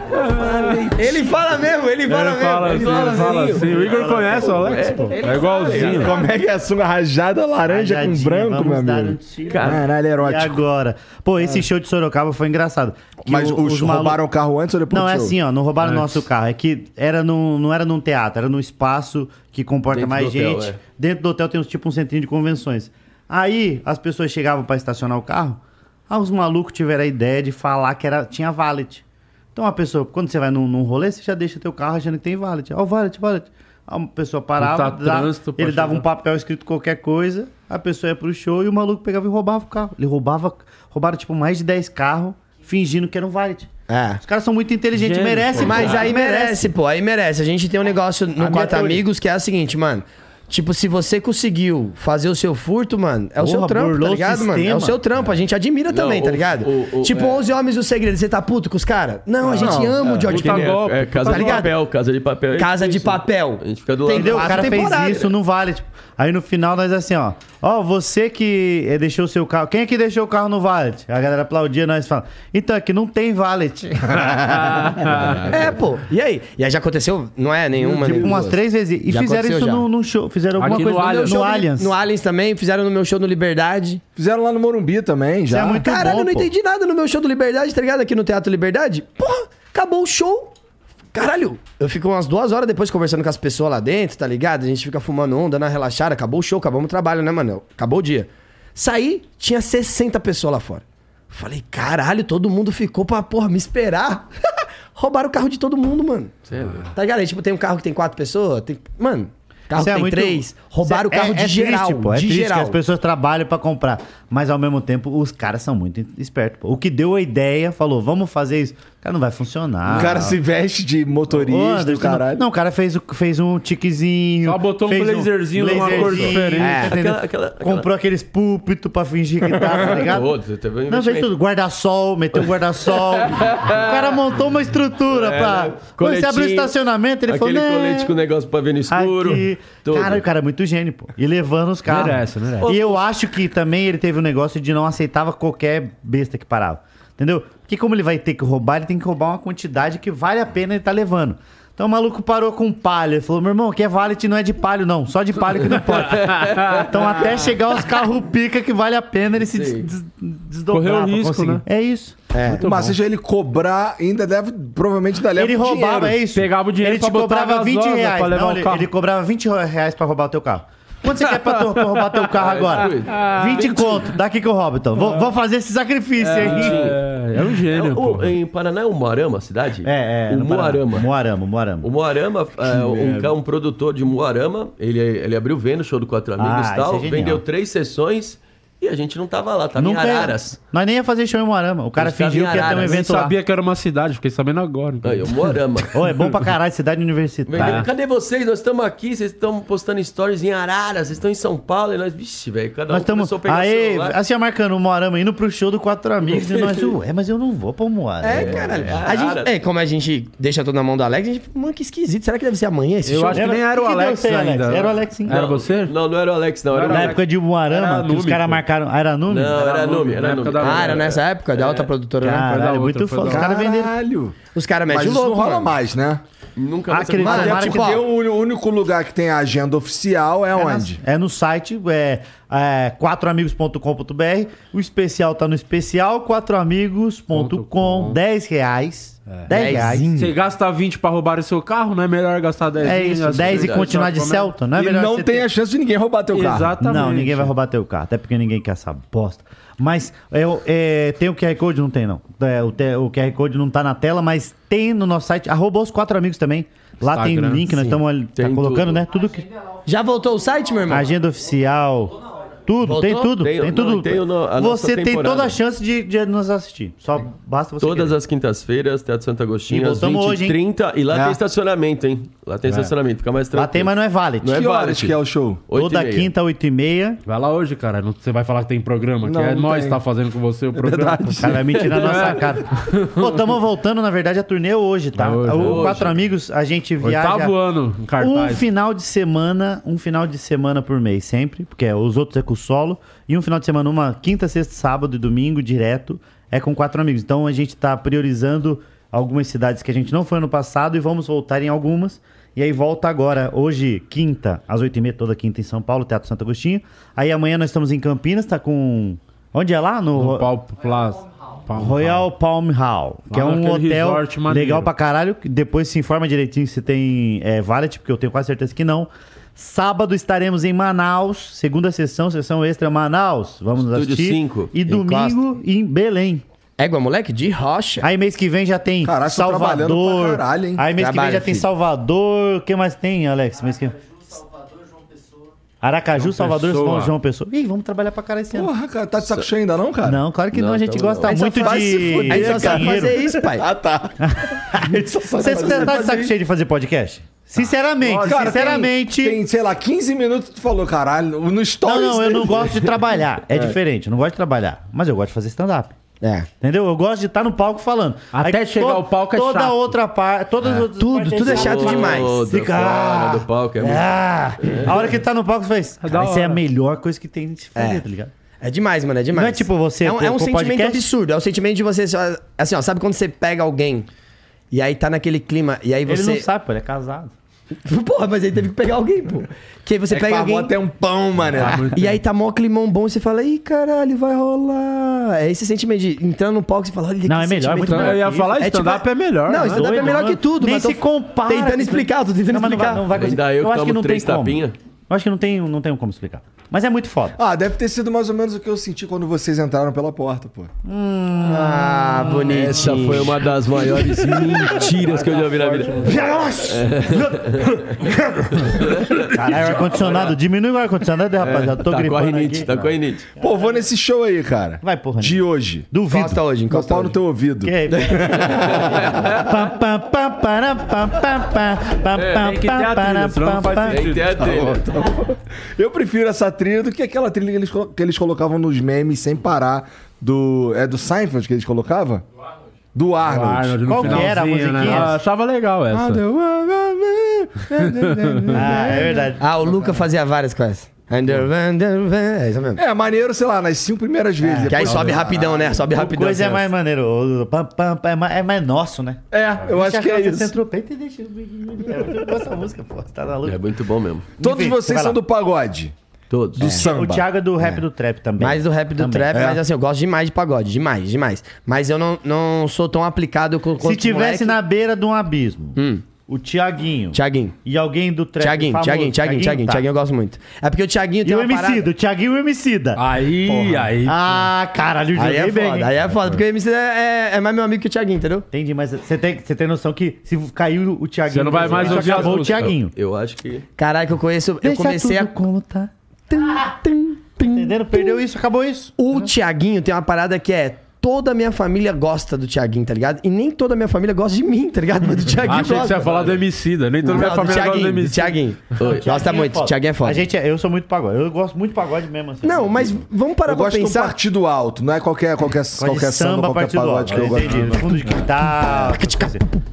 [SPEAKER 4] Ele fala mesmo, ele fala
[SPEAKER 2] Ele fala assim, ele fala assim. O Igor conhece o Alex, pô. É igualzinho.
[SPEAKER 1] Como é que é a sunga rajada laranja com
[SPEAKER 5] Rajadinha,
[SPEAKER 1] branco, meu
[SPEAKER 5] vamos dar um
[SPEAKER 1] amigo? É.
[SPEAKER 5] tiro.
[SPEAKER 1] Caralho,
[SPEAKER 5] E
[SPEAKER 1] erótico.
[SPEAKER 5] agora? Pô, esse show de Sorocaba foi engraçado. Que
[SPEAKER 1] Mas
[SPEAKER 5] o-
[SPEAKER 1] os,
[SPEAKER 5] malu-
[SPEAKER 1] roubaram o carro antes ou depois
[SPEAKER 5] Não,
[SPEAKER 1] do
[SPEAKER 5] é
[SPEAKER 1] show?
[SPEAKER 5] assim, ó, não roubaram o nosso carro. É que era num, não era num teatro, era num espaço que comporta
[SPEAKER 6] Dentro
[SPEAKER 5] mais
[SPEAKER 6] do hotel,
[SPEAKER 5] gente.
[SPEAKER 6] é.
[SPEAKER 5] Dentro do hotel tem uns, tipo um centrinho de convenções. Aí as pessoas chegavam pra estacionar o carro, aí os malucos tiveram a ideia de falar que era, tinha valet. Então a pessoa, quando você vai num, num rolê, você já deixa teu carro achando que tem valet. Ó, o valet, valet. Aí uma pessoa parava,
[SPEAKER 2] Puta,
[SPEAKER 5] dá-
[SPEAKER 2] trânsito pra
[SPEAKER 5] ele dava um
[SPEAKER 2] chegar.
[SPEAKER 5] papel escrito qualquer coisa, a pessoa ia pro show e o maluco pegava e roubava o carro. Ele roubava, roubaram tipo mais de 10 carros, fingindo que era um valet.
[SPEAKER 4] É.
[SPEAKER 5] Os caras são muito inteligentes,
[SPEAKER 2] Gênio,
[SPEAKER 5] merece. Ah,
[SPEAKER 4] Mas
[SPEAKER 5] pô.
[SPEAKER 4] aí merece, pô, aí merece. A gente tem um negócio no Quatro Amigos que é o seguinte, mano. Tipo, se você conseguiu fazer o seu furto, mano, é o seu
[SPEAKER 5] Porra,
[SPEAKER 4] trampo, tá
[SPEAKER 5] burlou o
[SPEAKER 4] ligado, mano? É o
[SPEAKER 5] sistema.
[SPEAKER 4] seu trampo, a gente admira também, tá
[SPEAKER 6] o-
[SPEAKER 4] ligado?
[SPEAKER 6] o- o-
[SPEAKER 4] tipo,
[SPEAKER 6] é.
[SPEAKER 4] 11 Homens do Segredo, você tá puto com os caras? Não, a gente ama o George
[SPEAKER 6] Que nem-
[SPEAKER 4] Pagol.
[SPEAKER 6] é, casa
[SPEAKER 4] tá
[SPEAKER 6] de
[SPEAKER 4] ligado?
[SPEAKER 6] papel, casa de papel. é
[SPEAKER 4] Casa
[SPEAKER 6] isso,
[SPEAKER 4] de
[SPEAKER 6] né?
[SPEAKER 4] Papel.
[SPEAKER 6] A gente fica do lado.
[SPEAKER 4] Entendeu?
[SPEAKER 5] Entendeu? O
[SPEAKER 4] quatro
[SPEAKER 5] cara fez
[SPEAKER 4] temporadas.
[SPEAKER 5] isso, não vale. tipo, aí no final nós assim, ó. Ó, você que eh, deixou o seu carro. Quem é que deixou o carro no valet? A galera aplaudia, nós falamos. Então, é que não
[SPEAKER 4] [laughs]
[SPEAKER 5] tem valet.
[SPEAKER 4] É, pô. E aí? E aí já aconteceu, não é nenhuma,
[SPEAKER 5] tipo,
[SPEAKER 4] nem
[SPEAKER 5] umas
[SPEAKER 4] duas.
[SPEAKER 5] três vezes. E
[SPEAKER 4] Já
[SPEAKER 5] fizeram
[SPEAKER 4] aconteceu
[SPEAKER 5] isso
[SPEAKER 4] já.
[SPEAKER 5] num, num show. Fizeram alguma
[SPEAKER 2] Aqui
[SPEAKER 5] coisa
[SPEAKER 2] no
[SPEAKER 5] no-
[SPEAKER 2] Allianz.
[SPEAKER 5] no
[SPEAKER 4] Show do-
[SPEAKER 5] Allianz.
[SPEAKER 4] No Allianz também, fizeram no meu show no Liberdade.
[SPEAKER 1] Fizeram lá no Morumbi também, já.
[SPEAKER 5] é muito-
[SPEAKER 4] Caralho,
[SPEAKER 5] bom,
[SPEAKER 4] eu não
[SPEAKER 5] pô.
[SPEAKER 4] entendi nada no meu show do Liberdade, tá ligado? Aqui no Teatro Liberdade. Porra, acabou o show. Caralho, eu fico umas duas horas depois conversando com as pessoas lá dentro, tá ligado? A gente fica fumando onda, na relaxada. Acabou o show, acabamos o trabalho, né, mano? Acabou o dia. Saí, tinha 60 pessoas lá fora. Falei, caralho, todo mundo ficou pra, porra, me esperar. [laughs] Roubaram o carro de todo mundo, mano.
[SPEAKER 5] é
[SPEAKER 4] Tá ligado? Aí, tipo, tem um carro que tem quatro pessoas, tem... Mano, carro
[SPEAKER 5] Isso é
[SPEAKER 4] tem
[SPEAKER 5] muito-
[SPEAKER 4] três. Roubaram o
[SPEAKER 5] Isso é-
[SPEAKER 4] carro de
[SPEAKER 5] é triste,
[SPEAKER 4] geral,
[SPEAKER 5] pô, é
[SPEAKER 4] de
[SPEAKER 5] triste
[SPEAKER 4] geral.
[SPEAKER 5] que as pessoas trabalham pra comprar. Mas ao mesmo tempo, os caras são muito espertos. pô. O que deu a ideia, falou, vamos fazer isso. Cara, não vai funcionar.
[SPEAKER 1] O cara se veste de motorista,
[SPEAKER 5] Ah. Ô, Anderson,
[SPEAKER 1] do caralho.
[SPEAKER 5] Não, o cara fez, o- fez um tiquezinho.
[SPEAKER 2] Só botou um
[SPEAKER 5] fez
[SPEAKER 2] blazerzinho numa cor diferente.
[SPEAKER 5] tá
[SPEAKER 4] É,
[SPEAKER 5] entendendo?
[SPEAKER 6] aquela- aquela- aquela-
[SPEAKER 5] Comprou aqueles púlpito pra fingir que tá, tá ligado?
[SPEAKER 6] Pô, você teve um
[SPEAKER 5] Não, fez
[SPEAKER 6] investimento.
[SPEAKER 5] tudo. Guarda-sol, meteu um guarda-sol.
[SPEAKER 2] [laughs]
[SPEAKER 5] o cara montou uma estrutura
[SPEAKER 2] É,
[SPEAKER 5] pra...
[SPEAKER 2] né?
[SPEAKER 5] Quando você
[SPEAKER 6] Coletinho,
[SPEAKER 5] abriu o estacionamento, ele falou...
[SPEAKER 6] Aquele
[SPEAKER 5] né,
[SPEAKER 6] colete com o negócio pra ver no escuro.
[SPEAKER 5] aqui.
[SPEAKER 6] Tudo.
[SPEAKER 5] Cara, o cara é muito gênio, pô. E levando os carros.
[SPEAKER 2] Merece, merece.
[SPEAKER 5] E eu acho que também ele teve um negócio de não aceitava qualquer besta que parava. Entendeu? Porque como ele vai ter que roubar, ele tem que roubar uma quantidade que vale a pena ele tá levando. Então o maluco parou com um palho. Ele falou, meu irmão, que é valet não é de palho, não. Só de palho que
[SPEAKER 2] [laughs]
[SPEAKER 5] não pode. então até chegar aos carros pica que vale a pena ele se des des desdobrar.
[SPEAKER 2] Correu o
[SPEAKER 5] pra
[SPEAKER 2] risco,
[SPEAKER 5] conseguir.
[SPEAKER 2] né?
[SPEAKER 5] É isso.
[SPEAKER 1] É. Mas seja ele cobrar, ainda deve, provavelmente ainda leva
[SPEAKER 5] ele roubava,
[SPEAKER 1] dinheiro.
[SPEAKER 5] é isso.
[SPEAKER 2] Pegava o dinheiro
[SPEAKER 5] ele
[SPEAKER 2] pra
[SPEAKER 5] te
[SPEAKER 2] botar
[SPEAKER 5] cobrava
[SPEAKER 2] a
[SPEAKER 5] 20
[SPEAKER 2] gasosa
[SPEAKER 5] reais.
[SPEAKER 2] pra levar
[SPEAKER 5] não,
[SPEAKER 2] o
[SPEAKER 5] ele,
[SPEAKER 2] carro.
[SPEAKER 5] ele cobrava 20 reais pra roubar o teu carro. Quanto você quer pra,
[SPEAKER 2] [laughs]
[SPEAKER 5] tu- pra roubar teu
[SPEAKER 6] Ah,
[SPEAKER 5] carro
[SPEAKER 6] É
[SPEAKER 5] agora? 20 conto. Daqui que eu roubo, então. Vou, vou fazer esse sacrifício aí.
[SPEAKER 2] É, é um gênio,
[SPEAKER 6] O-
[SPEAKER 2] pô.
[SPEAKER 6] em Paraná é o Moarama, a cidade?
[SPEAKER 5] É, é.
[SPEAKER 6] O
[SPEAKER 5] no Paraná.
[SPEAKER 6] Moarama.
[SPEAKER 5] Moarama, Moarama.
[SPEAKER 6] O Moarama, é, um, ca- um produtor de Moarama, ele, ele abriu venda, show do Quatro Amigos
[SPEAKER 5] Ah,
[SPEAKER 6] e tal,
[SPEAKER 5] isso é genial.
[SPEAKER 6] vendeu três sessões e E a gente não tava lá, tava
[SPEAKER 5] Nunca
[SPEAKER 6] em
[SPEAKER 5] ia-
[SPEAKER 6] Araras.
[SPEAKER 5] Nós nem ia fazer show em Moarama. O cara
[SPEAKER 6] Eles estavam
[SPEAKER 5] fingiu
[SPEAKER 6] em
[SPEAKER 5] que ia ter um
[SPEAKER 6] Araras,
[SPEAKER 2] Nem
[SPEAKER 5] evento lá.
[SPEAKER 2] sabia que era uma cidade, fiquei sabendo agora. então.
[SPEAKER 6] Aí, eu morama.
[SPEAKER 5] Ô, é
[SPEAKER 6] [laughs]
[SPEAKER 5] bom pra caralho, cidade
[SPEAKER 6] Vem, vem,
[SPEAKER 5] universitária.
[SPEAKER 6] Cadê vocês? Nós estamos aqui, vocês estão postando stories em Araras, vocês estão em São Paulo e nós, vixe, velho, cada um
[SPEAKER 5] Nós estamos.
[SPEAKER 6] começou a pegar
[SPEAKER 5] Aê,
[SPEAKER 6] celular.
[SPEAKER 5] assim, ó, marcando o Moarama indo pro show do
[SPEAKER 6] [laughs]
[SPEAKER 5] Quatro Amigos. e nós, ué, mas eu não vou pra Moarama.
[SPEAKER 4] É, caralho. A
[SPEAKER 6] é.
[SPEAKER 4] gente, é, como a gente deixa tudo na mão do Alex, a gente fala, mano, que esquisito. Será que deve ser amanhã esse
[SPEAKER 2] Eu
[SPEAKER 4] show?
[SPEAKER 2] acho que nem era o
[SPEAKER 5] Que que deu
[SPEAKER 2] Alex
[SPEAKER 5] você, Alex?
[SPEAKER 2] ainda.
[SPEAKER 5] Era o Alex, sim.
[SPEAKER 2] Era você?
[SPEAKER 6] Não, não era o Alex, não. Era o
[SPEAKER 5] Na
[SPEAKER 6] Alex.
[SPEAKER 5] época de
[SPEAKER 2] Era
[SPEAKER 5] Moarama, que os
[SPEAKER 2] Nume,
[SPEAKER 5] caras
[SPEAKER 2] pô.
[SPEAKER 5] marcaram. Ah, Era Nume?
[SPEAKER 6] Não, É. era a Numi, era né?
[SPEAKER 2] Na
[SPEAKER 6] a Numi.
[SPEAKER 2] época da
[SPEAKER 4] Ah,
[SPEAKER 2] Numi.
[SPEAKER 4] era nessa época da outra produtora, né?
[SPEAKER 2] foi da
[SPEAKER 5] Caralho,
[SPEAKER 2] outra, foi
[SPEAKER 5] muito foda.
[SPEAKER 2] da
[SPEAKER 5] Os caras venderam.
[SPEAKER 1] Caralho.
[SPEAKER 4] Os caras
[SPEAKER 1] Mas
[SPEAKER 4] metem o
[SPEAKER 1] isso não
[SPEAKER 4] louco,
[SPEAKER 1] rola
[SPEAKER 4] mano.
[SPEAKER 1] mais, né?
[SPEAKER 6] Nunca
[SPEAKER 5] Ah,
[SPEAKER 6] mais
[SPEAKER 5] aquele-
[SPEAKER 6] Mas-
[SPEAKER 1] Até
[SPEAKER 5] Tomara que
[SPEAKER 1] porque
[SPEAKER 5] rola.
[SPEAKER 1] o o único lugar que tem a agenda oficial é, onde?
[SPEAKER 5] É no site, é, é quatroamigos.com.br. O especial tá no especial, quatroamigos.com, 10 reais. 10 reais.
[SPEAKER 2] Você gasta 20 pra roubar o seu carro, não é melhor gastar assim, 10
[SPEAKER 5] É isso, 10
[SPEAKER 2] né?
[SPEAKER 5] e continuar de Celta, não é
[SPEAKER 1] e
[SPEAKER 5] melhor
[SPEAKER 1] não
[SPEAKER 5] você
[SPEAKER 1] tem
[SPEAKER 5] ter-
[SPEAKER 1] a chance de ninguém roubar teu carro.
[SPEAKER 2] Exatamente.
[SPEAKER 5] Não, ninguém vai roubar teu carro, até porque ninguém quer essa bosta. Mas é, o- é, tem o QR Code? Não tem, não. É, o, te- o QR Code não tá na tela, mas tem no nosso site. Arroba os quatro amigos também. Lá tem o
[SPEAKER 2] Instagram,
[SPEAKER 5] link, nós estamos tá
[SPEAKER 6] Tem
[SPEAKER 5] colocando,
[SPEAKER 6] tudo.
[SPEAKER 5] né? Tudo que.
[SPEAKER 4] Já voltou o site, meu irmão?
[SPEAKER 5] Agenda oficial. Tudo, tem tudo.
[SPEAKER 6] Tem,
[SPEAKER 5] Tem,
[SPEAKER 6] não,
[SPEAKER 5] tudo.
[SPEAKER 6] tem o no- a nossa
[SPEAKER 5] você tem
[SPEAKER 6] temporada.
[SPEAKER 5] toda a chance de, de nos assistir. Só basta você.
[SPEAKER 6] Todas
[SPEAKER 5] querer.
[SPEAKER 6] as quintas-feiras, Teatro
[SPEAKER 5] E
[SPEAKER 6] Santo Agostinho, às 20
[SPEAKER 5] voltamos hoje, hein?
[SPEAKER 6] 30 E lá
[SPEAKER 1] É.
[SPEAKER 6] tem estacionamento, hein? Lá tem estacionamento, fica mais
[SPEAKER 5] Lá
[SPEAKER 6] tranquilo.
[SPEAKER 5] tem, mas não é válido.
[SPEAKER 6] Não é
[SPEAKER 1] Que horas
[SPEAKER 6] valet.
[SPEAKER 1] que é o show?
[SPEAKER 6] Oito e
[SPEAKER 5] Toda
[SPEAKER 6] meia.
[SPEAKER 5] quinta, 8h30.
[SPEAKER 2] Vai lá hoje, cara. Não- Você vai falar que tem programa,
[SPEAKER 1] Não,
[SPEAKER 2] que é
[SPEAKER 1] não
[SPEAKER 2] nós
[SPEAKER 1] tem.
[SPEAKER 2] que tá fazendo com você o programa.
[SPEAKER 5] O cara vai
[SPEAKER 2] [laughs]
[SPEAKER 5] mentir
[SPEAKER 2] É.
[SPEAKER 5] na nossa cara. Pô, tamo voltando, na verdade, a turnê é hoje, tá?
[SPEAKER 2] É hoje,
[SPEAKER 5] o
[SPEAKER 2] é hoje.
[SPEAKER 5] Quatro Amigos, a gente viaja...
[SPEAKER 2] Oitavo ano em
[SPEAKER 5] Um
[SPEAKER 2] cartaz.
[SPEAKER 5] final de semana, um final de semana por mês, sempre, porque os outros é com solo, e um final de semana, uma quinta, sexta, sábado e domingo, direto, é com quatro amigos. Então a gente tá priorizando algumas cidades que a gente não foi ano passado e vamos voltar em algumas. E aí volta agora, hoje, quinta, às oito e meia, toda quinta em São Paulo, Teatro Santo Agostinho. Aí amanhã nós estamos em Campinas, tá com... Onde é lá? No,
[SPEAKER 2] No Pau Plaza. Pau-
[SPEAKER 5] Royal Palm Hall, que é
[SPEAKER 2] Lá
[SPEAKER 5] um
[SPEAKER 2] naquele
[SPEAKER 5] hotel
[SPEAKER 2] resort maneiro.
[SPEAKER 5] legal pra caralho. que Depois se informa direitinho se tem é, valet, porque eu tenho quase certeza que não. Sábado estaremos em Manaus, segunda sessão, sessão extra Manaus. Vamos
[SPEAKER 6] Estúdio
[SPEAKER 5] assistir.
[SPEAKER 6] cinco,
[SPEAKER 5] e
[SPEAKER 6] em
[SPEAKER 5] domingo em Belém.
[SPEAKER 4] Égua, moleque, de rocha.
[SPEAKER 5] Aí mês que vem já tem
[SPEAKER 1] Caralho, tô trabalhando
[SPEAKER 5] Salvador.
[SPEAKER 1] pra caralho, hein?
[SPEAKER 5] Aí mês que vem
[SPEAKER 4] Trabalho,
[SPEAKER 5] já tem
[SPEAKER 4] filho.
[SPEAKER 5] Salvador. O que mais tem, Alex? Mês que... Aracaju, Salvador,
[SPEAKER 2] Pessoa.
[SPEAKER 5] São João Pessoa. Ih, vamos trabalhar pra caralho esse ano.
[SPEAKER 1] Porra, cara, tá de saco cheio ainda não, cara?
[SPEAKER 5] Não, claro que não, a gente gosta
[SPEAKER 4] Aí só
[SPEAKER 5] muito
[SPEAKER 4] faz
[SPEAKER 5] de.
[SPEAKER 4] se fuder, Aí só sabe
[SPEAKER 5] dinheiro.
[SPEAKER 4] fazer isso, pai.
[SPEAKER 5] Você tá de saco cheio de fazer podcast? Sinceramente,
[SPEAKER 1] Cara,
[SPEAKER 5] sinceramente.
[SPEAKER 1] Tem, tem, sei lá, 15 minutos tu falou, caralho, no
[SPEAKER 5] Não,
[SPEAKER 1] stories...
[SPEAKER 5] não, eu
[SPEAKER 1] dele.
[SPEAKER 5] não gosto de trabalhar. É, diferente, eu não gosto de trabalhar. Mas eu gosto de fazer stand-up.
[SPEAKER 4] É.
[SPEAKER 5] Entendeu? Eu gosto de estar no palco falando.
[SPEAKER 2] Até chegar ao palco é
[SPEAKER 5] toda
[SPEAKER 2] chato.
[SPEAKER 5] Outra par, todas as outras
[SPEAKER 4] Tudo,
[SPEAKER 5] partes
[SPEAKER 4] tudo é chato
[SPEAKER 6] Toda
[SPEAKER 4] demais.
[SPEAKER 5] Fica-
[SPEAKER 6] fora do palco, é muito-
[SPEAKER 5] Ah, a hora que tá no palco, você faz.
[SPEAKER 2] da
[SPEAKER 5] "Cara, Isso é a
[SPEAKER 2] hora."
[SPEAKER 5] melhor coisa que tem de se fazer,
[SPEAKER 4] É.
[SPEAKER 5] tá ligado?
[SPEAKER 4] É demais, mano, é demais.
[SPEAKER 5] Não é tipo você
[SPEAKER 4] É um,
[SPEAKER 5] pro-
[SPEAKER 4] é um
[SPEAKER 5] pro
[SPEAKER 4] sentimento
[SPEAKER 5] podcast?
[SPEAKER 4] absurdo. É o sentimento de você. só- Assim, ó, sabe quando você pega alguém e aí tá naquele clima e aí
[SPEAKER 5] Ele
[SPEAKER 4] você.
[SPEAKER 5] não sabe, pô, ele é casado.
[SPEAKER 4] [laughs] Porra, mas aí teve que pegar alguém, pô. Que aí você
[SPEAKER 1] É que
[SPEAKER 4] pega
[SPEAKER 1] pagou
[SPEAKER 4] alguém.
[SPEAKER 1] até um pão, mano.
[SPEAKER 4] [laughs] E aí tá mó climão bom e você fala, ih, caralho, vai rolar. É esse sentimento de entrando no palco e você fala, olha
[SPEAKER 5] Não,
[SPEAKER 4] que
[SPEAKER 5] é melhor, é
[SPEAKER 4] sentimento
[SPEAKER 5] muito
[SPEAKER 4] bom.
[SPEAKER 5] melhor.
[SPEAKER 2] Eu ia falar,
[SPEAKER 4] É tipo-
[SPEAKER 2] stand-up é melhor.
[SPEAKER 4] Não,
[SPEAKER 2] né?
[SPEAKER 4] stand-up é
[SPEAKER 5] Doido,
[SPEAKER 4] melhor
[SPEAKER 5] mano.
[SPEAKER 4] que tudo,
[SPEAKER 5] Nem
[SPEAKER 4] mas tô
[SPEAKER 5] se compara.
[SPEAKER 4] Tentando explicar, tô tentando
[SPEAKER 5] Não, mas não vai,
[SPEAKER 4] explicar.
[SPEAKER 5] não vai
[SPEAKER 6] Ainda
[SPEAKER 5] conseguir.
[SPEAKER 6] eu que tomo três
[SPEAKER 5] como.
[SPEAKER 6] tapinha.
[SPEAKER 5] Eu acho que não tem, não tem como explicar. Mas é muito
[SPEAKER 4] [laughs]
[SPEAKER 5] foda.
[SPEAKER 1] [laughs] Ah, deve ter sido mais ou menos o que eu senti quando vocês entraram pela porta, pô.
[SPEAKER 4] Ah, bonitinho.
[SPEAKER 6] Essa foi uma das maiores
[SPEAKER 5] [laughs]
[SPEAKER 6] mentiras que eu já ouvi na vida.
[SPEAKER 5] né? Caralho, o ar-condicionado. Diminui o ar-condicionado, rapaziada. Tô
[SPEAKER 6] Tá com a
[SPEAKER 5] gripando
[SPEAKER 6] rinite,
[SPEAKER 5] aqui.
[SPEAKER 6] tá com a rinite.
[SPEAKER 1] É. Pô, vou nesse show aí, cara.
[SPEAKER 5] Vai, porra.
[SPEAKER 1] De hoje.
[SPEAKER 5] Duvido.
[SPEAKER 4] Encosta hoje,
[SPEAKER 1] Meu
[SPEAKER 4] encosta
[SPEAKER 1] pau
[SPEAKER 4] hoje.
[SPEAKER 1] no teu ouvido.
[SPEAKER 5] Que é- Pá, pá, pá, pará, pá, pá, pá, pá, pá,
[SPEAKER 2] É, tem que ter a
[SPEAKER 5] pá,
[SPEAKER 2] trilha,
[SPEAKER 5] pá,
[SPEAKER 2] senão não
[SPEAKER 5] pá,
[SPEAKER 2] faz
[SPEAKER 5] pá.
[SPEAKER 6] Tem que ter a telha.
[SPEAKER 1] Eu prefiro essa trilha do que aquela trilha que eles, colo- que eles colocavam nos memes sem parar. Do, é do Seinfeld que eles colocavam? Do
[SPEAKER 2] O
[SPEAKER 1] Arnold.
[SPEAKER 2] Arnold no
[SPEAKER 5] Qual que era a
[SPEAKER 2] finalzinho, né?
[SPEAKER 5] musiquinha?
[SPEAKER 2] Eu achava legal essa.
[SPEAKER 5] [laughs] Ah, é verdade.
[SPEAKER 4] Ah, o Luca fazia várias com essa. Under, under, under. É isso mesmo.
[SPEAKER 1] É, maneiro, sei lá, nas cinco primeiras vezes.
[SPEAKER 5] É,
[SPEAKER 4] Que aí
[SPEAKER 1] Depois-
[SPEAKER 4] sobe rapidão, né? Sobe
[SPEAKER 5] A
[SPEAKER 4] rapidão.
[SPEAKER 5] coisa é
[SPEAKER 4] assim, ó.
[SPEAKER 5] mais maneiro. O- o pá, pá, pá, É mais- é mais nosso, né?
[SPEAKER 1] É, eu acho que é isso.
[SPEAKER 5] Centropeito e deixa É, eu gosto dessa música, pô. Você tá na
[SPEAKER 6] É muito bom mesmo.
[SPEAKER 1] Todos
[SPEAKER 5] Enfim,
[SPEAKER 1] vocês
[SPEAKER 5] vai
[SPEAKER 1] são
[SPEAKER 5] lá.
[SPEAKER 1] do pagode.
[SPEAKER 6] Todos.
[SPEAKER 1] Do samba.
[SPEAKER 5] O Thiago é do rap do trap também.
[SPEAKER 4] Mais do rap do
[SPEAKER 5] Também.
[SPEAKER 4] trap,
[SPEAKER 1] É.
[SPEAKER 4] mas assim, eu gosto demais de pagode, demais, demais. Mas eu não, não sou tão aplicado com
[SPEAKER 5] Se tivesse na beira de um abismo,
[SPEAKER 4] Hum.
[SPEAKER 5] o Tiaguinho
[SPEAKER 4] Tiaguinho.
[SPEAKER 5] e alguém do trap
[SPEAKER 4] Tiaguinho,
[SPEAKER 5] famoso,
[SPEAKER 4] Tiaguinho, Tiaguinho, Tiaguinho,
[SPEAKER 5] tá.
[SPEAKER 4] Tiaguinho eu gosto muito. É porque o Tiaguinho
[SPEAKER 5] E
[SPEAKER 4] tem
[SPEAKER 5] o
[SPEAKER 4] uma
[SPEAKER 5] MC,
[SPEAKER 4] parada...
[SPEAKER 5] do Tiaguinho e o MC da.
[SPEAKER 2] Aí, aí.
[SPEAKER 5] Ah, caralho,
[SPEAKER 4] Aí
[SPEAKER 5] joguei
[SPEAKER 4] é
[SPEAKER 5] bem.
[SPEAKER 4] foda,
[SPEAKER 5] hein?
[SPEAKER 4] aí é foda, porque o MC é, é- é mais meu amigo que o Tiaguinho, entendeu?
[SPEAKER 5] Entendi, mas você tem, você tem noção que se caiu o Tiaguinho...
[SPEAKER 2] Você não vai mais ouvir as
[SPEAKER 5] acabou o
[SPEAKER 2] músicas.
[SPEAKER 5] Tiaguinho.
[SPEAKER 6] Eu acho que.
[SPEAKER 4] Caralho, que eu conheço... eu comecei a...
[SPEAKER 5] como tá.
[SPEAKER 4] Tum, tum,
[SPEAKER 5] Entendendo? Perdeu isso, acabou isso.
[SPEAKER 4] O Tiaguinho tem uma parada que é. Toda a minha família gosta do Tiaguinho, tá ligado? E nem toda a minha família gosta de mim, tá ligado? Mas do Tiaguinho
[SPEAKER 2] Ah, Achei que você
[SPEAKER 4] gosta.
[SPEAKER 2] ia falar do MC, da. Nem toda minha
[SPEAKER 4] Não, do
[SPEAKER 2] família gosta do
[SPEAKER 4] Tiaguinho, do
[SPEAKER 2] MC.
[SPEAKER 4] Tiaguinho. Oi, Gosta
[SPEAKER 5] Thiaguinho é
[SPEAKER 4] muito,
[SPEAKER 5] foda.
[SPEAKER 4] Tiaguinho é
[SPEAKER 5] A
[SPEAKER 4] foda.
[SPEAKER 5] gente, é- eu sou muito pagode. Eu gosto muito de pagode mesmo. assim.
[SPEAKER 4] Não, mas vamos parar
[SPEAKER 1] Eu
[SPEAKER 4] pra
[SPEAKER 1] gosto de um
[SPEAKER 4] pensar.
[SPEAKER 1] partido alto, não é qualquer, qualquer,
[SPEAKER 5] Gosto de
[SPEAKER 1] qualquer samba, qualquer
[SPEAKER 5] partido
[SPEAKER 1] pagode que
[SPEAKER 5] alto.
[SPEAKER 1] eu gosto.
[SPEAKER 5] Entendi. Fundo de quintal. coisa assim.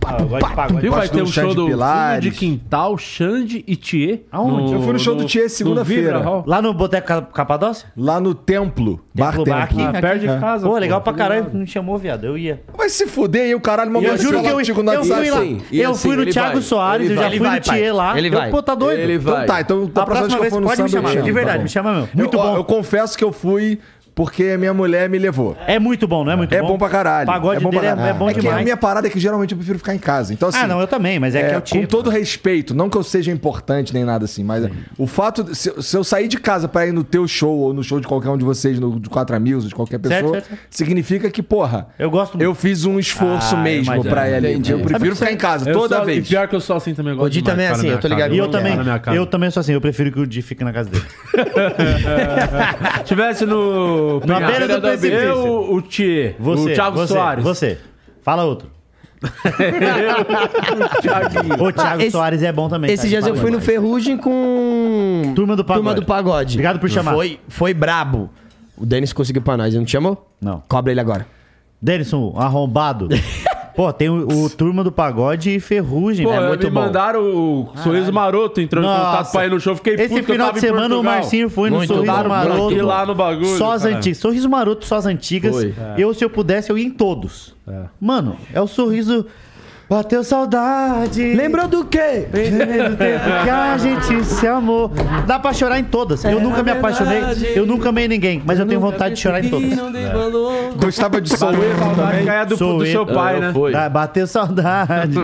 [SPEAKER 5] Ah, eu gosto de pagode.
[SPEAKER 2] Viu? Vai
[SPEAKER 1] Gosto
[SPEAKER 2] ter
[SPEAKER 1] do
[SPEAKER 2] um show
[SPEAKER 1] Xande
[SPEAKER 2] do Fundo
[SPEAKER 1] Pilares.
[SPEAKER 2] de Quintal, Xande e Thier.
[SPEAKER 5] Aonde?
[SPEAKER 1] Eu fui no show do Thier segunda-feira.
[SPEAKER 2] Vibra Hall.
[SPEAKER 5] Lá no Boteco Ca- Capadócia?
[SPEAKER 1] Lá no Templo, Bar
[SPEAKER 5] Templo
[SPEAKER 1] Templo.
[SPEAKER 5] Bar aqui.
[SPEAKER 2] Ah, perto de casa.
[SPEAKER 5] Pô,
[SPEAKER 2] pô.
[SPEAKER 5] legal pra caralho. Não chamou, viado. Eu ia.
[SPEAKER 1] Vai se fuder aí, o caralho, uma
[SPEAKER 5] Eu
[SPEAKER 1] vez
[SPEAKER 5] juro
[SPEAKER 1] falar
[SPEAKER 5] que eu,
[SPEAKER 1] contigo no
[SPEAKER 5] eu
[SPEAKER 1] WhatsApp.
[SPEAKER 5] fui lá.
[SPEAKER 6] assim, e
[SPEAKER 5] eu
[SPEAKER 6] assim,
[SPEAKER 5] fui no
[SPEAKER 6] ele
[SPEAKER 5] Thiago
[SPEAKER 6] vai,
[SPEAKER 5] Soares,
[SPEAKER 6] ele
[SPEAKER 5] eu já
[SPEAKER 6] vai.
[SPEAKER 5] fui
[SPEAKER 6] Ele
[SPEAKER 5] no
[SPEAKER 6] vai, pai.
[SPEAKER 5] Thier lá.
[SPEAKER 4] Ele
[SPEAKER 5] Eu,
[SPEAKER 4] vai.
[SPEAKER 5] Pô, tá doido?
[SPEAKER 6] Ele vai.
[SPEAKER 1] Então tá, então
[SPEAKER 5] A próxima vez pode me chamar, de verdade, me chama mesmo. Muito
[SPEAKER 1] Tá eu, ó,
[SPEAKER 5] bom.
[SPEAKER 1] Eu confesso que eu fui porque a minha mulher me levou.
[SPEAKER 5] É muito bom, não é muito
[SPEAKER 1] É
[SPEAKER 5] bom?
[SPEAKER 1] bom pra caralho.
[SPEAKER 5] Pagode
[SPEAKER 1] é bom
[SPEAKER 5] dele é-
[SPEAKER 1] caralho.
[SPEAKER 5] é bom
[SPEAKER 1] que
[SPEAKER 5] demais.
[SPEAKER 1] a minha parada é que geralmente eu prefiro ficar em casa. Então, assim,
[SPEAKER 5] Ah, não, eu também, mas é, que é
[SPEAKER 1] é,
[SPEAKER 5] o tipo.
[SPEAKER 1] com todo respeito, não que eu seja importante nem nada assim, mas o fato. de- Se, se eu sair de casa pra ir no teu show ou no show de qualquer um de vocês, no, de quatro amigos, de qualquer
[SPEAKER 5] Certo,
[SPEAKER 1] pessoa,
[SPEAKER 5] certo, certo.
[SPEAKER 1] significa que, porra,
[SPEAKER 5] Eu gosto muito.
[SPEAKER 1] eu fiz um esforço
[SPEAKER 5] Ah,
[SPEAKER 1] mesmo
[SPEAKER 5] imagino,
[SPEAKER 1] pra ir ali.
[SPEAKER 6] entendi.
[SPEAKER 1] Eu prefiro ficar em casa
[SPEAKER 2] Eu
[SPEAKER 1] toda
[SPEAKER 2] sou-
[SPEAKER 1] vez.
[SPEAKER 2] E pior que eu sou assim também, eu gosto
[SPEAKER 4] Di também é
[SPEAKER 2] demais de ficar
[SPEAKER 4] assim, eu tô
[SPEAKER 2] na minha
[SPEAKER 4] ligado.
[SPEAKER 2] casa.
[SPEAKER 5] E eu
[SPEAKER 2] gosto de
[SPEAKER 5] também.
[SPEAKER 2] ficar na minha casa.
[SPEAKER 5] Eu também sou assim, eu prefiro que o Di fique na casa dele.
[SPEAKER 2] Tivesse no.
[SPEAKER 5] [laughs] Na beira do precipício.
[SPEAKER 2] Eu, o Thier.
[SPEAKER 5] Você,
[SPEAKER 2] o Thiago
[SPEAKER 5] você,
[SPEAKER 2] Soares.
[SPEAKER 5] Você. Fala outro.
[SPEAKER 2] Thiaguinho.
[SPEAKER 5] O Thiago
[SPEAKER 4] esse-
[SPEAKER 5] Soares é bom também.
[SPEAKER 4] Esses
[SPEAKER 5] cara,
[SPEAKER 4] dias eu
[SPEAKER 5] fala
[SPEAKER 4] fui no
[SPEAKER 5] demais.
[SPEAKER 4] Ferrugem com.
[SPEAKER 5] Turma do Pagode.
[SPEAKER 4] Turma do Pagode.
[SPEAKER 5] Obrigado por chamar.
[SPEAKER 4] Foi, foi brabo. O Denis conseguiu pra nós, ele não te chamou?
[SPEAKER 5] Não.
[SPEAKER 4] Cobra ele agora.
[SPEAKER 5] Denison, [laughs] arrombado. Pô, tem o, o Turma do Pagode e Ferrugem.
[SPEAKER 2] [laughs] Pô,
[SPEAKER 5] é muito
[SPEAKER 2] me
[SPEAKER 5] bom.
[SPEAKER 2] mandaram o Sorriso Maroto entrando em
[SPEAKER 5] Nossa.
[SPEAKER 2] contato pra ir no show. Fiquei
[SPEAKER 5] Esse
[SPEAKER 2] puto que eu
[SPEAKER 5] final
[SPEAKER 2] tava
[SPEAKER 5] de
[SPEAKER 2] em
[SPEAKER 5] semana o
[SPEAKER 2] Portugal.
[SPEAKER 5] Marcinho foi no
[SPEAKER 4] Muito
[SPEAKER 5] Sorriso
[SPEAKER 4] bom, muito
[SPEAKER 5] Maroto.
[SPEAKER 4] bom.
[SPEAKER 2] E lá no bagulho,
[SPEAKER 5] Só as
[SPEAKER 2] caralho.
[SPEAKER 5] antigas. Sorriso Maroto, só as antigas.
[SPEAKER 6] Foi.
[SPEAKER 5] Eu, se eu pudesse, eu ia em todos. Mano, é o sorriso. Bateu saudade.
[SPEAKER 4] Lembrou do quê?
[SPEAKER 5] do tempo que a gente se amou. Dá pra chorar em todas. Eu nunca me apaixonei, eu nunca amei ninguém, mas eu tenho vontade de chorar em todas.
[SPEAKER 1] Gostava
[SPEAKER 5] [laughs]
[SPEAKER 1] de som erro também.
[SPEAKER 2] É do,
[SPEAKER 5] Sou
[SPEAKER 2] do
[SPEAKER 5] eu.
[SPEAKER 2] seu pai, né?
[SPEAKER 6] Foi.
[SPEAKER 5] Ah, bateu saudade.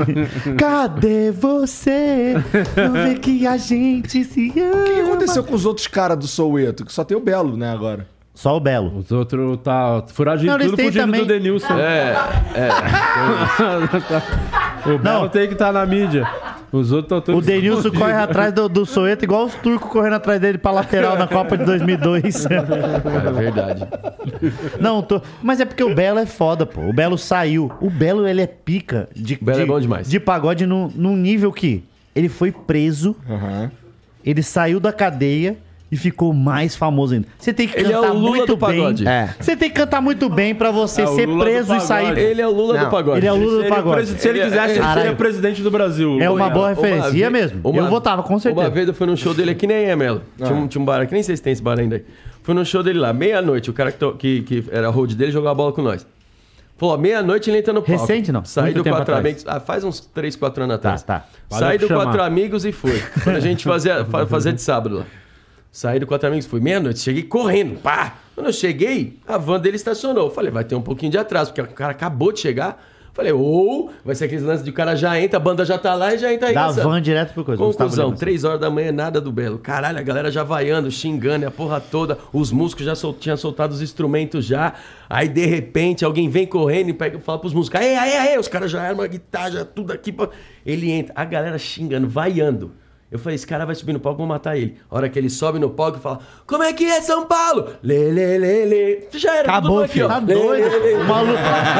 [SPEAKER 5] Cadê você? Não vê que a gente se
[SPEAKER 1] O que
[SPEAKER 5] ama.
[SPEAKER 1] aconteceu com os outros caras do Soueto? Que só tem o Belo, né, agora?
[SPEAKER 5] Só o Belo.
[SPEAKER 2] Os outros tá
[SPEAKER 5] Não,
[SPEAKER 2] furadinho
[SPEAKER 5] eles
[SPEAKER 2] tudo
[SPEAKER 5] têm
[SPEAKER 2] fugindo
[SPEAKER 5] também-
[SPEAKER 2] do Denilson.
[SPEAKER 6] É,
[SPEAKER 2] O Belo tem que tá na mídia. Os outros estão
[SPEAKER 5] O
[SPEAKER 2] todos.
[SPEAKER 5] Denilson corre atrás do, do Soeto, igual os turcos correndo atrás dele pra lateral na Copa de 2002. né?
[SPEAKER 6] é verdade.
[SPEAKER 5] Não, tô... mas é porque o Belo é foda, pô. O Belo saiu. O Belo, ele é pica de,
[SPEAKER 6] Belo
[SPEAKER 5] de,
[SPEAKER 6] é bom demais.
[SPEAKER 5] de pagode num, num nível que ele foi preso, ele saiu da cadeia e ficou mais famoso ainda. Você tem que
[SPEAKER 6] Ele é
[SPEAKER 5] cantar
[SPEAKER 6] o Lula
[SPEAKER 5] muito
[SPEAKER 6] do pagode.
[SPEAKER 5] bem.
[SPEAKER 4] É.
[SPEAKER 5] Você tem que cantar muito bem pra você
[SPEAKER 2] É, o
[SPEAKER 5] ser
[SPEAKER 2] Lula do
[SPEAKER 5] preso e
[SPEAKER 2] pagode.
[SPEAKER 5] sair.
[SPEAKER 6] Ele é o Lula
[SPEAKER 4] Não,
[SPEAKER 6] do pagode.
[SPEAKER 5] ele é o Lula do
[SPEAKER 2] Seria o
[SPEAKER 5] pagode.
[SPEAKER 2] presi- Se ele quisesse, ele
[SPEAKER 5] Caralho.
[SPEAKER 2] seria presidente do Brasil.
[SPEAKER 5] É uma
[SPEAKER 2] Olha.
[SPEAKER 5] boa
[SPEAKER 6] Uma
[SPEAKER 5] referência
[SPEAKER 6] vez-
[SPEAKER 5] mesmo.
[SPEAKER 6] uma
[SPEAKER 5] eu
[SPEAKER 6] ve-
[SPEAKER 5] votava, com certeza.
[SPEAKER 6] Uma vez eu fui num show dele aqui, nem é, Melo. Tinha, um, tinha um bar aqui, nem sei se tem esse bar ainda. aí. Fui num show dele lá, meia-noite. O cara que, to- que, que era road dele jogava bola com nós. Falou, ó, meia-noite ele entra no palco.
[SPEAKER 5] Recente, não?
[SPEAKER 6] Saí
[SPEAKER 5] Muito
[SPEAKER 6] do
[SPEAKER 5] tempo
[SPEAKER 6] Quatro
[SPEAKER 5] atrás.
[SPEAKER 6] Amigos. Ah, faz uns 3, 4 anos atrás.
[SPEAKER 5] tá.
[SPEAKER 2] Valeu
[SPEAKER 6] Saí
[SPEAKER 2] por
[SPEAKER 6] do
[SPEAKER 2] chamar.
[SPEAKER 6] Quatro Amigos e fui. Quando a gente fazia, fa- fazia de sábado lá. Saí do Quatro Amigos, fui meia-noite, cheguei correndo, pá! Quando eu cheguei, a van dele estacionou. Eu Falei, vai ter um pouquinho de atraso, porque o cara acabou de chegar. Falei, ou vai ser aqueles lances de o cara já entra, a banda já tá lá e já entra aí.
[SPEAKER 5] Da van direto pro coisa. Gustavo
[SPEAKER 6] Conclusão,
[SPEAKER 5] Lima.
[SPEAKER 6] três horas da manhã, nada do Belo. Caralho, a galera já vaiando, xingando, e a porra toda. Os músicos já sol... tinham soltado os instrumentos já. Aí, de repente, alguém vem correndo e pega, fala pros músicos: Aê, aê, aê! Os caras já armam a guitarra, já tudo aqui. pá. Ele entra, a galera xingando, vaiando. Eu falei, esse cara vai subir no palco, vou matar ele. A hora que ele sobe no palco e fala, como é que é São Paulo? Lê, lê, lê, lê. Já era,
[SPEAKER 5] Acabou,
[SPEAKER 6] tudo aqui,
[SPEAKER 5] filho.
[SPEAKER 6] ó.
[SPEAKER 5] Tá
[SPEAKER 6] Lê,
[SPEAKER 5] doido.
[SPEAKER 6] lê, lê.
[SPEAKER 5] O maluco.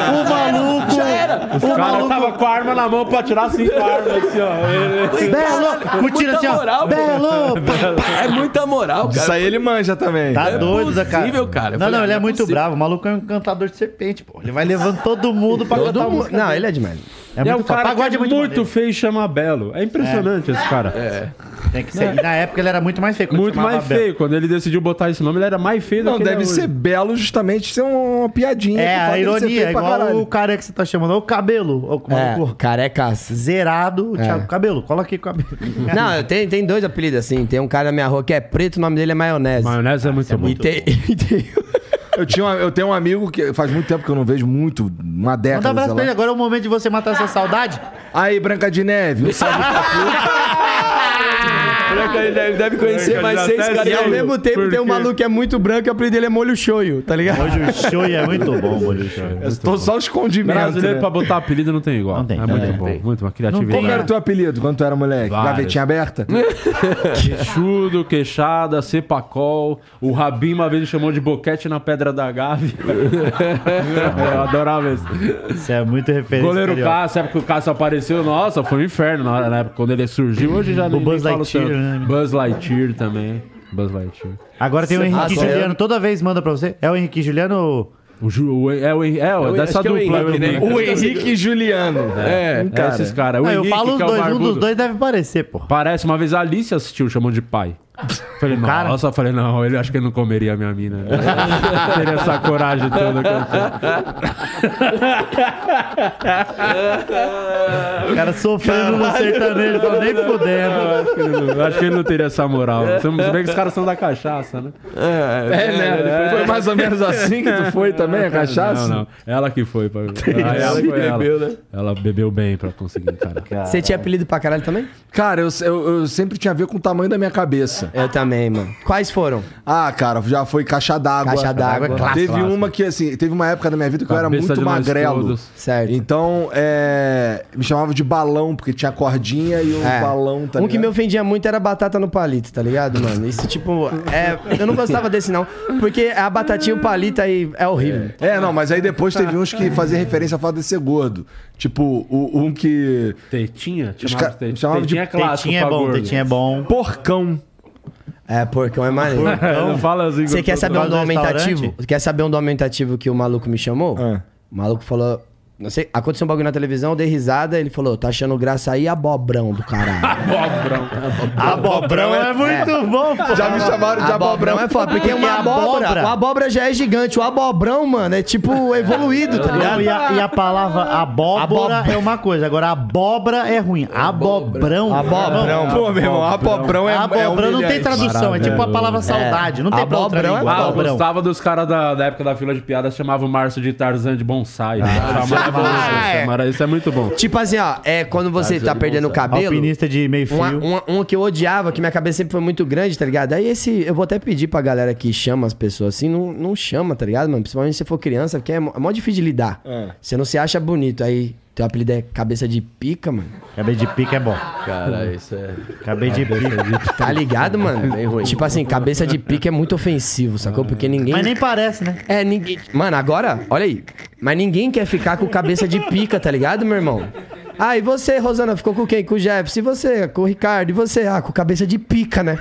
[SPEAKER 5] O maluco.
[SPEAKER 6] Já era.
[SPEAKER 5] O
[SPEAKER 2] O cara
[SPEAKER 5] maluco.
[SPEAKER 2] tava com a arma na mão pra tirar cinco armas, assim, ó. Ele-
[SPEAKER 6] Falei,
[SPEAKER 5] Belo.
[SPEAKER 6] "Caralho,
[SPEAKER 5] Curtindo
[SPEAKER 6] muita
[SPEAKER 5] assim, ó.
[SPEAKER 6] moral, pô.
[SPEAKER 5] Belo. pá.
[SPEAKER 6] É muita moral, cara.
[SPEAKER 1] Isso aí ele manja também.
[SPEAKER 5] Tá
[SPEAKER 6] É
[SPEAKER 5] doido da cara.
[SPEAKER 6] possível, cara.
[SPEAKER 5] Não,
[SPEAKER 6] Eu falei,
[SPEAKER 5] não,
[SPEAKER 6] ah,
[SPEAKER 5] ele é
[SPEAKER 6] não é
[SPEAKER 5] muito
[SPEAKER 6] possível.
[SPEAKER 5] bravo. O maluco é um cantador de serpente, pô. Ele vai levando todo mundo pra cantar a
[SPEAKER 4] Todo mundo.
[SPEAKER 5] música.
[SPEAKER 4] Não, ele é demais.
[SPEAKER 5] É
[SPEAKER 2] E é
[SPEAKER 5] muito
[SPEAKER 2] um cara
[SPEAKER 5] foda. Pagode
[SPEAKER 2] que é muito, feio e chama Belo. É impressionante esse cara.
[SPEAKER 5] maneiro. Tem que ser. E na época ele era muito mais feio. quando
[SPEAKER 2] Muito
[SPEAKER 5] chamava
[SPEAKER 2] mais
[SPEAKER 5] Belo.
[SPEAKER 2] feio. Quando ele decidiu botar esse nome, ele era mais feio do
[SPEAKER 1] Não,
[SPEAKER 2] que ele
[SPEAKER 1] deve
[SPEAKER 2] é
[SPEAKER 1] ser
[SPEAKER 2] hoje.
[SPEAKER 1] belo justamente ser um, uma piadinha.
[SPEAKER 5] É,
[SPEAKER 1] que fala
[SPEAKER 5] a
[SPEAKER 1] dele ser
[SPEAKER 5] ironia.
[SPEAKER 1] feio
[SPEAKER 5] É
[SPEAKER 1] pra
[SPEAKER 5] igual
[SPEAKER 1] caralho.
[SPEAKER 5] o cara que você tá chamando. Olha o cabelo. Olha o
[SPEAKER 4] É,
[SPEAKER 5] maluco.
[SPEAKER 4] carecas.
[SPEAKER 5] Zerado. O Thiago, cabelo. Cola aqui o cabelo. [laughs]
[SPEAKER 4] Não, é eu tenho, tem dois apelidos assim. Tem um cara na minha rua que é preto, o nome dele é Maionese.
[SPEAKER 2] Maionese é muito,
[SPEAKER 4] E
[SPEAKER 2] muito
[SPEAKER 4] tem, [laughs] e tem-
[SPEAKER 1] Eu, tinha um- eu tenho um amigo que faz muito tempo que eu não vejo muito, uma
[SPEAKER 5] Manda um
[SPEAKER 1] década.
[SPEAKER 5] abraço
[SPEAKER 1] sei
[SPEAKER 5] pra ele.
[SPEAKER 1] lá.
[SPEAKER 5] Agora é o momento de você matar essa saudade.
[SPEAKER 1] Aí, Branca de Neve, um salve pra tu.
[SPEAKER 6] Pior que Ele deve, deve conhecer
[SPEAKER 2] Pior que
[SPEAKER 6] mais
[SPEAKER 2] ele
[SPEAKER 6] seis
[SPEAKER 2] até
[SPEAKER 6] caras
[SPEAKER 2] sei.
[SPEAKER 6] e ao mesmo
[SPEAKER 2] tempo Por tem um quê? maluco
[SPEAKER 4] que é muito branco e o apelido dele é molho shoyu, tá ligado?
[SPEAKER 5] Hoje o show é muito bom, hoje o show.
[SPEAKER 1] Tô só escondimento.
[SPEAKER 2] Brasileiro
[SPEAKER 1] Né?
[SPEAKER 2] pra botar apelido não tem igual.
[SPEAKER 5] Não tem.
[SPEAKER 2] É muito
[SPEAKER 5] É.
[SPEAKER 2] bom. Muito uma
[SPEAKER 1] Qual era o
[SPEAKER 2] criatividade.
[SPEAKER 1] teu apelido quando tu era moleque?
[SPEAKER 2] Vários.
[SPEAKER 1] Gavetinha aberta?
[SPEAKER 2] Queixudo, queixada, cepacol. O Rabin uma vez me chamou de boquete na pedra da
[SPEAKER 5] [laughs]
[SPEAKER 2] Gávea. Eu adorava isso.
[SPEAKER 5] Você é muito referência.
[SPEAKER 2] Goleiro
[SPEAKER 5] carioca.
[SPEAKER 2] Cássio, a época que o Cássio apareceu, nossa, foi um inferno na, hora- na época quando ele surgiu. Hoje já nem,
[SPEAKER 5] Buzz
[SPEAKER 2] nem falo
[SPEAKER 5] Lightyear,
[SPEAKER 2] tanto.
[SPEAKER 5] né?
[SPEAKER 2] Buzz Lightyear também. Buzz Lightyear.
[SPEAKER 5] Agora tem o Henrique
[SPEAKER 4] só é-
[SPEAKER 5] Juliano, toda vez manda pra você. É o Henrique Juliano.
[SPEAKER 2] O Ju, o, é, o, Hen- é, o-
[SPEAKER 6] o-
[SPEAKER 2] dessa
[SPEAKER 6] acho que é o
[SPEAKER 2] dupla.
[SPEAKER 6] Henrique,
[SPEAKER 2] né?
[SPEAKER 6] né?
[SPEAKER 1] O Henrique e Juliano.
[SPEAKER 2] É,
[SPEAKER 4] cara.
[SPEAKER 2] esses caras. O
[SPEAKER 5] Não, eu
[SPEAKER 2] Henrique,
[SPEAKER 5] falo os
[SPEAKER 2] que é o
[SPEAKER 5] dois, um dos
[SPEAKER 2] barbudo.
[SPEAKER 5] dois deve parecer, pô.
[SPEAKER 2] Parece, uma vez a Alice assistiu, chamou de pai. Falei,
[SPEAKER 5] cara?
[SPEAKER 2] nossa, falei, não, ele acho que ele não comeria a minha mina. Né? [laughs] Teria essa coragem toda que eu tenho.
[SPEAKER 5] O cara sofrendo no sertanejo, fala, nem fudendo.
[SPEAKER 2] Eu acho que ele não- eu acho que ele não teria essa moral. né? Se bem que os caras são da cachaça, né?
[SPEAKER 1] É, né? Foi mais ou menos assim que tu foi também, a cachaça?
[SPEAKER 2] Não, não. Ela que foi. Pra... Ah, ela, foi ela.
[SPEAKER 6] bebeu, né?
[SPEAKER 2] ela bebeu bem pra conseguir, cara.
[SPEAKER 4] Você tinha apelido pra caralho também?
[SPEAKER 1] Cara, eu, eu- eu sempre tinha a ver com o tamanho da minha cabeça.
[SPEAKER 4] Eu também, mano. Quais foram?
[SPEAKER 1] Ah, cara, já foi caixa d'água.
[SPEAKER 4] Caixa d'água é clássico.
[SPEAKER 1] Teve uma que, assim, teve uma época da minha vida que eu era
[SPEAKER 2] Cabeça
[SPEAKER 1] muito
[SPEAKER 2] de nós
[SPEAKER 1] magrelo.
[SPEAKER 2] todos.
[SPEAKER 4] Certo.
[SPEAKER 1] Então, é, me chamava de balão, porque tinha cordinha e o
[SPEAKER 4] É.
[SPEAKER 1] balão, tá
[SPEAKER 4] um que me
[SPEAKER 1] ligado?
[SPEAKER 4] ofendia muito era batata no palito, tá ligado, mano? Isso, tipo, é, eu não gostava desse, não. Porque a batatinha e o palito aí é horrível.
[SPEAKER 1] É, não, mas aí depois teve uns que faziam referência ao fato de ser gordo. Tipo, o- um que...
[SPEAKER 2] Tetinha?
[SPEAKER 1] ca-
[SPEAKER 2] Chamava, de tetinha.
[SPEAKER 1] chamava de
[SPEAKER 2] tetinha é clássico.
[SPEAKER 5] Tetinha é
[SPEAKER 2] pra
[SPEAKER 5] bom,
[SPEAKER 2] gordo.
[SPEAKER 5] tetinha é bom.
[SPEAKER 1] Porcão.
[SPEAKER 4] É, porcão é maneiro.
[SPEAKER 2] Não fala assim.
[SPEAKER 4] Você quer saber um
[SPEAKER 5] Lá no
[SPEAKER 4] nome aumentativo?
[SPEAKER 5] restaurante?
[SPEAKER 4] Quer saber um nome aumentativo que o maluco me chamou?
[SPEAKER 1] Ah.
[SPEAKER 4] O maluco falou. Não sei, aconteceu um bagulho na televisão, eu dei risada, ele falou, tá achando graça aí, abobrão do caralho.
[SPEAKER 5] Abobrão é muito bom, pô.
[SPEAKER 1] Já me chamaram de abobrão.
[SPEAKER 4] é foda, porque uma abóbora,
[SPEAKER 5] abóbora-
[SPEAKER 4] uma abóbora já é gigante, o abobrão, mano, é tipo evoluído, tá
[SPEAKER 5] Não,
[SPEAKER 4] ligado?
[SPEAKER 5] e, a, e a palavra abóbora
[SPEAKER 4] Abóbora.
[SPEAKER 5] é uma coisa, agora abóbora é ruim. Abobrão.
[SPEAKER 4] Abobrão.
[SPEAKER 1] Pô, meu irmão, abobrão é, é
[SPEAKER 5] Abobrão não tem
[SPEAKER 1] humilhante.
[SPEAKER 5] tradução, é tipo a palavra saudade. Não tem pra outra
[SPEAKER 4] Abobrão é
[SPEAKER 5] língua.
[SPEAKER 2] Ah, eu
[SPEAKER 5] Abobrão.
[SPEAKER 2] gostava dos caras da, da época da fila de piadas, chamava o Márcio de Tarzan de bonsai. Ah, Isso é muito bom.
[SPEAKER 4] Tipo assim, ó, é quando você tá perdendo o cabelo,
[SPEAKER 5] Alpinista de meio
[SPEAKER 4] Uma-
[SPEAKER 5] fio.
[SPEAKER 4] uma- um que eu odiava, que minha cabeça sempre foi muito grande, tá ligado? Aí esse, eu vou até pedir pra galera que chama as pessoas assim, não, não chama, tá ligado, mano? Principalmente se você for criança, porque é mó é mó difícil de lidar.
[SPEAKER 5] É.
[SPEAKER 4] Você não se acha bonito, aí teu apelido é cabeça de pica, mano.
[SPEAKER 5] Cabeça de pica é bom.
[SPEAKER 6] Cara, isso é.
[SPEAKER 5] Cabeça de pica.
[SPEAKER 4] Tá ligado, mano?
[SPEAKER 6] Bem ruim.
[SPEAKER 4] Tipo assim, cabeça de pica é muito ofensivo, sacou? Porque ninguém...
[SPEAKER 5] Mas nem parece, né?
[SPEAKER 4] É, ninguém... Mano, agora, olha aí. Mas ninguém quer ficar com cabeça de pica, tá ligado, meu irmão? Ah, e você, Rosana, ficou com quem? Com o Jefferson. E você? Com o Ricardo. E você? Ah, com cabeça de pica, né?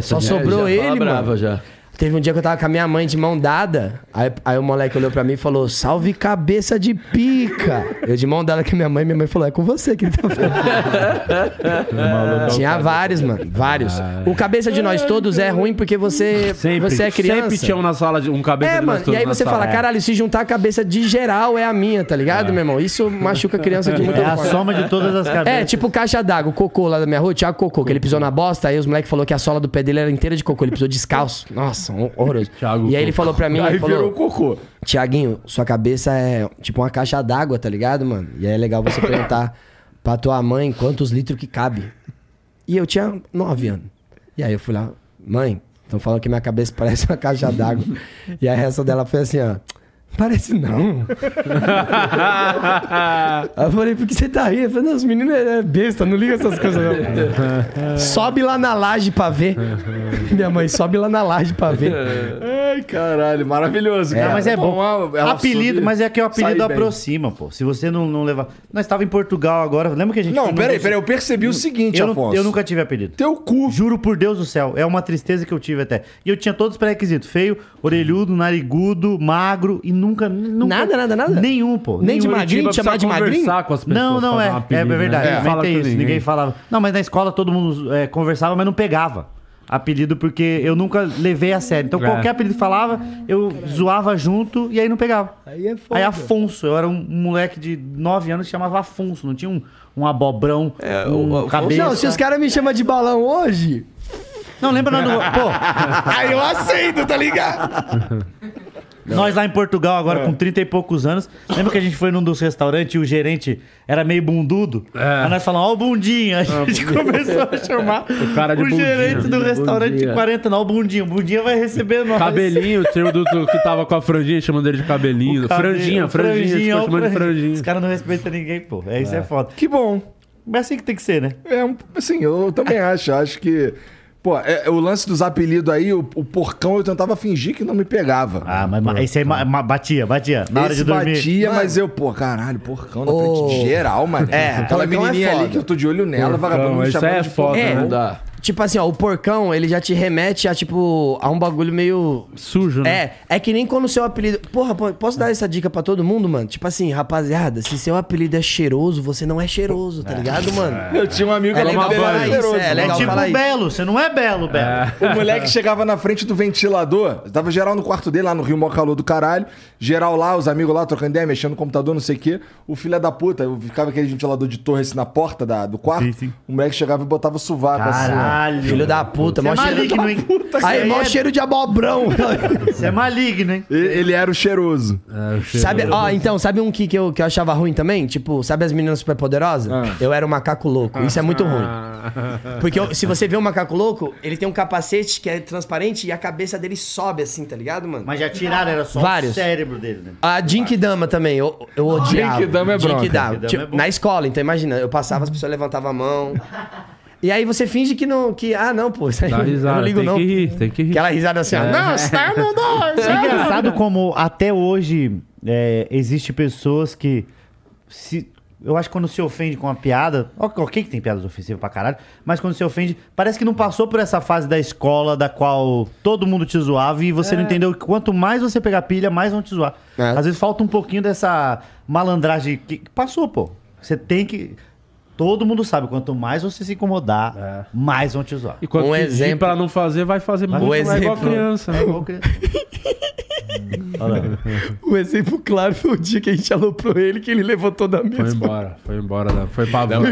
[SPEAKER 4] Só sobrou
[SPEAKER 6] já fala
[SPEAKER 4] ele,
[SPEAKER 6] brava
[SPEAKER 4] mano.
[SPEAKER 6] já.
[SPEAKER 4] Teve um dia que eu tava com a minha mãe de mão dada. Aí, aí o moleque olhou pra mim e falou: Salve cabeça de pica. Eu de mão dada com a minha mãe. Minha mãe falou: É com você que ele tá falando.
[SPEAKER 5] É.
[SPEAKER 4] Tinha vários, mano. Vários. O cabeça de nós todos é ruim porque você,
[SPEAKER 2] Sempre,
[SPEAKER 4] você é criança.
[SPEAKER 2] sempre tinha um na sala, de, um cabeça
[SPEAKER 4] É,
[SPEAKER 2] de nós
[SPEAKER 4] mano,
[SPEAKER 2] todos
[SPEAKER 4] e aí
[SPEAKER 2] na
[SPEAKER 4] você
[SPEAKER 2] sala.
[SPEAKER 4] fala, caralho, se juntar a cabeça de geral é a minha, tá ligado, meu irmão? Isso machuca a criança de muita
[SPEAKER 5] É a
[SPEAKER 4] forma.
[SPEAKER 5] soma de todas as cabeças.
[SPEAKER 4] É, tipo caixa d'água, o cocô lá da minha rua, o Thiago Cocô, que ele pisou na bosta, aí os moleques falaram que a sola do pé dele era inteira de cocô, ele pisou descalço. Nossa, hor- horroroso.
[SPEAKER 2] Thiago
[SPEAKER 4] e aí ele falou
[SPEAKER 2] É.
[SPEAKER 4] pra mim, ele
[SPEAKER 1] Aí virou
[SPEAKER 4] falou,
[SPEAKER 1] cocô.
[SPEAKER 4] Tiaguinho, sua cabeça é tipo uma caixa d'água, tá ligado, mano? E aí é legal você
[SPEAKER 5] [laughs]
[SPEAKER 4] perguntar pra tua mãe quantos litros que cabe. E eu tinha nove anos. E aí eu fui lá, mãe, estão falando que minha cabeça [laughs] parece uma caixa d'água. e a reação dela foi assim, ó. Parece
[SPEAKER 5] [laughs]
[SPEAKER 4] não. Aí eu falei, por que você tá rindo? Eu falei, não, os meninos é besta, não liga essas coisas não.
[SPEAKER 5] [laughs]
[SPEAKER 4] sobe lá na laje pra ver. Minha mãe, sobe lá na laje pra ver.
[SPEAKER 1] Ai, caralho, maravilhoso.
[SPEAKER 5] É, mas é bom.
[SPEAKER 1] ela
[SPEAKER 5] apelido,
[SPEAKER 1] soube
[SPEAKER 5] mas é que o apelido
[SPEAKER 1] sair bem.
[SPEAKER 5] aproxima, pô. Se você não, não levar. Nós estava em Portugal agora, lembra que a gente.
[SPEAKER 1] Não,
[SPEAKER 5] foi num
[SPEAKER 1] peraí,
[SPEAKER 5] doce-
[SPEAKER 1] peraí, eu percebi o seguinte,
[SPEAKER 5] eu, não-
[SPEAKER 1] Afonso.
[SPEAKER 5] eu nunca tive apelido.
[SPEAKER 1] Teu cu.
[SPEAKER 5] Juro por Deus do céu, é uma tristeza que eu tive até. E eu tinha todos os pré-requisitos: feio, orelhudo, narigudo, magro e nunca. nunca
[SPEAKER 4] Nada, nada, nada?
[SPEAKER 5] Nenhum, pô.
[SPEAKER 4] Nem de
[SPEAKER 5] Nenhum.
[SPEAKER 4] magrinho,
[SPEAKER 2] Curitiba
[SPEAKER 4] te chamar de
[SPEAKER 2] precisa
[SPEAKER 4] magrinho?
[SPEAKER 2] conversar com as pessoas
[SPEAKER 5] Não, não
[SPEAKER 2] pra
[SPEAKER 5] é.
[SPEAKER 2] dar um apelido,
[SPEAKER 5] é verdade.
[SPEAKER 2] né?
[SPEAKER 5] eu
[SPEAKER 2] Ninguém fala
[SPEAKER 5] inventei
[SPEAKER 2] com
[SPEAKER 5] isso. Ninguém. falava. Não, mas na escola todo mundo é, conversava, mas não pegava apelido porque eu nunca levei a sério. Então
[SPEAKER 2] É.
[SPEAKER 5] qualquer apelido que falava, eu zoava junto e aí não pegava.
[SPEAKER 4] Aí é
[SPEAKER 5] Aí Afonso, eu era um moleque de 9 anos que chamava Afonso, não tinha um, um abobrão, um cabeça.
[SPEAKER 4] É, Não, se os caras me chamam de balão hoje,
[SPEAKER 1] [laughs]
[SPEAKER 5] Não, lembra lá no... Pô,
[SPEAKER 1] Aí eu aceito, tá ligado?
[SPEAKER 5] [laughs]
[SPEAKER 1] É.
[SPEAKER 5] Nós lá em Portugal, agora com 30 e poucos anos, lembra que a gente foi num dos restaurantes e o gerente era meio bundudo?
[SPEAKER 2] É.
[SPEAKER 5] Aí nós falamos, ó o bundinho. A gente começou
[SPEAKER 2] [laughs]
[SPEAKER 5] a chamar o,
[SPEAKER 2] cara de bundinho.
[SPEAKER 5] gerente do restaurante de
[SPEAKER 6] Bundinha.
[SPEAKER 5] 40, não, o bundinho. O bundinho vai receber nós.
[SPEAKER 2] Cabelinho, o tio do, do que tava com a franjinha, chamando ele de cabelinho.
[SPEAKER 5] Cabelo,
[SPEAKER 2] franjinha, franjinha, a gente
[SPEAKER 5] ó,
[SPEAKER 2] ficou chamando de
[SPEAKER 5] Os
[SPEAKER 2] franjinha.
[SPEAKER 5] caras não respeitam ninguém, pô. É isso é, foda.
[SPEAKER 1] Que bom.
[SPEAKER 5] Mas assim que tem que ser, né?
[SPEAKER 1] É, um- assim, eu também acho. Acho que. Pô, é- o lance dos apelidos aí, o, o porcão eu tentava fingir que não me pegava.
[SPEAKER 5] Ah, mas, mas isso aí ma- ma- batia, batia. Na hora
[SPEAKER 1] Esse
[SPEAKER 5] de dormir.
[SPEAKER 1] batia, mas eu, pô, caralho, porcão na
[SPEAKER 4] Ô.
[SPEAKER 1] frente de geral, mano.
[SPEAKER 4] É,
[SPEAKER 1] aquela
[SPEAKER 4] porcão é
[SPEAKER 1] menininha ali
[SPEAKER 4] foda.
[SPEAKER 1] que eu tô de olho nela, vagabundo me
[SPEAKER 2] isso
[SPEAKER 1] chamando
[SPEAKER 2] aí é
[SPEAKER 1] de
[SPEAKER 2] foda,
[SPEAKER 4] É,
[SPEAKER 2] né?
[SPEAKER 6] Dá.
[SPEAKER 4] Tipo assim, ó, o porcão, ele já te remete a, tipo, a um bagulho meio
[SPEAKER 2] Sujo, né?
[SPEAKER 4] É, é que nem quando o seu apelido. Porra, pô, posso dar essa dica pra todo mundo, mano? Tipo assim, rapaziada, se seu apelido é cheiroso, você não é cheiroso, tá ligado, mano?
[SPEAKER 1] Eu tinha um amigo que
[SPEAKER 4] É
[SPEAKER 1] era
[SPEAKER 4] legal
[SPEAKER 1] muito
[SPEAKER 4] falar isso,
[SPEAKER 1] cheiroso.
[SPEAKER 4] é legal
[SPEAKER 5] É tipo
[SPEAKER 4] falar isso.
[SPEAKER 5] belo, você não é belo, belo.
[SPEAKER 1] O moleque chegava na frente do ventilador, tava geral no quarto dele, lá no Rio, mó calor do caralho. Geral lá, os amigos lá trocando ideia, mexendo no computador, não sei o quê. O filho é da puta, eu ficava aquele ventilador de torre assim na porta da- do quarto.
[SPEAKER 5] Sim, sim.
[SPEAKER 1] O moleque chegava e botava o sovaco assim.
[SPEAKER 5] Caralho.
[SPEAKER 4] Filho da puta,
[SPEAKER 5] Você é
[SPEAKER 4] mó cheiro.
[SPEAKER 5] maligno, hein?
[SPEAKER 4] Aí, mó
[SPEAKER 5] Você
[SPEAKER 4] cheiro de
[SPEAKER 5] [laughs]
[SPEAKER 4] abobrão. [laughs]
[SPEAKER 5] é- Você é maligno, hein?
[SPEAKER 1] ó. E- Ele era o cheiroso.
[SPEAKER 5] Ah,
[SPEAKER 4] sabe, ó, então, sabe um que, que, eu, que eu achava ruim também? Tipo, sabe as meninas superpoderosas? Eu era o macaco louco. Isso é muito ruim. Porque eu- se você vê o macaco louco, ele tem um capacete que é transparente e a cabeça dele sobe assim, tá ligado, mano?
[SPEAKER 5] Mas já tiraram, era só
[SPEAKER 4] Vários.
[SPEAKER 5] o cérebro dele, né?
[SPEAKER 4] A Jink Dama também, eu, eu odiava.
[SPEAKER 1] Jink Dama é bronca.
[SPEAKER 4] Jink Dama.
[SPEAKER 5] Jink Dama
[SPEAKER 4] Tipo,
[SPEAKER 5] é bom.
[SPEAKER 4] na escola, então imagina, eu passava, as pessoas levantavam a mão. E aí você finge que não. Que, ah, não, pô, isso aí
[SPEAKER 2] Dá
[SPEAKER 4] eu não
[SPEAKER 2] risada,
[SPEAKER 4] ligo,
[SPEAKER 2] tem
[SPEAKER 4] não.
[SPEAKER 2] que rir, tem que rir.
[SPEAKER 4] Aquela risada assim, ó. Não, isso aí eu não dou, isso aí
[SPEAKER 5] É
[SPEAKER 4] eu não dou.
[SPEAKER 5] engraçado como até hoje é, existe pessoas que se eu acho que quando se ofende com uma piada, ó, ok que tem piadas ofensivas pra caralho, mas quando se ofende, parece que não passou por essa fase da escola da qual todo mundo te zoava e você não entendeu que quanto mais você pegar pilha, mais vão te zoar.
[SPEAKER 4] É.
[SPEAKER 5] Às vezes falta um pouquinho dessa malandragem que que passou, pô. Você tem que todo mundo sabe quanto mais você se incomodar,
[SPEAKER 4] É.
[SPEAKER 5] mais vão te zoar.
[SPEAKER 2] E quando
[SPEAKER 4] Um
[SPEAKER 2] pedir
[SPEAKER 4] exemplo.
[SPEAKER 2] pra não fazer, vai fazer
[SPEAKER 5] Vai
[SPEAKER 2] muito,
[SPEAKER 4] um
[SPEAKER 2] é igual
[SPEAKER 4] exemplo.
[SPEAKER 2] criança. né?
[SPEAKER 5] É igual criança. Olha lá.
[SPEAKER 4] O exemplo claro foi o dia que a gente aloprou ele, que ele levantou da
[SPEAKER 2] Foi
[SPEAKER 4] mesa.
[SPEAKER 2] embora, foi embora. da- Foi pra van.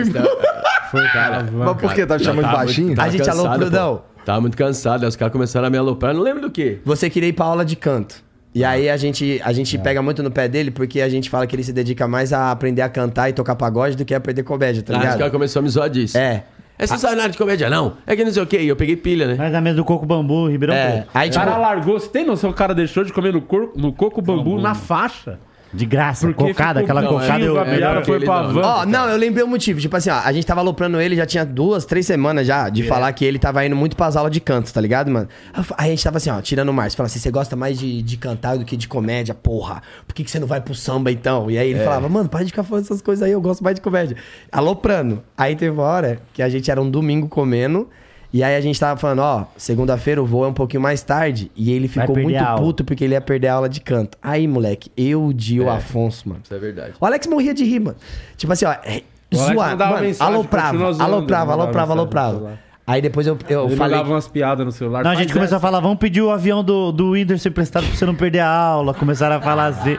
[SPEAKER 2] Foi pra van.
[SPEAKER 1] Mas por quê? Tava chamando de baixinho?
[SPEAKER 4] A gente aloprou, não.
[SPEAKER 6] Tava Tá muito cansado, aí os caras começaram a me aloprar, não lembro do quê.
[SPEAKER 4] Você queria ir pra aula de canto. E aí a gente, a gente pega muito no pé dele, porque a gente fala que ele se dedica mais a aprender a cantar e tocar pagode do que a aprender comédia, tá
[SPEAKER 6] Aí os caras
[SPEAKER 4] ligado?
[SPEAKER 6] começaram a me zoar disso.
[SPEAKER 4] É.
[SPEAKER 6] É você sabe nada de comédia, não? É que não sei o quê, e eu peguei pilha, né?
[SPEAKER 5] Mas na mesa do coco bambu, Ribeirão
[SPEAKER 4] É.
[SPEAKER 5] Preto.
[SPEAKER 4] Aí,
[SPEAKER 2] O
[SPEAKER 4] tipo,
[SPEAKER 2] cara largou, você tem noção? O cara deixou de comer no, cor, no coco bambu na faixa.
[SPEAKER 5] Uhum. De graça, cocada,
[SPEAKER 2] ficou
[SPEAKER 5] aquela
[SPEAKER 2] putinho
[SPEAKER 5] cocada eu.
[SPEAKER 2] com a piada,
[SPEAKER 6] é,
[SPEAKER 2] foi pra
[SPEAKER 5] né?
[SPEAKER 6] não.
[SPEAKER 2] van.
[SPEAKER 4] Ó, não, eu lembrei o motivo. Tipo assim, ó, a gente tava aloprando ele já tinha duas, três semanas já de falar que ele tava indo muito pras aulas de canto, tá ligado, mano? Aí eu fa- Aí a gente tava assim, ó, tirando o Márcio. Falava assim, você gosta mais de, de cantar do que de comédia, porra. Por que, que você não vai pro samba então? E aí
[SPEAKER 5] É.
[SPEAKER 4] ele falava, mano, para de ficar falando essas coisas aí, eu gosto mais de comédia. Aloprando. Aí teve uma hora que a gente era um domingo comendo. E aí a gente tava falando, ó, segunda-feira o voo é um pouquinho mais tarde. E ele
[SPEAKER 5] Vai
[SPEAKER 4] ficou
[SPEAKER 5] perder
[SPEAKER 4] muito
[SPEAKER 5] a aula.
[SPEAKER 4] puto porque ele ia perder a aula de canto. Aí, moleque, eu, o Dio, o Afonso, mano.
[SPEAKER 6] Isso é verdade.
[SPEAKER 4] O Alex morria de rir, mano. Tipo assim, ó. é,
[SPEAKER 2] O Alex
[SPEAKER 4] Zoar.
[SPEAKER 2] mandava
[SPEAKER 4] mano,
[SPEAKER 2] mensagem,
[SPEAKER 4] aloprava,
[SPEAKER 2] continua zoando,
[SPEAKER 4] aloprava,
[SPEAKER 2] mandava
[SPEAKER 4] aloprava,
[SPEAKER 2] mensagem no
[SPEAKER 4] aloprava. Aí depois eu, eu
[SPEAKER 2] Ele
[SPEAKER 4] falei.
[SPEAKER 2] mandava umas piadas no celular.
[SPEAKER 5] Não, a
[SPEAKER 2] faz
[SPEAKER 5] gente começou a falar, vamos pedir o avião do, do Whindersson emprestado pra você não perder a aula. Começaram a falar Z.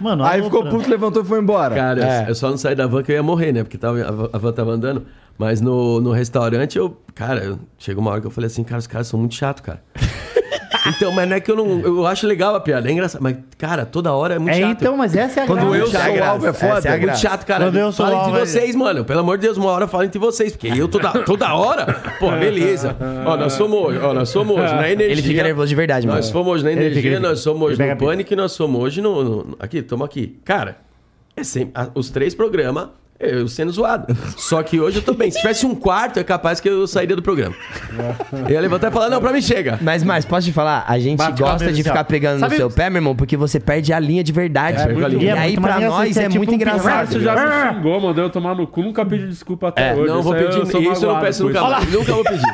[SPEAKER 5] Mano,
[SPEAKER 1] Aí
[SPEAKER 5] a
[SPEAKER 1] ficou
[SPEAKER 5] outra-
[SPEAKER 1] puto, levantou e foi embora.
[SPEAKER 6] Cara,
[SPEAKER 4] É.
[SPEAKER 6] eu só não saí da van que eu ia morrer, né? Porque tava, a van- a van tava andando. Mas no, no restaurante, eu. Cara, eu- chegou uma hora que eu falei assim, cara, os caras são muito chatos, cara.
[SPEAKER 4] [laughs]
[SPEAKER 6] então, mas não é que eu não. Eu acho legal a piada, é engraçado. Mas, cara, toda hora é muito
[SPEAKER 5] É,
[SPEAKER 6] chato.
[SPEAKER 5] então, mas essa é a
[SPEAKER 1] Quando
[SPEAKER 5] graça.
[SPEAKER 1] eu sou
[SPEAKER 4] é a
[SPEAKER 1] o
[SPEAKER 4] graça,
[SPEAKER 1] alvo, é
[SPEAKER 4] essa é a
[SPEAKER 1] foda.
[SPEAKER 6] É muito chato, cara.
[SPEAKER 5] Quando eu sou
[SPEAKER 6] fala entre
[SPEAKER 5] alvo,
[SPEAKER 6] vocês, mano. Pelo amor de Deus, uma hora fala entre vocês. Porque eu toda, toda hora. Pô, beleza. Ó, nós somos hoje. Ó, nós somos hoje. Na energia.
[SPEAKER 4] Ele fica nervoso de verdade, mano.
[SPEAKER 6] Nós fomos hoje na
[SPEAKER 5] Ele
[SPEAKER 6] energia,
[SPEAKER 5] fica, ele fica.
[SPEAKER 6] nós somos
[SPEAKER 5] Ele
[SPEAKER 6] hoje
[SPEAKER 5] pega
[SPEAKER 6] no
[SPEAKER 5] a pilha.
[SPEAKER 6] pânico e nós somos hoje no. no- aqui, tamo aqui. Cara, é sempre, a- os três programas, eu sendo zoado. Só que hoje eu tô bem. Se tivesse um quarto, é capaz que eu sairia
[SPEAKER 5] [laughs]
[SPEAKER 6] do programa. eu ia levantar e falar, não, pra mim chega.
[SPEAKER 4] Mas, mais, posso te falar? A gente
[SPEAKER 5] Bate
[SPEAKER 4] gosta
[SPEAKER 5] cabeça
[SPEAKER 4] de
[SPEAKER 5] assim, ó.
[SPEAKER 4] ficar pegando
[SPEAKER 5] Sabe-
[SPEAKER 4] no seu pé, meu irmão, porque você perde a linha de verdade.
[SPEAKER 6] É, perde a
[SPEAKER 4] e
[SPEAKER 6] linha.
[SPEAKER 4] aí,
[SPEAKER 5] E é muito
[SPEAKER 4] pra
[SPEAKER 5] mais
[SPEAKER 4] nós,
[SPEAKER 5] engraçado,
[SPEAKER 4] é,
[SPEAKER 5] é tipo
[SPEAKER 4] muito
[SPEAKER 5] um
[SPEAKER 2] O
[SPEAKER 4] engraçado.
[SPEAKER 2] Márcio já me xingou, mandou eu tomar no cu, nunca pedi desculpa até hoje.
[SPEAKER 6] É, não vou
[SPEAKER 2] aí
[SPEAKER 6] pedir.
[SPEAKER 2] sou
[SPEAKER 6] isso eu não
[SPEAKER 2] magoado,
[SPEAKER 6] peço nunca
[SPEAKER 2] pois.
[SPEAKER 6] mais. Nunca vou pedir.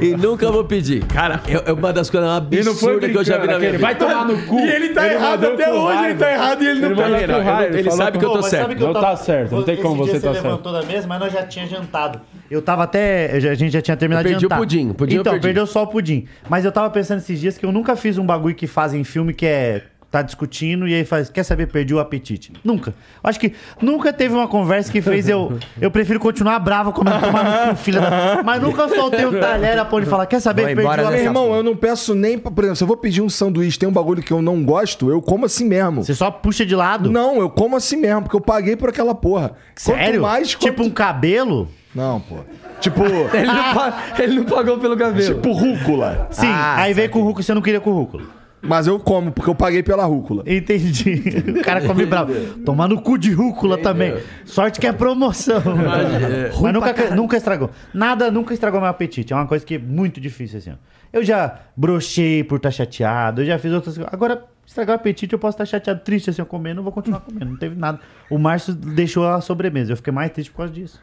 [SPEAKER 6] E nunca vou pedir. Cara, é é uma das coisas
[SPEAKER 2] E não foi
[SPEAKER 6] absurdas que
[SPEAKER 2] brincando,
[SPEAKER 6] eu já vi na minha
[SPEAKER 2] aquele,
[SPEAKER 6] vida.
[SPEAKER 2] vai tomar no cu.
[SPEAKER 6] E ele tá errado
[SPEAKER 2] mandou
[SPEAKER 6] até
[SPEAKER 2] com
[SPEAKER 6] hoje, ele tá errado e ele não
[SPEAKER 2] mandou
[SPEAKER 6] pega,
[SPEAKER 2] com
[SPEAKER 6] não.
[SPEAKER 2] raiva,
[SPEAKER 6] Ele
[SPEAKER 2] falou
[SPEAKER 6] sabe
[SPEAKER 2] com-
[SPEAKER 6] que eu tô
[SPEAKER 5] Pô, mas
[SPEAKER 6] certo.
[SPEAKER 5] sabe que eu
[SPEAKER 2] Não
[SPEAKER 5] tava-
[SPEAKER 2] tá certo, não tem
[SPEAKER 5] Esse
[SPEAKER 2] como
[SPEAKER 5] dia
[SPEAKER 2] você tá
[SPEAKER 5] levantou da mesa, mas nós já tinha jantado. Eu tava até... eu já- A gente já tinha terminado
[SPEAKER 6] Eu
[SPEAKER 5] de
[SPEAKER 6] perdi o
[SPEAKER 5] jantar.
[SPEAKER 6] pudim, o pudim eu
[SPEAKER 5] Então,
[SPEAKER 6] perdi.
[SPEAKER 5] perdeu só o pudim. Mas eu tava pensando esses dias que eu nunca fiz um bagulho que fazem em filme que é... tá discutindo e aí faz, quer saber, perdi o apetite. Nunca. Acho que nunca teve uma conversa que fez eu. Eu prefiro continuar bravo como eu tomar no cu, filha da. Mas nunca soltei o talher a pôr e falar, quer saber,
[SPEAKER 4] Vai
[SPEAKER 5] perdi o
[SPEAKER 4] embora
[SPEAKER 1] Meu
[SPEAKER 4] dessa-
[SPEAKER 5] apetite.
[SPEAKER 1] irmão, eu não peço nem. pra- Por exemplo, se eu vou pedir um sanduíche, tem um bagulho que eu não gosto, eu como assim mesmo.
[SPEAKER 5] Você só puxa de lado.
[SPEAKER 1] Não, eu como assim mesmo, porque eu paguei por aquela porra.
[SPEAKER 5] Sério?
[SPEAKER 1] Quanto mais.
[SPEAKER 5] Tipo
[SPEAKER 1] quanto-
[SPEAKER 5] um cabelo?
[SPEAKER 1] Não, pô. Tipo.
[SPEAKER 5] [laughs]
[SPEAKER 6] Ele não, pa- ele não pagou pelo cabelo.
[SPEAKER 1] tipo rúcula.
[SPEAKER 5] Sim.
[SPEAKER 4] Ah,
[SPEAKER 5] aí veio com o rúcula, você não queria com o rúcula.
[SPEAKER 1] Mas eu como, porque eu paguei pela rúcula.
[SPEAKER 5] Entendi. O cara come bravo. Tomar no cu de rúcula também. Sorte que é promoção.
[SPEAKER 6] É,
[SPEAKER 5] Mas, nunca, nunca estragou. Nada nunca estragou meu apetite. É uma coisa que é muito difícil, assim. ó. Eu já brochei por estar chateado, eu já fiz outras coisas. Agora, estragar o apetite, eu posso estar chateado, triste, assim, eu comendo, não vou continuar comendo. Não teve nada. O Márcio deixou a sobremesa. Eu fiquei mais triste por causa disso.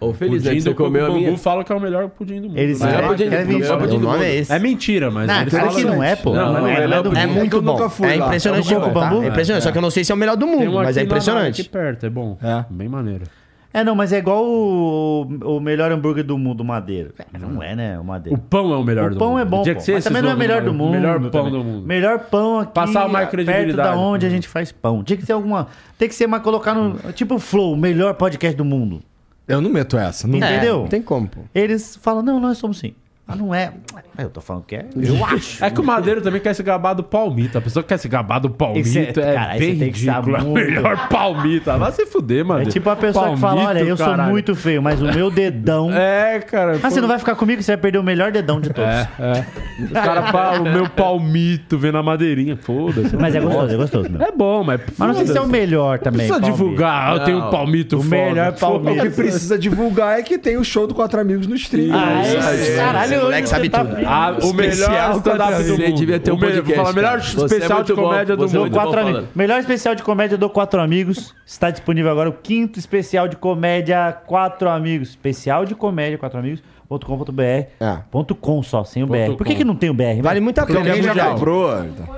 [SPEAKER 6] Ô, feliz, né?
[SPEAKER 2] pudim
[SPEAKER 6] Que você
[SPEAKER 2] do
[SPEAKER 6] comeu a
[SPEAKER 2] Bangu
[SPEAKER 6] minha.
[SPEAKER 2] fala que é o melhor pudim do mundo.
[SPEAKER 5] Eles-
[SPEAKER 2] né?
[SPEAKER 6] Melhor
[SPEAKER 5] É,
[SPEAKER 6] pudim do
[SPEAKER 5] quer
[SPEAKER 6] mundo.
[SPEAKER 5] vir,
[SPEAKER 6] melhor
[SPEAKER 5] sabe?
[SPEAKER 6] pudim
[SPEAKER 4] O
[SPEAKER 6] do
[SPEAKER 4] nome é
[SPEAKER 6] mundo.
[SPEAKER 4] esse.
[SPEAKER 2] É mentira, mas.
[SPEAKER 5] Não,
[SPEAKER 2] eles
[SPEAKER 5] claro
[SPEAKER 2] falam
[SPEAKER 5] que não
[SPEAKER 2] isso.
[SPEAKER 5] é, pô.
[SPEAKER 2] Não,
[SPEAKER 5] Não,
[SPEAKER 2] não
[SPEAKER 5] é,
[SPEAKER 2] é,
[SPEAKER 5] não é do
[SPEAKER 2] não
[SPEAKER 4] É
[SPEAKER 5] mundo.
[SPEAKER 4] muito
[SPEAKER 1] eu nunca
[SPEAKER 4] bom.
[SPEAKER 1] fui
[SPEAKER 4] é
[SPEAKER 1] lá.
[SPEAKER 4] impressionante.
[SPEAKER 5] É o Coco
[SPEAKER 4] tá?
[SPEAKER 5] Bambu?
[SPEAKER 4] É impressionante, só que eu não sei se é o melhor do
[SPEAKER 2] Tem
[SPEAKER 4] mundo,
[SPEAKER 2] um
[SPEAKER 4] mas
[SPEAKER 2] aqui
[SPEAKER 4] é
[SPEAKER 2] na-
[SPEAKER 4] impressionante.
[SPEAKER 2] aqui perto, é bom.
[SPEAKER 1] É.
[SPEAKER 2] Bem maneiro.
[SPEAKER 5] É, não, mas é igual o, o melhor hambúrguer do mundo, o Madeira. É, não é, né? O Madeira.
[SPEAKER 2] O pão é o melhor
[SPEAKER 5] O
[SPEAKER 2] do mundo.
[SPEAKER 5] pão é bom,
[SPEAKER 2] Tinha que
[SPEAKER 5] pô,
[SPEAKER 2] ser
[SPEAKER 5] mas
[SPEAKER 2] esse
[SPEAKER 5] também não é o
[SPEAKER 2] slogan,
[SPEAKER 5] melhor
[SPEAKER 2] né?
[SPEAKER 5] do mundo.
[SPEAKER 2] Melhor pão
[SPEAKER 5] também.
[SPEAKER 2] do mundo.
[SPEAKER 5] Melhor pão aqui,
[SPEAKER 2] Passar mais
[SPEAKER 5] perto da
[SPEAKER 2] credibilidade.
[SPEAKER 5] onde a gente faz pão. Tinha que ser alguma... Tem que ser uma... Colocar no... Tipo Flow, o melhor podcast do mundo.
[SPEAKER 1] Eu não meto essa. Não...
[SPEAKER 4] É,
[SPEAKER 5] Entendeu?
[SPEAKER 4] Não tem como, pô.
[SPEAKER 5] Eles falam, não, nós somos sim. Ah, não é. Eu tô falando que é. Eu acho.
[SPEAKER 2] É que o Madeiro também quer se gabar do palmito. A pessoa que quer se gabar do palmito
[SPEAKER 5] Esse é-
[SPEAKER 2] é,
[SPEAKER 5] cara, aí
[SPEAKER 2] bem
[SPEAKER 5] você tem que estar
[SPEAKER 2] ridícula.
[SPEAKER 5] muito-
[SPEAKER 2] Melhor palmita. Vai se fuder,
[SPEAKER 5] É
[SPEAKER 2] Madeiro.
[SPEAKER 5] tipo a pessoa que fala, olha,
[SPEAKER 2] Palmito,
[SPEAKER 5] eu sou
[SPEAKER 2] caralho.
[SPEAKER 5] muito feio, mas o meu dedão...
[SPEAKER 2] [laughs] É, cara.
[SPEAKER 5] Ah, você não vai ficar comigo? Você vai perder o melhor dedão de todos.
[SPEAKER 2] É. O cara, pá, o meu palmito vendo a madeirinha. Foda-se.
[SPEAKER 5] Mas é gostoso, é gostoso mesmo.
[SPEAKER 2] É bom, mas.
[SPEAKER 5] Mas não sei se é o melhor também.
[SPEAKER 2] Precisa
[SPEAKER 5] palmito.
[SPEAKER 2] divulgar, ah, eu tenho um
[SPEAKER 6] Não.
[SPEAKER 2] palmito
[SPEAKER 5] O
[SPEAKER 2] foda.
[SPEAKER 5] melhor palmito.
[SPEAKER 1] O que precisa divulgar é que tem o show do Quatro Amigos no stream.
[SPEAKER 5] Ah, esse caralho,
[SPEAKER 4] Esse moleque
[SPEAKER 5] hoje
[SPEAKER 4] sabe
[SPEAKER 5] você tá
[SPEAKER 4] tudo.
[SPEAKER 5] fino.
[SPEAKER 2] Ah, o melhor
[SPEAKER 6] Especial
[SPEAKER 2] stand-up
[SPEAKER 6] quatro
[SPEAKER 2] do
[SPEAKER 6] amigos.
[SPEAKER 2] mundo.
[SPEAKER 6] Devia ter um
[SPEAKER 2] O melhor-
[SPEAKER 6] podcast,
[SPEAKER 2] vou falar, melhor
[SPEAKER 6] cara. Você
[SPEAKER 2] especial
[SPEAKER 6] é
[SPEAKER 2] de
[SPEAKER 6] muito bom,
[SPEAKER 2] comédia do
[SPEAKER 6] você é
[SPEAKER 2] mundo.
[SPEAKER 6] muito bom
[SPEAKER 5] Quatro
[SPEAKER 6] falando.
[SPEAKER 5] amigos. Melhor especial de comédia do Quatro Amigos. Está disponível agora o quinto especial de comédia Quatro Amigos. Especial de comédia Quatro Amigos.com.br.
[SPEAKER 4] É.
[SPEAKER 5] Ponto com só, sem o BR. Por que,
[SPEAKER 2] com.
[SPEAKER 5] que não tem o né? BR?
[SPEAKER 4] Vale muito a pena.
[SPEAKER 1] Alguém já
[SPEAKER 4] mundial.
[SPEAKER 1] comprou. então.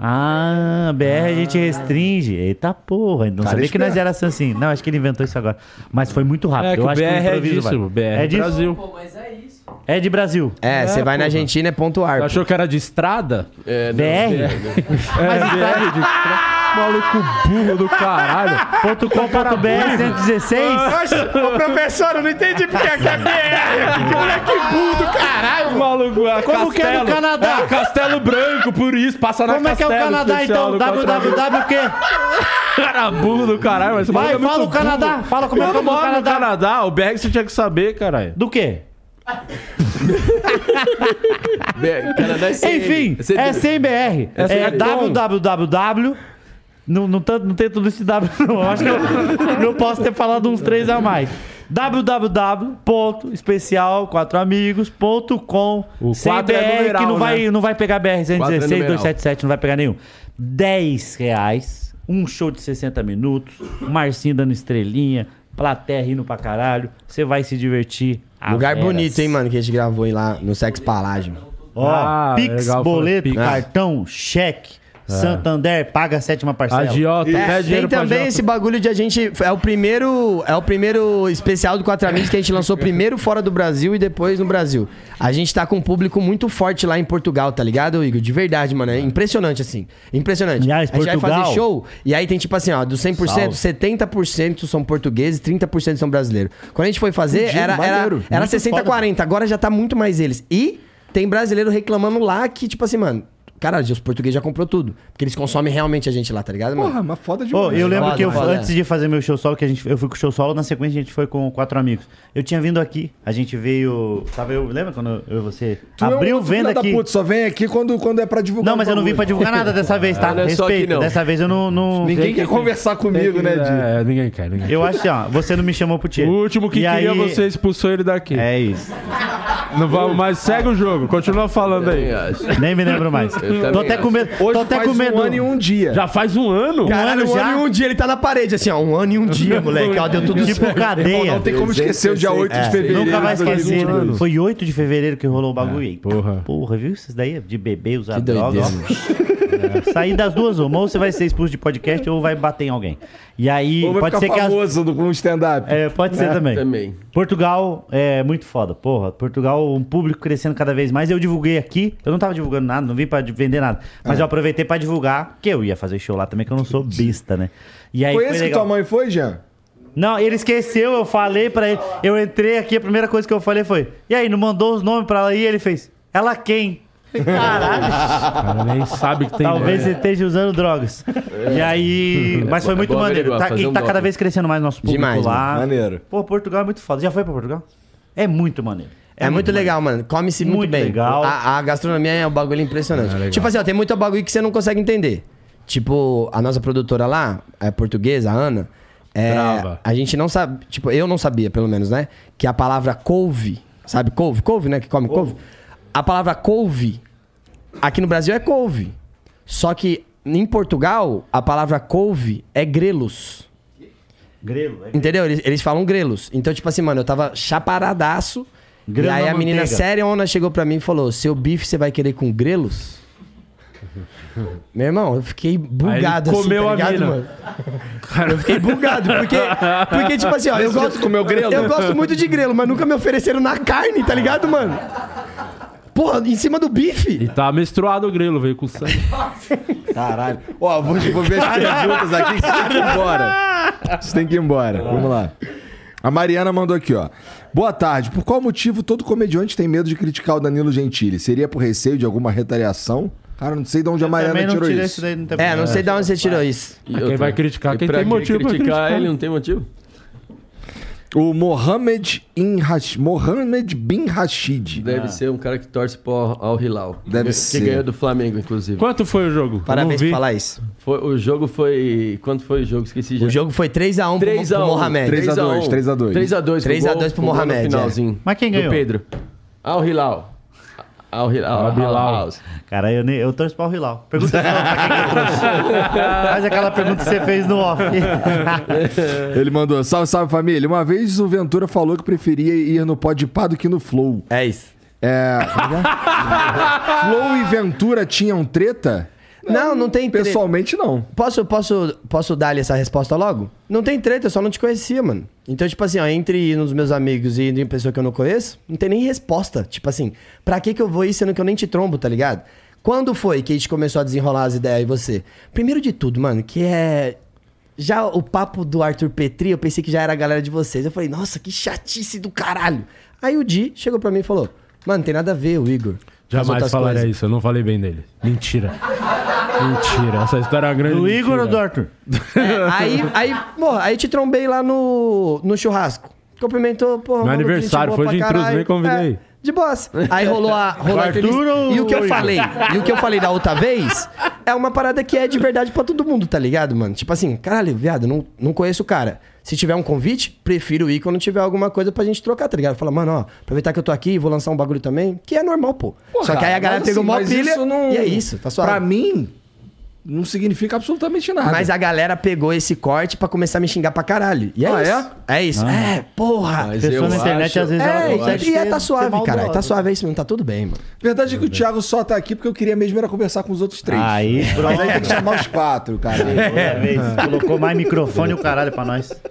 [SPEAKER 5] Ah, BR a gente restringe. Eita porra, não sabia que nós era assim. Não, acho que ele inventou isso agora. Mas foi muito rápido.
[SPEAKER 2] É que
[SPEAKER 5] Eu
[SPEAKER 2] o
[SPEAKER 5] acho
[SPEAKER 2] BR
[SPEAKER 5] que
[SPEAKER 2] é
[SPEAKER 5] improviso
[SPEAKER 2] disso,
[SPEAKER 5] vale.
[SPEAKER 2] o BR
[SPEAKER 5] É
[SPEAKER 2] é
[SPEAKER 5] disso?
[SPEAKER 2] Brasil.
[SPEAKER 5] É de Brasil.
[SPEAKER 4] É, você vai na Argentina, é ponto ar.
[SPEAKER 2] Achou que era de estrada?
[SPEAKER 6] É, não,
[SPEAKER 2] Né?
[SPEAKER 5] BR?
[SPEAKER 2] É, BR de estrada. É. Maluco burro do caralho.
[SPEAKER 5] Ponto com ponto BR 116?
[SPEAKER 2] Ah,
[SPEAKER 4] Ô, professor, eu não entendi porque aqui é BR. Que moleque burro do caralho.
[SPEAKER 2] Maluco, é
[SPEAKER 5] Como que é no
[SPEAKER 2] Castelo.
[SPEAKER 5] Canadá?
[SPEAKER 2] É Castelo Branco, por isso, passa na
[SPEAKER 5] Como é que é o
[SPEAKER 2] Castelo
[SPEAKER 5] Canadá
[SPEAKER 2] especial
[SPEAKER 5] então?
[SPEAKER 2] do Quatro Amigos.
[SPEAKER 5] [laughs] www o quê?
[SPEAKER 2] Cara burro do caralho, mas é
[SPEAKER 5] Vai, fala o Canadá. Fala como
[SPEAKER 2] Como eu
[SPEAKER 5] é que é
[SPEAKER 2] não
[SPEAKER 5] o
[SPEAKER 2] moro no
[SPEAKER 5] Canadá.
[SPEAKER 2] Canadá, o BR você tinha que saber, caralho.
[SPEAKER 5] Do quê?
[SPEAKER 6] BR, Canadá é CM.
[SPEAKER 5] Enfim,
[SPEAKER 6] Você-
[SPEAKER 5] é sem BR. É,
[SPEAKER 6] sem-
[SPEAKER 5] www. Não, não, tá- não tem tudo esse W, não. Acho que eu não posso ter falado uns três a mais. www.especial4amigos.com
[SPEAKER 2] O
[SPEAKER 5] sem
[SPEAKER 2] quatro é
[SPEAKER 5] BR, que
[SPEAKER 2] numeral,
[SPEAKER 5] não vai, não vai pegar BR
[SPEAKER 6] Quatro é
[SPEAKER 5] 116,
[SPEAKER 6] numeral.
[SPEAKER 5] 277, não vai pegar nenhum. 10 reais, um show de 60 minutos, um Marcinho dando estrelinha, plateia rindo pra caralho. Você vai se divertir. a
[SPEAKER 4] Lugar
[SPEAKER 5] veras.
[SPEAKER 4] bonito, hein, mano, que a gente gravou aí lá no Sex Palágio.
[SPEAKER 5] Ó,
[SPEAKER 2] Ah,
[SPEAKER 5] Pix,
[SPEAKER 2] legal,
[SPEAKER 5] boleto,
[SPEAKER 2] falou Pix.
[SPEAKER 5] cartão, cheque, Santander, paga a sétima parcela.
[SPEAKER 2] Agiota,
[SPEAKER 4] É,
[SPEAKER 2] pede
[SPEAKER 4] tem
[SPEAKER 2] dinheiro pra
[SPEAKER 4] também
[SPEAKER 2] agiota.
[SPEAKER 4] esse bagulho de a gente. É o primeiro. É o primeiro especial do Quatro Amigos que a gente lançou primeiro fora do Brasil e depois no Brasil. A gente tá com um público muito forte lá em Portugal, tá ligado, Igor? De verdade, mano. É impressionante, assim. Impressionante.
[SPEAKER 5] Aliás,
[SPEAKER 4] a gente vai
[SPEAKER 5] Portugal-
[SPEAKER 4] fazer show e aí tem tipo assim, ó, dos 100%, 70% são portugueses, 30% são brasileiros. Quando a gente foi fazer,
[SPEAKER 1] Fudido,
[SPEAKER 4] era, era,
[SPEAKER 1] maneiro.
[SPEAKER 4] era
[SPEAKER 5] Muito
[SPEAKER 4] 60,
[SPEAKER 5] foda.
[SPEAKER 4] 40. Agora já tá muito mais eles. E tem brasileiro reclamando lá que, tipo assim, mano. Caralho, os portugueses já comprou tudo. Porque eles consomem realmente a gente lá, tá ligado, mano?
[SPEAKER 1] Porra, mas foda demais.
[SPEAKER 5] Ô, eu lembro
[SPEAKER 4] Foda,
[SPEAKER 5] que eu,
[SPEAKER 4] foda.
[SPEAKER 5] antes de fazer meu show solo, que a gente, eu fui com o show solo, na sequência a gente foi com quatro amigos. Eu tinha vindo aqui, a gente veio. Tava eu, lembra quando eu, você
[SPEAKER 1] Tu é um
[SPEAKER 5] abriu
[SPEAKER 1] outro
[SPEAKER 5] venda
[SPEAKER 1] filho da
[SPEAKER 5] aqui?
[SPEAKER 1] puta, só vem aqui quando, quando é pra divulgar.
[SPEAKER 5] Não, mas
[SPEAKER 1] o
[SPEAKER 5] eu não vim pra
[SPEAKER 1] bagulho.
[SPEAKER 5] divulgar nada dessa vez, tá?
[SPEAKER 6] Olha só que
[SPEAKER 5] Respeito.
[SPEAKER 6] não.
[SPEAKER 5] Dessa vez eu não. não-
[SPEAKER 1] Ninguém quer conversar comigo, né, Di?
[SPEAKER 2] É, ninguém quer, ninguém quer.
[SPEAKER 5] Eu acho assim, ó, você não me chamou pro tiro.
[SPEAKER 2] O último que
[SPEAKER 5] E
[SPEAKER 2] queria,
[SPEAKER 5] aí-
[SPEAKER 2] você expulsou ele daqui.
[SPEAKER 5] É isso.
[SPEAKER 2] Não vamos mais, segue o jogo, continua falando aí.
[SPEAKER 6] Eu acho.
[SPEAKER 5] Nem me lembro mais.
[SPEAKER 6] também
[SPEAKER 5] Tô até
[SPEAKER 6] acho.
[SPEAKER 5] com medo. Tô
[SPEAKER 1] Hoje
[SPEAKER 5] até
[SPEAKER 1] faz
[SPEAKER 5] com medo.
[SPEAKER 1] um ano e um dia.
[SPEAKER 2] Já faz um ano?
[SPEAKER 4] Caralho,
[SPEAKER 5] ano
[SPEAKER 4] um
[SPEAKER 5] já?
[SPEAKER 4] ano e um dia ele tá na parede, assim, ó. Um ano e um [laughs] dia, moleque. Ó, deu tudo
[SPEAKER 5] Tipo
[SPEAKER 4] certo.
[SPEAKER 1] Pô,
[SPEAKER 5] cadeia.
[SPEAKER 1] não tem como esquecer o dia 8 de
[SPEAKER 4] é.
[SPEAKER 1] fevereiro.
[SPEAKER 5] É. Nunca vai
[SPEAKER 1] de 2022.
[SPEAKER 5] esquecer.
[SPEAKER 2] anos.
[SPEAKER 5] Foi 8 de fevereiro que rolou o bagulho. Eita, porra.
[SPEAKER 2] porra.
[SPEAKER 5] viu? Isso daí é de beber, usar
[SPEAKER 4] Que doideira.
[SPEAKER 5] droga. ó. [laughs] É, Sair das duas, uma. Ou você vai ser expulso de podcast ou vai bater em alguém. E aí,
[SPEAKER 1] Ou vai
[SPEAKER 5] pode
[SPEAKER 1] ficar
[SPEAKER 5] ser que as
[SPEAKER 1] famoso do- com um stand-up.
[SPEAKER 5] é, pode ser também.
[SPEAKER 6] também.
[SPEAKER 5] Portugal é muito foda, porra. Portugal, um público crescendo cada vez mais. Eu divulguei aqui, eu não tava divulgando nada, não vim pra di- vender nada. Mas eu aproveitei pra divulgar, que eu ia fazer show lá também, que eu não sou besta, né? E aí
[SPEAKER 1] Foi
[SPEAKER 5] foi,
[SPEAKER 1] esse que
[SPEAKER 5] legal.
[SPEAKER 1] tua mãe foi, Jean?
[SPEAKER 5] Não, ele esqueceu, eu falei pra ele. Eu entrei aqui, a primeira coisa que eu falei foi: E aí, não mandou os nomes pra ela? E ele fez: Ela quem?
[SPEAKER 2] cara nem sabe que tem.
[SPEAKER 5] Talvez ele esteja usando drogas. E aí. Mas foi
[SPEAKER 6] É
[SPEAKER 5] muito
[SPEAKER 6] bom
[SPEAKER 5] maneiro.
[SPEAKER 6] averiguar,
[SPEAKER 5] Tá,
[SPEAKER 6] fazer
[SPEAKER 5] e
[SPEAKER 6] um
[SPEAKER 5] tá cada
[SPEAKER 6] doping.
[SPEAKER 5] vez crescendo mais nosso público
[SPEAKER 4] Demais,
[SPEAKER 5] lá.
[SPEAKER 1] Maneiro.
[SPEAKER 5] Pô, Portugal é muito foda. Já foi pra Portugal? É muito maneiro.
[SPEAKER 4] É, muito, legal, mano. Come-se muito,
[SPEAKER 5] Muito
[SPEAKER 4] bem.
[SPEAKER 5] legal.
[SPEAKER 4] A, a gastronomia é um bagulho impressionante. tipo assim, ó, tem muito bagulho que você não consegue entender. Tipo, a nossa produtora lá, é portuguesa, a Ana. É,
[SPEAKER 2] Brava.
[SPEAKER 4] A gente não sabe, tipo, eu não sabia, pelo menos, né? Que a palavra couve, sabe couve? Couve, né? Que come couve. A palavra couve, aqui no Brasil é couve. Só que em Portugal, a palavra couve é grelos.
[SPEAKER 5] Grelo, é
[SPEAKER 4] Entendeu? Eles, eles falam grelos. Então, tipo assim, mano, eu tava chaparadaço.
[SPEAKER 5] Grelo
[SPEAKER 4] e aí
[SPEAKER 5] na
[SPEAKER 4] a menina
[SPEAKER 5] manteiga.
[SPEAKER 4] seriona chegou pra mim e falou: Seu bife você vai querer com grelos? Meu irmão, eu fiquei bugado
[SPEAKER 2] Aí ele
[SPEAKER 4] assim,
[SPEAKER 2] comeu a mina.
[SPEAKER 4] Cara, eu fiquei bugado, porque, porque tipo assim, ó, eu gosto,
[SPEAKER 1] comeu grelo?
[SPEAKER 4] eu gosto muito de grelo, mas nunca me ofereceram na carne, tá ligado, mano? Porra, em cima do bife.
[SPEAKER 2] E tá menstruado o grilo, veio com sangue.
[SPEAKER 1] Caralho. Ó, vou, vou ver as perguntas aqui que você tem que ir embora. Você tem que ir embora. Vamos lá. A Mariana mandou aqui, ó. Boa tarde. Por qual motivo todo comediante tem medo de criticar o Danilo Gentili? Seria por receio de alguma retaliação? Cara, não sei de onde a Mariana
[SPEAKER 5] Também não
[SPEAKER 1] tirou
[SPEAKER 5] tirei
[SPEAKER 1] isso.
[SPEAKER 5] isso daí, não tem
[SPEAKER 4] É, não sei de onde você tirou isso.
[SPEAKER 6] E
[SPEAKER 2] Quem
[SPEAKER 6] outra,
[SPEAKER 2] vai criticar,
[SPEAKER 6] e
[SPEAKER 2] quem
[SPEAKER 6] pra
[SPEAKER 2] tem motivo pra
[SPEAKER 6] criticar,
[SPEAKER 2] criticar.
[SPEAKER 6] ele não tem motivo?
[SPEAKER 1] O Mohamed, Inhash... Mohamed Bin Rashid.
[SPEAKER 6] Deve
[SPEAKER 2] Ah.
[SPEAKER 6] ser um cara que torce pro Al Hilal.
[SPEAKER 1] Deve
[SPEAKER 6] que,
[SPEAKER 1] ser.
[SPEAKER 6] Que ganhou do Flamengo, inclusive.
[SPEAKER 2] Quanto foi o jogo?
[SPEAKER 4] Parabéns por
[SPEAKER 2] eu não vi.
[SPEAKER 4] falar isso.
[SPEAKER 6] Foi- o jogo foi. Quanto foi o jogo? Esqueci já.
[SPEAKER 4] O jogo foi 3x1 pro, pro
[SPEAKER 6] 3x1.
[SPEAKER 4] Mohamed.
[SPEAKER 1] 3x2, 3x2.
[SPEAKER 6] 3x2.
[SPEAKER 4] 3x2 pro Mohamed, é.
[SPEAKER 6] finalzinho.
[SPEAKER 5] Mas quem ganhou?
[SPEAKER 6] Do Pedro. Al Hilal. Al Hilal. Al Hilal.
[SPEAKER 5] Cara, eu, nem, eu torço pra o Hilal. Pergunta pra pra quem que eu torço. Faz aquela pergunta que você fez no off.
[SPEAKER 1] Ele mandou, salve, salve família. Uma vez o Ventura falou que preferia ir no Podpah do que no Flow.
[SPEAKER 4] É isso.
[SPEAKER 1] É... como é que é? [laughs] Flow e Ventura tinham treta?
[SPEAKER 2] um.
[SPEAKER 4] Não, não tem treta.
[SPEAKER 1] Pessoalmente, não.
[SPEAKER 4] Posso, posso, posso dar-lhe essa resposta logo? Não tem treta, eu só não te conhecia, mano. Então, tipo assim, ó, entre ir nos meus amigos e ir em pessoa que eu não conheço, não tem nem resposta. Tipo assim, pra que que eu vou ir sendo que eu nem te trombo, tá ligado? Quando foi que a gente começou a desenrolar as ideias e você? Primeiro de tudo, mano, que é. Já o papo do Arthur Petri, eu pensei que já era a galera de vocês. Eu falei, nossa, que chatice do caralho. Aí o Di chegou pra mim e falou: Mano, tem nada a ver, o Igor. As
[SPEAKER 2] Jamais
[SPEAKER 4] outras
[SPEAKER 2] falaria
[SPEAKER 4] coisas."
[SPEAKER 2] isso, eu não falei bem dele. Mentira. Mentira. Essa história é uma grande.
[SPEAKER 5] Do Igor
[SPEAKER 2] mentira.
[SPEAKER 5] ou do Arthur?
[SPEAKER 4] É, aí, aí, porra, aí te trombei lá no, no churrasco. Cumprimentou, porra.
[SPEAKER 2] Meu
[SPEAKER 4] maluco, gente
[SPEAKER 2] aniversário,
[SPEAKER 4] boa
[SPEAKER 2] foi de
[SPEAKER 4] pra
[SPEAKER 2] intruso,
[SPEAKER 4] caralho.
[SPEAKER 2] nem convidei.
[SPEAKER 4] É, de boas. Aí rolou a. Rolou a
[SPEAKER 5] Arthur
[SPEAKER 4] entrevista.
[SPEAKER 5] ou
[SPEAKER 4] E o que eu
[SPEAKER 5] Igor?
[SPEAKER 4] falei, e o que eu falei da outra vez, é uma parada que é de verdade pra todo mundo, tá ligado, mano? Tipo assim, caralho, viado, não, não conheço o cara. Se tiver um convite, prefiro ir quando tiver alguma coisa pra gente trocar, tá ligado? Fala, mano, ó, aproveitar que eu tô aqui, vou lançar um bagulho também, que é normal, pô. Só que aí a galera
[SPEAKER 1] Mas,
[SPEAKER 4] pegou
[SPEAKER 1] assim,
[SPEAKER 4] mó
[SPEAKER 1] mas
[SPEAKER 4] pilha
[SPEAKER 1] isso não-
[SPEAKER 4] e é isso, tá suave.
[SPEAKER 1] Pra mim, não significa absolutamente nada.
[SPEAKER 4] Mas a galera pegou esse corte pra começar a me xingar pra caralho. E é
[SPEAKER 1] Ah,
[SPEAKER 4] isso. É, isso. É, porra.
[SPEAKER 6] Mas
[SPEAKER 5] Pessoa
[SPEAKER 6] eu
[SPEAKER 5] na internet,
[SPEAKER 6] acho-
[SPEAKER 5] às vezes, ela
[SPEAKER 4] É,
[SPEAKER 5] consegue
[SPEAKER 4] e é,
[SPEAKER 5] ser-
[SPEAKER 4] tá
[SPEAKER 5] ser
[SPEAKER 4] suave, caralho.
[SPEAKER 5] maldosa.
[SPEAKER 4] Tá suave, é isso mesmo. Tá tudo bem, mano.
[SPEAKER 1] Verdade é que o Thiago só tá aqui porque eu queria mesmo era conversar com os outros três.
[SPEAKER 5] Aí,
[SPEAKER 1] Mas aí tem
[SPEAKER 5] pronto.
[SPEAKER 1] que chamar os quatro, cara.
[SPEAKER 5] Toda vez. [laughs] Colocou mais microfone e o caralho pra nós.
[SPEAKER 1] [laughs]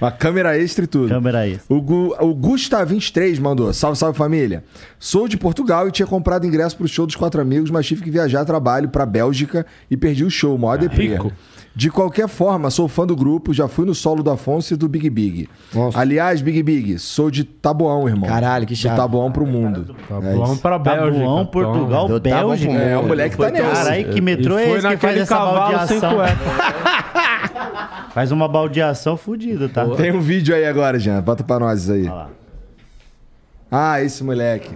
[SPEAKER 1] Uma câmera extra e tudo.
[SPEAKER 5] Câmera
[SPEAKER 2] Tá
[SPEAKER 5] aí.
[SPEAKER 1] O, Gu, o Gusta23 mandou. Salve, salve família. Sou de Portugal e tinha comprado ingresso pro show dos quatro amigos, mas tive que viajar a trabalho pra Bélgica e perdi o show,
[SPEAKER 4] Ah,
[SPEAKER 1] mó deprê.
[SPEAKER 2] rico.
[SPEAKER 1] De qualquer forma, sou fã do grupo, já fui no solo do Afonso e do Big Big. Aliás, Big Big, sou de Taboão, irmão.
[SPEAKER 4] Caralho, que chato.
[SPEAKER 1] De Taboão pro mundo.
[SPEAKER 2] Tá
[SPEAKER 1] É
[SPEAKER 2] bom
[SPEAKER 1] isso.
[SPEAKER 2] pra Bélgica.
[SPEAKER 5] Tabuão,
[SPEAKER 2] então.
[SPEAKER 5] Portugal,
[SPEAKER 4] Eu tava
[SPEAKER 5] Bélgica.
[SPEAKER 4] com-
[SPEAKER 1] É, o moleque tá nessa.
[SPEAKER 5] Caralho, que
[SPEAKER 2] E
[SPEAKER 5] metrô é
[SPEAKER 2] foi
[SPEAKER 5] esse que faz
[SPEAKER 2] naquele
[SPEAKER 5] essa
[SPEAKER 2] cavalo sem
[SPEAKER 5] baldeação?
[SPEAKER 2] cueca.
[SPEAKER 5] [laughs] Faz uma baldeação fodida, tá?
[SPEAKER 1] Tem um vídeo aí agora, Jean. Bota pra nós isso aí.
[SPEAKER 5] lá.
[SPEAKER 1] Ah, esse moleque.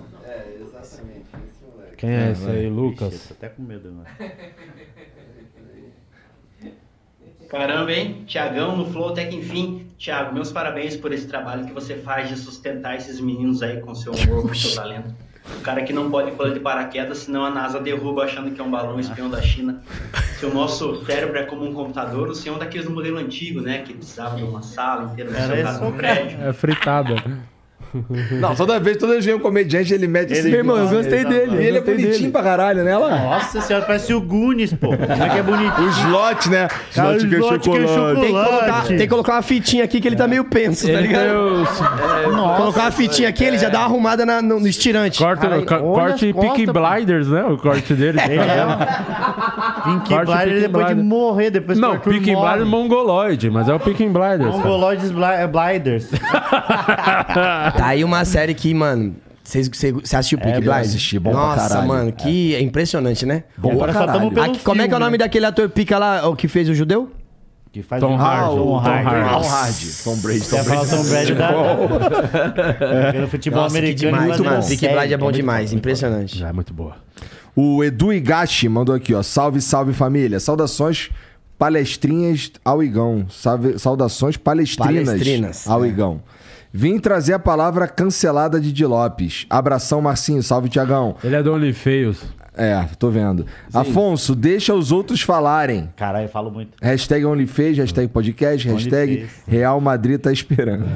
[SPEAKER 2] Quem é esse aí, Lucas?
[SPEAKER 5] Tô até com medo, mano.
[SPEAKER 9] Caramba, hein? Tiagão no Flow até que enfim. Tiago, meus parabéns por esse trabalho que você faz de sustentar esses meninos aí com seu humor, com seu talento. O cara que não pode pular de paraquedas, senão a NASA derruba achando que é um balão espião da China. Se o nosso cérebro é como um computador, o senhor é
[SPEAKER 5] é
[SPEAKER 9] daqueles do modelo antigo, né? Que precisava de uma sala inteira, um
[SPEAKER 5] Era
[SPEAKER 9] celular,
[SPEAKER 5] esse
[SPEAKER 9] um
[SPEAKER 5] o
[SPEAKER 9] prédio.
[SPEAKER 2] É fritada.
[SPEAKER 1] Não, toda vez, toda vez que vem um comediante, ele mete esse.
[SPEAKER 5] Meu irmão, eu
[SPEAKER 1] gostei dele. E ele é bonitinho pra caralho, né, lá?
[SPEAKER 5] Nossa senhora, parece o Gunis, pô. Como é que é
[SPEAKER 1] O
[SPEAKER 5] bonitinho?
[SPEAKER 1] slot, né?
[SPEAKER 5] Cara,
[SPEAKER 1] Slot que é
[SPEAKER 5] slot que é
[SPEAKER 1] chocolate.
[SPEAKER 4] Tem que, colocar,
[SPEAKER 5] Chocolate.
[SPEAKER 4] tem que colocar uma fitinha aqui que ele tá meio penso, tá ligado?
[SPEAKER 2] é
[SPEAKER 4] colocar uma fitinha aqui, ele já dá uma arrumada na- no, no estirante.
[SPEAKER 2] Corta,
[SPEAKER 5] Cara,
[SPEAKER 2] co-
[SPEAKER 5] olha
[SPEAKER 2] corte
[SPEAKER 5] as costas,
[SPEAKER 2] Peaky
[SPEAKER 5] pô.
[SPEAKER 2] Blinders, né? O corte dele.
[SPEAKER 5] é Pink
[SPEAKER 2] Parte do
[SPEAKER 5] Blider
[SPEAKER 2] Peaky
[SPEAKER 5] um depois de
[SPEAKER 2] Blinders.
[SPEAKER 5] morrer, depois que o
[SPEAKER 2] Não,
[SPEAKER 5] Arthur
[SPEAKER 2] Peaky
[SPEAKER 5] morre.
[SPEAKER 2] Blinders é mongoloide, mas é o Peaky Blinders. cara.
[SPEAKER 5] Mongoloides Bli- Bliders.
[SPEAKER 4] Tá aí uma série que, mano. Você assistiu Peaky
[SPEAKER 1] eu
[SPEAKER 4] Blinders?
[SPEAKER 1] assisti, bom pra
[SPEAKER 4] Nossa,
[SPEAKER 1] caralho.
[SPEAKER 4] mano, que é impressionante, né?
[SPEAKER 1] Bom pra
[SPEAKER 5] Agora só tamo
[SPEAKER 1] caralho.
[SPEAKER 5] pelo
[SPEAKER 4] Aqui, como é que é o
[SPEAKER 5] filme, né?
[SPEAKER 4] nome daquele ator pica lá, o que fez o judeu?
[SPEAKER 5] Que faz
[SPEAKER 2] Tom
[SPEAKER 5] um-
[SPEAKER 2] Hardy.
[SPEAKER 5] Tom Hardy.
[SPEAKER 1] Tom Hardy. Tom Brady. Tom
[SPEAKER 5] Quer falar
[SPEAKER 1] Brady.
[SPEAKER 5] o
[SPEAKER 4] um
[SPEAKER 5] Tom Brady da... Pelo futebol
[SPEAKER 4] que
[SPEAKER 5] americano. um
[SPEAKER 4] demais,
[SPEAKER 5] mas na
[SPEAKER 4] mano. Peaky
[SPEAKER 5] série.
[SPEAKER 4] Blinders é bom demais, impressionante.
[SPEAKER 2] Já é muito boa.
[SPEAKER 1] O Edu Igashi mandou aqui, ó. Salve, salve família. Saudações palestrinhas ao Igão. Salve- saudações palestrinas,
[SPEAKER 4] Palestrinas,
[SPEAKER 1] ao
[SPEAKER 4] é.
[SPEAKER 1] Igão. Vim trazer a palavra cancelada de Di Lopes. Abração, Marcinho. Salve, Tiagão.
[SPEAKER 2] Ele é do OnlyFeios.
[SPEAKER 1] É, tô vendo. Afonso, deixa os outros falarem.
[SPEAKER 5] Caralho, eu falo muito.
[SPEAKER 1] Hashtag OnlyFez, hashtag podcast, hashtag
[SPEAKER 5] OnlyFans.
[SPEAKER 1] Real Madrid tá esperando.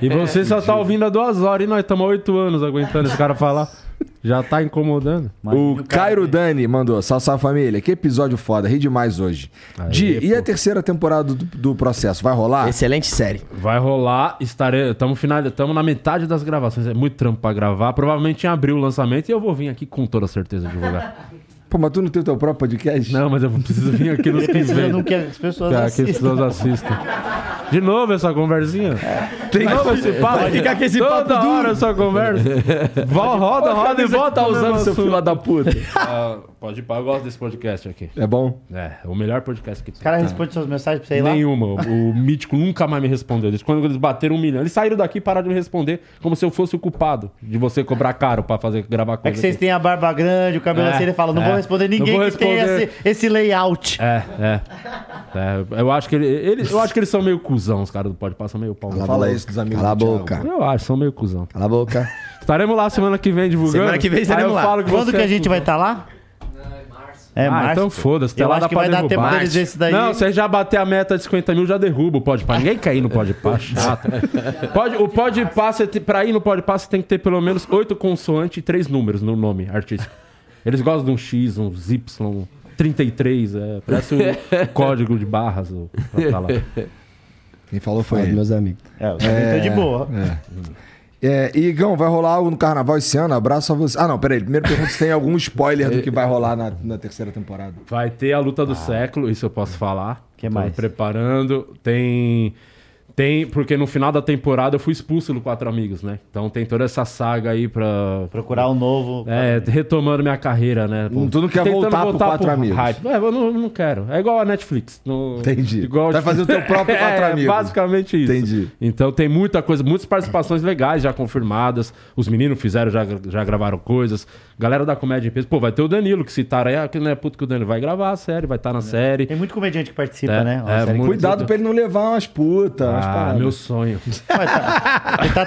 [SPEAKER 2] E você só tá ouvindo há duas horas e nós estamos há oito anos aguentando esse cara falar. Já tá incomodando.
[SPEAKER 1] O Cairo Dani mandou, salve, salve família, que episódio foda, ri demais hoje. Di, e a terceira temporada do, do processo, vai rolar?
[SPEAKER 4] Excelente série.
[SPEAKER 2] Vai rolar, estarei. Estamos final, estamos na metade das gravações. É muito trampo pra gravar. Provavelmente em abril o lançamento e eu vou vir aqui com toda certeza [laughs] divulgar.
[SPEAKER 1] Pô, mas tu não tem o teu próprio podcast?
[SPEAKER 2] Não, mas eu preciso vir aqui [laughs] nos que
[SPEAKER 5] Eu
[SPEAKER 2] vem.
[SPEAKER 5] não quero que as pessoas
[SPEAKER 2] Pra que as
[SPEAKER 5] assistam.
[SPEAKER 2] pessoas assistam. De novo essa conversinha? Tem novo esse papo? É. Vai ficar com esse Toda papo hora essa conversa. Vol, roda, roda e volta tá usando seu filho da puta. pode ir pra, eu gosto desse podcast aqui.
[SPEAKER 1] É bom?
[SPEAKER 2] É, o melhor podcast que tem.
[SPEAKER 5] O cara responde suas mensagens pra você ir lá.
[SPEAKER 2] Nenhuma. O, o Mítico nunca mais me respondeu. Desde quando eles bateram um milhão. Eles saíram daqui e pararam de me responder como se eu fosse o culpado de você cobrar caro pra fazer, gravar
[SPEAKER 5] É
[SPEAKER 2] coisa.
[SPEAKER 5] que vocês
[SPEAKER 2] aqui.
[SPEAKER 5] têm a barba grande, o cabelo
[SPEAKER 2] É,
[SPEAKER 5] assim, ele fala, não
[SPEAKER 2] é.
[SPEAKER 5] vou responder
[SPEAKER 2] Não
[SPEAKER 5] ninguém
[SPEAKER 2] vou
[SPEAKER 5] que
[SPEAKER 2] responder.
[SPEAKER 5] tem esse, esse layout.
[SPEAKER 2] É, é. É, eu, acho que ele, ele- eu acho que eles são meio cuzão, os caras do Pode Passar meio pau. no cu.
[SPEAKER 1] Fala isso dos amigos
[SPEAKER 4] Cala a
[SPEAKER 1] do Thiago.
[SPEAKER 4] boca.
[SPEAKER 2] Eu acho, são meio cuzão.
[SPEAKER 4] Cala a boca.
[SPEAKER 2] Estaremos lá semana que vem divulgando.
[SPEAKER 4] Semana que vem
[SPEAKER 2] Aí
[SPEAKER 4] estaremos
[SPEAKER 2] eu
[SPEAKER 4] lá.
[SPEAKER 2] falo
[SPEAKER 5] Quando
[SPEAKER 2] você
[SPEAKER 5] que
[SPEAKER 2] é
[SPEAKER 5] a gente vai estar lá? É,
[SPEAKER 2] Ah,
[SPEAKER 5] março.
[SPEAKER 2] então foda-se, até
[SPEAKER 5] Eu
[SPEAKER 2] lá dá
[SPEAKER 5] acho que
[SPEAKER 2] pra
[SPEAKER 5] vai dar tempo
[SPEAKER 2] derrubar.
[SPEAKER 5] deles esse daí.
[SPEAKER 2] Não, você já bater a meta de 50 mil, já derruba o pode pá. Ninguém quer ir no pode
[SPEAKER 5] [laughs]
[SPEAKER 2] pá, chato. Pode, o pode pá, você te- pra ir no pode pá, você tem que ter pelo menos oito consoantes e três números no nome artístico. Eles gostam de um X, um Y, 33, é, parece
[SPEAKER 5] [laughs]
[SPEAKER 2] um código de barras. o- pra tá lá.
[SPEAKER 1] [laughs] Quem falou foi ele.
[SPEAKER 4] meus amigos.
[SPEAKER 5] É, eu tô de boa.
[SPEAKER 1] É, e Igão, vai rolar algo no carnaval esse ano? Abraço a você. Ah, não, peraí. Primeiro pergunta se tem algum spoiler
[SPEAKER 4] [laughs] É.
[SPEAKER 1] do que vai rolar na, na terceira temporada.
[SPEAKER 2] Vai ter a luta do século, isso eu posso falar.
[SPEAKER 5] Ah. Que
[SPEAKER 2] Tô
[SPEAKER 5] mais?
[SPEAKER 2] me preparando. Tem. Tem. Porque no final da temporada eu fui expulso do Quatro Amigos, né? Então tem toda essa saga aí pra.
[SPEAKER 5] Procurar um novo.
[SPEAKER 2] É, retomando minha carreira, né?
[SPEAKER 1] Tá Hum, tu não quer
[SPEAKER 2] Tentando
[SPEAKER 1] voltar pro Quatro Amigos.
[SPEAKER 2] hype. É, eu não, não quero. É igual a Netflix. No,
[SPEAKER 1] Entendi.
[SPEAKER 2] Igual
[SPEAKER 1] Vai fazer o teu próprio Quatro
[SPEAKER 2] [laughs] é,
[SPEAKER 1] Amigos.
[SPEAKER 2] basicamente isso.
[SPEAKER 1] Entendi.
[SPEAKER 2] Então tem muita coisa, muitas participações legais já confirmadas. Os meninos fizeram, já, já gravaram coisas. Galera da comédia em peso. Pô, vai ter o Danilo, que citaram aí, ah, que não é puto que o Danilo vai gravar a série, vai estar na série.
[SPEAKER 5] Tem muito comediante que participa,
[SPEAKER 2] É,
[SPEAKER 5] né? Uma
[SPEAKER 2] é,
[SPEAKER 5] série que-
[SPEAKER 2] muito.
[SPEAKER 1] Cuidado pra ele não levar umas putas, umas
[SPEAKER 2] Ah,
[SPEAKER 1] paradas.
[SPEAKER 2] meu sonho.
[SPEAKER 5] Mas tá, ele tá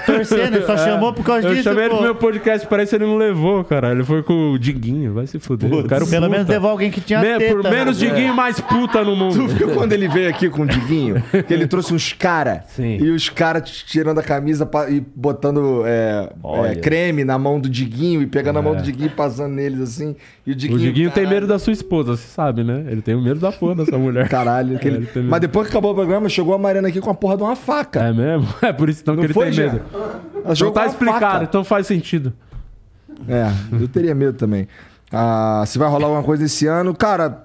[SPEAKER 2] [laughs]
[SPEAKER 5] torcendo, ele só chamou por causa
[SPEAKER 2] É. Eu
[SPEAKER 5] disso.
[SPEAKER 2] chamei ele
[SPEAKER 5] pô.
[SPEAKER 2] pro meu podcast, parece que ele não levou, cara. Ele foi com o Diguinho, vai se fuder. Eu quero
[SPEAKER 5] Pelo
[SPEAKER 2] puta.
[SPEAKER 5] menos levou alguém que tinha
[SPEAKER 2] Me-
[SPEAKER 5] teta.
[SPEAKER 2] Por menos
[SPEAKER 5] né?
[SPEAKER 2] Diguinho, mais puta no
[SPEAKER 1] Tu
[SPEAKER 2] mundo.
[SPEAKER 1] viu quando ele veio aqui com o Diguinho? Que ele trouxe uns cara
[SPEAKER 2] Sim.
[SPEAKER 1] E os caras tirando a camisa pa- e botando é,
[SPEAKER 5] Olha.
[SPEAKER 1] é, creme na mão do Diguinho e pegando a mão do Diguinho e passando neles assim. E o Diguinho.
[SPEAKER 2] É. O Diguinho tem
[SPEAKER 1] caralho,
[SPEAKER 2] medo da sua esposa, você sabe, né? Ele tem o medo da porra dessa mulher.
[SPEAKER 1] Caralho. que ele-
[SPEAKER 2] É, ele tem medo.
[SPEAKER 1] Mas depois que acabou o programa, chegou a Mariana aqui com a porra de uma faca.
[SPEAKER 2] É mesmo? [laughs] É por isso então que ele
[SPEAKER 1] foi,
[SPEAKER 2] tem
[SPEAKER 1] Jean?
[SPEAKER 2] medo.
[SPEAKER 1] Ela
[SPEAKER 2] Não
[SPEAKER 1] chegou
[SPEAKER 2] tá
[SPEAKER 1] com uma
[SPEAKER 2] explicado,
[SPEAKER 1] faca.
[SPEAKER 2] então faz sentido.
[SPEAKER 1] É, eu teria medo também. Ah, se vai rolar alguma coisa esse ano, cara.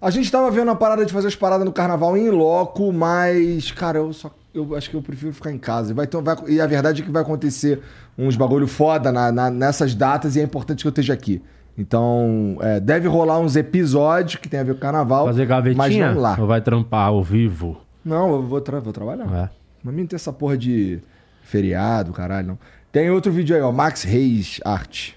[SPEAKER 1] A gente tava vendo a parada de fazer as paradas no carnaval em loco, mas, cara, eu só. Eu acho que eu prefiro ficar em casa. E Vai, ter- vai- e a verdade é que vai acontecer uns bagulho foda na- na- nessas datas e é importante que eu esteja aqui. Então, é, deve rolar uns episódios que tem a ver com o carnaval.
[SPEAKER 2] Fazer
[SPEAKER 1] Mas
[SPEAKER 2] gavetinha
[SPEAKER 1] vamos lá.
[SPEAKER 2] ou vai trampar ao vivo?
[SPEAKER 1] Não, eu vou, tra- vou trabalhar.
[SPEAKER 2] É.
[SPEAKER 1] Mas não tem essa porra de feriado, caralho, não. Tem outro vídeo aí, ó. Max Reis Arte.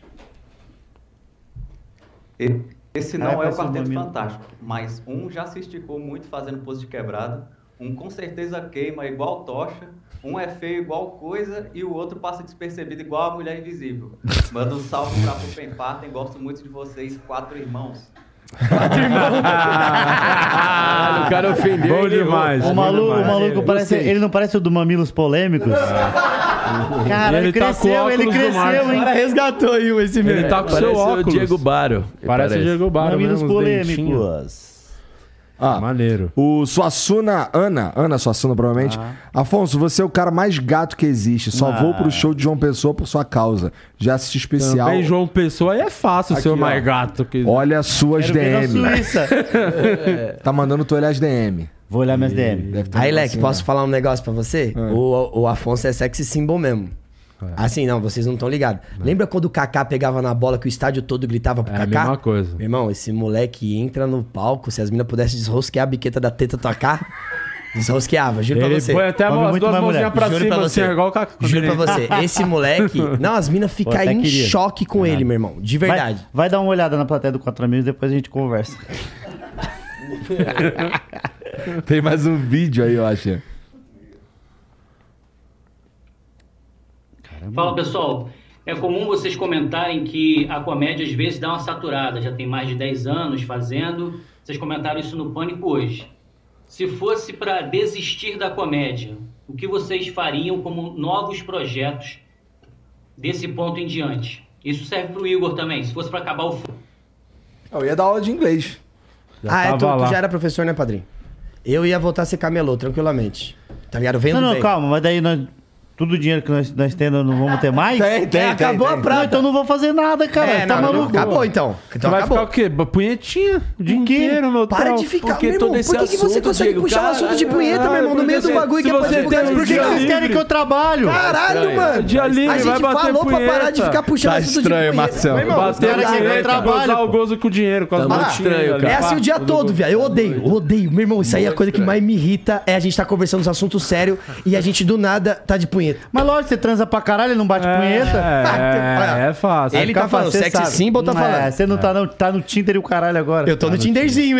[SPEAKER 10] Esse
[SPEAKER 5] Cara,
[SPEAKER 10] não é o
[SPEAKER 5] parece um
[SPEAKER 10] Quarteto
[SPEAKER 5] mamilo.
[SPEAKER 10] Fantástico, mas um já se esticou muito fazendo pose de quebrada, um com certeza queima igual tocha, um é feio igual coisa e o outro passa despercebido igual a Mulher Invisível. Manda um salve pra Pupen Partem, gosto muito de vocês, quatro irmãos.
[SPEAKER 6] Caralho, o cara ofendeu.
[SPEAKER 2] Bom
[SPEAKER 6] ele errou.
[SPEAKER 2] demais.
[SPEAKER 5] O
[SPEAKER 2] bom
[SPEAKER 5] maluco, o
[SPEAKER 2] demais.
[SPEAKER 5] maluco parece. Ele não parece o do Mamilos Polêmicos? Caralho,
[SPEAKER 2] Ele tá com
[SPEAKER 5] cresceu, ele
[SPEAKER 2] óculos do Marcos.
[SPEAKER 5] cresceu, hein?
[SPEAKER 3] Cara, resgatou aí o esse
[SPEAKER 2] [laughs] Ele tá com seu
[SPEAKER 6] Parece o
[SPEAKER 2] óculos.
[SPEAKER 6] Diego Baro.
[SPEAKER 2] Parece o Diego Barro
[SPEAKER 5] Mamilos
[SPEAKER 2] mesmo, os dentinhos.
[SPEAKER 5] polêmicos.
[SPEAKER 1] Ah,
[SPEAKER 2] Maneiro.
[SPEAKER 1] O Suassuna Ana, Ana Suassuna provavelmente.
[SPEAKER 5] Ah.
[SPEAKER 1] Afonso, você é o cara mais gato que existe. Só vou pro show de João Pessoa por sua causa. Já assisti especial.
[SPEAKER 2] Também João Pessoa aí é fácil
[SPEAKER 1] Aqui,
[SPEAKER 2] ser o
[SPEAKER 1] ó.
[SPEAKER 2] mais gato. Que...
[SPEAKER 1] Olha as suas
[SPEAKER 5] Quero ver na
[SPEAKER 1] DM.
[SPEAKER 5] Suíça.
[SPEAKER 2] [laughs]
[SPEAKER 1] Tá mandando tu olhar as DM.
[SPEAKER 8] Vou olhar minhas DM.
[SPEAKER 2] É
[SPEAKER 1] Deve ter um
[SPEAKER 4] Aí, Leque,
[SPEAKER 1] negocinho,
[SPEAKER 4] posso
[SPEAKER 1] né?
[SPEAKER 4] falar um negócio pra você? O, o Afonso é sexy symbol mesmo.
[SPEAKER 2] É.
[SPEAKER 4] Assim, não, vocês não estão ligados. Lembra quando o Kaká pegava na bola que o estádio todo gritava pro
[SPEAKER 2] É a
[SPEAKER 4] Kaká?
[SPEAKER 2] mesma coisa.
[SPEAKER 4] Meu irmão, esse moleque entra no palco, se as minas pudessem desrosquear a biqueta da teta do Kaká,
[SPEAKER 2] [laughs]
[SPEAKER 4] desrosqueava, juro pra
[SPEAKER 2] Ele
[SPEAKER 4] você.
[SPEAKER 2] põe até
[SPEAKER 5] Come
[SPEAKER 2] as
[SPEAKER 5] muito
[SPEAKER 2] duas
[SPEAKER 5] mais
[SPEAKER 2] mãozinhas
[SPEAKER 5] moleque,
[SPEAKER 2] pra
[SPEAKER 4] juro
[SPEAKER 2] cima,
[SPEAKER 4] pra
[SPEAKER 2] assim,
[SPEAKER 4] você.
[SPEAKER 2] igual o Kaká.
[SPEAKER 4] Juro pra você,
[SPEAKER 2] [laughs]
[SPEAKER 4] esse moleque. Não, as minas
[SPEAKER 5] Pô,
[SPEAKER 4] ficam
[SPEAKER 5] até
[SPEAKER 4] em
[SPEAKER 5] queria.
[SPEAKER 4] choque
[SPEAKER 2] É.
[SPEAKER 4] com ele, meu irmão. De verdade.
[SPEAKER 5] Vai, vai dar uma olhada na plateia do 4 Amigos, depois a gente conversa.
[SPEAKER 1] Tem mais um vídeo aí, eu acho.
[SPEAKER 9] Fala pessoal, é comum vocês comentarem que a comédia às vezes dá uma saturada, já tem mais de 10 anos fazendo. Vocês comentaram isso no Pânico hoje. Se fosse para desistir da comédia, o que vocês fariam como novos projetos desse ponto em diante? Isso serve para o Igor também. Se fosse para acabar o
[SPEAKER 1] Eu ia dar aula de inglês.
[SPEAKER 4] ah, é, tu,
[SPEAKER 2] tava
[SPEAKER 4] tu
[SPEAKER 2] lá.
[SPEAKER 4] já era professor, né, padrinho? Eu ia voltar a ser camelô, tranquilamente. Tá ligado? Vendo
[SPEAKER 5] Não, não,
[SPEAKER 4] bem.
[SPEAKER 5] calma, mas daí nós, tudo o dinheiro que nós, nós temos não vamos ter mais?
[SPEAKER 1] Tem, tem,
[SPEAKER 4] É,
[SPEAKER 1] tem,
[SPEAKER 4] acabou a
[SPEAKER 1] tem.
[SPEAKER 5] Não,
[SPEAKER 4] prata.
[SPEAKER 5] então não vou fazer nada, cara.
[SPEAKER 4] É,
[SPEAKER 5] tá
[SPEAKER 4] não,
[SPEAKER 5] maluco?
[SPEAKER 4] Acabou, então.
[SPEAKER 2] Tu
[SPEAKER 4] Então
[SPEAKER 2] vai
[SPEAKER 4] acabou.
[SPEAKER 2] ficar o quê? Punhetinha? O dia inteiro no
[SPEAKER 4] Para
[SPEAKER 2] hotel.
[SPEAKER 4] de ficar,
[SPEAKER 6] porque
[SPEAKER 4] meu irmão.
[SPEAKER 6] todo esse
[SPEAKER 4] por que, que você
[SPEAKER 6] assunto,
[SPEAKER 4] consegue
[SPEAKER 6] Diego,
[SPEAKER 4] puxar um assunto de
[SPEAKER 6] caralho,
[SPEAKER 4] punheta, meu irmão, no
[SPEAKER 2] porque
[SPEAKER 4] meio do
[SPEAKER 2] você-
[SPEAKER 4] bagulho
[SPEAKER 2] se
[SPEAKER 4] que é pra
[SPEAKER 2] você
[SPEAKER 4] divulgar?
[SPEAKER 2] tem
[SPEAKER 4] Por que
[SPEAKER 2] um
[SPEAKER 4] que vocês
[SPEAKER 2] livre.
[SPEAKER 5] Querem que eu trabalho?
[SPEAKER 4] Caralho,
[SPEAKER 6] Estranho.
[SPEAKER 4] mano.
[SPEAKER 2] Dia livre,
[SPEAKER 4] a
[SPEAKER 2] vai
[SPEAKER 4] gente
[SPEAKER 2] bater
[SPEAKER 4] falou pra
[SPEAKER 2] punheta.
[SPEAKER 4] parar de ficar puxando
[SPEAKER 1] Tá
[SPEAKER 4] assunto
[SPEAKER 1] estranho,
[SPEAKER 4] de punheta.
[SPEAKER 1] Marcelo.
[SPEAKER 4] Meu irmão,
[SPEAKER 2] Bater
[SPEAKER 5] Cara,
[SPEAKER 2] na
[SPEAKER 5] que eu
[SPEAKER 2] punheta,
[SPEAKER 5] trabalho,
[SPEAKER 2] gozar
[SPEAKER 5] pô.
[SPEAKER 2] o gozo com o dinheiro. Com as
[SPEAKER 6] Tá
[SPEAKER 4] muito
[SPEAKER 2] matinhas
[SPEAKER 6] estranho,
[SPEAKER 2] ali,
[SPEAKER 6] cara.
[SPEAKER 4] É assim
[SPEAKER 2] pá.
[SPEAKER 4] o dia todo, viado. Eu odeio, eu odeio. Meu irmão, isso aí é a coisa que mais me irrita. É a gente tá conversando uns assuntos sérios e a gente do nada tá de punheta.
[SPEAKER 5] Mas lógico, você transa pra caralho e não bate punheta.
[SPEAKER 2] É, é, é fácil.
[SPEAKER 4] Ele tá falando sexy symbol, tá
[SPEAKER 5] Não é,
[SPEAKER 4] falando.
[SPEAKER 5] Você não tá não, tá no Tinder e o caralho agora. Tá
[SPEAKER 4] Eu tô no Tinderzinho,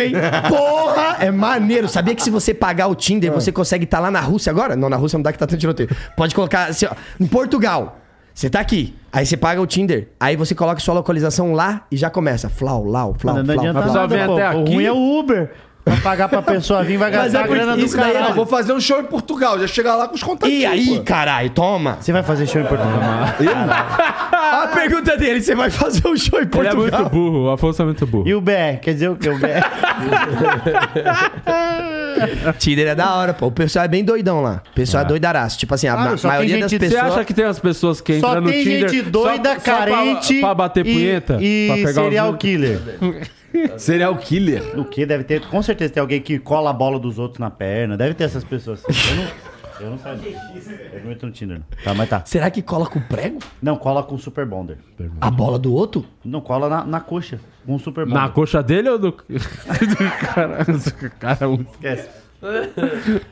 [SPEAKER 1] [laughs]
[SPEAKER 4] hein? Porra! É maneiro. Sabia que se você pagar o Tinder, você consegue estar lá na Rússia agora? Não, na Rússia não dá que tá tendo tiroteio. Pode colocar assim, ó. Em Portugal. Você tá aqui. Aí você paga o Tinder. Aí você coloca sua localização lá e já começa. Flau, lau, flau,
[SPEAKER 5] Não, não
[SPEAKER 4] flau.
[SPEAKER 5] adianta
[SPEAKER 2] Mas só vem
[SPEAKER 5] nada, pô.
[SPEAKER 2] até
[SPEAKER 5] O
[SPEAKER 2] aqui.
[SPEAKER 5] ruim é o Uber. Pra pagar pra pessoa
[SPEAKER 2] [laughs]
[SPEAKER 5] vir, vai
[SPEAKER 4] Mas
[SPEAKER 5] gastar
[SPEAKER 4] é
[SPEAKER 5] a grana
[SPEAKER 4] porque
[SPEAKER 5] do
[SPEAKER 4] isso daí é
[SPEAKER 1] Ah,
[SPEAKER 5] caralho.
[SPEAKER 1] vou fazer um show em Portugal. Já chegar lá com os contatos.
[SPEAKER 4] E aí, caralho, toma.
[SPEAKER 5] Você vai fazer show em Portugal.
[SPEAKER 4] a pergunta dele, você vai fazer um show em
[SPEAKER 2] Ele é
[SPEAKER 4] Portugal?
[SPEAKER 2] muito burro, o Afonso é muito burro.
[SPEAKER 5] E o BR? Quer dizer o quê?
[SPEAKER 2] [laughs]
[SPEAKER 5] O BR?
[SPEAKER 4] Tinder é da hora, pô. O pessoal é bem doidão lá. O pessoal é doidaraço. Tipo assim, a
[SPEAKER 5] Claro,
[SPEAKER 4] ma-
[SPEAKER 5] só tem
[SPEAKER 4] maioria
[SPEAKER 5] gente-
[SPEAKER 4] das
[SPEAKER 5] você
[SPEAKER 2] Você
[SPEAKER 4] pessoas...
[SPEAKER 2] acha que tem as pessoas que entram
[SPEAKER 5] Só
[SPEAKER 2] no
[SPEAKER 5] tem
[SPEAKER 2] Tinder
[SPEAKER 5] gente doida,
[SPEAKER 2] só- só pra-
[SPEAKER 5] carente.
[SPEAKER 2] pra, bater
[SPEAKER 5] e-
[SPEAKER 2] punheta? pra
[SPEAKER 5] E
[SPEAKER 2] pegar os
[SPEAKER 5] serial
[SPEAKER 2] nudes?
[SPEAKER 5] killer.
[SPEAKER 1] Seria o killer.
[SPEAKER 5] O que deve ter, com certeza tem alguém que cola a bola dos outros na perna. Deve ter essas pessoas. Eu não, eu não sabia. Eu não entro no Tinder. não. Tá, mas tá.
[SPEAKER 4] Será que cola com prego?
[SPEAKER 5] Não, cola com Super Bonder.
[SPEAKER 4] A bola do outro?
[SPEAKER 5] Não, cola na, na coxa. Com Super Bonder.
[SPEAKER 2] Na coxa dele ou do. [laughs] do cara, [laughs] do cara um muito-
[SPEAKER 5] Esquece.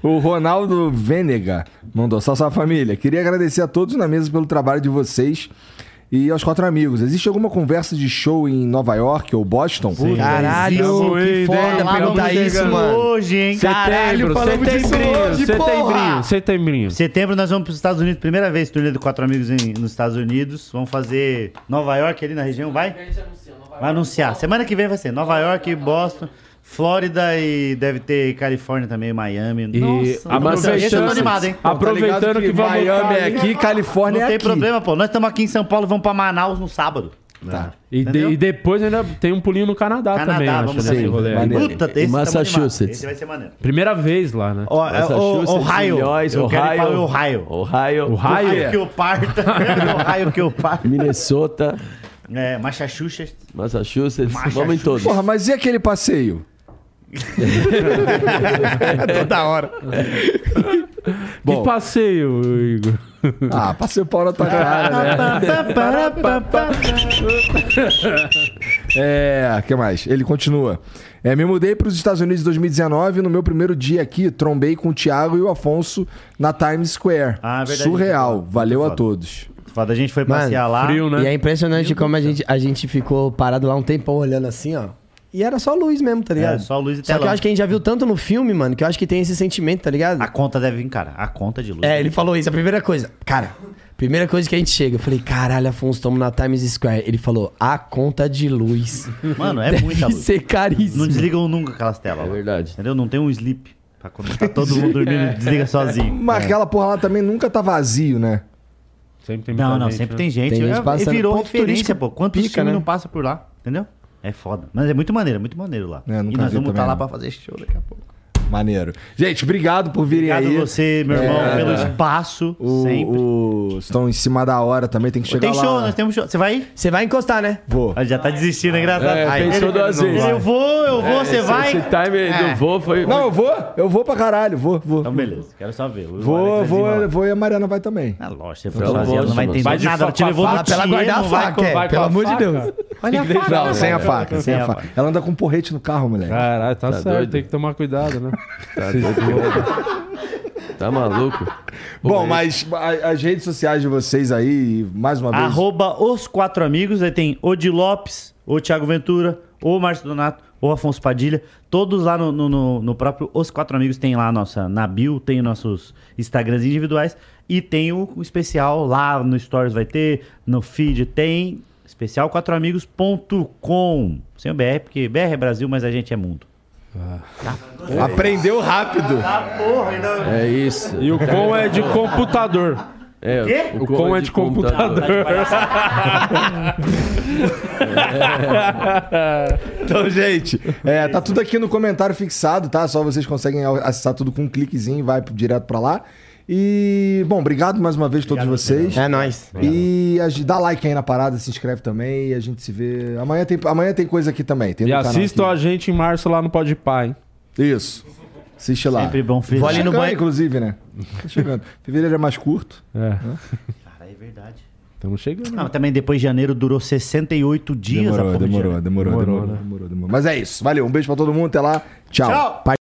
[SPEAKER 1] O Ronaldo Venega mandou. Salve, salve família. Queria agradecer a todos na mesa pelo trabalho de vocês e aos quatro amigos. Existe alguma conversa de show em Nova York ou Boston?
[SPEAKER 4] Caralho, que
[SPEAKER 2] existe.
[SPEAKER 4] foda
[SPEAKER 2] Falaram
[SPEAKER 4] perguntar
[SPEAKER 2] muito
[SPEAKER 4] isso,
[SPEAKER 2] legal.
[SPEAKER 4] mano.
[SPEAKER 5] Hoje, hein?
[SPEAKER 4] Caralho,
[SPEAKER 2] Setembro,
[SPEAKER 4] falamos disso
[SPEAKER 2] setembrinho,
[SPEAKER 4] hoje, porra!
[SPEAKER 2] setembrinho, setembrinho.
[SPEAKER 5] Setembro nós vamos para os Estados Unidos. Primeira vez, turnê do Quatro Amigos em- nos Estados Unidos. Vamos fazer Nova York ali na região, vai? Vai anunciar. Semana que vem vai ser Nova York, Boston, Flórida e deve ter Califórnia também, Miami.
[SPEAKER 2] E
[SPEAKER 5] aproveitando, esse eu tô
[SPEAKER 2] aproveitando,
[SPEAKER 5] animado, hein?
[SPEAKER 2] aproveitando que, vamos
[SPEAKER 1] Miami é aqui, Califórnia
[SPEAKER 5] Não
[SPEAKER 1] é
[SPEAKER 5] tem
[SPEAKER 1] aqui.
[SPEAKER 5] problema, pô. Nós estamos aqui em São Paulo, vamos pra Manaus no sábado.
[SPEAKER 1] Tá.
[SPEAKER 2] E, de-
[SPEAKER 5] Entendeu?
[SPEAKER 2] e depois ainda tem um pulinho no Canadá,
[SPEAKER 5] Canadá,
[SPEAKER 2] também. acho,
[SPEAKER 5] vamos
[SPEAKER 2] nesse
[SPEAKER 5] fazer.
[SPEAKER 2] rolê aí.
[SPEAKER 1] Maneiro.
[SPEAKER 5] Puta, esse tá muito
[SPEAKER 6] Massachusetts.
[SPEAKER 5] animado. Esse vai ser maneiro.
[SPEAKER 2] Primeira vez lá, né?
[SPEAKER 5] O, é o, o, Ohio.
[SPEAKER 6] Illinois,
[SPEAKER 5] Eu quero ir pra
[SPEAKER 6] Ohio.
[SPEAKER 5] Ohio.
[SPEAKER 6] Ohio.
[SPEAKER 2] O
[SPEAKER 5] Ohio
[SPEAKER 2] raio.
[SPEAKER 5] que eu parta. Ohio que eu parta.
[SPEAKER 6] Minnesota,
[SPEAKER 5] É, Massachusetts.
[SPEAKER 6] Massachusetts.
[SPEAKER 5] Massachusetts.
[SPEAKER 6] Vamos em todos.
[SPEAKER 1] Porra, mas e aquele
[SPEAKER 5] [laughs]
[SPEAKER 1] passeio?
[SPEAKER 4] Toda hora.
[SPEAKER 2] Que passeio, Igor.
[SPEAKER 1] Ah, passeio pau na tua cara. né? É, que mais? Ele continua. É, me mudei para os Estados Unidos em 2019. No meu primeiro dia aqui, trombei com o Thiago e o Afonso na Times Square.
[SPEAKER 5] Ah, verdade.
[SPEAKER 1] Surreal. Valeu a
[SPEAKER 5] Foda.
[SPEAKER 1] todos.
[SPEAKER 5] [laughs] Foda, a gente foi passear lá.
[SPEAKER 2] Frio,
[SPEAKER 4] E é
[SPEAKER 2] né?
[SPEAKER 4] impressionante como a gente, a gente ficou parado lá um tempão olhando assim, ó. E era só luz mesmo, tá ligado?
[SPEAKER 5] É, só luz e
[SPEAKER 4] Só que eu
[SPEAKER 5] telão.
[SPEAKER 4] acho que a gente já viu tanto no filme, mano, que eu acho que tem esse sentimento, tá ligado?
[SPEAKER 5] A conta deve vir, cara. A conta de luz.
[SPEAKER 4] É, ele falou isso, a primeira coisa. Cara, primeira coisa que a gente chega, eu falei, caralho, Afonso, estamos na Times Square. Ele falou, a conta de luz. [laughs]
[SPEAKER 5] Mano, é
[SPEAKER 4] Deve
[SPEAKER 5] muita luz.
[SPEAKER 4] ser caríssimo.
[SPEAKER 5] Não desligam nunca aquelas telas.
[SPEAKER 6] É
[SPEAKER 5] lá.
[SPEAKER 6] verdade.
[SPEAKER 5] Entendeu? Não tem um sleep.
[SPEAKER 4] [laughs] É.
[SPEAKER 5] Pra quando tá todo mundo dormindo, desliga sozinho.
[SPEAKER 1] Mas aquela porra lá também nunca tá vazio, né?
[SPEAKER 2] Sempre tem muita
[SPEAKER 5] Não, não,
[SPEAKER 2] gente,
[SPEAKER 5] sempre
[SPEAKER 2] né?
[SPEAKER 5] tem gente.
[SPEAKER 4] Tem gente
[SPEAKER 5] É, e
[SPEAKER 4] passando.
[SPEAKER 5] virou
[SPEAKER 4] Ponto
[SPEAKER 5] referência,
[SPEAKER 4] turístico
[SPEAKER 5] pô. Quantos
[SPEAKER 4] pica,
[SPEAKER 5] times
[SPEAKER 4] né?
[SPEAKER 5] não passa por lá, entendeu? É foda. Mas é muito maneiro, é muito maneiro lá.
[SPEAKER 1] É,
[SPEAKER 5] e
[SPEAKER 1] nunca
[SPEAKER 5] nós
[SPEAKER 1] vi
[SPEAKER 5] vamos estar
[SPEAKER 1] também,
[SPEAKER 5] lá
[SPEAKER 1] não.
[SPEAKER 5] pra fazer show daqui a pouco.
[SPEAKER 1] Maneiro. Gente, obrigado por virem
[SPEAKER 5] Obrigado
[SPEAKER 1] aí.
[SPEAKER 5] você, meu irmão,
[SPEAKER 1] É.
[SPEAKER 5] pelo espaço.
[SPEAKER 1] O-
[SPEAKER 5] sempre.
[SPEAKER 1] o- Estão em cima da hora também, tem que chegar
[SPEAKER 5] Tem
[SPEAKER 1] lá.
[SPEAKER 5] show, né? nós temos show. Você vai? ir?
[SPEAKER 4] Você vai encostar, né?
[SPEAKER 1] Vou.
[SPEAKER 5] Ah, já tá desistindo, é engraçado.
[SPEAKER 6] É,
[SPEAKER 5] Aí,
[SPEAKER 6] pensou duas
[SPEAKER 5] não
[SPEAKER 6] vezes.
[SPEAKER 5] vai. Eu vou, eu vou, você
[SPEAKER 6] Esse-
[SPEAKER 5] vai.
[SPEAKER 6] Esse time
[SPEAKER 4] É.
[SPEAKER 6] do voo foi.
[SPEAKER 1] Não, eu vou, eu vou pra caralho, vou, vou.
[SPEAKER 5] Então, beleza, quero só ver.
[SPEAKER 1] Vou,
[SPEAKER 5] O Alex vai
[SPEAKER 1] vou,
[SPEAKER 5] desenrolar.
[SPEAKER 1] vou e a Mariana vai também.
[SPEAKER 5] Ah, lógico, você
[SPEAKER 6] Eu
[SPEAKER 5] foi sozinho,
[SPEAKER 6] gosto,
[SPEAKER 5] ela não vai
[SPEAKER 6] mano.
[SPEAKER 5] entender
[SPEAKER 2] Vai de
[SPEAKER 5] nada. Ela
[SPEAKER 2] fa-
[SPEAKER 5] te
[SPEAKER 2] com a
[SPEAKER 5] levou no
[SPEAKER 2] faca, é.
[SPEAKER 5] Tietê, não vai com-
[SPEAKER 2] Vai com
[SPEAKER 4] pelo
[SPEAKER 2] a
[SPEAKER 4] amor de
[SPEAKER 2] faca.
[SPEAKER 4] Deus.
[SPEAKER 1] Olha a faca, né? não, sem a faca, sem a
[SPEAKER 5] a
[SPEAKER 1] faca. Ela anda com um porrete no carro, moleque.
[SPEAKER 2] Caralho, tá, certo,
[SPEAKER 6] doido?
[SPEAKER 2] tem que tomar cuidado, né?
[SPEAKER 6] Tá maluco?
[SPEAKER 5] é.
[SPEAKER 1] Bom, mas a- as redes sociais de vocês aí, mais uma vez.
[SPEAKER 5] Arroba os quatro amigos, aí tem o Di Lopes, o Thiago Ventura, o Márcio Donato, o Afonso Padilha, todos lá no, no- no- no próprio Os Quatro Amigos tem lá a nossa na bio, tem nossos Instagrams individuais e tem o, o especial lá no Stories vai ter, no feed tem especial4amigos.com sem o BR, porque BR é Brasil, mas a gente é mundo.
[SPEAKER 1] É. Aprendeu rápido.
[SPEAKER 6] É isso.
[SPEAKER 2] E o com é de computador.
[SPEAKER 6] É,
[SPEAKER 5] Quê?
[SPEAKER 2] O com é de computador.
[SPEAKER 1] Então, gente, é, tá tudo aqui no comentário fixado, tá? Só vocês conseguem acessar tudo com um cliquezinho e vai direto pra lá. E, bom, obrigado mais uma vez a todos vocês.
[SPEAKER 4] É nóis.
[SPEAKER 1] E a gente- dá like aí na parada, se inscreve também e a gente se vê. Amanhã tem, amanhã tem coisa aqui também. Tem
[SPEAKER 2] E
[SPEAKER 1] no canal
[SPEAKER 2] assistam a
[SPEAKER 1] aqui.
[SPEAKER 2] gente em março lá no Podpah, hein?
[SPEAKER 1] Isso. Assiste lá.
[SPEAKER 5] Sempre bom
[SPEAKER 1] Tá
[SPEAKER 5] frisar.
[SPEAKER 4] ali no
[SPEAKER 1] chegando,
[SPEAKER 4] banho.
[SPEAKER 1] Inclusive, né? Tá chegando. Fevereiro é mais curto.
[SPEAKER 2] É,
[SPEAKER 5] Cara, é verdade.
[SPEAKER 2] estamos chegando.
[SPEAKER 5] Não, também depois de janeiro durou 68 dias a né?
[SPEAKER 1] Demorou,
[SPEAKER 5] porra de
[SPEAKER 1] demorou,
[SPEAKER 5] janeiro.
[SPEAKER 1] demorou, demorou, demorou, demorou. Mas é isso. Valeu. Um beijo pra todo mundo. Até lá. Tchau.
[SPEAKER 5] Tchau.
[SPEAKER 1] Pai-